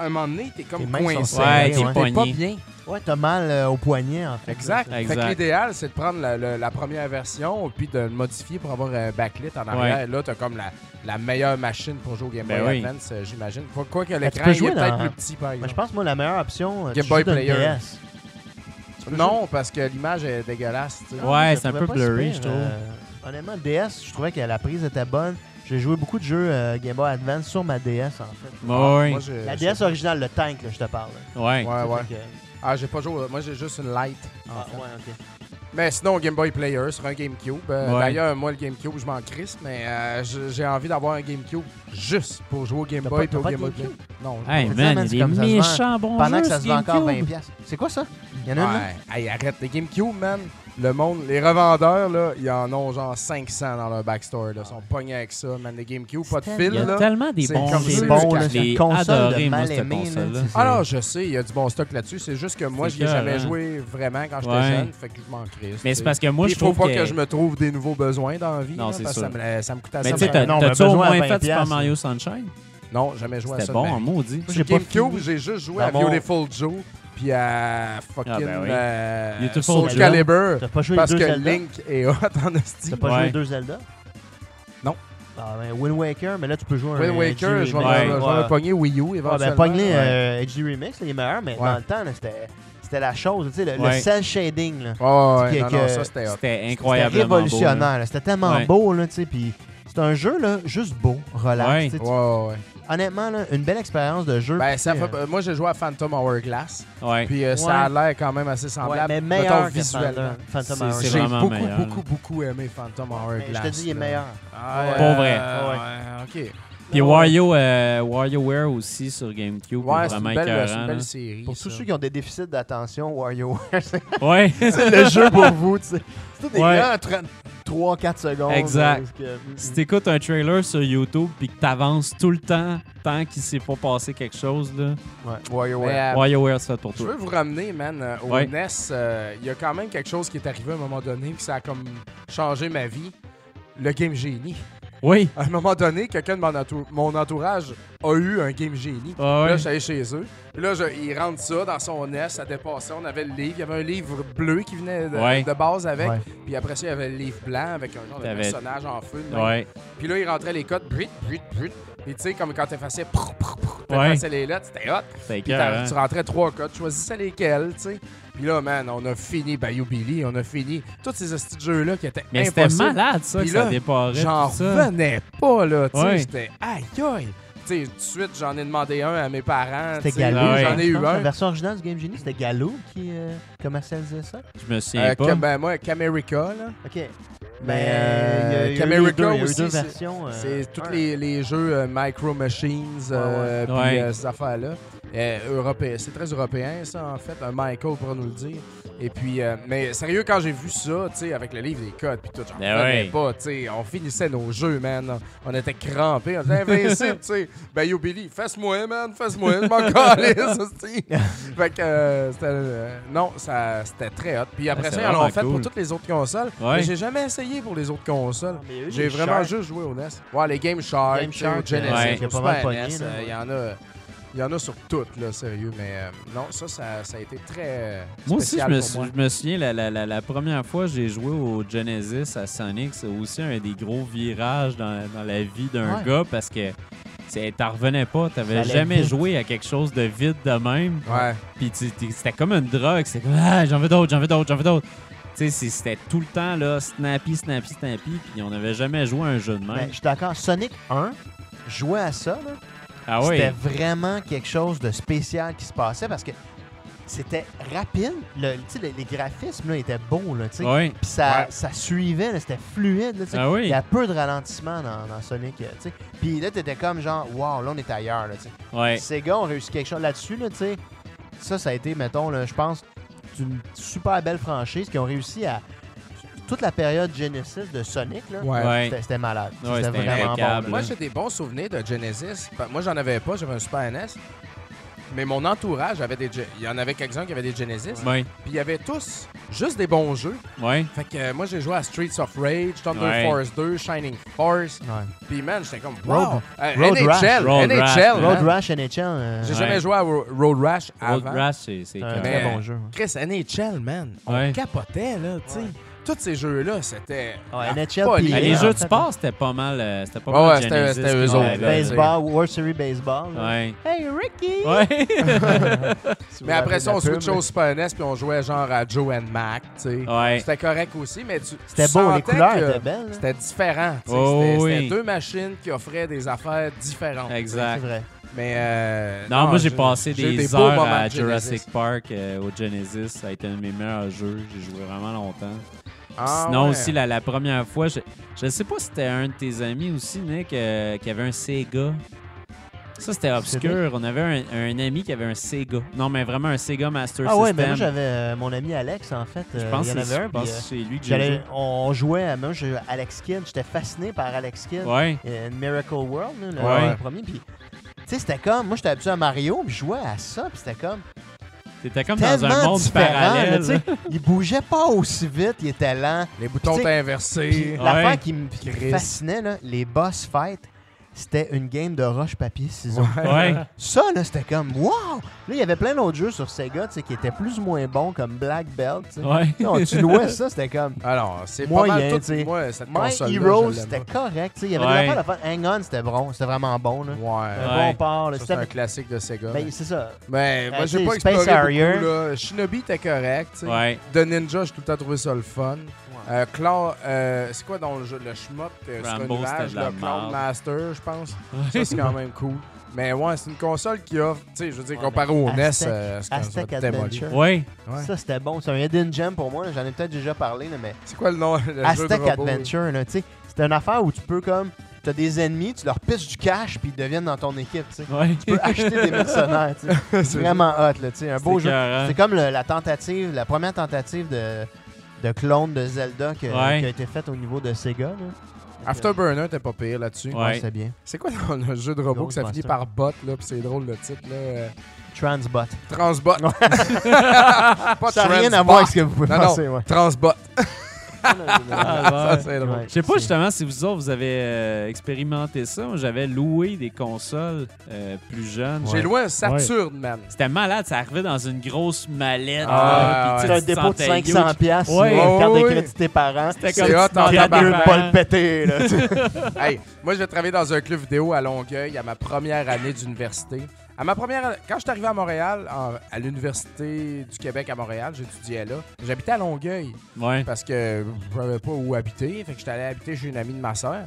[SPEAKER 3] à un moment donné, t'es
[SPEAKER 5] Tes
[SPEAKER 3] comme
[SPEAKER 5] mains sont
[SPEAKER 3] coincé.
[SPEAKER 5] serrées,
[SPEAKER 2] Ouais, t'es
[SPEAKER 5] ouais.
[SPEAKER 3] T'es pas
[SPEAKER 2] Poigné.
[SPEAKER 3] bien.
[SPEAKER 5] Ouais, t'as mal euh, au poignet, en fait.
[SPEAKER 3] Exact.
[SPEAKER 5] là,
[SPEAKER 2] Exact.
[SPEAKER 3] Fait que l'idéal, c'est de prendre la, la- la première version puis de le modifier pour avoir un backlit en arrière.
[SPEAKER 2] Ouais.
[SPEAKER 3] Et Là, t'as comme la, la meilleure machine pour jouer au Game Boy
[SPEAKER 2] Ben oui.
[SPEAKER 3] Advance, euh, j'imagine. Quoi, quoi que
[SPEAKER 5] Ben, tu
[SPEAKER 3] l'écran
[SPEAKER 5] peux
[SPEAKER 3] il est
[SPEAKER 5] jouer
[SPEAKER 3] peut-être
[SPEAKER 5] dans-
[SPEAKER 3] plus petit, par
[SPEAKER 5] ça. Mais
[SPEAKER 3] exemple.
[SPEAKER 5] je pense, moi, la meilleure option. euh,
[SPEAKER 3] Game
[SPEAKER 5] tu
[SPEAKER 3] Boy
[SPEAKER 5] joues dans le
[SPEAKER 3] Player.
[SPEAKER 5] DS. Tu peux jouer-
[SPEAKER 3] Non, parce que l'image est dégueulasse. tu sais.
[SPEAKER 2] Ouais,
[SPEAKER 5] je
[SPEAKER 2] c'est un peu
[SPEAKER 5] trouvais pas si
[SPEAKER 2] blurry,
[SPEAKER 5] pire,
[SPEAKER 2] je trouve.
[SPEAKER 5] euh, honnêtement, DS, je trouvais que la prise était bonne. J'ai joué beaucoup de jeux euh, Game Boy Advance sur ma DS, en fait.
[SPEAKER 3] Euh,
[SPEAKER 2] Ouais,
[SPEAKER 3] Moi, j'ai-
[SPEAKER 5] La
[SPEAKER 3] j'ai-
[SPEAKER 5] DS originale, le tank, là, je te parle. là.
[SPEAKER 2] ouais.
[SPEAKER 3] Ouais, ouais.
[SPEAKER 5] Fait que-
[SPEAKER 3] Ah, j'ai pas joué. Moi, j'ai juste une light. en
[SPEAKER 5] Ah,
[SPEAKER 3] fait.
[SPEAKER 5] ouais, ok.
[SPEAKER 3] Mais Ben, sinon, Game Boy Player sur un GameCube. Euh,
[SPEAKER 2] Ouais.
[SPEAKER 3] D'ailleurs, moi, le GameCube, je m'en crisse, mais euh, je- j'ai envie d'avoir un GameCube juste pour jouer au Game
[SPEAKER 5] T'as
[SPEAKER 3] Boy
[SPEAKER 5] pas-
[SPEAKER 3] et au
[SPEAKER 5] t'as pas
[SPEAKER 3] Game Boy
[SPEAKER 5] de GameCube?
[SPEAKER 3] Player. Non. je-
[SPEAKER 2] Hey,
[SPEAKER 5] C'est ça, man,
[SPEAKER 2] man, il
[SPEAKER 5] c'est
[SPEAKER 2] est
[SPEAKER 5] comme ça se vend.
[SPEAKER 2] méchant bon
[SPEAKER 5] Pendant
[SPEAKER 2] jeu,
[SPEAKER 5] que ça
[SPEAKER 2] ce
[SPEAKER 5] se vend encore
[SPEAKER 2] GameCube.
[SPEAKER 5] 20$. piastres. C'est quoi ça? Il y en a une, là?
[SPEAKER 3] Ouais. Hey, arrête, les GameCube, man. Le monde, les revendeurs, là, ils en ont genre 500 dans leur backstore. Là. Ils sont pognés avec ça, man. Les GameCube, pas de
[SPEAKER 5] C'est
[SPEAKER 3] fil,
[SPEAKER 2] Ah Il y a
[SPEAKER 3] là.
[SPEAKER 2] tellement des
[SPEAKER 3] C'est
[SPEAKER 2] bons
[SPEAKER 3] comme
[SPEAKER 2] jeux.
[SPEAKER 3] c'est bon, là,
[SPEAKER 2] Je l'ai
[SPEAKER 5] cette console de
[SPEAKER 2] adoré, moi,
[SPEAKER 5] mal
[SPEAKER 2] cette
[SPEAKER 5] aimée, là,
[SPEAKER 2] console-là.
[SPEAKER 5] tu sais.
[SPEAKER 3] Alors, Ah je sais, il y a du bon stock là-dessus. C'est juste que moi,
[SPEAKER 2] C'est
[SPEAKER 3] je n'y ai jamais
[SPEAKER 2] écœurant.
[SPEAKER 3] joué vraiment quand j'étais
[SPEAKER 2] Ouais.
[SPEAKER 3] jeune. Fait que je m'en crisse.
[SPEAKER 2] Mais
[SPEAKER 3] tu sais.
[SPEAKER 2] c'est parce que moi,
[SPEAKER 3] Puis
[SPEAKER 2] je
[SPEAKER 3] Il faut
[SPEAKER 2] trouve
[SPEAKER 3] pas que... je me trouve des nouveaux besoins dans la vie.
[SPEAKER 2] Non,
[SPEAKER 3] là,
[SPEAKER 2] c'est
[SPEAKER 3] parce que
[SPEAKER 2] sûr.
[SPEAKER 3] Ça me, ça me coûtait
[SPEAKER 2] Mais
[SPEAKER 3] ça.
[SPEAKER 2] tu sais, t'as-
[SPEAKER 5] Non, mais
[SPEAKER 2] t'as-tu au
[SPEAKER 5] besoin à
[SPEAKER 2] moins
[SPEAKER 5] 20
[SPEAKER 2] fait Super
[SPEAKER 5] piastres,
[SPEAKER 2] Mario Sunshine?
[SPEAKER 3] Non, jamais joué à ça.
[SPEAKER 2] C'était bon,
[SPEAKER 3] Ben,
[SPEAKER 2] en maudit.
[SPEAKER 5] Moi,
[SPEAKER 3] Sur
[SPEAKER 5] j'ai pas
[SPEAKER 3] GameCube,
[SPEAKER 5] fini.
[SPEAKER 3] j'ai juste joué
[SPEAKER 5] Dans
[SPEAKER 3] à
[SPEAKER 5] mon-
[SPEAKER 3] Beautiful Joe puis à fucking
[SPEAKER 2] Ah, ben oui.
[SPEAKER 3] euh,
[SPEAKER 2] Beautiful
[SPEAKER 3] Soul
[SPEAKER 5] Joe.
[SPEAKER 3] Calibur
[SPEAKER 5] T'as pas joué les
[SPEAKER 3] parce
[SPEAKER 5] deux
[SPEAKER 3] que
[SPEAKER 5] Zelda?
[SPEAKER 3] Link est hot en esti.
[SPEAKER 5] T'as pas joué
[SPEAKER 2] Ouais.
[SPEAKER 5] les deux Zelda?
[SPEAKER 3] Non.
[SPEAKER 5] Ah, ben, Wind Waker, mais là, tu peux jouer un
[SPEAKER 3] Wind Waker,
[SPEAKER 5] HD
[SPEAKER 3] je vais
[SPEAKER 5] remix.
[SPEAKER 2] Ouais.
[SPEAKER 3] me- je vais me pogner Wii U
[SPEAKER 5] Ouais, ben,
[SPEAKER 3] éventuellement.
[SPEAKER 5] pogne-les,
[SPEAKER 3] Ouais.
[SPEAKER 5] euh, HD Remix, là, il est meilleur, mais
[SPEAKER 3] Ouais.
[SPEAKER 5] dans le temps, là, c'était c'était la chose. Tu sais, le, le
[SPEAKER 2] Ouais.
[SPEAKER 5] cell shading, là.
[SPEAKER 3] Ouais, ouais,
[SPEAKER 5] Qui-
[SPEAKER 3] non,
[SPEAKER 5] que-
[SPEAKER 3] non, ça c'était hot.
[SPEAKER 2] C'était
[SPEAKER 5] C'était
[SPEAKER 2] incroyablement beau, là.
[SPEAKER 5] révolutionnaire. là. C'était tellement
[SPEAKER 2] Ouais.
[SPEAKER 5] beau, là, tu sais, puis... C'est un jeu, là, juste beau, relax.
[SPEAKER 2] Ouais.
[SPEAKER 5] tu sais, tu-
[SPEAKER 3] Ouais, ouais, ouais.
[SPEAKER 5] Honnêtement, là, une belle expérience de jeu.
[SPEAKER 3] Ben,
[SPEAKER 5] puis,
[SPEAKER 3] ça
[SPEAKER 5] euh,
[SPEAKER 3] fait- moi, j'ai joué à Phantom Hourglass,
[SPEAKER 2] Ouais.
[SPEAKER 3] puis euh, ça a l'air quand même assez
[SPEAKER 5] ouais,
[SPEAKER 3] semblable.
[SPEAKER 5] mais
[SPEAKER 3] mettons,
[SPEAKER 5] meilleur que
[SPEAKER 3] visuellement.
[SPEAKER 5] Phantom, Phantom
[SPEAKER 2] C'est-
[SPEAKER 5] Hourglass.
[SPEAKER 2] c'est
[SPEAKER 3] J'ai
[SPEAKER 2] vraiment
[SPEAKER 3] beaucoup,
[SPEAKER 2] meilleur, là.
[SPEAKER 3] beaucoup, beaucoup aimé Phantom Hourglass.
[SPEAKER 5] Mais je te dis, il est
[SPEAKER 3] là.
[SPEAKER 5] meilleur.
[SPEAKER 3] Ah,
[SPEAKER 5] Ouais.
[SPEAKER 2] Pour vrai.
[SPEAKER 3] euh, ouais, OK.
[SPEAKER 2] Puis Wario, euh, WarioWare aussi sur GameCube,
[SPEAKER 3] Ouais, c'est
[SPEAKER 2] vraiment
[SPEAKER 3] une belle, c'est
[SPEAKER 2] écœurant.
[SPEAKER 3] une
[SPEAKER 2] là.
[SPEAKER 3] belle série.
[SPEAKER 5] Pour tous
[SPEAKER 3] ça.
[SPEAKER 5] ceux qui ont des déficits d'attention, Wario, c'est
[SPEAKER 2] Ouais.
[SPEAKER 5] le jeu pour vous. tu sais. C'est tout des
[SPEAKER 2] Ouais.
[SPEAKER 5] grands 30 3-4 secondes.
[SPEAKER 2] Exact.
[SPEAKER 5] parce que-
[SPEAKER 2] si t'écoutes un trailer sur YouTube puis que t'avances tout le temps tant qu'il s'est pas passé quelque chose, là,
[SPEAKER 5] Ouais, Wario,
[SPEAKER 3] Mais, euh,
[SPEAKER 2] WarioWare c'est fait pour
[SPEAKER 3] Je veux
[SPEAKER 2] toi.
[SPEAKER 3] vous ramener, man, euh, au
[SPEAKER 2] Ouais.
[SPEAKER 3] NES. euh, Il y a quand même quelque chose qui est arrivé à un moment donné, puis ça a comme changé ma vie. Le Game Genie.
[SPEAKER 2] Oui.
[SPEAKER 3] À un moment donné, quelqu'un de mon, entou- mon entourage a eu un game génie.
[SPEAKER 1] Ah
[SPEAKER 3] Là,
[SPEAKER 1] ouais.
[SPEAKER 3] je suis allé chez eux. Puis là, je- il rentre ça dans son nez, ça dépassait. On avait le livre. Il y avait un livre bleu qui venait de,
[SPEAKER 2] Ouais.
[SPEAKER 3] de base avec.
[SPEAKER 5] Ouais.
[SPEAKER 3] Puis après ça, il y avait le livre blanc avec un genre de
[SPEAKER 2] T'avais-
[SPEAKER 3] personnage en feu. de même.
[SPEAKER 2] Ouais.
[SPEAKER 3] Puis là, il rentrait les codes. Brut, brut, brut. Puis tu sais, comme quand t'effaçais, prou, prou, prou,
[SPEAKER 1] Ouais.
[SPEAKER 3] t'effaçais les lettres, c'était hot.
[SPEAKER 2] C'était
[SPEAKER 3] Puis
[SPEAKER 2] écœurant.
[SPEAKER 3] t'as- tu rentrais trois codes, tu choisissais lesquels, tu sais. Puis là, man, on a fini Bayou Billy, on a fini tous ces hosties de jeux-là qui étaient
[SPEAKER 2] Mais c'était
[SPEAKER 3] impossibles.
[SPEAKER 2] malade, ça,
[SPEAKER 3] Puis
[SPEAKER 2] que ça
[SPEAKER 3] là,
[SPEAKER 2] déparait.
[SPEAKER 3] J'en
[SPEAKER 2] tout ça.
[SPEAKER 3] revenais pas, là. Tu sais,
[SPEAKER 2] Ouais.
[SPEAKER 3] j'étais aïe, aïe. Tu sais, tout de suite, j'en ai demandé un à mes parents.
[SPEAKER 5] C'était
[SPEAKER 3] tu sais,
[SPEAKER 5] Galou.
[SPEAKER 2] Ah ouais.
[SPEAKER 3] J'en ai
[SPEAKER 5] je
[SPEAKER 3] eu
[SPEAKER 5] pense, La
[SPEAKER 3] un.
[SPEAKER 5] version originale du Game Genie, c'était Galou qui euh, commercialisait ça.
[SPEAKER 2] Je me souviens
[SPEAKER 3] Euh,
[SPEAKER 2] pas.
[SPEAKER 3] Cam- ben, moi, Camerica, là.
[SPEAKER 5] OK. Ben,
[SPEAKER 3] Mais,
[SPEAKER 5] euh, il y a- il y a eu les
[SPEAKER 3] Camerica
[SPEAKER 5] deux- il y a eu
[SPEAKER 3] aussi,
[SPEAKER 5] deux
[SPEAKER 3] c'est-
[SPEAKER 5] versions. euh,
[SPEAKER 3] C'est tous
[SPEAKER 5] ouais.
[SPEAKER 3] les, les jeux euh, Micro Machines, euh,
[SPEAKER 2] Ouais,
[SPEAKER 3] puis
[SPEAKER 2] ouais. Ouais.
[SPEAKER 3] euh, ces affaires-là. Euh, européen. C'est très européen, ça, en fait. Un Michael, pour nous le dire. Et puis, euh, mais sérieux, quand j'ai vu ça, tu sais, avec le livre des codes, puis tout, j'en
[SPEAKER 2] Ben
[SPEAKER 3] revenais
[SPEAKER 2] ouais.
[SPEAKER 3] pas, tu sais. On finissait nos jeux, man. On était crampés. On était invincibles, tu sais. Ben, yo, Billy, fesse-moi, man, fesse-moi. Je m'en calisse, hostie. Fait que, euh, c'était, euh, non, ça, c'était très hot. Puis après
[SPEAKER 2] Ah, c'est
[SPEAKER 3] ça, ils en
[SPEAKER 2] vraiment
[SPEAKER 3] ont fait
[SPEAKER 2] cool.
[SPEAKER 3] pour toutes les autres consoles.
[SPEAKER 2] Ouais.
[SPEAKER 3] Mais j'ai jamais essayé pour les autres consoles.
[SPEAKER 5] Mais il y a eu
[SPEAKER 3] J'ai
[SPEAKER 5] les
[SPEAKER 3] vraiment
[SPEAKER 5] Sharks.
[SPEAKER 3] juste joué au NES. Ouais, les Game Shark,
[SPEAKER 5] Game
[SPEAKER 3] tu sais, au
[SPEAKER 5] Shark,
[SPEAKER 3] Genesis,
[SPEAKER 2] ouais,
[SPEAKER 3] au
[SPEAKER 5] qui a pas
[SPEAKER 3] Super
[SPEAKER 5] mal pogné,
[SPEAKER 3] NES,
[SPEAKER 5] là,
[SPEAKER 3] euh,
[SPEAKER 5] ouais.
[SPEAKER 3] Il y en a... Il y en a sur toutes, là, sérieux, mais euh, non, ça, ça, ça a été très euh,
[SPEAKER 2] Moi aussi, je
[SPEAKER 3] spécial
[SPEAKER 2] me,
[SPEAKER 3] pour
[SPEAKER 2] sou-
[SPEAKER 3] moi.
[SPEAKER 2] je me souviens, la, la- la- la première fois que j'ai joué au Genesis à Sonic, c'est aussi un des gros virages dans, dans la vie d'un
[SPEAKER 5] Ouais.
[SPEAKER 2] gars parce que c'est- t'en revenais pas, t'avais
[SPEAKER 5] Ça allait
[SPEAKER 2] jamais
[SPEAKER 5] vite.
[SPEAKER 2] joué à quelque chose de vide de même.
[SPEAKER 3] Ouais,
[SPEAKER 2] Puis tu- t'es- c'était comme une drogue, c'était comme ah, j'en veux d'autres, j'en veux d'autres, j'en veux d'autres. Tu sais, c'est- c'était tout le temps là, snappy, snappy, snappy, puis on n'avait jamais joué à un jeu de
[SPEAKER 5] Ben,
[SPEAKER 2] même.
[SPEAKER 5] je suis d'accord. Sonic 1, jouer à ça, là,
[SPEAKER 2] ah
[SPEAKER 5] c'était
[SPEAKER 2] ouais,
[SPEAKER 5] vraiment quelque chose de spécial qui se passait parce que c'était rapide. Le, tu sais, les, les graphismes là, étaient beaux. Là, tu sais.
[SPEAKER 2] ouais.
[SPEAKER 5] Puis ça,
[SPEAKER 3] Ouais.
[SPEAKER 5] ça suivait, là, c'était fluide. là, tu sais.
[SPEAKER 2] Ah
[SPEAKER 5] Il
[SPEAKER 2] oui,
[SPEAKER 5] y a peu de ralentissement dans, dans Sonic. euh, tu sais. Puis là, t'étais comme genre, wow, là, on est ailleurs. Là, tu sais.
[SPEAKER 2] ouais.
[SPEAKER 5] Sega ont réussi quelque chose là-dessus, là, tu sais. Ça, ça a été, mettons, là, je pense, une super belle franchise qui ont réussi à. Toute la période Genesis de Sonic, là,
[SPEAKER 3] ouais.
[SPEAKER 2] Ouais.
[SPEAKER 5] c'était c'était malade.
[SPEAKER 2] Ouais,
[SPEAKER 5] c'était
[SPEAKER 2] c'était
[SPEAKER 5] vraiment
[SPEAKER 2] impeccable.
[SPEAKER 5] bon.
[SPEAKER 3] Moi, j'ai des bons souvenirs de Genesis. Enfin, Moi, j'en avais pas, j'avais un Super NES. Mais mon entourage avait des... Ge- Il y en avait quelques-uns qui avaient des Genesis.
[SPEAKER 2] Ouais,
[SPEAKER 3] Puis il y avait tous juste des bons jeux.
[SPEAKER 2] ouais.
[SPEAKER 3] Fait que euh, moi, j'ai joué à Streets of Rage, Thunder
[SPEAKER 2] Ouais.
[SPEAKER 3] Force 2, Shining Force.
[SPEAKER 5] Ouais.
[SPEAKER 3] Puis man, j'étais comme, wow!
[SPEAKER 5] Road-
[SPEAKER 3] Euh,
[SPEAKER 5] Road
[SPEAKER 3] NHL,
[SPEAKER 5] Rash.
[SPEAKER 2] Road
[SPEAKER 3] NHL,
[SPEAKER 2] Rash,
[SPEAKER 3] hein?
[SPEAKER 5] Road Rash NHL, euh,
[SPEAKER 3] J'ai
[SPEAKER 5] c'est
[SPEAKER 2] Ouais.
[SPEAKER 3] jamais joué à Ro- Road Rash
[SPEAKER 2] Old
[SPEAKER 3] avant.
[SPEAKER 2] Rush, c'est c'est
[SPEAKER 5] un
[SPEAKER 3] Mais-
[SPEAKER 5] très bon jeu. ouais.
[SPEAKER 3] Chris, NHL, man, on
[SPEAKER 2] Ouais.
[SPEAKER 3] capotait, là, tu sais. Tous ces jeux-là, c'était...
[SPEAKER 5] Ouais,
[SPEAKER 3] la
[SPEAKER 5] NHL,
[SPEAKER 3] folie.
[SPEAKER 5] puis-
[SPEAKER 2] Ah, les
[SPEAKER 5] Et
[SPEAKER 2] jeux
[SPEAKER 5] en
[SPEAKER 2] de
[SPEAKER 5] fait,
[SPEAKER 2] sport, c'était pas mal. euh, C'était pas
[SPEAKER 3] Ouais,
[SPEAKER 2] mal.
[SPEAKER 3] ouais, c'était-
[SPEAKER 2] Genesis
[SPEAKER 3] c'était eux
[SPEAKER 2] qui
[SPEAKER 3] autres,
[SPEAKER 2] avait,
[SPEAKER 3] là,
[SPEAKER 2] là,
[SPEAKER 5] baseball, World Series Baseball. là.
[SPEAKER 2] Ouais.
[SPEAKER 5] Hey Ricky!
[SPEAKER 2] Ouais.
[SPEAKER 5] Si vous
[SPEAKER 3] Mais après
[SPEAKER 5] rappelez
[SPEAKER 3] ça,
[SPEAKER 5] la
[SPEAKER 3] on
[SPEAKER 5] pub,
[SPEAKER 3] switchait au Super NES, puis on jouait genre à Joe and Mac, tu sais.
[SPEAKER 2] ouais.
[SPEAKER 3] C'était correct aussi, mais tu
[SPEAKER 5] C'était
[SPEAKER 3] tu
[SPEAKER 5] beau, les
[SPEAKER 3] sentais
[SPEAKER 5] couleurs
[SPEAKER 3] que
[SPEAKER 5] étaient belles. hein. là.
[SPEAKER 3] euh, C'était différent, tu sais.
[SPEAKER 2] Oh,
[SPEAKER 3] c'était
[SPEAKER 2] oui.
[SPEAKER 3] c'était deux machines qui offraient des affaires différentes.
[SPEAKER 5] C'est
[SPEAKER 2] Exact.
[SPEAKER 5] vrai.
[SPEAKER 3] Mais euh,
[SPEAKER 2] Non, moi j'ai passé
[SPEAKER 3] j'ai eu
[SPEAKER 2] des,
[SPEAKER 3] beaux
[SPEAKER 2] heures
[SPEAKER 3] moments
[SPEAKER 2] à
[SPEAKER 3] de Genesis.
[SPEAKER 2] Jurassic Park euh, au Genesis. Ça a été un de mes meilleurs jeux. J'ai joué vraiment longtemps.
[SPEAKER 3] Ah,
[SPEAKER 2] Sinon
[SPEAKER 3] ouais.
[SPEAKER 2] aussi la, la première fois, je, je sais pas si c'était un de tes amis aussi, Nick, euh, qui avait un Sega. Ça c'était obscur. On avait un, un ami qui avait un Sega. Non mais vraiment un Sega Master
[SPEAKER 5] Ah ouais,
[SPEAKER 2] System.
[SPEAKER 5] ben moi j'avais euh, mon ami Alex en fait.
[SPEAKER 2] je
[SPEAKER 5] euh,
[SPEAKER 2] pense
[SPEAKER 5] il y
[SPEAKER 2] que
[SPEAKER 5] en
[SPEAKER 2] c'est
[SPEAKER 5] avait un.
[SPEAKER 2] je pense
[SPEAKER 5] puis,
[SPEAKER 2] que
[SPEAKER 5] euh,
[SPEAKER 2] c'est lui que j'ai
[SPEAKER 5] j'allais-
[SPEAKER 2] joué.
[SPEAKER 5] On jouait à moi, je- Alex Kidd. J'étais fasciné par Alex Kidd.
[SPEAKER 2] Ouais.
[SPEAKER 5] Euh, Miracle World, là, le,
[SPEAKER 2] Ouais.
[SPEAKER 5] le premier. Puis, tu sais, c'était comme. Moi, j'étais habitué à Mario, puis je jouais à ça, puis c'était comme.
[SPEAKER 2] T'étais comme dans
[SPEAKER 5] Tellement
[SPEAKER 2] un monde
[SPEAKER 5] différent, là,
[SPEAKER 2] parallèle.
[SPEAKER 5] tu sais. Il bougeait pas aussi vite, il était lent.
[SPEAKER 3] Les boutons
[SPEAKER 5] Tu
[SPEAKER 3] étaient
[SPEAKER 5] sais,
[SPEAKER 3] inversés.
[SPEAKER 5] Puis, l'affaire
[SPEAKER 2] Ouais.
[SPEAKER 5] qui me qui me
[SPEAKER 3] Christ.
[SPEAKER 5] fascinait, là, les boss fights, c'était une game de roche-papier-ciseaux.
[SPEAKER 2] ouais.
[SPEAKER 5] Ça, là, c'était comme. Wow! Là, il y avait plein d'autres jeux sur Sega, tu sais, qui étaient plus ou moins bons, comme Black Belt, tu sais.
[SPEAKER 2] Ouais.
[SPEAKER 5] Non, tu louais ça, c'était comme.
[SPEAKER 3] Alors, c'est pas
[SPEAKER 5] Moyen,
[SPEAKER 3] mal tout.
[SPEAKER 5] tu sais.
[SPEAKER 3] Moi, cette
[SPEAKER 5] My
[SPEAKER 3] console-là,
[SPEAKER 5] Heroes,
[SPEAKER 3] je l'aime
[SPEAKER 5] c'était
[SPEAKER 3] pas.
[SPEAKER 5] correct. tu sais. Il y avait
[SPEAKER 2] Ouais.
[SPEAKER 5] des affaires de Hang On, c'était bon, c'était vraiment bon. Là.
[SPEAKER 3] Ouais.
[SPEAKER 5] Un
[SPEAKER 2] Ouais.
[SPEAKER 5] bon port. là,
[SPEAKER 3] Ça, c'est
[SPEAKER 5] hein. c'était-
[SPEAKER 3] un classique de Sega.
[SPEAKER 5] Ben, c'est ça.
[SPEAKER 3] Mais moi,
[SPEAKER 5] Ben,
[SPEAKER 3] j'ai
[SPEAKER 5] tu sais,
[SPEAKER 3] pas
[SPEAKER 5] Space
[SPEAKER 3] exploré
[SPEAKER 5] Harrier.
[SPEAKER 3] beaucoup, là. Shinobi était correct. tu sais.
[SPEAKER 2] Ouais.
[SPEAKER 3] The Ninja, j'ai tout le temps trouvé ça le fun. Euh, Clan- euh, c'est quoi dans le jeu? Le shmup euh, sur
[SPEAKER 2] Rambo,
[SPEAKER 3] une
[SPEAKER 2] c'était
[SPEAKER 3] nuage,
[SPEAKER 2] de la
[SPEAKER 3] le Clown
[SPEAKER 2] merde.
[SPEAKER 3] Master, je pense. Ça, c'est quand même cool. Mais ouais, c'est une console qui offre, tu sais, je veux dire, comparé au NES,
[SPEAKER 5] ben, Aztec-
[SPEAKER 3] euh, c'est
[SPEAKER 5] Aztec
[SPEAKER 3] console démolie.
[SPEAKER 5] Adventure.
[SPEAKER 2] Ouais.
[SPEAKER 3] Ouais.
[SPEAKER 5] Ça, c'était bon. C'est un hidden gem pour moi. là. J'en ai peut-être déjà parlé, là, mais
[SPEAKER 3] C'est quoi le nom? Le jeu de
[SPEAKER 5] Aztec
[SPEAKER 3] robot,
[SPEAKER 5] Adventure, là, tu sais, c'est une affaire où tu peux comme. T'as des ennemis, tu leur pisses du cash, puis ils deviennent dans ton équipe. tu sais.
[SPEAKER 2] Ouais.
[SPEAKER 5] Tu peux acheter des mercenaires. tu sais. C'est vraiment hot. Là, tu sais, un beau jeu. C'est comme le- la tentative, la première tentative de, de clone de Zelda que-
[SPEAKER 2] Ouais.
[SPEAKER 5] qui a été faite au niveau de Sega. Là. euh,
[SPEAKER 3] Afterburner, t'es pas pire là-dessus.
[SPEAKER 2] Ouais.
[SPEAKER 5] Ouais, c'est bien.
[SPEAKER 3] C'est quoi dans le jeu de robot que ça finit
[SPEAKER 5] Ghostbusters.
[SPEAKER 3] par bot, là, pis c'est drôle le titre, là? euh,
[SPEAKER 5] Transbot.
[SPEAKER 3] Transbot. pas
[SPEAKER 5] ça n'a
[SPEAKER 3] Ah,
[SPEAKER 5] rien
[SPEAKER 3] transbot.
[SPEAKER 5] à voir avec ce que vous pouvez
[SPEAKER 3] Non,
[SPEAKER 5] penser.
[SPEAKER 3] non,
[SPEAKER 5] ouais.
[SPEAKER 3] transbot.
[SPEAKER 2] Ah,
[SPEAKER 3] Ça,
[SPEAKER 2] ouais.
[SPEAKER 3] c'est drôle.
[SPEAKER 5] Ouais,
[SPEAKER 2] Je sais pas
[SPEAKER 5] c'est-
[SPEAKER 2] justement si vous autres, vous avez euh, expérimenté ça. Moi, j'avais loué des consoles euh, plus jeunes.
[SPEAKER 3] J'ai loué un Saturne, man.
[SPEAKER 2] C'était malade, ça arrivait dans une grosse mallette. là,
[SPEAKER 3] Ah,
[SPEAKER 2] puis
[SPEAKER 3] ouais.
[SPEAKER 5] C'est
[SPEAKER 2] tu sais, tu
[SPEAKER 5] un dépôt de
[SPEAKER 2] sentais
[SPEAKER 5] 500
[SPEAKER 2] huge.
[SPEAKER 5] pièces
[SPEAKER 2] Ouais.
[SPEAKER 5] une carte
[SPEAKER 3] Ouais,
[SPEAKER 5] de
[SPEAKER 3] ouais.
[SPEAKER 5] crédit de tes parents.
[SPEAKER 2] C'était
[SPEAKER 3] C'est
[SPEAKER 2] comme
[SPEAKER 3] hot
[SPEAKER 2] tu demandais
[SPEAKER 5] T'as
[SPEAKER 2] à tes
[SPEAKER 5] mieux de
[SPEAKER 2] parents.
[SPEAKER 5] pas le péter, là.
[SPEAKER 3] Hey, moi, j'ai travaillé dans un club vidéo à Longueuil à ma première année d'université. À ma première, année- quand je suis arrivé à Montréal, en- à l'université du Québec à Montréal, j'étudiais là. J'habitais à Longueuil
[SPEAKER 2] Ouais.
[SPEAKER 3] parce que je savais pas où habiter, fait que j'étais allé habiter chez une amie de ma sœur.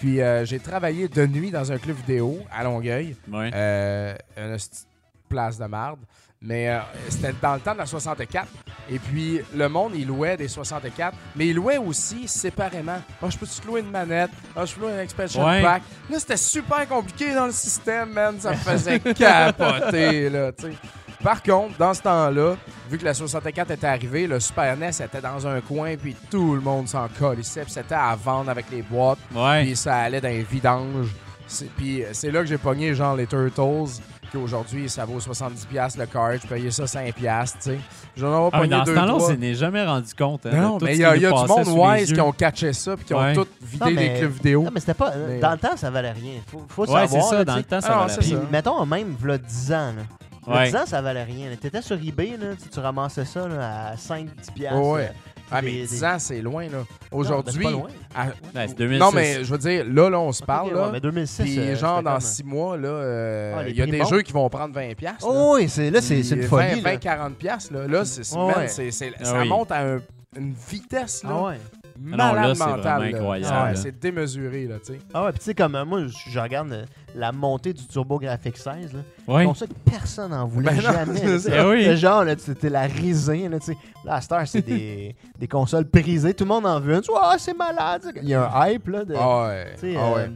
[SPEAKER 3] Puis euh, j'ai travaillé de nuit dans un club vidéo à Longueuil,
[SPEAKER 2] Ouais.
[SPEAKER 3] euh, une petite place de marde. Mais euh, c'était dans le temps de la 64. Et puis, le monde, il louait des 64, mais il louait aussi séparément. Ah, je peux-tu te louer une manette? Ah, je peux louer un expansion
[SPEAKER 2] Ouais.
[SPEAKER 3] pack? Là, c'était super compliqué dans le système, man. Ça me faisait capoter, là, tu sais. Par contre, dans ce temps-là, vu que la 64 était arrivée, le Super NES était dans un coin, puis tout le monde s'en collissait, puis c'était à vendre avec les boîtes,
[SPEAKER 2] Ouais.
[SPEAKER 3] puis ça allait dans les vidanges. C'est- Puis euh, c'est là que j'ai pogné, genre, les Turtles, qui aujourd'hui, ça vaut 70$ le card, je payais ça 5$, tu sais. J'en avais
[SPEAKER 2] Ah, mais
[SPEAKER 3] pogné
[SPEAKER 2] dans ce
[SPEAKER 3] deux,
[SPEAKER 2] temps-là, on
[SPEAKER 3] trois.
[SPEAKER 2] s'en est jamais rendu compte. hein, de
[SPEAKER 3] Non,
[SPEAKER 2] tout
[SPEAKER 3] mais
[SPEAKER 2] ce
[SPEAKER 3] il y a,
[SPEAKER 2] qui
[SPEAKER 3] il y a
[SPEAKER 2] nous
[SPEAKER 3] du
[SPEAKER 2] passait
[SPEAKER 3] monde
[SPEAKER 2] sous les
[SPEAKER 3] wise
[SPEAKER 2] yeux.
[SPEAKER 3] qui ont catché ça puis qui ont
[SPEAKER 2] Ouais.
[SPEAKER 3] tout vidé
[SPEAKER 5] Non,
[SPEAKER 3] les
[SPEAKER 5] mais-
[SPEAKER 3] clubs vidéo.
[SPEAKER 5] Non, mais c'était pas. euh,
[SPEAKER 3] Mais-
[SPEAKER 5] Dans le temps, ça valait rien. Faut, faut
[SPEAKER 2] Ouais,
[SPEAKER 5] savoir.
[SPEAKER 2] c'est ça,
[SPEAKER 5] là,
[SPEAKER 2] dans
[SPEAKER 5] tu
[SPEAKER 2] le
[SPEAKER 5] sais.
[SPEAKER 2] temps,
[SPEAKER 3] Ah,
[SPEAKER 2] ça valait
[SPEAKER 3] c'est
[SPEAKER 2] rien.
[SPEAKER 5] Puis, mettons, même, v'là 10 ans, là. V'là
[SPEAKER 2] Ouais.
[SPEAKER 5] 10 ans, ça valait rien. là. T'étais sur eBay, là, tu, tu ramassais ça là, à 5-10 piastres.
[SPEAKER 3] Ouais, ouais.
[SPEAKER 5] euh,
[SPEAKER 3] ah,
[SPEAKER 5] des-
[SPEAKER 3] mais 10
[SPEAKER 5] des-
[SPEAKER 3] ans, c'est loin, là.
[SPEAKER 5] Non,
[SPEAKER 3] Aujourd'hui.
[SPEAKER 5] ben, c'est pas loin.
[SPEAKER 3] à-
[SPEAKER 2] Ouais, c'est
[SPEAKER 3] Non,
[SPEAKER 2] 2006.
[SPEAKER 3] mais je veux dire, là, là, on se parle,
[SPEAKER 5] Ok,
[SPEAKER 3] là.
[SPEAKER 5] ouais, mais 2006.
[SPEAKER 3] puis
[SPEAKER 5] euh,
[SPEAKER 3] genre,
[SPEAKER 5] c'était
[SPEAKER 3] dans
[SPEAKER 5] comme-
[SPEAKER 3] 6 mois, là, euh, il
[SPEAKER 5] Ah, les
[SPEAKER 3] y a
[SPEAKER 5] prix
[SPEAKER 3] des
[SPEAKER 5] bons.
[SPEAKER 3] jeux qui vont prendre 20$. piastres, là.
[SPEAKER 5] Oh, oui, c'est- là, c'est c'est une
[SPEAKER 3] Puis
[SPEAKER 5] folie.
[SPEAKER 3] 20,
[SPEAKER 5] là.
[SPEAKER 3] 40$, piastres, là. Là, c'est,
[SPEAKER 5] Ouais.
[SPEAKER 3] man, c'est- c'est-
[SPEAKER 2] Ah
[SPEAKER 3] ça
[SPEAKER 2] oui.
[SPEAKER 3] monte à un- une vitesse, là.
[SPEAKER 5] Ah ouais.
[SPEAKER 2] Ah non, là,
[SPEAKER 3] Malade
[SPEAKER 2] c'est
[SPEAKER 3] mentale,
[SPEAKER 2] vraiment
[SPEAKER 3] là.
[SPEAKER 2] incroyable,
[SPEAKER 3] Ah ouais,
[SPEAKER 2] là.
[SPEAKER 3] c'est démesuré, là, tu sais.
[SPEAKER 5] Ah ouais, puis tu sais, comme euh, moi, je je regarde euh, la montée du TurboGrafx 16, là.
[SPEAKER 2] Ouais.
[SPEAKER 5] Comme ça que personne n'en voulait
[SPEAKER 3] Ben non,
[SPEAKER 5] jamais. là, tu sais.
[SPEAKER 2] Eh oui.
[SPEAKER 5] Le genre, là, c'était la risée, là, tu sais. Là, à cette heure, c'est des, des consoles brisées. Tout le monde en veut une. Tu vois, Ah, c'est malade. tu sais. Il y a un hype, là, de...
[SPEAKER 3] Ah ouais.
[SPEAKER 5] tu sais,
[SPEAKER 3] ah ouais.
[SPEAKER 5] euh,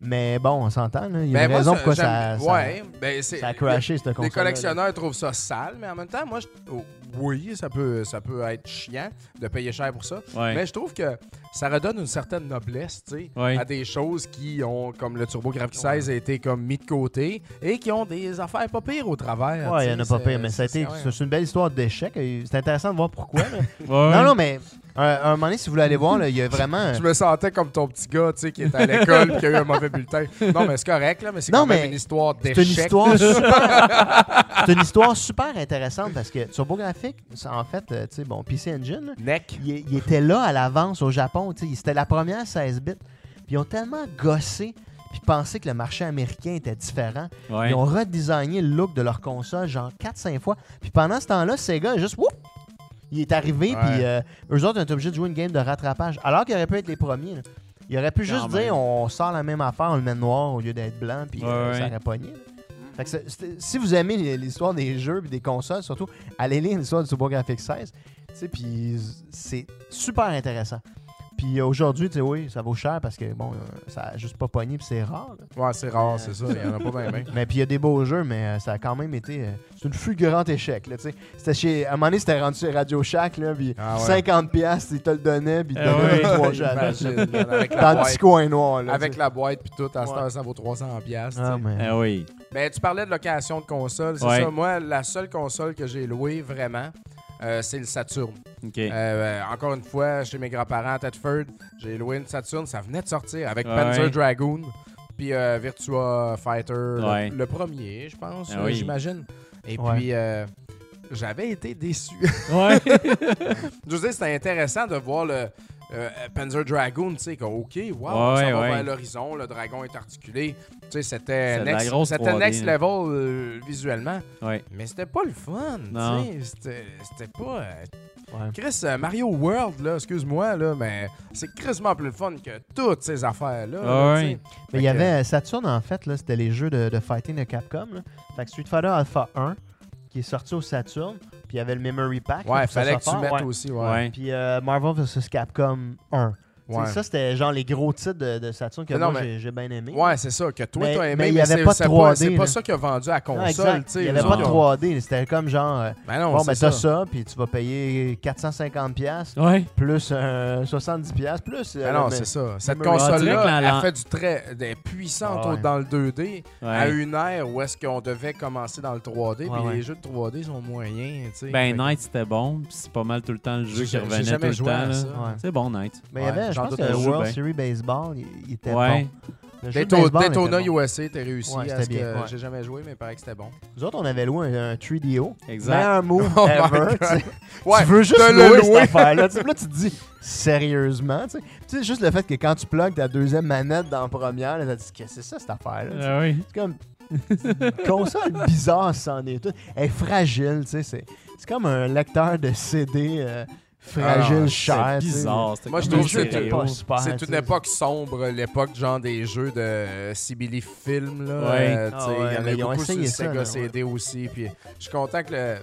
[SPEAKER 5] mais bon, on s'entend, là. Il y a
[SPEAKER 3] Ben,
[SPEAKER 5] une
[SPEAKER 3] moi,
[SPEAKER 5] raison
[SPEAKER 3] ça,
[SPEAKER 5] pourquoi ça,
[SPEAKER 3] j'aime-
[SPEAKER 5] ça-
[SPEAKER 3] ouais, ben, c'est-
[SPEAKER 5] ça a crashé, cette console
[SPEAKER 3] Les collectionneurs trouvent ça sale, mais en même temps, moi, je- oh, oui, ça peut, ça peut être chiant de payer cher pour ça,
[SPEAKER 2] Ouais.
[SPEAKER 3] mais je trouve que ça redonne une certaine noblesse, tu sais,
[SPEAKER 2] Ouais.
[SPEAKER 3] à des choses qui ont, comme le TurboGrafx 16 a été comme mis de côté et qui ont des affaires pas pires au travers.
[SPEAKER 5] Ouais,
[SPEAKER 3] tu
[SPEAKER 5] il
[SPEAKER 3] sais,
[SPEAKER 5] y en a pas
[SPEAKER 3] c'est-
[SPEAKER 5] pire, mais ça a
[SPEAKER 3] c'est-
[SPEAKER 5] été,
[SPEAKER 3] ouais.
[SPEAKER 5] c'est une belle histoire d'échec. et C'est intéressant de voir pourquoi. là.
[SPEAKER 2] Ouais.
[SPEAKER 5] non, non, mais euh, un moment donné, si vous voulez aller voir, là, il y a vraiment.
[SPEAKER 3] Je me sentais comme ton petit gars, tu sais, qui est à l'école et qui a eu un mauvais bulletin. Non, mais c'est correct, là, mais c'est
[SPEAKER 5] Non,
[SPEAKER 3] quand même
[SPEAKER 5] mais
[SPEAKER 3] une histoire
[SPEAKER 5] C'est
[SPEAKER 3] d'échec.
[SPEAKER 5] une histoire super. c'est une histoire super intéressante parce que TurboGrafx, ça, en fait, euh, tu sais, bon, PC Engine, là,
[SPEAKER 3] Nec.
[SPEAKER 5] il, il était là à l'avance au Japon. tu sais, C'était la première 16 bits. Puis ils ont tellement gossé puis pensé que le marché américain était différent.
[SPEAKER 2] Ouais.
[SPEAKER 5] Ils ont redesigné le look de leur console genre 4-5 fois. Puis pendant ce temps-là, Sega est juste whoop! Il est arrivé,
[SPEAKER 3] Ouais.
[SPEAKER 5] puis euh, eux autres ont été obligés de jouer une game de rattrapage. Alors qu'ils auraient pu être les premiers. là. Ils auraient pu
[SPEAKER 2] Quand
[SPEAKER 5] juste
[SPEAKER 2] même.
[SPEAKER 5] dire on sort la même affaire, on le met noir au lieu d'être blanc, puis euh,
[SPEAKER 2] Ouais,
[SPEAKER 5] ça
[SPEAKER 2] ouais.
[SPEAKER 5] aurait pogné. là. Fait que c'est- c'est- si vous aimez l- l'histoire des jeux et des consoles, surtout, allez lire l'histoire du TurboGrafx 16. Tu sais, puis c'est super intéressant. Puis aujourd'hui, tu sais, oui, ça vaut cher parce que bon, euh, ça a juste pas pogné, puis c'est rare. là.
[SPEAKER 3] Ouais, c'est rare, c'est ça. Il y en a pas bien, bien.
[SPEAKER 5] Mais puis il y a des beaux jeux, mais euh, ça a quand même été euh, c'est une fulgurante échec. Là, tu sais. c'était chez, à un moment donné, c'était rendu chez Radio Shack, là, puis
[SPEAKER 3] Ah ouais.
[SPEAKER 5] 50$, piastres, ils te le donnaient, puis ils te
[SPEAKER 2] Ah
[SPEAKER 5] donnaient
[SPEAKER 2] ouais.
[SPEAKER 5] les trois jeux à la
[SPEAKER 3] Eh Imagine, man, avec la
[SPEAKER 5] Dans le
[SPEAKER 3] boîte.
[SPEAKER 5] petit coin noir. Là,
[SPEAKER 3] Avec
[SPEAKER 5] tu
[SPEAKER 3] la boîte puis tout, à cette
[SPEAKER 5] Ouais.
[SPEAKER 3] heure, ça vaut 300$. piastres,
[SPEAKER 5] sais. Ah,
[SPEAKER 3] tu sais.
[SPEAKER 5] mais-
[SPEAKER 2] Ah oui.
[SPEAKER 3] Ben, tu parlais de location de console. C'est
[SPEAKER 2] Ouais.
[SPEAKER 3] ça. Moi, la seule console que j'ai louée vraiment, euh, c'est le Saturn.
[SPEAKER 2] OK.
[SPEAKER 3] Euh, euh, encore une fois, chez mes grands-parents à Tedford, j'ai loué une Saturn. Ça venait de sortir avec
[SPEAKER 2] Ouais.
[SPEAKER 3] Panzer Dragoon, puis euh, Virtua Fighter, le-
[SPEAKER 2] Ouais.
[SPEAKER 3] le, premier, je pense,
[SPEAKER 2] Ah
[SPEAKER 3] euh,
[SPEAKER 2] oui.
[SPEAKER 3] j'imagine. Et
[SPEAKER 5] Ouais.
[SPEAKER 3] puis, euh, j'avais été déçu.
[SPEAKER 2] Ouais.
[SPEAKER 3] Je veux dire, c'était intéressant de voir le euh, Panzer Dragoon, tu sais, que, OK, wow,
[SPEAKER 2] Ouais,
[SPEAKER 3] ça va
[SPEAKER 2] ouais.
[SPEAKER 3] vers l'horizon, le dragon est articulé. Tu sais, c'était
[SPEAKER 2] C'est de la
[SPEAKER 3] next,
[SPEAKER 2] grosse
[SPEAKER 3] c'était
[SPEAKER 2] 3D,
[SPEAKER 3] next
[SPEAKER 2] là.
[SPEAKER 3] level euh, visuellement.
[SPEAKER 2] Ouais.
[SPEAKER 3] Mais c'était pas le fun, tu
[SPEAKER 2] Non.
[SPEAKER 3] sais. C'était- C'était pas... euh,
[SPEAKER 5] Ouais.
[SPEAKER 3] Chris, euh, Mario World, là, excuse-moi, là, mais c'est crissement plus le fun que toutes ces affaires-là. là,
[SPEAKER 2] Ah Ouais.
[SPEAKER 3] tu sais.
[SPEAKER 5] Mais il
[SPEAKER 3] Fait
[SPEAKER 5] y
[SPEAKER 3] que-
[SPEAKER 5] avait euh, Saturn, en fait, là, c'était les jeux de, de fighting de Capcom. là. Fait que Street Fighter Alpha 1, qui est sorti au Saturn, puis il y avait le Memory Pack.
[SPEAKER 3] Ouais,
[SPEAKER 5] là, pour euh, ça
[SPEAKER 3] fallait que tu
[SPEAKER 5] soit fort,
[SPEAKER 3] mettes
[SPEAKER 5] ouais.
[SPEAKER 3] aussi, ouais.
[SPEAKER 2] Ouais.
[SPEAKER 5] Puis euh, Marvel vs. Capcom 1. Tu sais, Ça, c'était genre les gros titres de, de Saturn que
[SPEAKER 3] Mais non,
[SPEAKER 5] moi,
[SPEAKER 3] mais-
[SPEAKER 5] j'ai- j'ai bien aimé.
[SPEAKER 3] Ouais, c'est ça, que toi,
[SPEAKER 5] Mais-
[SPEAKER 3] t'as aimé,
[SPEAKER 5] mais il y avait
[SPEAKER 3] c'est
[SPEAKER 5] pas de
[SPEAKER 3] c'est pas,
[SPEAKER 5] 3D,
[SPEAKER 3] c'est pas
[SPEAKER 5] là.
[SPEAKER 3] ça qui a vendu à la
[SPEAKER 5] Non,
[SPEAKER 3] console.
[SPEAKER 5] exact.
[SPEAKER 3] tu sais,
[SPEAKER 5] Il n'y
[SPEAKER 3] eux
[SPEAKER 5] avait
[SPEAKER 3] autres,
[SPEAKER 5] pas
[SPEAKER 3] ils
[SPEAKER 5] de
[SPEAKER 3] ont-
[SPEAKER 5] 3D. C'était comme genre, euh,
[SPEAKER 3] Ben non,
[SPEAKER 5] bon,
[SPEAKER 3] c'est
[SPEAKER 5] ben
[SPEAKER 3] ça.
[SPEAKER 5] t'as ça, puis tu vas payer 450$, piastres,
[SPEAKER 1] Ouais.
[SPEAKER 5] plus euh, 70$, piastres, plus. euh,
[SPEAKER 3] Ben non,
[SPEAKER 5] mais-
[SPEAKER 3] c'est ça. Cette
[SPEAKER 5] Memory-
[SPEAKER 2] Ah, tu
[SPEAKER 3] console-là,
[SPEAKER 2] dirais que la-
[SPEAKER 3] elle fait du très des puissantes
[SPEAKER 5] Ah ouais.
[SPEAKER 3] dans le 2D
[SPEAKER 2] Ouais.
[SPEAKER 3] à une ère où est-ce qu'on devait commencer dans le 3D, puis
[SPEAKER 2] Ouais, ouais.
[SPEAKER 3] les jeux de 3D sont moyens, tu sais.
[SPEAKER 2] Ben,
[SPEAKER 3] Fait que-
[SPEAKER 2] Night, c'était bon. puis C'est pas mal tout le temps le jeu
[SPEAKER 3] J'ai-
[SPEAKER 2] qui
[SPEAKER 3] j'ai
[SPEAKER 2] revenait tout
[SPEAKER 3] jamais
[SPEAKER 2] le temps.
[SPEAKER 3] joué à
[SPEAKER 2] là.
[SPEAKER 3] ça.
[SPEAKER 5] Ouais.
[SPEAKER 2] C'est bon, Night.
[SPEAKER 5] Mais il y
[SPEAKER 3] Ouais,
[SPEAKER 5] avait, je
[SPEAKER 3] j'en
[SPEAKER 5] pense
[SPEAKER 3] doute
[SPEAKER 5] que
[SPEAKER 3] pas.
[SPEAKER 5] le
[SPEAKER 2] Je joue
[SPEAKER 5] World
[SPEAKER 2] bien.
[SPEAKER 5] Series Baseball, il, il était
[SPEAKER 2] Ouais.
[SPEAKER 5] bon. Le jeu de
[SPEAKER 3] Dayto-
[SPEAKER 5] baseball était
[SPEAKER 3] ben. Daytona
[SPEAKER 5] bon.
[SPEAKER 3] USA, t'es réussi
[SPEAKER 5] Ouais,
[SPEAKER 3] à
[SPEAKER 5] c'était
[SPEAKER 3] ce
[SPEAKER 5] bien,
[SPEAKER 3] que
[SPEAKER 5] ouais.
[SPEAKER 3] j'ai jamais joué, mais il paraît que c'était bon.
[SPEAKER 5] Nous autres, on avait loué un, un 3DO.
[SPEAKER 2] Exact.
[SPEAKER 5] Meilleur move
[SPEAKER 3] Oh my
[SPEAKER 5] ever.
[SPEAKER 3] God.
[SPEAKER 5] tu sais.
[SPEAKER 3] Ouais,
[SPEAKER 5] tu veux juste
[SPEAKER 3] de le
[SPEAKER 5] louer,
[SPEAKER 3] louer.
[SPEAKER 5] cette affaire-là. tu sais, puis là, tu te dis, sérieusement, tu sais. Tu sais, juste le fait que quand tu plugues ta deuxième manette dans la première, là, tu te dis, qu'est-ce que c'est ça, cette affaire-là? tu sais.
[SPEAKER 1] Ah oui.
[SPEAKER 5] C'est comme une console bizarre, c'en est tout. Elle est fragile, tu sais. C'est c'est comme un lecteur de CD euh,
[SPEAKER 3] Ah,
[SPEAKER 5] fragile,
[SPEAKER 3] Alors,
[SPEAKER 5] cher.
[SPEAKER 2] Ah, C'est
[SPEAKER 5] tu sais.
[SPEAKER 2] bizarre. c'était
[SPEAKER 3] Moi, Ah, je
[SPEAKER 5] Les
[SPEAKER 2] comme
[SPEAKER 3] trouve
[SPEAKER 2] un
[SPEAKER 3] que
[SPEAKER 5] jeux
[SPEAKER 2] jeu
[SPEAKER 3] c'est
[SPEAKER 5] étaient
[SPEAKER 2] vidéo.
[SPEAKER 5] pas super,
[SPEAKER 3] C'est
[SPEAKER 5] tu
[SPEAKER 3] une
[SPEAKER 5] sais.
[SPEAKER 3] époque sombre, l'époque genre des jeux de euh, Sibili Film. Là,
[SPEAKER 2] Ouais.
[SPEAKER 3] Euh, tu
[SPEAKER 5] Ah
[SPEAKER 3] sais,
[SPEAKER 5] ouais,
[SPEAKER 3] il y en
[SPEAKER 5] mais
[SPEAKER 3] a
[SPEAKER 5] ils ont
[SPEAKER 3] beaucoup sur le
[SPEAKER 5] essayé ça,
[SPEAKER 3] Sega
[SPEAKER 5] là,
[SPEAKER 3] CD aussi. Puis je suis content que le,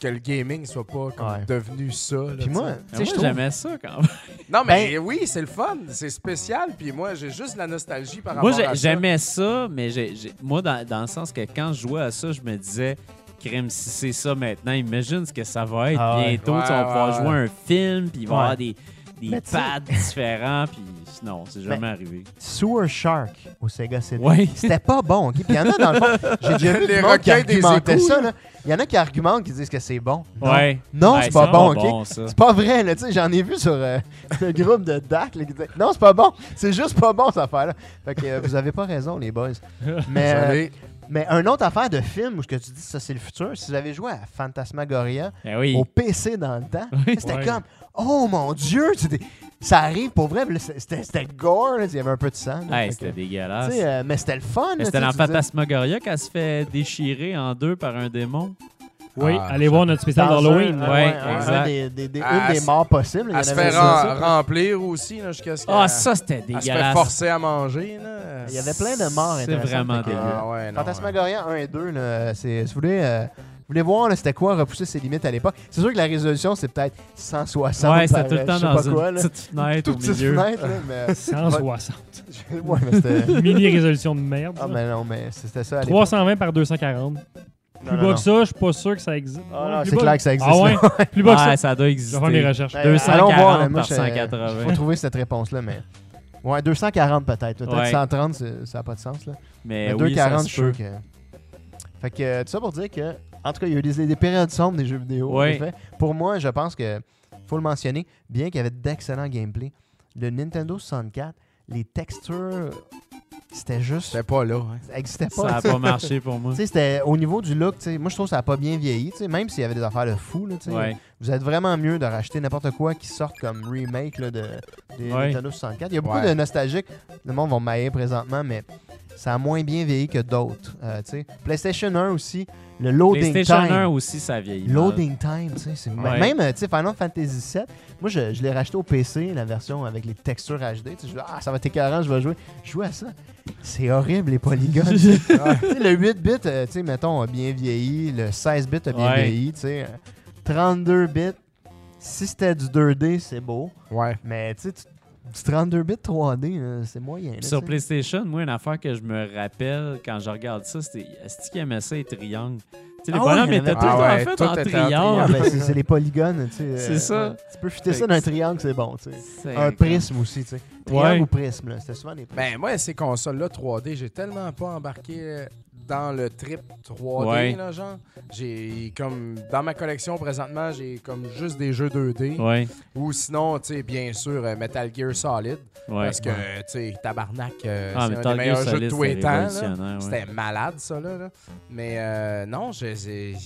[SPEAKER 3] que le gaming soit pas comme
[SPEAKER 5] Ouais.
[SPEAKER 3] devenu ça. là,
[SPEAKER 5] Puis
[SPEAKER 3] tu
[SPEAKER 5] moi, ben-
[SPEAKER 3] sais.
[SPEAKER 2] Mais
[SPEAKER 5] tu sais, je
[SPEAKER 2] Moi,
[SPEAKER 5] trouve
[SPEAKER 2] j'aimais ça quand même.
[SPEAKER 3] Non, mais oui, c'est le fun, c'est spécial. Puis moi, j'ai juste la nostalgie par
[SPEAKER 2] Moi,
[SPEAKER 3] rapport
[SPEAKER 2] j'ai-
[SPEAKER 3] à ça.
[SPEAKER 2] j'aimais ça, mais j'ai- j'ai- moi, dans, dans le sens que quand je jouais à ça, je me disais, crème, si c'est ça maintenant, imagine ce que ça va être.
[SPEAKER 5] Ah ouais.
[SPEAKER 2] Bientôt,
[SPEAKER 3] Ouais,
[SPEAKER 2] tu vas
[SPEAKER 3] ouais,
[SPEAKER 2] pouvoir
[SPEAKER 3] ouais.
[SPEAKER 2] jouer à un film, puis il va y
[SPEAKER 5] Ouais.
[SPEAKER 2] avoir des, des
[SPEAKER 5] Mais tu sais-
[SPEAKER 2] pads différents, puis non, c'est jamais arrivé.
[SPEAKER 5] Sewer Shark au Sega CD.
[SPEAKER 2] Ouais.
[SPEAKER 5] C'était pas bon. ok? Puis il y en a dans le fond. J'ai déjà vu
[SPEAKER 3] Les
[SPEAKER 5] du monde qui
[SPEAKER 3] requins des
[SPEAKER 5] argumentaient
[SPEAKER 3] égouts,
[SPEAKER 5] ça. là. Il y en a qui argumentent, qui disent que c'est bon. Non,
[SPEAKER 2] Ouais.
[SPEAKER 5] Non,
[SPEAKER 2] Ouais,
[SPEAKER 5] c'est pas bon, ok?
[SPEAKER 2] ça.
[SPEAKER 5] C'est pas vrai, là, tu sais, j'en ai vu sur euh, le groupe de DAC, là, qui disaient, non, c'est pas bon, c'est juste pas bon, cette affaire-là. Fait que euh, vous avez pas raison, les boys. Mais, euh,
[SPEAKER 3] Désolé.
[SPEAKER 5] mais une autre affaire de film où ce que tu dis, ça, c'est le futur, si vous avez joué à Phantasmagoria
[SPEAKER 2] Eh oui.
[SPEAKER 5] au PC dans le temps, c'était
[SPEAKER 1] Ouais.
[SPEAKER 5] comme, oh mon Dieu, c'était- ça arrive pour vrai, puis là, c'était c'était gore, là, il y avait un peu de sang. là,
[SPEAKER 2] Hey,
[SPEAKER 5] fait
[SPEAKER 2] c'était
[SPEAKER 5] que,
[SPEAKER 2] dégueulasse.
[SPEAKER 5] tu sais, euh, mais c'était le fun.
[SPEAKER 2] Mais
[SPEAKER 5] là,
[SPEAKER 2] c'était
[SPEAKER 5] tu
[SPEAKER 2] dans
[SPEAKER 5] sais, tu disais-
[SPEAKER 2] Phantasmagoria qu'elle se fait déchirer en deux par un démon.
[SPEAKER 1] Oui,
[SPEAKER 3] Ah,
[SPEAKER 1] allez voir notre spécial
[SPEAKER 5] dans
[SPEAKER 1] d'Halloween.
[SPEAKER 5] un- un-
[SPEAKER 2] ouais,
[SPEAKER 5] un- un
[SPEAKER 2] exact.
[SPEAKER 5] des- des- des-
[SPEAKER 3] Ah,
[SPEAKER 5] une des
[SPEAKER 3] c'est-
[SPEAKER 5] morts possibles. il y en
[SPEAKER 3] Elle se
[SPEAKER 5] avait
[SPEAKER 3] fait
[SPEAKER 5] sur-
[SPEAKER 3] ren- remplir aussi là, jusqu'à ce qu'elle
[SPEAKER 2] Ah, ça, c'était
[SPEAKER 3] elle se fait
[SPEAKER 2] dégueulasse.
[SPEAKER 3] forcer à manger. Là.
[SPEAKER 5] Il y avait plein de morts
[SPEAKER 2] C'est
[SPEAKER 5] intéressantes,
[SPEAKER 2] vraiment
[SPEAKER 5] fait que- euh,
[SPEAKER 2] dégueu.
[SPEAKER 3] Ah ouais, non,
[SPEAKER 5] Fantasmagoria 1 et 2, là, c'est- si vous voulez, euh, vous voulez voir là, c'était quoi repousser ses limites à l'époque, c'est sûr que la résolution c'est peut-être 160
[SPEAKER 2] Ouais, c'était
[SPEAKER 5] par,
[SPEAKER 2] tout le
[SPEAKER 5] euh,
[SPEAKER 2] temps
[SPEAKER 5] je sais pas
[SPEAKER 2] dans une
[SPEAKER 5] quoi, là.
[SPEAKER 2] petite fenêtre
[SPEAKER 5] toute
[SPEAKER 2] au
[SPEAKER 5] petite
[SPEAKER 2] milieu.
[SPEAKER 5] fenêtre, là, mais...
[SPEAKER 1] 160.
[SPEAKER 5] ouais, mais c'était...
[SPEAKER 1] Mini résolution de merde.
[SPEAKER 5] Ah,
[SPEAKER 1] ça.
[SPEAKER 5] mais non, mais c'était ça à l'époque.
[SPEAKER 1] 320 par 240.
[SPEAKER 5] Non,
[SPEAKER 1] Plus
[SPEAKER 5] non,
[SPEAKER 1] bas
[SPEAKER 5] non.
[SPEAKER 1] que ça, je suis pas sûr que ça existe.
[SPEAKER 5] Ah, non,
[SPEAKER 1] Plus
[SPEAKER 5] c'est
[SPEAKER 1] bas-
[SPEAKER 5] clair que ça existe.
[SPEAKER 1] Ah ouais?
[SPEAKER 5] là.
[SPEAKER 1] Plus bas que
[SPEAKER 2] Ouais,
[SPEAKER 1] ça.
[SPEAKER 2] ça doit
[SPEAKER 1] Je vais faire mes
[SPEAKER 2] exister.
[SPEAKER 1] recherches.
[SPEAKER 5] Ben,
[SPEAKER 2] 240
[SPEAKER 5] allons voir, là, moi,
[SPEAKER 2] par
[SPEAKER 5] je-
[SPEAKER 2] 180.
[SPEAKER 5] Faut trouver cette réponse-là, mais... Ouais, 240 peut-être. Peut-être
[SPEAKER 2] Ouais.
[SPEAKER 5] 130, c'est- ça n'a pas de sens, là.
[SPEAKER 2] Mais
[SPEAKER 5] Mais
[SPEAKER 2] oui, ça
[SPEAKER 5] 240,
[SPEAKER 2] se
[SPEAKER 5] je suis sûr
[SPEAKER 2] peut.
[SPEAKER 5] que... Fait que, euh, tout ça pour dire que... En tout cas, il y a eu des, des périodes sombres des jeux vidéo. en
[SPEAKER 2] Ouais.
[SPEAKER 5] effet. Pour moi, je pense que... faut le mentionner, bien qu'il y avait d'excellents gameplay, le Nintendo 64, les textures, c'était juste...
[SPEAKER 3] C'était pas là. hein.
[SPEAKER 5] Ça n'existait
[SPEAKER 2] Ça
[SPEAKER 5] pas.
[SPEAKER 2] n'a pas marché pour moi.
[SPEAKER 5] Tu sais, c'était au niveau du look, tu sais, moi je trouve que ça n'a pas bien vieilli, tu sais, même s'il y avait des affaires de fou. Là, tu sais.
[SPEAKER 2] Ouais.
[SPEAKER 5] Vous êtes vraiment mieux de racheter n'importe quoi qui sorte comme remake là, de, de
[SPEAKER 2] Ouais.
[SPEAKER 5] Nintendo 64. Il y a beaucoup
[SPEAKER 3] Ouais.
[SPEAKER 5] de nostalgiques. Le monde va mailler présentement, mais ça a moins bien vieilli que d'autres. euh, tu sais. PlayStation 1 aussi, le loading
[SPEAKER 2] PlayStation 1
[SPEAKER 5] time.
[SPEAKER 2] aussi, ça vieillit. mal.
[SPEAKER 5] Loading time, tu sais, c'est
[SPEAKER 2] Ouais.
[SPEAKER 5] même euh, tu sais, Final Fantasy VII. Moi, je, je l'ai racheté au PC, la version avec les textures HD. tu sais, Je dis, ah, ça va être écœurant, je vais jouer. Je joue à ça. C'est horrible, les polygones. tu sais. Tu sais, le 8 bits, euh, tu sais, mettons, a bien vieilli. Le 16 bits a bien
[SPEAKER 2] Ouais.
[SPEAKER 5] vieilli. tu sais. Euh, 32 bits, si c'était du 2D, c'est beau.
[SPEAKER 3] Ouais.
[SPEAKER 5] Mais tu sais, tu- du 32 bits 3D, là, c'est moyen. là,
[SPEAKER 2] Puis Sur
[SPEAKER 5] tu sais.
[SPEAKER 2] PlayStation, moi, une affaire que je me rappelle quand je regarde ça, c'était est-ce qu'il aimait ça les triangles? Tu sais, les
[SPEAKER 5] Ah
[SPEAKER 2] bonhommes
[SPEAKER 5] ouais, il y en
[SPEAKER 2] étaient
[SPEAKER 5] avait
[SPEAKER 2] tout
[SPEAKER 3] pas. Ah ouais,
[SPEAKER 2] en fait
[SPEAKER 3] tout
[SPEAKER 2] en
[SPEAKER 3] était en
[SPEAKER 5] Ah,
[SPEAKER 2] triangle.
[SPEAKER 5] ben, c'est c'est les polygones, tu sais. euh,
[SPEAKER 2] C'est ça.
[SPEAKER 5] ouais. Tu peux fitter ça dans un triangle, c'est bon, tu sais.
[SPEAKER 2] C'est-
[SPEAKER 5] Un prisme aussi, tu sais. Triangle
[SPEAKER 2] Ouais.
[SPEAKER 5] ou prisme, là. C'était souvent des prismes.
[SPEAKER 3] Ben, moi, ces consoles-là 3D, j'ai tellement pas embarqué euh, dans le trip 3D,
[SPEAKER 2] Ouais.
[SPEAKER 3] là, genre. J'ai, comme, dans ma collection présentement, j'ai comme juste des jeux 2D.
[SPEAKER 2] Ouais,
[SPEAKER 3] Ou sinon, tu sais, bien sûr, euh, Metal Gear Solid.
[SPEAKER 2] ouais.
[SPEAKER 3] Parce que, tu sais, tabarnak, euh,
[SPEAKER 2] Ah,
[SPEAKER 3] c'est
[SPEAKER 2] mais
[SPEAKER 3] un
[SPEAKER 2] Metal
[SPEAKER 3] des
[SPEAKER 2] Gear
[SPEAKER 3] meilleurs jeux de
[SPEAKER 2] Solid,
[SPEAKER 3] tous les
[SPEAKER 2] c'était
[SPEAKER 3] temps. là.
[SPEAKER 2] révolutionnaire, ouais.
[SPEAKER 3] C'était malade, ça, là. là. Mais euh, non, j'ai... j'ai-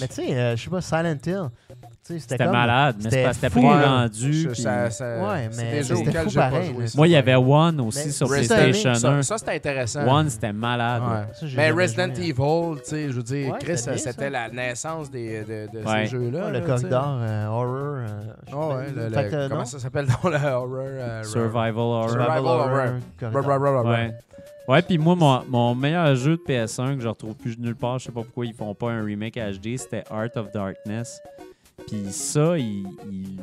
[SPEAKER 5] Mais tu sais, euh, je sais pas, Silent Hill, tu sais, c'était
[SPEAKER 2] C'était
[SPEAKER 5] comme...
[SPEAKER 2] malade, mais c'est
[SPEAKER 5] c'était
[SPEAKER 2] pas- c'était
[SPEAKER 5] fou,
[SPEAKER 2] pas
[SPEAKER 5] là.
[SPEAKER 2] rendu.
[SPEAKER 3] je-
[SPEAKER 2] puis-
[SPEAKER 3] ça- ça-
[SPEAKER 5] Ouais,
[SPEAKER 3] c'est
[SPEAKER 5] mais
[SPEAKER 3] des jeux
[SPEAKER 5] c'était
[SPEAKER 3] auxquels
[SPEAKER 5] fou
[SPEAKER 3] j'ai pas
[SPEAKER 5] pareil,
[SPEAKER 3] joué,
[SPEAKER 5] là.
[SPEAKER 3] ça. Ben,
[SPEAKER 2] Moi, il y avait One
[SPEAKER 5] Mais
[SPEAKER 2] aussi sur
[SPEAKER 5] Resident-
[SPEAKER 2] PlayStation 1.
[SPEAKER 3] Ça, ça, c'était intéressant.
[SPEAKER 2] One, c'était malade.
[SPEAKER 3] Ouais.
[SPEAKER 5] Ça, j'ai
[SPEAKER 3] Mais
[SPEAKER 5] jamais
[SPEAKER 3] Ben, Resident
[SPEAKER 5] joué. hein.
[SPEAKER 3] Evil, tu sais, je veux dire,
[SPEAKER 5] Ouais,
[SPEAKER 3] Chris,
[SPEAKER 5] c'était bien, ça.
[SPEAKER 3] c'était la naissance des, de, de
[SPEAKER 2] Ouais.
[SPEAKER 3] ces jeux-là.
[SPEAKER 5] Ouais,
[SPEAKER 3] là,
[SPEAKER 5] le
[SPEAKER 3] tu
[SPEAKER 5] corridor euh, horror. euh, je
[SPEAKER 3] sais.
[SPEAKER 5] sais
[SPEAKER 3] Ah ouais,
[SPEAKER 5] pas,
[SPEAKER 3] le- le-
[SPEAKER 5] fait que, euh,
[SPEAKER 3] comment
[SPEAKER 5] non.
[SPEAKER 3] ça s'appelle dans le horror? euh,
[SPEAKER 2] Survival Horror.
[SPEAKER 3] Survival horror.
[SPEAKER 5] corridor.
[SPEAKER 3] Ra- ra- ra- ra- ra.
[SPEAKER 2] Ouais. Ouais, puis moi, mon, mon meilleur jeu de PS1 que je retrouve plus nulle part, je sais pas pourquoi ils font pas un remake HD, c'était Art of Darkness. Puis ça, ils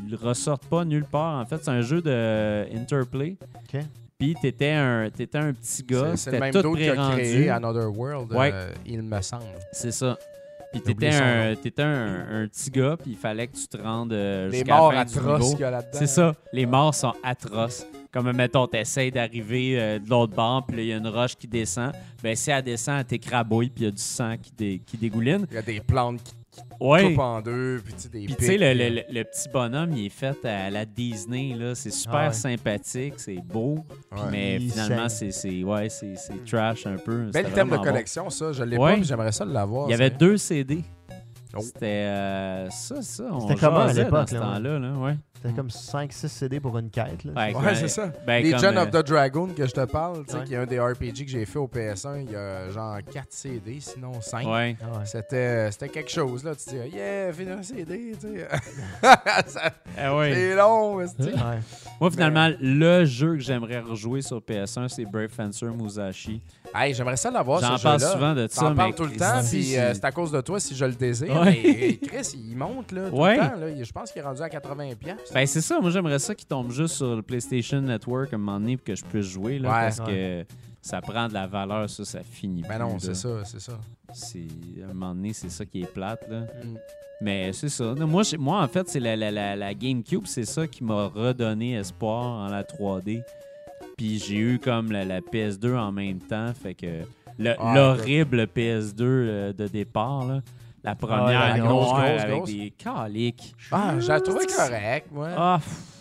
[SPEAKER 2] ne ressortent pas nulle part. En fait, c'est un jeu de Interplay.
[SPEAKER 5] OK.
[SPEAKER 2] Puis t'étais un, t'étais un petit gars,
[SPEAKER 3] C'est- C'est le
[SPEAKER 2] c'était
[SPEAKER 3] même
[SPEAKER 2] tout
[SPEAKER 3] dude qui a
[SPEAKER 2] pré-rendu.
[SPEAKER 3] créé Another World,
[SPEAKER 2] Ouais.
[SPEAKER 3] euh, il me semble.
[SPEAKER 2] C'est ça. Puis
[SPEAKER 5] J'ai oublié
[SPEAKER 2] t'étais
[SPEAKER 5] son
[SPEAKER 2] un, t'étais un, un petit gars, puis il fallait que tu te rendes euh,
[SPEAKER 3] Les
[SPEAKER 2] jusqu'à
[SPEAKER 3] morts
[SPEAKER 2] la fin du
[SPEAKER 3] atroces
[SPEAKER 2] niveau.
[SPEAKER 3] qu'il y a là-dedans.
[SPEAKER 5] Ben,
[SPEAKER 2] C'est ça. Les morts sont atroces. Comme, mettons, t'essayes d'arriver euh, de l'autre bord, puis là, il y a une roche qui descend. Ben, si elle descend, elle t'écrabouille, puis il y a du sang qui, dé- qui dégouline.
[SPEAKER 3] Il y a des plantes qui
[SPEAKER 2] Ouais.
[SPEAKER 3] coupent en deux, puis tu sais, des
[SPEAKER 2] Puis, tu sais,
[SPEAKER 3] pics,
[SPEAKER 2] le,
[SPEAKER 3] puis- euh,
[SPEAKER 2] le- le- le petit bonhomme, il est fait à la Disney, là. C'est super
[SPEAKER 5] Ah ouais.
[SPEAKER 2] sympathique, c'est beau.
[SPEAKER 3] Ouais.
[SPEAKER 2] Mais
[SPEAKER 5] Il
[SPEAKER 2] finalement,
[SPEAKER 5] saigne.
[SPEAKER 2] c'est c'est- ouais, c'est- c'est trash un peu. C'était
[SPEAKER 3] Bel thème de
[SPEAKER 2] vraiment bon.
[SPEAKER 3] collection, ça. Je l'ai
[SPEAKER 2] Ouais.
[SPEAKER 3] pas, mais j'aimerais ça l'avoir.
[SPEAKER 2] Il y avait
[SPEAKER 3] ça.
[SPEAKER 2] deux CD.
[SPEAKER 3] Oh.
[SPEAKER 2] C'était euh, ça, ça. on
[SPEAKER 5] C'était comment à
[SPEAKER 2] jasait
[SPEAKER 5] l'époque,
[SPEAKER 2] dans ce
[SPEAKER 5] là, ouais.
[SPEAKER 2] temps-là, là, ouais.
[SPEAKER 5] C'était
[SPEAKER 3] Hmm.
[SPEAKER 5] comme 5-6 CD pour une quête. Là.
[SPEAKER 2] Ouais,
[SPEAKER 3] Ouais, c'est ça.
[SPEAKER 2] ben,
[SPEAKER 3] les
[SPEAKER 2] comme,
[SPEAKER 3] John
[SPEAKER 2] euh,
[SPEAKER 3] of the Dragon que je te parle, tu sais,
[SPEAKER 5] Ouais.
[SPEAKER 3] qui est un des RPG que j'ai fait au PS1, il y a genre 4 CD, sinon 5.
[SPEAKER 2] euh, Ouais.
[SPEAKER 5] Ah ouais.
[SPEAKER 3] C'était euh, c'était quelque chose, là. Tu dis, yeah, fini un CD, tu sais. Ça-
[SPEAKER 2] Eh ouais.
[SPEAKER 3] C'est long, mais tu sais.
[SPEAKER 5] Ouais.
[SPEAKER 2] Moi, finalement, le jeu que j'aimerais rejouer sur PS1, c'est Brave Fencer Musashi.
[SPEAKER 3] Hey, j'aimerais ça l'avoir,
[SPEAKER 2] J'en
[SPEAKER 3] ce
[SPEAKER 2] parle
[SPEAKER 3] jeu-là.
[SPEAKER 2] souvent de ça,
[SPEAKER 3] T'en parles
[SPEAKER 2] mais
[SPEAKER 3] tout le temps,
[SPEAKER 2] si, si.
[SPEAKER 3] puis euh, c'est à cause de toi si je le désire.
[SPEAKER 2] Ouais.
[SPEAKER 3] Mais, hey, Chris, il monte, là, tout
[SPEAKER 2] Ouais.
[SPEAKER 3] le temps. là. Il- Je pense qu'il est rendu à 80$. piastres.
[SPEAKER 2] Ben, c'est ça. Moi, j'aimerais ça qu'il tombe juste sur le PlayStation Network à un moment donné pour que je puisse jouer, là,
[SPEAKER 3] Ouais.
[SPEAKER 2] parce que ça prend de la valeur, ça, ça finit
[SPEAKER 3] Ben
[SPEAKER 2] plus,
[SPEAKER 3] non,
[SPEAKER 2] là.
[SPEAKER 3] c'est ça, c'est ça.
[SPEAKER 2] C'est- À un moment donné, c'est ça qui est plate, là.
[SPEAKER 3] Mm.
[SPEAKER 2] Mais c'est ça. Non, moi, j'ai- moi, en fait, c'est la, la- la- la GameCube, c'est ça qui m'a redonné espoir en la 3D. Puis j'ai eu comme la, la PS2 en même temps. Fait que le-
[SPEAKER 3] Ah,
[SPEAKER 2] l'horrible PS2 euh, de départ, là, la première
[SPEAKER 5] la
[SPEAKER 3] Ah, grosse,
[SPEAKER 2] noire
[SPEAKER 3] grosse,
[SPEAKER 2] avec
[SPEAKER 3] grosse.
[SPEAKER 2] des caliques.
[SPEAKER 3] Ah, j'ai trouvé correct, moi.
[SPEAKER 2] Ah,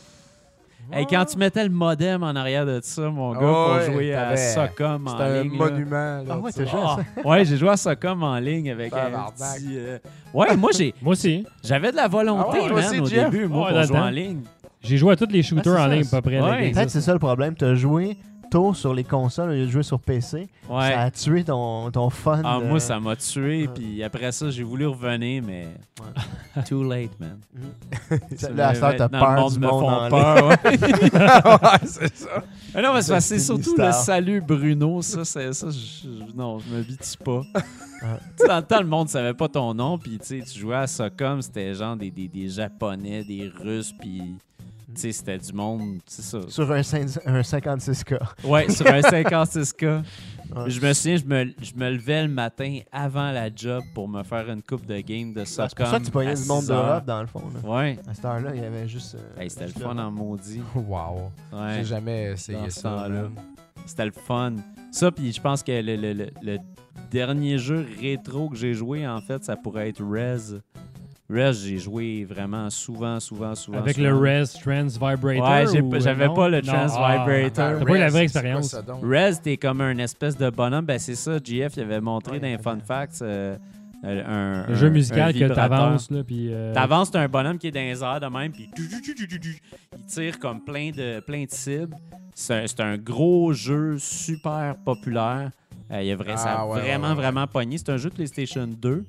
[SPEAKER 2] pff. Hey, quand tu mettais le modem en arrière de ça, mon gars,
[SPEAKER 3] Ah
[SPEAKER 2] pour
[SPEAKER 3] ouais,
[SPEAKER 2] jouer à
[SPEAKER 3] t'avais-
[SPEAKER 2] Socom en
[SPEAKER 3] C'était un
[SPEAKER 2] ligne, là.
[SPEAKER 3] monument. Là,
[SPEAKER 5] Ah ouais,
[SPEAKER 3] tu sais.
[SPEAKER 5] t'as joué à ça?
[SPEAKER 2] Ah, ouais, j'ai joué à Socom en ligne avec un
[SPEAKER 3] Tabarnak.
[SPEAKER 2] petit. euh, Ouais, moi j'ai,
[SPEAKER 1] Moi aussi.
[SPEAKER 2] j'avais de la volonté,
[SPEAKER 3] Ah ouais, toi
[SPEAKER 2] man,
[SPEAKER 3] aussi,
[SPEAKER 2] au
[SPEAKER 3] Jeff?
[SPEAKER 2] début, moi,
[SPEAKER 1] Ouais,
[SPEAKER 2] pour
[SPEAKER 1] dans le
[SPEAKER 2] jouer en
[SPEAKER 1] temps.
[SPEAKER 2] ligne.
[SPEAKER 1] J'ai joué à tous les shooters
[SPEAKER 2] Ah, c'est
[SPEAKER 1] en
[SPEAKER 2] ça,
[SPEAKER 1] ligne,
[SPEAKER 2] c'est-
[SPEAKER 1] à peu près.
[SPEAKER 2] Ouais.
[SPEAKER 1] avec des
[SPEAKER 5] Peut-être c'est ça le problème. T'as joué tôt sur les consoles au lieu de jouer sur PC.
[SPEAKER 2] Ouais.
[SPEAKER 5] Ça a tué ton, ton fun.
[SPEAKER 2] Ah,
[SPEAKER 5] de-
[SPEAKER 2] moi, ça m'a tué,
[SPEAKER 5] Ouais.
[SPEAKER 2] puis après ça, j'ai voulu revenir, mais. Too late, man.
[SPEAKER 5] Ça- Là, à cette heure, t'as
[SPEAKER 2] Dans le
[SPEAKER 5] peur
[SPEAKER 2] monde
[SPEAKER 5] du
[SPEAKER 2] me
[SPEAKER 5] monde
[SPEAKER 2] font
[SPEAKER 5] en ligne.
[SPEAKER 2] peur, ouais.
[SPEAKER 3] ouais, c'est ça.
[SPEAKER 2] Ah non, mais c'est parce que c'est
[SPEAKER 5] Destiny
[SPEAKER 2] surtout
[SPEAKER 5] Star.
[SPEAKER 2] le salut Bruno, ça, c'est ça, je- je- non, je m'habitue pas. Tu sais, dans le temps, le monde savait pas ton nom, puis tu sais, tu jouais à Socom, c'était genre des, des, des Japonais, des Russes, puis tu sais, c'était du monde, c'est ça.
[SPEAKER 5] Sur un, cin- un 56K.
[SPEAKER 2] Ouais, sur un 56K.
[SPEAKER 5] Ouais.
[SPEAKER 2] Je me souviens, je me, je me levais le matin avant la job pour me faire une coupe de game de Socom.
[SPEAKER 5] C'est pour ça que tu
[SPEAKER 2] à
[SPEAKER 5] pognais du monde
[SPEAKER 2] six heures.
[SPEAKER 5] d'Europe, dans le fond. là.
[SPEAKER 2] Ouais.
[SPEAKER 5] À cette heure-là, il y avait juste. euh,
[SPEAKER 2] Hey, c'était le
[SPEAKER 5] juste
[SPEAKER 2] fun hein. en maudit.
[SPEAKER 3] Wow.
[SPEAKER 2] Ouais.
[SPEAKER 3] J'ai jamais essayé
[SPEAKER 2] Dans ce
[SPEAKER 3] ça.
[SPEAKER 2] temps-là.
[SPEAKER 3] man.
[SPEAKER 2] C'était le fun. Ça, puis je pense que le, le- le- le dernier jeu rétro que j'ai joué, en fait, ça pourrait être Rez. Rez, j'ai joué vraiment souvent, souvent, souvent.
[SPEAKER 1] Avec
[SPEAKER 2] souvent.
[SPEAKER 1] le Res Trans Vibrator.
[SPEAKER 2] Ouais, j'ai
[SPEAKER 1] ou- euh,
[SPEAKER 2] pas- j'avais
[SPEAKER 1] non?
[SPEAKER 2] pas le
[SPEAKER 1] Non,
[SPEAKER 2] Trans
[SPEAKER 1] ah,
[SPEAKER 2] Vibrator.
[SPEAKER 1] T'as
[SPEAKER 3] Attends,
[SPEAKER 1] pas eu la
[SPEAKER 3] Rez, c'est
[SPEAKER 1] vraie
[SPEAKER 3] quoi
[SPEAKER 1] expérience.
[SPEAKER 3] ça donc?
[SPEAKER 2] Rez, t'es comme un espèce de bonhomme. Ben, c'est ça, GF, il avait montré
[SPEAKER 5] Ouais,
[SPEAKER 2] dans les
[SPEAKER 5] ouais.
[SPEAKER 2] Fun Facts euh, un,
[SPEAKER 1] Ah. Le
[SPEAKER 2] un-
[SPEAKER 1] jeu musical
[SPEAKER 2] un
[SPEAKER 1] que
[SPEAKER 2] vibrateur.
[SPEAKER 1] t'avances, là, puis... euh,
[SPEAKER 2] T'avances, t'as un bonhomme qui est dans les airs de même, puis tu- tu- tu- tu- tu- tu- il tire comme plein de, plein de cibles. C'est un- c'est un gros jeu super populaire. Euh, il a vrai- ça a
[SPEAKER 3] Ah, ouais,
[SPEAKER 2] vraiment,
[SPEAKER 3] ouais, ouais.
[SPEAKER 2] vraiment pogné. C'est un jeu de PlayStation 2.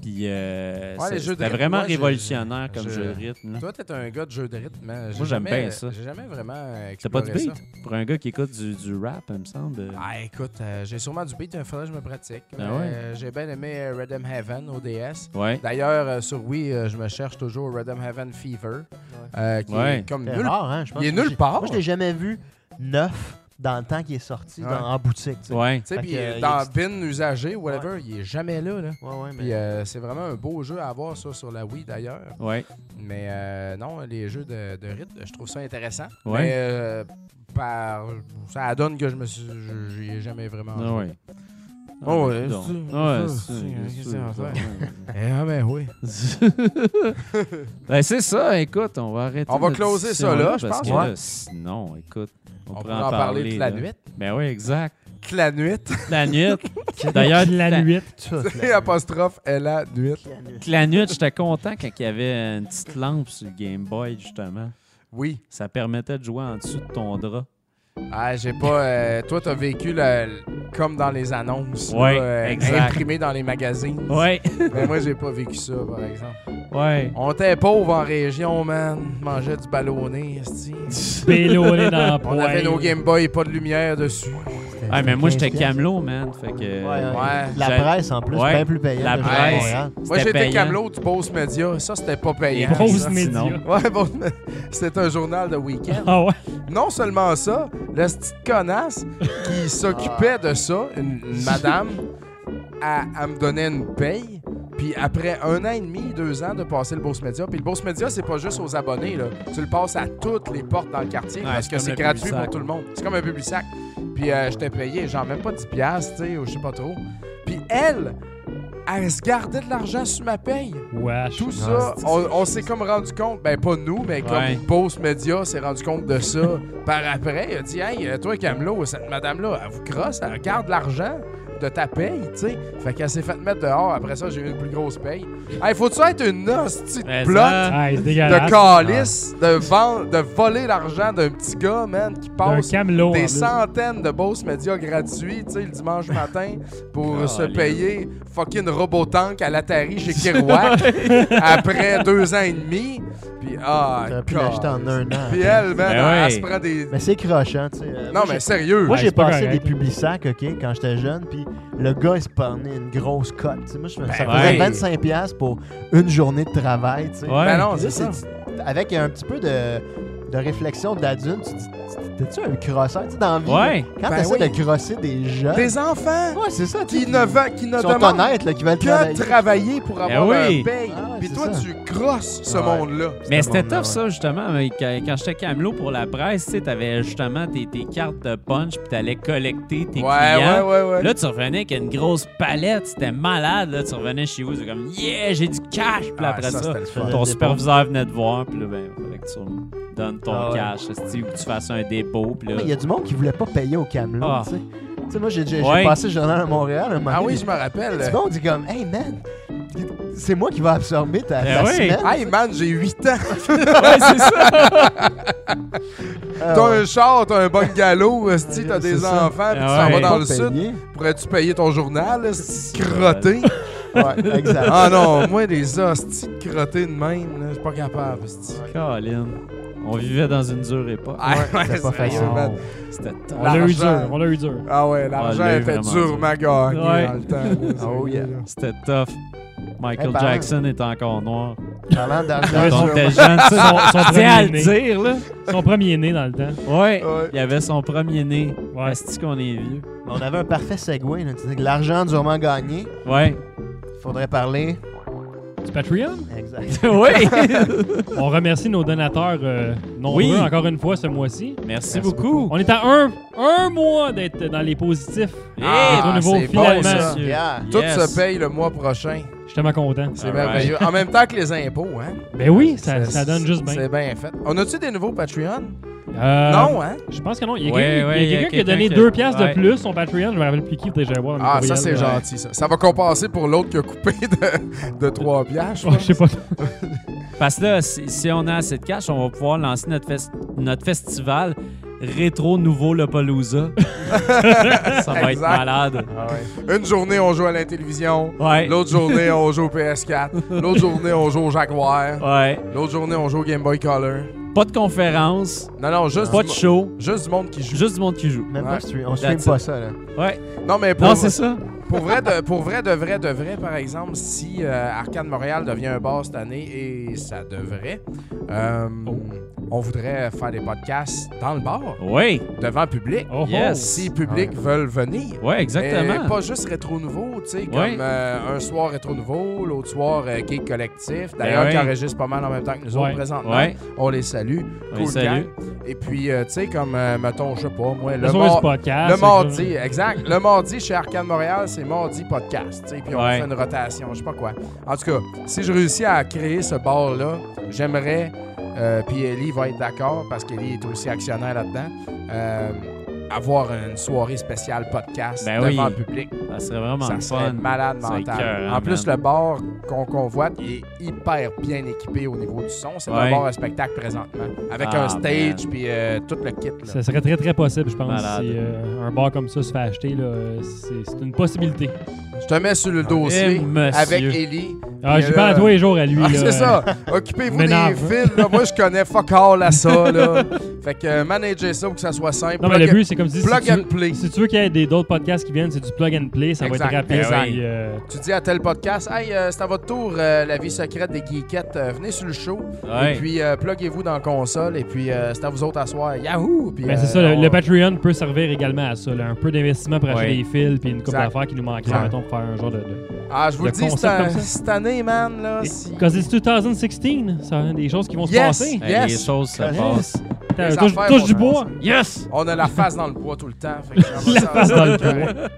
[SPEAKER 2] Puis euh,
[SPEAKER 3] Ouais,
[SPEAKER 2] c'est-
[SPEAKER 3] les jeux de
[SPEAKER 2] c'était
[SPEAKER 3] rythme,
[SPEAKER 2] vraiment
[SPEAKER 3] moi, j'ai-
[SPEAKER 2] révolutionnaire comme
[SPEAKER 3] je-
[SPEAKER 2] jeu de rythme. là.
[SPEAKER 3] Toi, t'es un gars de jeu de rythme. hein. J'ai
[SPEAKER 2] Moi, j'aime
[SPEAKER 3] jamais-
[SPEAKER 2] bien ça.
[SPEAKER 3] J'ai jamais vraiment
[SPEAKER 2] T'as
[SPEAKER 3] exploré
[SPEAKER 2] pas de
[SPEAKER 3] ça.
[SPEAKER 2] beat pour un gars qui écoute du, du rap, il me semble.
[SPEAKER 3] Ah, écoute, euh, j'ai sûrement du beat, il faudrait que je me pratique.
[SPEAKER 2] Ah
[SPEAKER 3] Mais,
[SPEAKER 2] ouais?
[SPEAKER 3] euh, j'ai bien aimé euh, Redem Heaven au DS.
[SPEAKER 2] Ouais.
[SPEAKER 3] D'ailleurs, euh, sur Wii, euh, je me cherche toujours Redem Heaven Fever, euh, qui
[SPEAKER 2] Ouais.
[SPEAKER 3] est comme
[SPEAKER 5] C'était
[SPEAKER 3] nulle
[SPEAKER 5] rare, hein, je pense
[SPEAKER 3] Il est
[SPEAKER 5] que
[SPEAKER 3] nulle
[SPEAKER 5] j'ai-
[SPEAKER 3] part.
[SPEAKER 5] Moi, je l'ai jamais vu neuf dans le temps qu'il est sorti
[SPEAKER 3] Ouais.
[SPEAKER 5] dans, en boutique. tu sais.
[SPEAKER 2] Ouais.
[SPEAKER 3] Tu sais,
[SPEAKER 5] Fait
[SPEAKER 3] puis
[SPEAKER 5] que,
[SPEAKER 3] euh,
[SPEAKER 5] il
[SPEAKER 3] dans
[SPEAKER 5] existe.
[SPEAKER 3] bin usagé, whatever, il est jamais là. là.
[SPEAKER 5] Ouais, ouais, mais-
[SPEAKER 3] Puis euh, c'est vraiment un beau jeu à avoir, ça, sur la Wii d'ailleurs.
[SPEAKER 2] Ouais.
[SPEAKER 3] Mais euh, non, les jeux de, de rythme, je trouve ça intéressant.
[SPEAKER 2] Ouais.
[SPEAKER 3] Mais euh, par, ça donne que je me suis. je- J'y ai jamais vraiment.
[SPEAKER 2] Ah,
[SPEAKER 3] joué.
[SPEAKER 2] ouais.
[SPEAKER 3] Oh,
[SPEAKER 2] Ah,
[SPEAKER 3] ouais,
[SPEAKER 2] donc.
[SPEAKER 3] c'est-
[SPEAKER 2] Ah,
[SPEAKER 3] c'est-
[SPEAKER 2] c'est-
[SPEAKER 3] c'est-
[SPEAKER 2] c'est-
[SPEAKER 3] c'est-
[SPEAKER 2] ouais.
[SPEAKER 3] Eh, Ah, ben oui.
[SPEAKER 2] ben, c'est ça, écoute, on va arrêter.
[SPEAKER 3] On va
[SPEAKER 2] notre
[SPEAKER 3] closer
[SPEAKER 2] discussion
[SPEAKER 3] ça là,
[SPEAKER 2] parce
[SPEAKER 3] je pense,
[SPEAKER 2] que
[SPEAKER 3] ouais.
[SPEAKER 2] là, sinon, écoute, on,
[SPEAKER 3] On
[SPEAKER 2] pourrait
[SPEAKER 3] peut en parler toute la
[SPEAKER 2] là.
[SPEAKER 3] nuit.
[SPEAKER 2] Ben oui, exact.
[SPEAKER 3] Toute la nuit.
[SPEAKER 2] Toute la nuit. D'ailleurs,
[SPEAKER 1] de la
[SPEAKER 2] la-
[SPEAKER 1] nuit.
[SPEAKER 5] Toute la-
[SPEAKER 3] apostrophe, elle a nuit.
[SPEAKER 5] la nuit.
[SPEAKER 2] toute la nuit, j'étais content quand il y avait une petite lampe sur le Game Boy, justement.
[SPEAKER 3] Oui.
[SPEAKER 2] Ça permettait de jouer en dessous de ton drap.
[SPEAKER 3] Ah, j'ai pas. euh, toi, t'as vécu le- le- comme dans les annonces.
[SPEAKER 2] Ouais,
[SPEAKER 3] là, euh,
[SPEAKER 2] exact. Oh.
[SPEAKER 3] Imprimé dans les magazines.
[SPEAKER 2] Ouais,
[SPEAKER 3] Mais moi, j'ai pas vécu ça, par exemple.
[SPEAKER 2] ouais.
[SPEAKER 3] On était pauvres en région, man. Mangeait du ballonné, esti.
[SPEAKER 1] Pélonné dans la
[SPEAKER 3] On avait
[SPEAKER 1] poêle.
[SPEAKER 3] nos Game Boy, pas de lumière dessus.
[SPEAKER 5] C'était
[SPEAKER 2] Ouais, Ah, mais moi,
[SPEAKER 5] 15
[SPEAKER 2] j'étais
[SPEAKER 5] piastres.
[SPEAKER 2] Camelot, man. Fait que.
[SPEAKER 5] Ouais, hein.
[SPEAKER 3] Ouais.
[SPEAKER 5] La
[SPEAKER 2] J'ai-
[SPEAKER 5] presse, en plus,
[SPEAKER 2] Ouais.
[SPEAKER 5] bien plus payante.
[SPEAKER 2] La
[SPEAKER 5] de jouer à
[SPEAKER 2] presse.
[SPEAKER 5] Montréal.
[SPEAKER 3] Moi,
[SPEAKER 2] C'était
[SPEAKER 3] j'étais
[SPEAKER 2] payant.
[SPEAKER 3] Camelot du Bose Media. Ça, c'était pas payant.
[SPEAKER 2] Bose
[SPEAKER 1] Prose
[SPEAKER 2] ça,
[SPEAKER 1] média.
[SPEAKER 2] sinon.
[SPEAKER 3] Ouais, Bose Media. C'était un journal de week-end.
[SPEAKER 1] Ah ouais?
[SPEAKER 3] Non seulement ça, la petite connasse qui s'occupait de ça, une, une
[SPEAKER 2] Ah.
[SPEAKER 3] madame, elle, elle me donnait une paye. Puis après un an et demi, deux ans de passer le Bourse Média, puis le Bourse Média, c'est pas juste aux abonnés, là. Tu le passes à toutes les portes dans le quartier
[SPEAKER 2] Ouais,
[SPEAKER 3] parce
[SPEAKER 2] c'est
[SPEAKER 3] que
[SPEAKER 2] comme
[SPEAKER 3] c'est
[SPEAKER 2] le
[SPEAKER 3] gratuit
[SPEAKER 2] Publisac.
[SPEAKER 3] pour tout le monde. C'est comme un public sac. Puis euh, j'étais payé, genre même pas 10$, piastres, tu sais, ou je sais pas trop. Puis elle, elle se gardait de l'argent sur ma paye.
[SPEAKER 1] Wesh.
[SPEAKER 3] Tout ça,
[SPEAKER 5] c'est-
[SPEAKER 3] on, on s'est comme rendu compte, ben pas nous, mais comme
[SPEAKER 2] Ouais.
[SPEAKER 3] Boss Media s'est rendu compte de ça par après. Il a dit Hey, euh, toi, Camelot, cette madame-là, elle vous crosse, elle garde l'argent de ta paye, tu sais. Fait qu'elle s'est faite mettre dehors. Après ça, j'ai eu une plus grosse paye. Hey, faut-tu être une hostie
[SPEAKER 2] Mais
[SPEAKER 3] de blotte,
[SPEAKER 2] ça,
[SPEAKER 1] Ah, c'est
[SPEAKER 3] de
[SPEAKER 1] dégueulasse.
[SPEAKER 3] calice, de, vendre, de voler l'argent d'un petit gars, man, qui
[SPEAKER 1] D'un
[SPEAKER 3] passe
[SPEAKER 1] camelot. en
[SPEAKER 3] des
[SPEAKER 1] plus.
[SPEAKER 3] centaines de boss médias gratuits, tu sais, le dimanche matin, pour
[SPEAKER 2] Oh,
[SPEAKER 3] se
[SPEAKER 2] les-
[SPEAKER 3] payer fucking Robotank à l'Atari chez Kirouac après deux ans et demi. Puis, ah,
[SPEAKER 5] T'aurais pu
[SPEAKER 3] God.
[SPEAKER 5] l'acheter en un an.
[SPEAKER 3] Puis elle, man,
[SPEAKER 2] Ben
[SPEAKER 3] elle,
[SPEAKER 2] ouais.
[SPEAKER 3] se prend des...
[SPEAKER 5] Mais c'est crochant, tu sais. Euh,
[SPEAKER 3] non,
[SPEAKER 5] moi,
[SPEAKER 3] mais
[SPEAKER 5] j'ai-
[SPEAKER 3] sérieux.
[SPEAKER 5] Moi,
[SPEAKER 1] Ouais,
[SPEAKER 5] j'ai
[SPEAKER 1] c'est pas
[SPEAKER 5] passé
[SPEAKER 1] correct,
[SPEAKER 5] des
[SPEAKER 1] là.
[SPEAKER 5] publisacs, OK, quand j'étais jeune, puis le gars, il se prenait une grosse cote. Tu sais, moi, je me- ça
[SPEAKER 3] Ben
[SPEAKER 5] faisait
[SPEAKER 3] ouais.
[SPEAKER 5] 25$ piastres pour une journée de travail, tu sais.
[SPEAKER 2] Ouais.
[SPEAKER 3] Ben non,
[SPEAKER 5] Puis
[SPEAKER 3] c'est
[SPEAKER 5] là,
[SPEAKER 3] ça.
[SPEAKER 5] c'est- Avec un petit peu de, de réflexion d'adulte, tu dis, t'es-tu un crosseur? Tu sais, dans la vie,
[SPEAKER 2] Ouais.
[SPEAKER 5] là, quand
[SPEAKER 3] Ben
[SPEAKER 5] t'essaies
[SPEAKER 3] oui.
[SPEAKER 5] de crosser des jeunes,
[SPEAKER 3] Des enfants
[SPEAKER 5] ouais, c'est ça, tu
[SPEAKER 3] qui
[SPEAKER 5] sais,
[SPEAKER 3] ne, va- qui ne
[SPEAKER 5] Ils sont
[SPEAKER 3] demandent
[SPEAKER 5] honnêtes, là, qui veulent
[SPEAKER 3] que
[SPEAKER 5] travailler.
[SPEAKER 3] travailler pour avoir
[SPEAKER 2] Ben oui.
[SPEAKER 3] un paye.
[SPEAKER 5] Ah,
[SPEAKER 3] Puis
[SPEAKER 5] c'est
[SPEAKER 3] toi,
[SPEAKER 5] ça.
[SPEAKER 3] tu crosses ce
[SPEAKER 5] Ouais.
[SPEAKER 3] monde-là.
[SPEAKER 2] Mais c'était
[SPEAKER 5] moment-là,
[SPEAKER 2] tough, ça, justement. avec- Quand quand j'étais Camelot pour la presse, tu sais, t'avais justement tes, tes cartes de punch, puis t'allais collecter tes
[SPEAKER 3] Ouais, ouais,
[SPEAKER 2] clients.
[SPEAKER 3] ouais, ouais.
[SPEAKER 2] Là, tu revenais avec une grosse palette, c'était malade. Là, tu revenais chez vous, c'est comme Yeah, j'ai du cash! Puis là,
[SPEAKER 3] Ah,
[SPEAKER 2] après ça,
[SPEAKER 3] c'était le fun.
[SPEAKER 5] faisais
[SPEAKER 2] ton
[SPEAKER 5] le
[SPEAKER 2] superviseur venait te voir, puis là, ben, fallait que tu donnes ton
[SPEAKER 5] Ah ouais.
[SPEAKER 2] cash, esti, ou que tu fasses un dépôt, puis là.
[SPEAKER 5] Ah, Il y a du monde qui voulait pas payer au Camelot,
[SPEAKER 2] Ah.
[SPEAKER 5] tu sais. Tu sais, moi, j'ai j'ai- j'ai
[SPEAKER 2] Ouais.
[SPEAKER 5] passé le journal à Montréal un moment
[SPEAKER 3] Ah
[SPEAKER 5] donné,
[SPEAKER 3] oui, je me rappelle.
[SPEAKER 5] Du monde, on dit comme, hey man, c'est moi qui vais absorber ta,
[SPEAKER 2] Eh
[SPEAKER 5] ta
[SPEAKER 2] oui.
[SPEAKER 5] semaine.
[SPEAKER 3] Hey man, j'ai 8 ans.
[SPEAKER 2] Ouais, c'est ça!
[SPEAKER 5] Ah,
[SPEAKER 3] T'as
[SPEAKER 5] ouais.
[SPEAKER 3] un char, t'as un bungalow, esti, t'as
[SPEAKER 5] c'est
[SPEAKER 3] des
[SPEAKER 5] ça.
[SPEAKER 3] enfants, puis tu
[SPEAKER 2] Ah
[SPEAKER 3] t'en vas
[SPEAKER 2] ouais.
[SPEAKER 3] dans le
[SPEAKER 5] Ben, Pas
[SPEAKER 3] sud.
[SPEAKER 5] payé.
[SPEAKER 3] Pourrais-tu payer ton journal, esti, crotté? Ouais.
[SPEAKER 5] Exact.
[SPEAKER 3] Ah non, moi, des hosties de crottés de même, là, je suis pas capable, esti.
[SPEAKER 2] Colin, on vivait dans une dure époque.
[SPEAKER 3] Ah, ouais,
[SPEAKER 5] c'est
[SPEAKER 3] sérieux,
[SPEAKER 5] pas facile.
[SPEAKER 3] man.
[SPEAKER 2] C'était tough.
[SPEAKER 1] On l'a eu
[SPEAKER 3] L'argent.
[SPEAKER 1] dur. On l'a eu dur.
[SPEAKER 3] Ah ouais, l'argent
[SPEAKER 2] Ah, il l'a eu
[SPEAKER 3] était
[SPEAKER 2] vraiment
[SPEAKER 3] durement gagné
[SPEAKER 2] Ouais.
[SPEAKER 3] dans le temps. là,
[SPEAKER 5] Oh
[SPEAKER 3] c'est
[SPEAKER 5] yeah.
[SPEAKER 3] vrai, là.
[SPEAKER 2] C'était tough. Michael
[SPEAKER 5] Eh, parlant-
[SPEAKER 2] Jackson est encore noir.
[SPEAKER 5] Parlant d'argent,
[SPEAKER 2] Quand on
[SPEAKER 3] sûr.
[SPEAKER 2] était jeune, tu sais,
[SPEAKER 1] Son, son
[SPEAKER 2] on tient à
[SPEAKER 1] premier
[SPEAKER 2] le
[SPEAKER 1] né.
[SPEAKER 2] dire, là.
[SPEAKER 1] Son premier né dans le temps.
[SPEAKER 2] Ouais.
[SPEAKER 3] Ouais.
[SPEAKER 2] Il y avait son premier né.
[SPEAKER 1] Ouais.
[SPEAKER 2] Est-ce qu'on est vieux?
[SPEAKER 5] on avait un parfait segway. Là. Tu disais que l'argent durement gagné,
[SPEAKER 2] Ouais.
[SPEAKER 5] faudrait parler.
[SPEAKER 1] Du Patreon.
[SPEAKER 5] Exact.
[SPEAKER 2] oui!
[SPEAKER 1] On remercie nos donateurs euh, nombreux
[SPEAKER 2] Oui.
[SPEAKER 1] encore une fois ce mois-ci.
[SPEAKER 2] Merci beaucoup.
[SPEAKER 1] On est à un, un mois d'être dans les positifs.
[SPEAKER 2] Eh,
[SPEAKER 3] Ah,
[SPEAKER 1] Au nouveau,
[SPEAKER 3] c'est bon,
[SPEAKER 1] finalement.
[SPEAKER 3] ça.
[SPEAKER 2] monsieur.
[SPEAKER 5] Yeah.
[SPEAKER 3] Tout
[SPEAKER 2] Yes.
[SPEAKER 3] se paye le mois prochain.
[SPEAKER 1] Je suis tellement content.
[SPEAKER 3] C'est
[SPEAKER 2] All
[SPEAKER 3] merveilleux. En même temps que les impôts, hein?
[SPEAKER 1] Ben oui, ça,
[SPEAKER 3] C'est-
[SPEAKER 1] ça donne juste bien.
[SPEAKER 3] C'est bien fait. On a-tu des nouveaux Patreon?
[SPEAKER 1] Euh,
[SPEAKER 3] Non, hein?
[SPEAKER 1] Je pense que non. Il y a
[SPEAKER 2] Ouais,
[SPEAKER 1] quelqu'un
[SPEAKER 2] ouais,
[SPEAKER 1] il y a quelqu'un qui a donné
[SPEAKER 2] quelqu'un qui-
[SPEAKER 1] 2 piastres
[SPEAKER 2] ouais.
[SPEAKER 1] de plus son Patreon. Je me rappelle plus qui, déjà voir. dans mes
[SPEAKER 3] Ah, ça,
[SPEAKER 1] courriels,
[SPEAKER 3] c'est
[SPEAKER 1] là.
[SPEAKER 3] gentil, ça. Ça va compenser pour l'autre qui a coupé de, de 3 bières, je
[SPEAKER 1] Ouais, je
[SPEAKER 3] pense.
[SPEAKER 1] sais pas.
[SPEAKER 2] Parce que là, si, si on a assez de cash, on va pouvoir lancer notre, fes- notre festival Rétro Nouveau Lopalooza. ça va être
[SPEAKER 3] Exact.
[SPEAKER 2] malade.
[SPEAKER 5] Ah
[SPEAKER 3] Une journée, on joue à la télévision.
[SPEAKER 2] Ouais.
[SPEAKER 3] L'autre journée, on joue au PS4. L'autre journée, on joue au Jaguar.
[SPEAKER 2] Ouais.
[SPEAKER 3] L'autre journée, on joue au Game Boy Color.
[SPEAKER 2] Pas de conférence,
[SPEAKER 3] Non, non, juste,
[SPEAKER 2] pas de
[SPEAKER 3] du, mo-
[SPEAKER 2] show,
[SPEAKER 3] juste du monde qui joue.
[SPEAKER 2] juste du monde qui joue.
[SPEAKER 5] Même
[SPEAKER 3] Ouais.
[SPEAKER 5] pas stream- on
[SPEAKER 2] That's
[SPEAKER 5] stream pas ça. Là.
[SPEAKER 2] Ouais.
[SPEAKER 3] Non, mais pour,
[SPEAKER 2] Non, c'est ça.
[SPEAKER 3] pour, vrai de, pour vrai, de vrai, de vrai, par exemple, si euh, Arcade Montréal devient un bar cette année, et ça devrait, euh, on voudrait faire des podcasts dans le bar,
[SPEAKER 2] Oui.
[SPEAKER 3] devant public.
[SPEAKER 1] Oh, oh.
[SPEAKER 2] Yes.
[SPEAKER 3] Si public
[SPEAKER 5] Ouais.
[SPEAKER 3] veulent venir.
[SPEAKER 2] Ouais, exactement.
[SPEAKER 3] Et pas juste rétro nouveau, tu sais, comme
[SPEAKER 2] Ouais.
[SPEAKER 3] euh, un soir rétro nouveau, l'autre soir euh, geek collectif. D'ailleurs,
[SPEAKER 2] Ben ouais.
[SPEAKER 3] qui enregistrent pas mal en même temps que nous
[SPEAKER 1] Ouais.
[SPEAKER 3] autres présentement.
[SPEAKER 2] Ouais.
[SPEAKER 3] On les salue.
[SPEAKER 2] On
[SPEAKER 3] Cool
[SPEAKER 2] les salue.
[SPEAKER 3] gang. Et puis, euh, tu sais, comme, euh, mettons, je sais pas, moi,
[SPEAKER 1] Le
[SPEAKER 3] le,
[SPEAKER 1] soir
[SPEAKER 3] mar-
[SPEAKER 1] du
[SPEAKER 2] Ah,
[SPEAKER 1] podcast.
[SPEAKER 3] le
[SPEAKER 1] c'est
[SPEAKER 3] mardi, exact. Le mardi chez Arcade Montréal, c'est mardi podcast, tu sais, puis on
[SPEAKER 2] Ouais.
[SPEAKER 3] fait une rotation, je sais pas quoi. En tout cas, si je réussis à créer ce bar-là, j'aimerais, euh, puis Ellie va être d'accord parce qu'Ellie est aussi actionnaire là-dedans, euh, avoir une soirée spéciale podcast
[SPEAKER 2] Ben
[SPEAKER 3] devant
[SPEAKER 2] oui.
[SPEAKER 3] le public.
[SPEAKER 2] Ça serait vraiment
[SPEAKER 3] Ça
[SPEAKER 2] le
[SPEAKER 3] serait
[SPEAKER 2] fun.
[SPEAKER 3] malade
[SPEAKER 2] C'est
[SPEAKER 3] mental.
[SPEAKER 2] écœurant,
[SPEAKER 3] en plus,
[SPEAKER 2] man.
[SPEAKER 3] le bar qu'on convoite il est hyper bien équipé au niveau du son. C'est
[SPEAKER 2] Ouais.
[SPEAKER 3] un bar à spectacle présentement. Avec
[SPEAKER 2] Ah,
[SPEAKER 3] un stage puis euh, tout le kit. là.
[SPEAKER 1] Ça serait très très possible, je pense.
[SPEAKER 2] Malade.
[SPEAKER 1] Si euh, un bar comme ça se fait acheter, là, euh, c'est c'est une possibilité.
[SPEAKER 3] Je te mets sur le
[SPEAKER 1] eh,
[SPEAKER 3] dossier
[SPEAKER 2] monsieur.
[SPEAKER 3] avec Ellie.
[SPEAKER 1] Ah,
[SPEAKER 3] Puis,
[SPEAKER 1] j'y
[SPEAKER 3] euh,
[SPEAKER 1] parle à tous les jours à lui.
[SPEAKER 3] Ah,
[SPEAKER 1] là.
[SPEAKER 3] c'est ça. Occupez-vous des
[SPEAKER 1] m'énerve.
[SPEAKER 3] fils. là. Moi, je connais fuck all à ça. Là. Fait que euh, manager ça pour que ça soit simple.
[SPEAKER 1] Non, mais le
[SPEAKER 3] Plug-
[SPEAKER 1] but, c'est comme si, si
[SPEAKER 3] plug
[SPEAKER 1] tu,
[SPEAKER 3] and play.
[SPEAKER 1] si tu veux qu'il y ait des- d'autres podcasts qui viennent, c'est du plug and play, ça
[SPEAKER 3] Exact,
[SPEAKER 1] va être rapide.
[SPEAKER 3] exact.
[SPEAKER 1] puis, euh,
[SPEAKER 3] Tu dis à tel podcast, hey, euh, c'est à votre tour, euh, la vie secrète des geekettes, euh, venez sur le show.
[SPEAKER 2] Ouais.
[SPEAKER 3] Et puis, euh, pluguez-vous dans la console. Et puis, euh, c'est à vous autres à soir. Yahoo! Puis,
[SPEAKER 1] ben, c'est
[SPEAKER 3] euh,
[SPEAKER 1] ça, le,
[SPEAKER 3] on-
[SPEAKER 1] le Patreon peut servir également à ça, là, un peu d'investissement pour acheter
[SPEAKER 2] Ouais.
[SPEAKER 1] des fils puis une coupe
[SPEAKER 3] Exact.
[SPEAKER 1] d'affaires qui nous manquait,
[SPEAKER 3] Exact.
[SPEAKER 1] mettons, pour faire un genre de. de...
[SPEAKER 3] Ah, je vous
[SPEAKER 1] le
[SPEAKER 3] le dis,
[SPEAKER 1] concept
[SPEAKER 3] c'est un-
[SPEAKER 1] comme ça.
[SPEAKER 3] cette année, man, là. Ah, si-
[SPEAKER 1] Cause it's 2016, ça a des choses qui vont
[SPEAKER 3] Yes!
[SPEAKER 1] se passer.
[SPEAKER 2] Hey,
[SPEAKER 3] Yes.
[SPEAKER 2] Les choses se
[SPEAKER 5] Yes.
[SPEAKER 2] passent.
[SPEAKER 1] T'as-
[SPEAKER 3] Les
[SPEAKER 1] touche
[SPEAKER 3] affaires
[SPEAKER 1] touche
[SPEAKER 3] vont
[SPEAKER 1] du
[SPEAKER 3] se
[SPEAKER 1] bois.
[SPEAKER 3] passer.
[SPEAKER 2] Yes!
[SPEAKER 3] On a la face dans le bois tout le temps. fait que ça va
[SPEAKER 1] La
[SPEAKER 3] sans-
[SPEAKER 1] face dans le bois.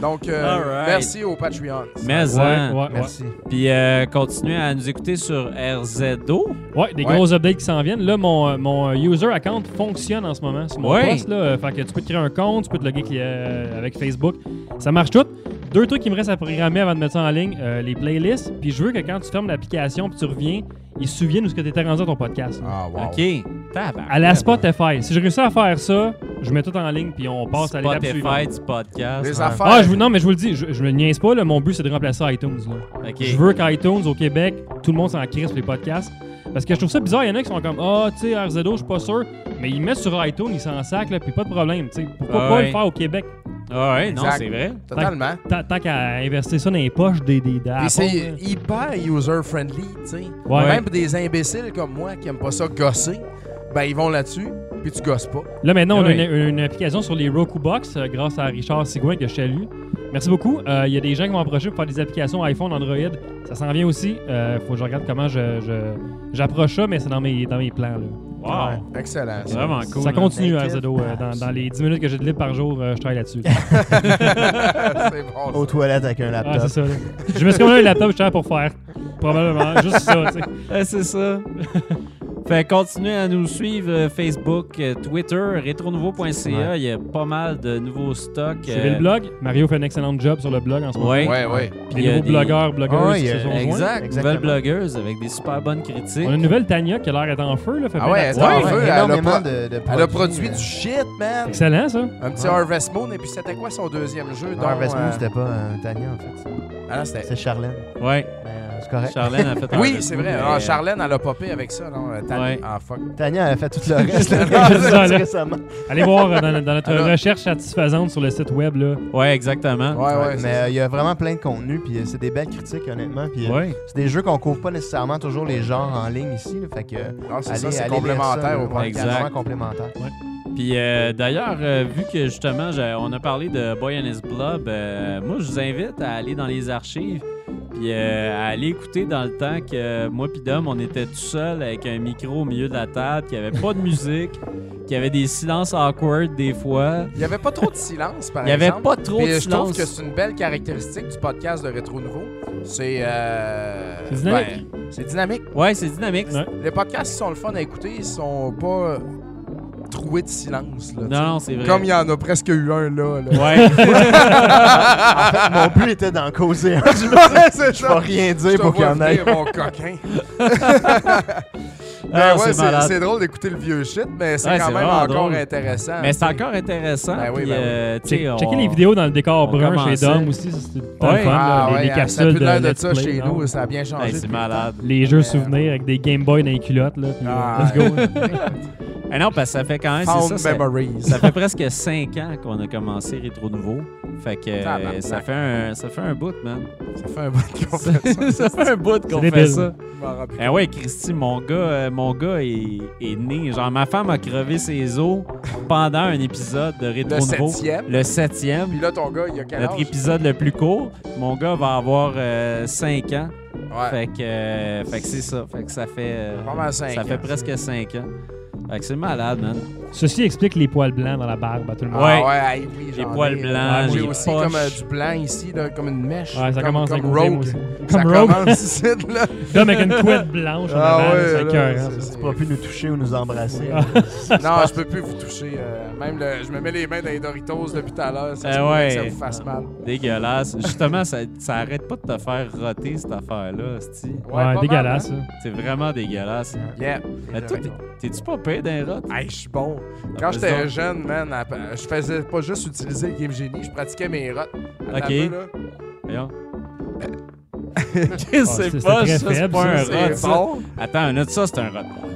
[SPEAKER 3] Donc, euh,
[SPEAKER 2] All right.
[SPEAKER 3] merci aux Patreons.
[SPEAKER 2] Mais,
[SPEAKER 1] Ouais,
[SPEAKER 2] hein,
[SPEAKER 1] ouais, ouais.
[SPEAKER 5] Merci.
[SPEAKER 2] Puis euh, continuez à nous écouter sur RZO.
[SPEAKER 1] Ouais, des
[SPEAKER 3] Ouais.
[SPEAKER 1] grosses updates qui s'en viennent. Là, mon, euh, mon euh, user account fonctionne en ce moment sur mon
[SPEAKER 2] Ouais.
[SPEAKER 1] poste. Là, Euh, fait que tu peux te créer un compte, tu peux te loguer cli- euh, avec Facebook. Ça marche tout. Deux trucs qui me restent à programmer avant de mettre ça en ligne euh, les playlists. Puis je veux que quand tu fermes l'application puis tu reviens, ils se souviennent où ce que tu étais rendu à ton podcast. là.
[SPEAKER 3] Ah, wow.
[SPEAKER 2] OK. Tabarnak.
[SPEAKER 1] À la Spotify. Si je réussis à faire ça, je mets tout en ligne puis on passe à l'étape suivante.
[SPEAKER 2] Spotify du podcast.
[SPEAKER 3] Les
[SPEAKER 2] Ouais.
[SPEAKER 3] affaires.
[SPEAKER 1] Ah, je vous, non, mais je vous le dis, je, je me niaise pas. là, mon but, c'est de remplacer iTunes. Là.
[SPEAKER 2] OK.
[SPEAKER 1] Je veux qu'iTunes au Québec, tout le monde s'en crisse les podcasts. Parce que je trouve ça bizarre, il y en a qui sont comme Ah, tu sais, RZO, je suis pas sûr. Mais ils mettent sur iTunes, ils s'en sacrent, là, puis pas de problème. tu sais. Pourquoi
[SPEAKER 2] Ah
[SPEAKER 1] pas
[SPEAKER 2] ouais.
[SPEAKER 1] le faire au Québec
[SPEAKER 2] Ah ouais, non,
[SPEAKER 3] Exact.
[SPEAKER 2] c'est vrai.
[SPEAKER 3] Totalement.
[SPEAKER 1] Tant, tant qu'à investir ça dans les poches des. des, des
[SPEAKER 3] Puis
[SPEAKER 1] Apple,
[SPEAKER 3] c'est
[SPEAKER 2] Ah, hein.
[SPEAKER 1] là.
[SPEAKER 3] hyper user-friendly, tu sais.
[SPEAKER 1] Ouais.
[SPEAKER 3] Même des imbéciles comme moi qui aiment pas ça gosser, ben ils vont là-dessus, puis tu gosses pas.
[SPEAKER 1] Là, maintenant, on a
[SPEAKER 2] Ah Ouais.
[SPEAKER 1] une, une- une application sur les Roku Box euh, grâce à Richard Sigouin que je salue. Merci beaucoup. Euh, Il y a des gens qui m'ont approché pour faire des applications iPhone, Android. Ça s'en vient aussi. Euh, faut que je regarde comment je- je- j'approche ça, mais c'est dans mes, dans mes plans. Là.
[SPEAKER 2] Wow.
[SPEAKER 3] Ouais, Excellent.
[SPEAKER 2] C'est
[SPEAKER 3] ça.
[SPEAKER 2] vraiment cool.
[SPEAKER 1] ça
[SPEAKER 2] hein.
[SPEAKER 1] continue,
[SPEAKER 5] Thank you.
[SPEAKER 1] RZO. euh, dans, dans les 10 minutes que j'ai de libre par jour, euh, je travaille là-dessus.
[SPEAKER 3] c'est bon.
[SPEAKER 5] Aux toilettes avec un
[SPEAKER 1] Ah, c'est
[SPEAKER 5] laptop.
[SPEAKER 1] ça. là. Je me suis commandé un laptop cher pour faire. Probablement. Juste ça, tu sais.
[SPEAKER 2] Ouais, c'est ça. fait que continuez à nous suivre euh, Facebook, euh, Twitter, retronouveau.ca. Il y a pas mal de nouveaux stocks.
[SPEAKER 1] Suivez le
[SPEAKER 2] euh,
[SPEAKER 1] blog. Mario fait un excellent job sur le blog en ce moment.
[SPEAKER 2] Ouais.
[SPEAKER 3] Ouais, ouais.
[SPEAKER 1] Les
[SPEAKER 2] il y a
[SPEAKER 1] nouveaux
[SPEAKER 2] des-
[SPEAKER 1] blogueurs, blogueuses
[SPEAKER 3] Ah
[SPEAKER 5] Ouais,
[SPEAKER 1] qui
[SPEAKER 5] il y
[SPEAKER 1] se
[SPEAKER 5] a-
[SPEAKER 1] sont joints.
[SPEAKER 2] Exact.
[SPEAKER 5] Exactement.
[SPEAKER 2] Nouvelle blogueuse avec des super bonnes critiques.
[SPEAKER 1] On a une nouvelle Tania qui a l'air d'être en feu. Là, fait
[SPEAKER 3] Ah
[SPEAKER 1] bien
[SPEAKER 3] ouais,
[SPEAKER 1] la-
[SPEAKER 3] elle est en
[SPEAKER 5] Ouais,
[SPEAKER 3] feu, elle a
[SPEAKER 5] énormément
[SPEAKER 3] pro-
[SPEAKER 5] de, de
[SPEAKER 3] Elle a
[SPEAKER 5] produits,
[SPEAKER 3] produit
[SPEAKER 5] euh,
[SPEAKER 3] du shit, man.
[SPEAKER 1] Excellent, ça.
[SPEAKER 3] Un petit
[SPEAKER 5] Ouais.
[SPEAKER 3] Harvest Moon, et puis c'était quoi son deuxième jeu?
[SPEAKER 5] Non,
[SPEAKER 3] donc,
[SPEAKER 5] Harvest Moon,
[SPEAKER 3] euh,
[SPEAKER 5] c'était pas euh, Tania, en fait.
[SPEAKER 3] Ah non, c'était...
[SPEAKER 5] C'est Charlène.
[SPEAKER 2] Ouais.
[SPEAKER 5] Mais, euh, c'est correct.
[SPEAKER 2] Charlène a fait un
[SPEAKER 3] Oui,
[SPEAKER 2] review,
[SPEAKER 3] c'est vrai.
[SPEAKER 2] mais,
[SPEAKER 3] Ah,
[SPEAKER 2] euh,
[SPEAKER 3] Charlène, elle a popé avec ça, non? euh, Tani-
[SPEAKER 2] Ouais.
[SPEAKER 3] Ah, fuck.
[SPEAKER 5] Tania, elle a fait tout le reste. là,
[SPEAKER 1] Non, c'est ça,
[SPEAKER 5] juste
[SPEAKER 1] là.
[SPEAKER 5] récemment.
[SPEAKER 1] Allez voir euh, dans, dans notre
[SPEAKER 3] Alors-
[SPEAKER 1] recherche satisfaisante sur le site web. Là.
[SPEAKER 2] euh, Ouais, exactement.
[SPEAKER 3] Ouais, ouais.
[SPEAKER 5] Ouais, mais
[SPEAKER 3] c'est-
[SPEAKER 5] euh, il y a vraiment plein de contenu, puis euh, c'est des belles critiques, honnêtement. Puis euh,
[SPEAKER 2] Ouais.
[SPEAKER 5] c'est des jeux qu'on couvre pas nécessairement toujours les genres en ligne ici. là, fait que euh,
[SPEAKER 3] Non, c'est ça,
[SPEAKER 5] allez,
[SPEAKER 3] c'est
[SPEAKER 5] allez lire ça,
[SPEAKER 3] complémentaire
[SPEAKER 5] là,
[SPEAKER 3] au
[SPEAKER 5] ouais,
[SPEAKER 3] podcast.
[SPEAKER 5] c'est
[SPEAKER 2] Exact.
[SPEAKER 5] vraiment complémentaire.
[SPEAKER 2] Puis euh, d'ailleurs, euh, vu que justement, j'ai- on a parlé de Boy and His Blob, euh, moi, je vous invite à aller dans les archives puis euh, à aller écouter dans le temps que euh, moi puis Dom, on était tout seul avec un micro au milieu de la table, qu'il n'y avait pas de musique, qu'il y avait des silences awkward des fois.
[SPEAKER 3] Il n'y avait pas trop de silence, par
[SPEAKER 2] Il n'y avait
[SPEAKER 3] exemple.
[SPEAKER 2] pas trop
[SPEAKER 3] Puis
[SPEAKER 2] de
[SPEAKER 3] je trouve
[SPEAKER 2] silence.
[SPEAKER 3] que c'est une belle caractéristique du podcast de Rétro Nouveau. C'est. euh,
[SPEAKER 1] C'est dynamique.
[SPEAKER 3] ben, c'est dynamique.
[SPEAKER 2] Ouais, c'est dynamique.
[SPEAKER 1] Ouais.
[SPEAKER 3] Les podcasts qui sont le fun à écouter, ils sont pas euh, troués de silence. là, tu
[SPEAKER 2] Non, non, c'est vrai.
[SPEAKER 3] sais. Comme il y en a presque eu un là. là.
[SPEAKER 2] Ouais.
[SPEAKER 5] En fait, mon but était d'en causer un. Je
[SPEAKER 3] Ouais, c'est
[SPEAKER 5] vais
[SPEAKER 3] ça.
[SPEAKER 5] rien
[SPEAKER 3] Je
[SPEAKER 5] dire
[SPEAKER 3] te
[SPEAKER 5] pour qu'il y
[SPEAKER 3] vois
[SPEAKER 5] en ait.
[SPEAKER 3] venir, mon coquin.
[SPEAKER 2] Ah,
[SPEAKER 3] Ben ouais,
[SPEAKER 2] c'est
[SPEAKER 3] c'est
[SPEAKER 2] malade.
[SPEAKER 3] c'est drôle d'écouter le vieux shit, mais c'est
[SPEAKER 2] Ouais,
[SPEAKER 3] quand
[SPEAKER 2] c'est
[SPEAKER 3] même
[SPEAKER 2] vraiment
[SPEAKER 3] encore
[SPEAKER 2] drôle.
[SPEAKER 3] intéressant.
[SPEAKER 2] Mais c'est encore intéressant.
[SPEAKER 3] Ben oui,
[SPEAKER 2] puis,
[SPEAKER 3] ben oui.
[SPEAKER 2] euh, tu sais,
[SPEAKER 1] Check-
[SPEAKER 2] on-
[SPEAKER 1] Checkez les vidéos dans le décor
[SPEAKER 2] on
[SPEAKER 1] brun chez
[SPEAKER 2] commençait.
[SPEAKER 1] Dom aussi. ça, C'était tout le temps
[SPEAKER 2] Ouais.
[SPEAKER 1] fun. là,
[SPEAKER 3] Ah
[SPEAKER 1] les,
[SPEAKER 3] ouais,
[SPEAKER 1] les
[SPEAKER 3] hein, ça
[SPEAKER 1] capsules
[SPEAKER 3] a plus l'air de,
[SPEAKER 1] Let's
[SPEAKER 3] ça
[SPEAKER 1] Play,
[SPEAKER 3] chez
[SPEAKER 1] non?
[SPEAKER 3] nous, ça a bien changé.
[SPEAKER 2] Hey, Ben, c'est
[SPEAKER 3] depuis
[SPEAKER 2] malade.
[SPEAKER 1] Les jeux souvenirs avec des Game Boy dans les culottes. Là, puis,
[SPEAKER 3] le
[SPEAKER 1] euh,
[SPEAKER 3] temps.
[SPEAKER 1] let's go. là.
[SPEAKER 3] Ah,
[SPEAKER 2] Ah non, parce que ça fait quand même. c'est
[SPEAKER 3] Found
[SPEAKER 2] ça, ça-
[SPEAKER 3] memories.
[SPEAKER 2] Ça fait presque 5 ans qu'on a commencé Rétro Nouveau. Fait que euh,
[SPEAKER 3] Tabarnak.
[SPEAKER 2] ça fait un ça fait un bout, man.
[SPEAKER 3] Ça fait un bout qu'on
[SPEAKER 2] ça
[SPEAKER 3] fait ça.
[SPEAKER 2] fait un bout qu'on fait
[SPEAKER 1] C'est débile.
[SPEAKER 2] ça.
[SPEAKER 3] Je m'en rappelle.
[SPEAKER 2] Eh ouais, Christy, mon gars, euh, mon gars est, est né. Genre, ma femme a crevé ses os pendant un épisode de Rétro
[SPEAKER 3] Le
[SPEAKER 2] Nouveau.
[SPEAKER 3] septième.
[SPEAKER 2] Le
[SPEAKER 3] Puis
[SPEAKER 2] septième.
[SPEAKER 3] là, ton gars, il a quel
[SPEAKER 2] Notre
[SPEAKER 3] âge?
[SPEAKER 2] épisode le plus court. Mon gars va avoir 5 ans.
[SPEAKER 3] Ouais.
[SPEAKER 2] Fait que, euh, fait que c'est ça. Fait que ça fait. euh,
[SPEAKER 3] Ah. Pas mal cinq
[SPEAKER 2] ça fait
[SPEAKER 3] ans.
[SPEAKER 2] presque 5 ans. Fait que c'est malade, man.
[SPEAKER 1] Ceci explique les poils blancs dans la barbe à tout le
[SPEAKER 3] Ah
[SPEAKER 1] monde.
[SPEAKER 2] Ouais.
[SPEAKER 3] ouais, hey, oui, j'en ai.
[SPEAKER 2] poils
[SPEAKER 1] blancs,
[SPEAKER 3] J'ai
[SPEAKER 1] les
[SPEAKER 3] aussi
[SPEAKER 2] poches.
[SPEAKER 3] comme euh, du blanc ici, là, comme une mèche.
[SPEAKER 1] Ouais, ça
[SPEAKER 3] comme,
[SPEAKER 1] commence à
[SPEAKER 3] comme
[SPEAKER 1] goûter,
[SPEAKER 3] Rogue.
[SPEAKER 1] moi aussi.
[SPEAKER 3] Ça
[SPEAKER 1] Comme Rogue.
[SPEAKER 3] commence ici, là.
[SPEAKER 1] Dom avec une couette blanche en
[SPEAKER 3] Ah
[SPEAKER 1] avant, là,
[SPEAKER 3] ouais,
[SPEAKER 1] c'est
[SPEAKER 3] là,
[SPEAKER 1] écœurant,
[SPEAKER 3] c'est-
[SPEAKER 1] ça.
[SPEAKER 5] Tu pas pu nous toucher ou nous embrasser.
[SPEAKER 1] Ah.
[SPEAKER 3] Non, je peux plus vous toucher. euh, même le- je me mets les mains dans les Doritos depuis tout à
[SPEAKER 1] Ah
[SPEAKER 3] l'heure. Ça,
[SPEAKER 2] Eh
[SPEAKER 3] se pourrait que ça
[SPEAKER 2] ouais.
[SPEAKER 3] vous fasse mal.
[SPEAKER 2] Dégueulasse. Justement, ça, ça arrête pas de te faire roter cette affaire-là, c'ti.
[SPEAKER 3] Ouais,
[SPEAKER 1] Ouais,
[SPEAKER 3] pas mal,
[SPEAKER 1] dégueulasse. ça.
[SPEAKER 2] C'est vraiment dégueulasse.
[SPEAKER 3] hein? Yeah.
[SPEAKER 2] Mais toi, t'es- t'es-tu pas payé d'un rot?
[SPEAKER 3] Hey, je suis bon.
[SPEAKER 2] Ah,
[SPEAKER 3] Quand
[SPEAKER 2] vas-y
[SPEAKER 3] j'étais
[SPEAKER 2] donc.
[SPEAKER 3] jeune, man, à- je faisais pas juste utiliser le Game Genie, je pratiquais mes rots. Attends
[SPEAKER 2] Ok.
[SPEAKER 3] un peu, là.
[SPEAKER 2] Voyons.
[SPEAKER 1] Ah,
[SPEAKER 2] c'est
[SPEAKER 1] c'est-
[SPEAKER 2] pas,
[SPEAKER 1] c'est
[SPEAKER 2] ça,
[SPEAKER 1] très
[SPEAKER 2] c'est
[SPEAKER 1] faible,
[SPEAKER 2] pas
[SPEAKER 1] ça,
[SPEAKER 2] un
[SPEAKER 1] c'est
[SPEAKER 2] rot.
[SPEAKER 3] C'est
[SPEAKER 2] ça.
[SPEAKER 3] bon.
[SPEAKER 2] Attends, un autre, ça, c'est un rot.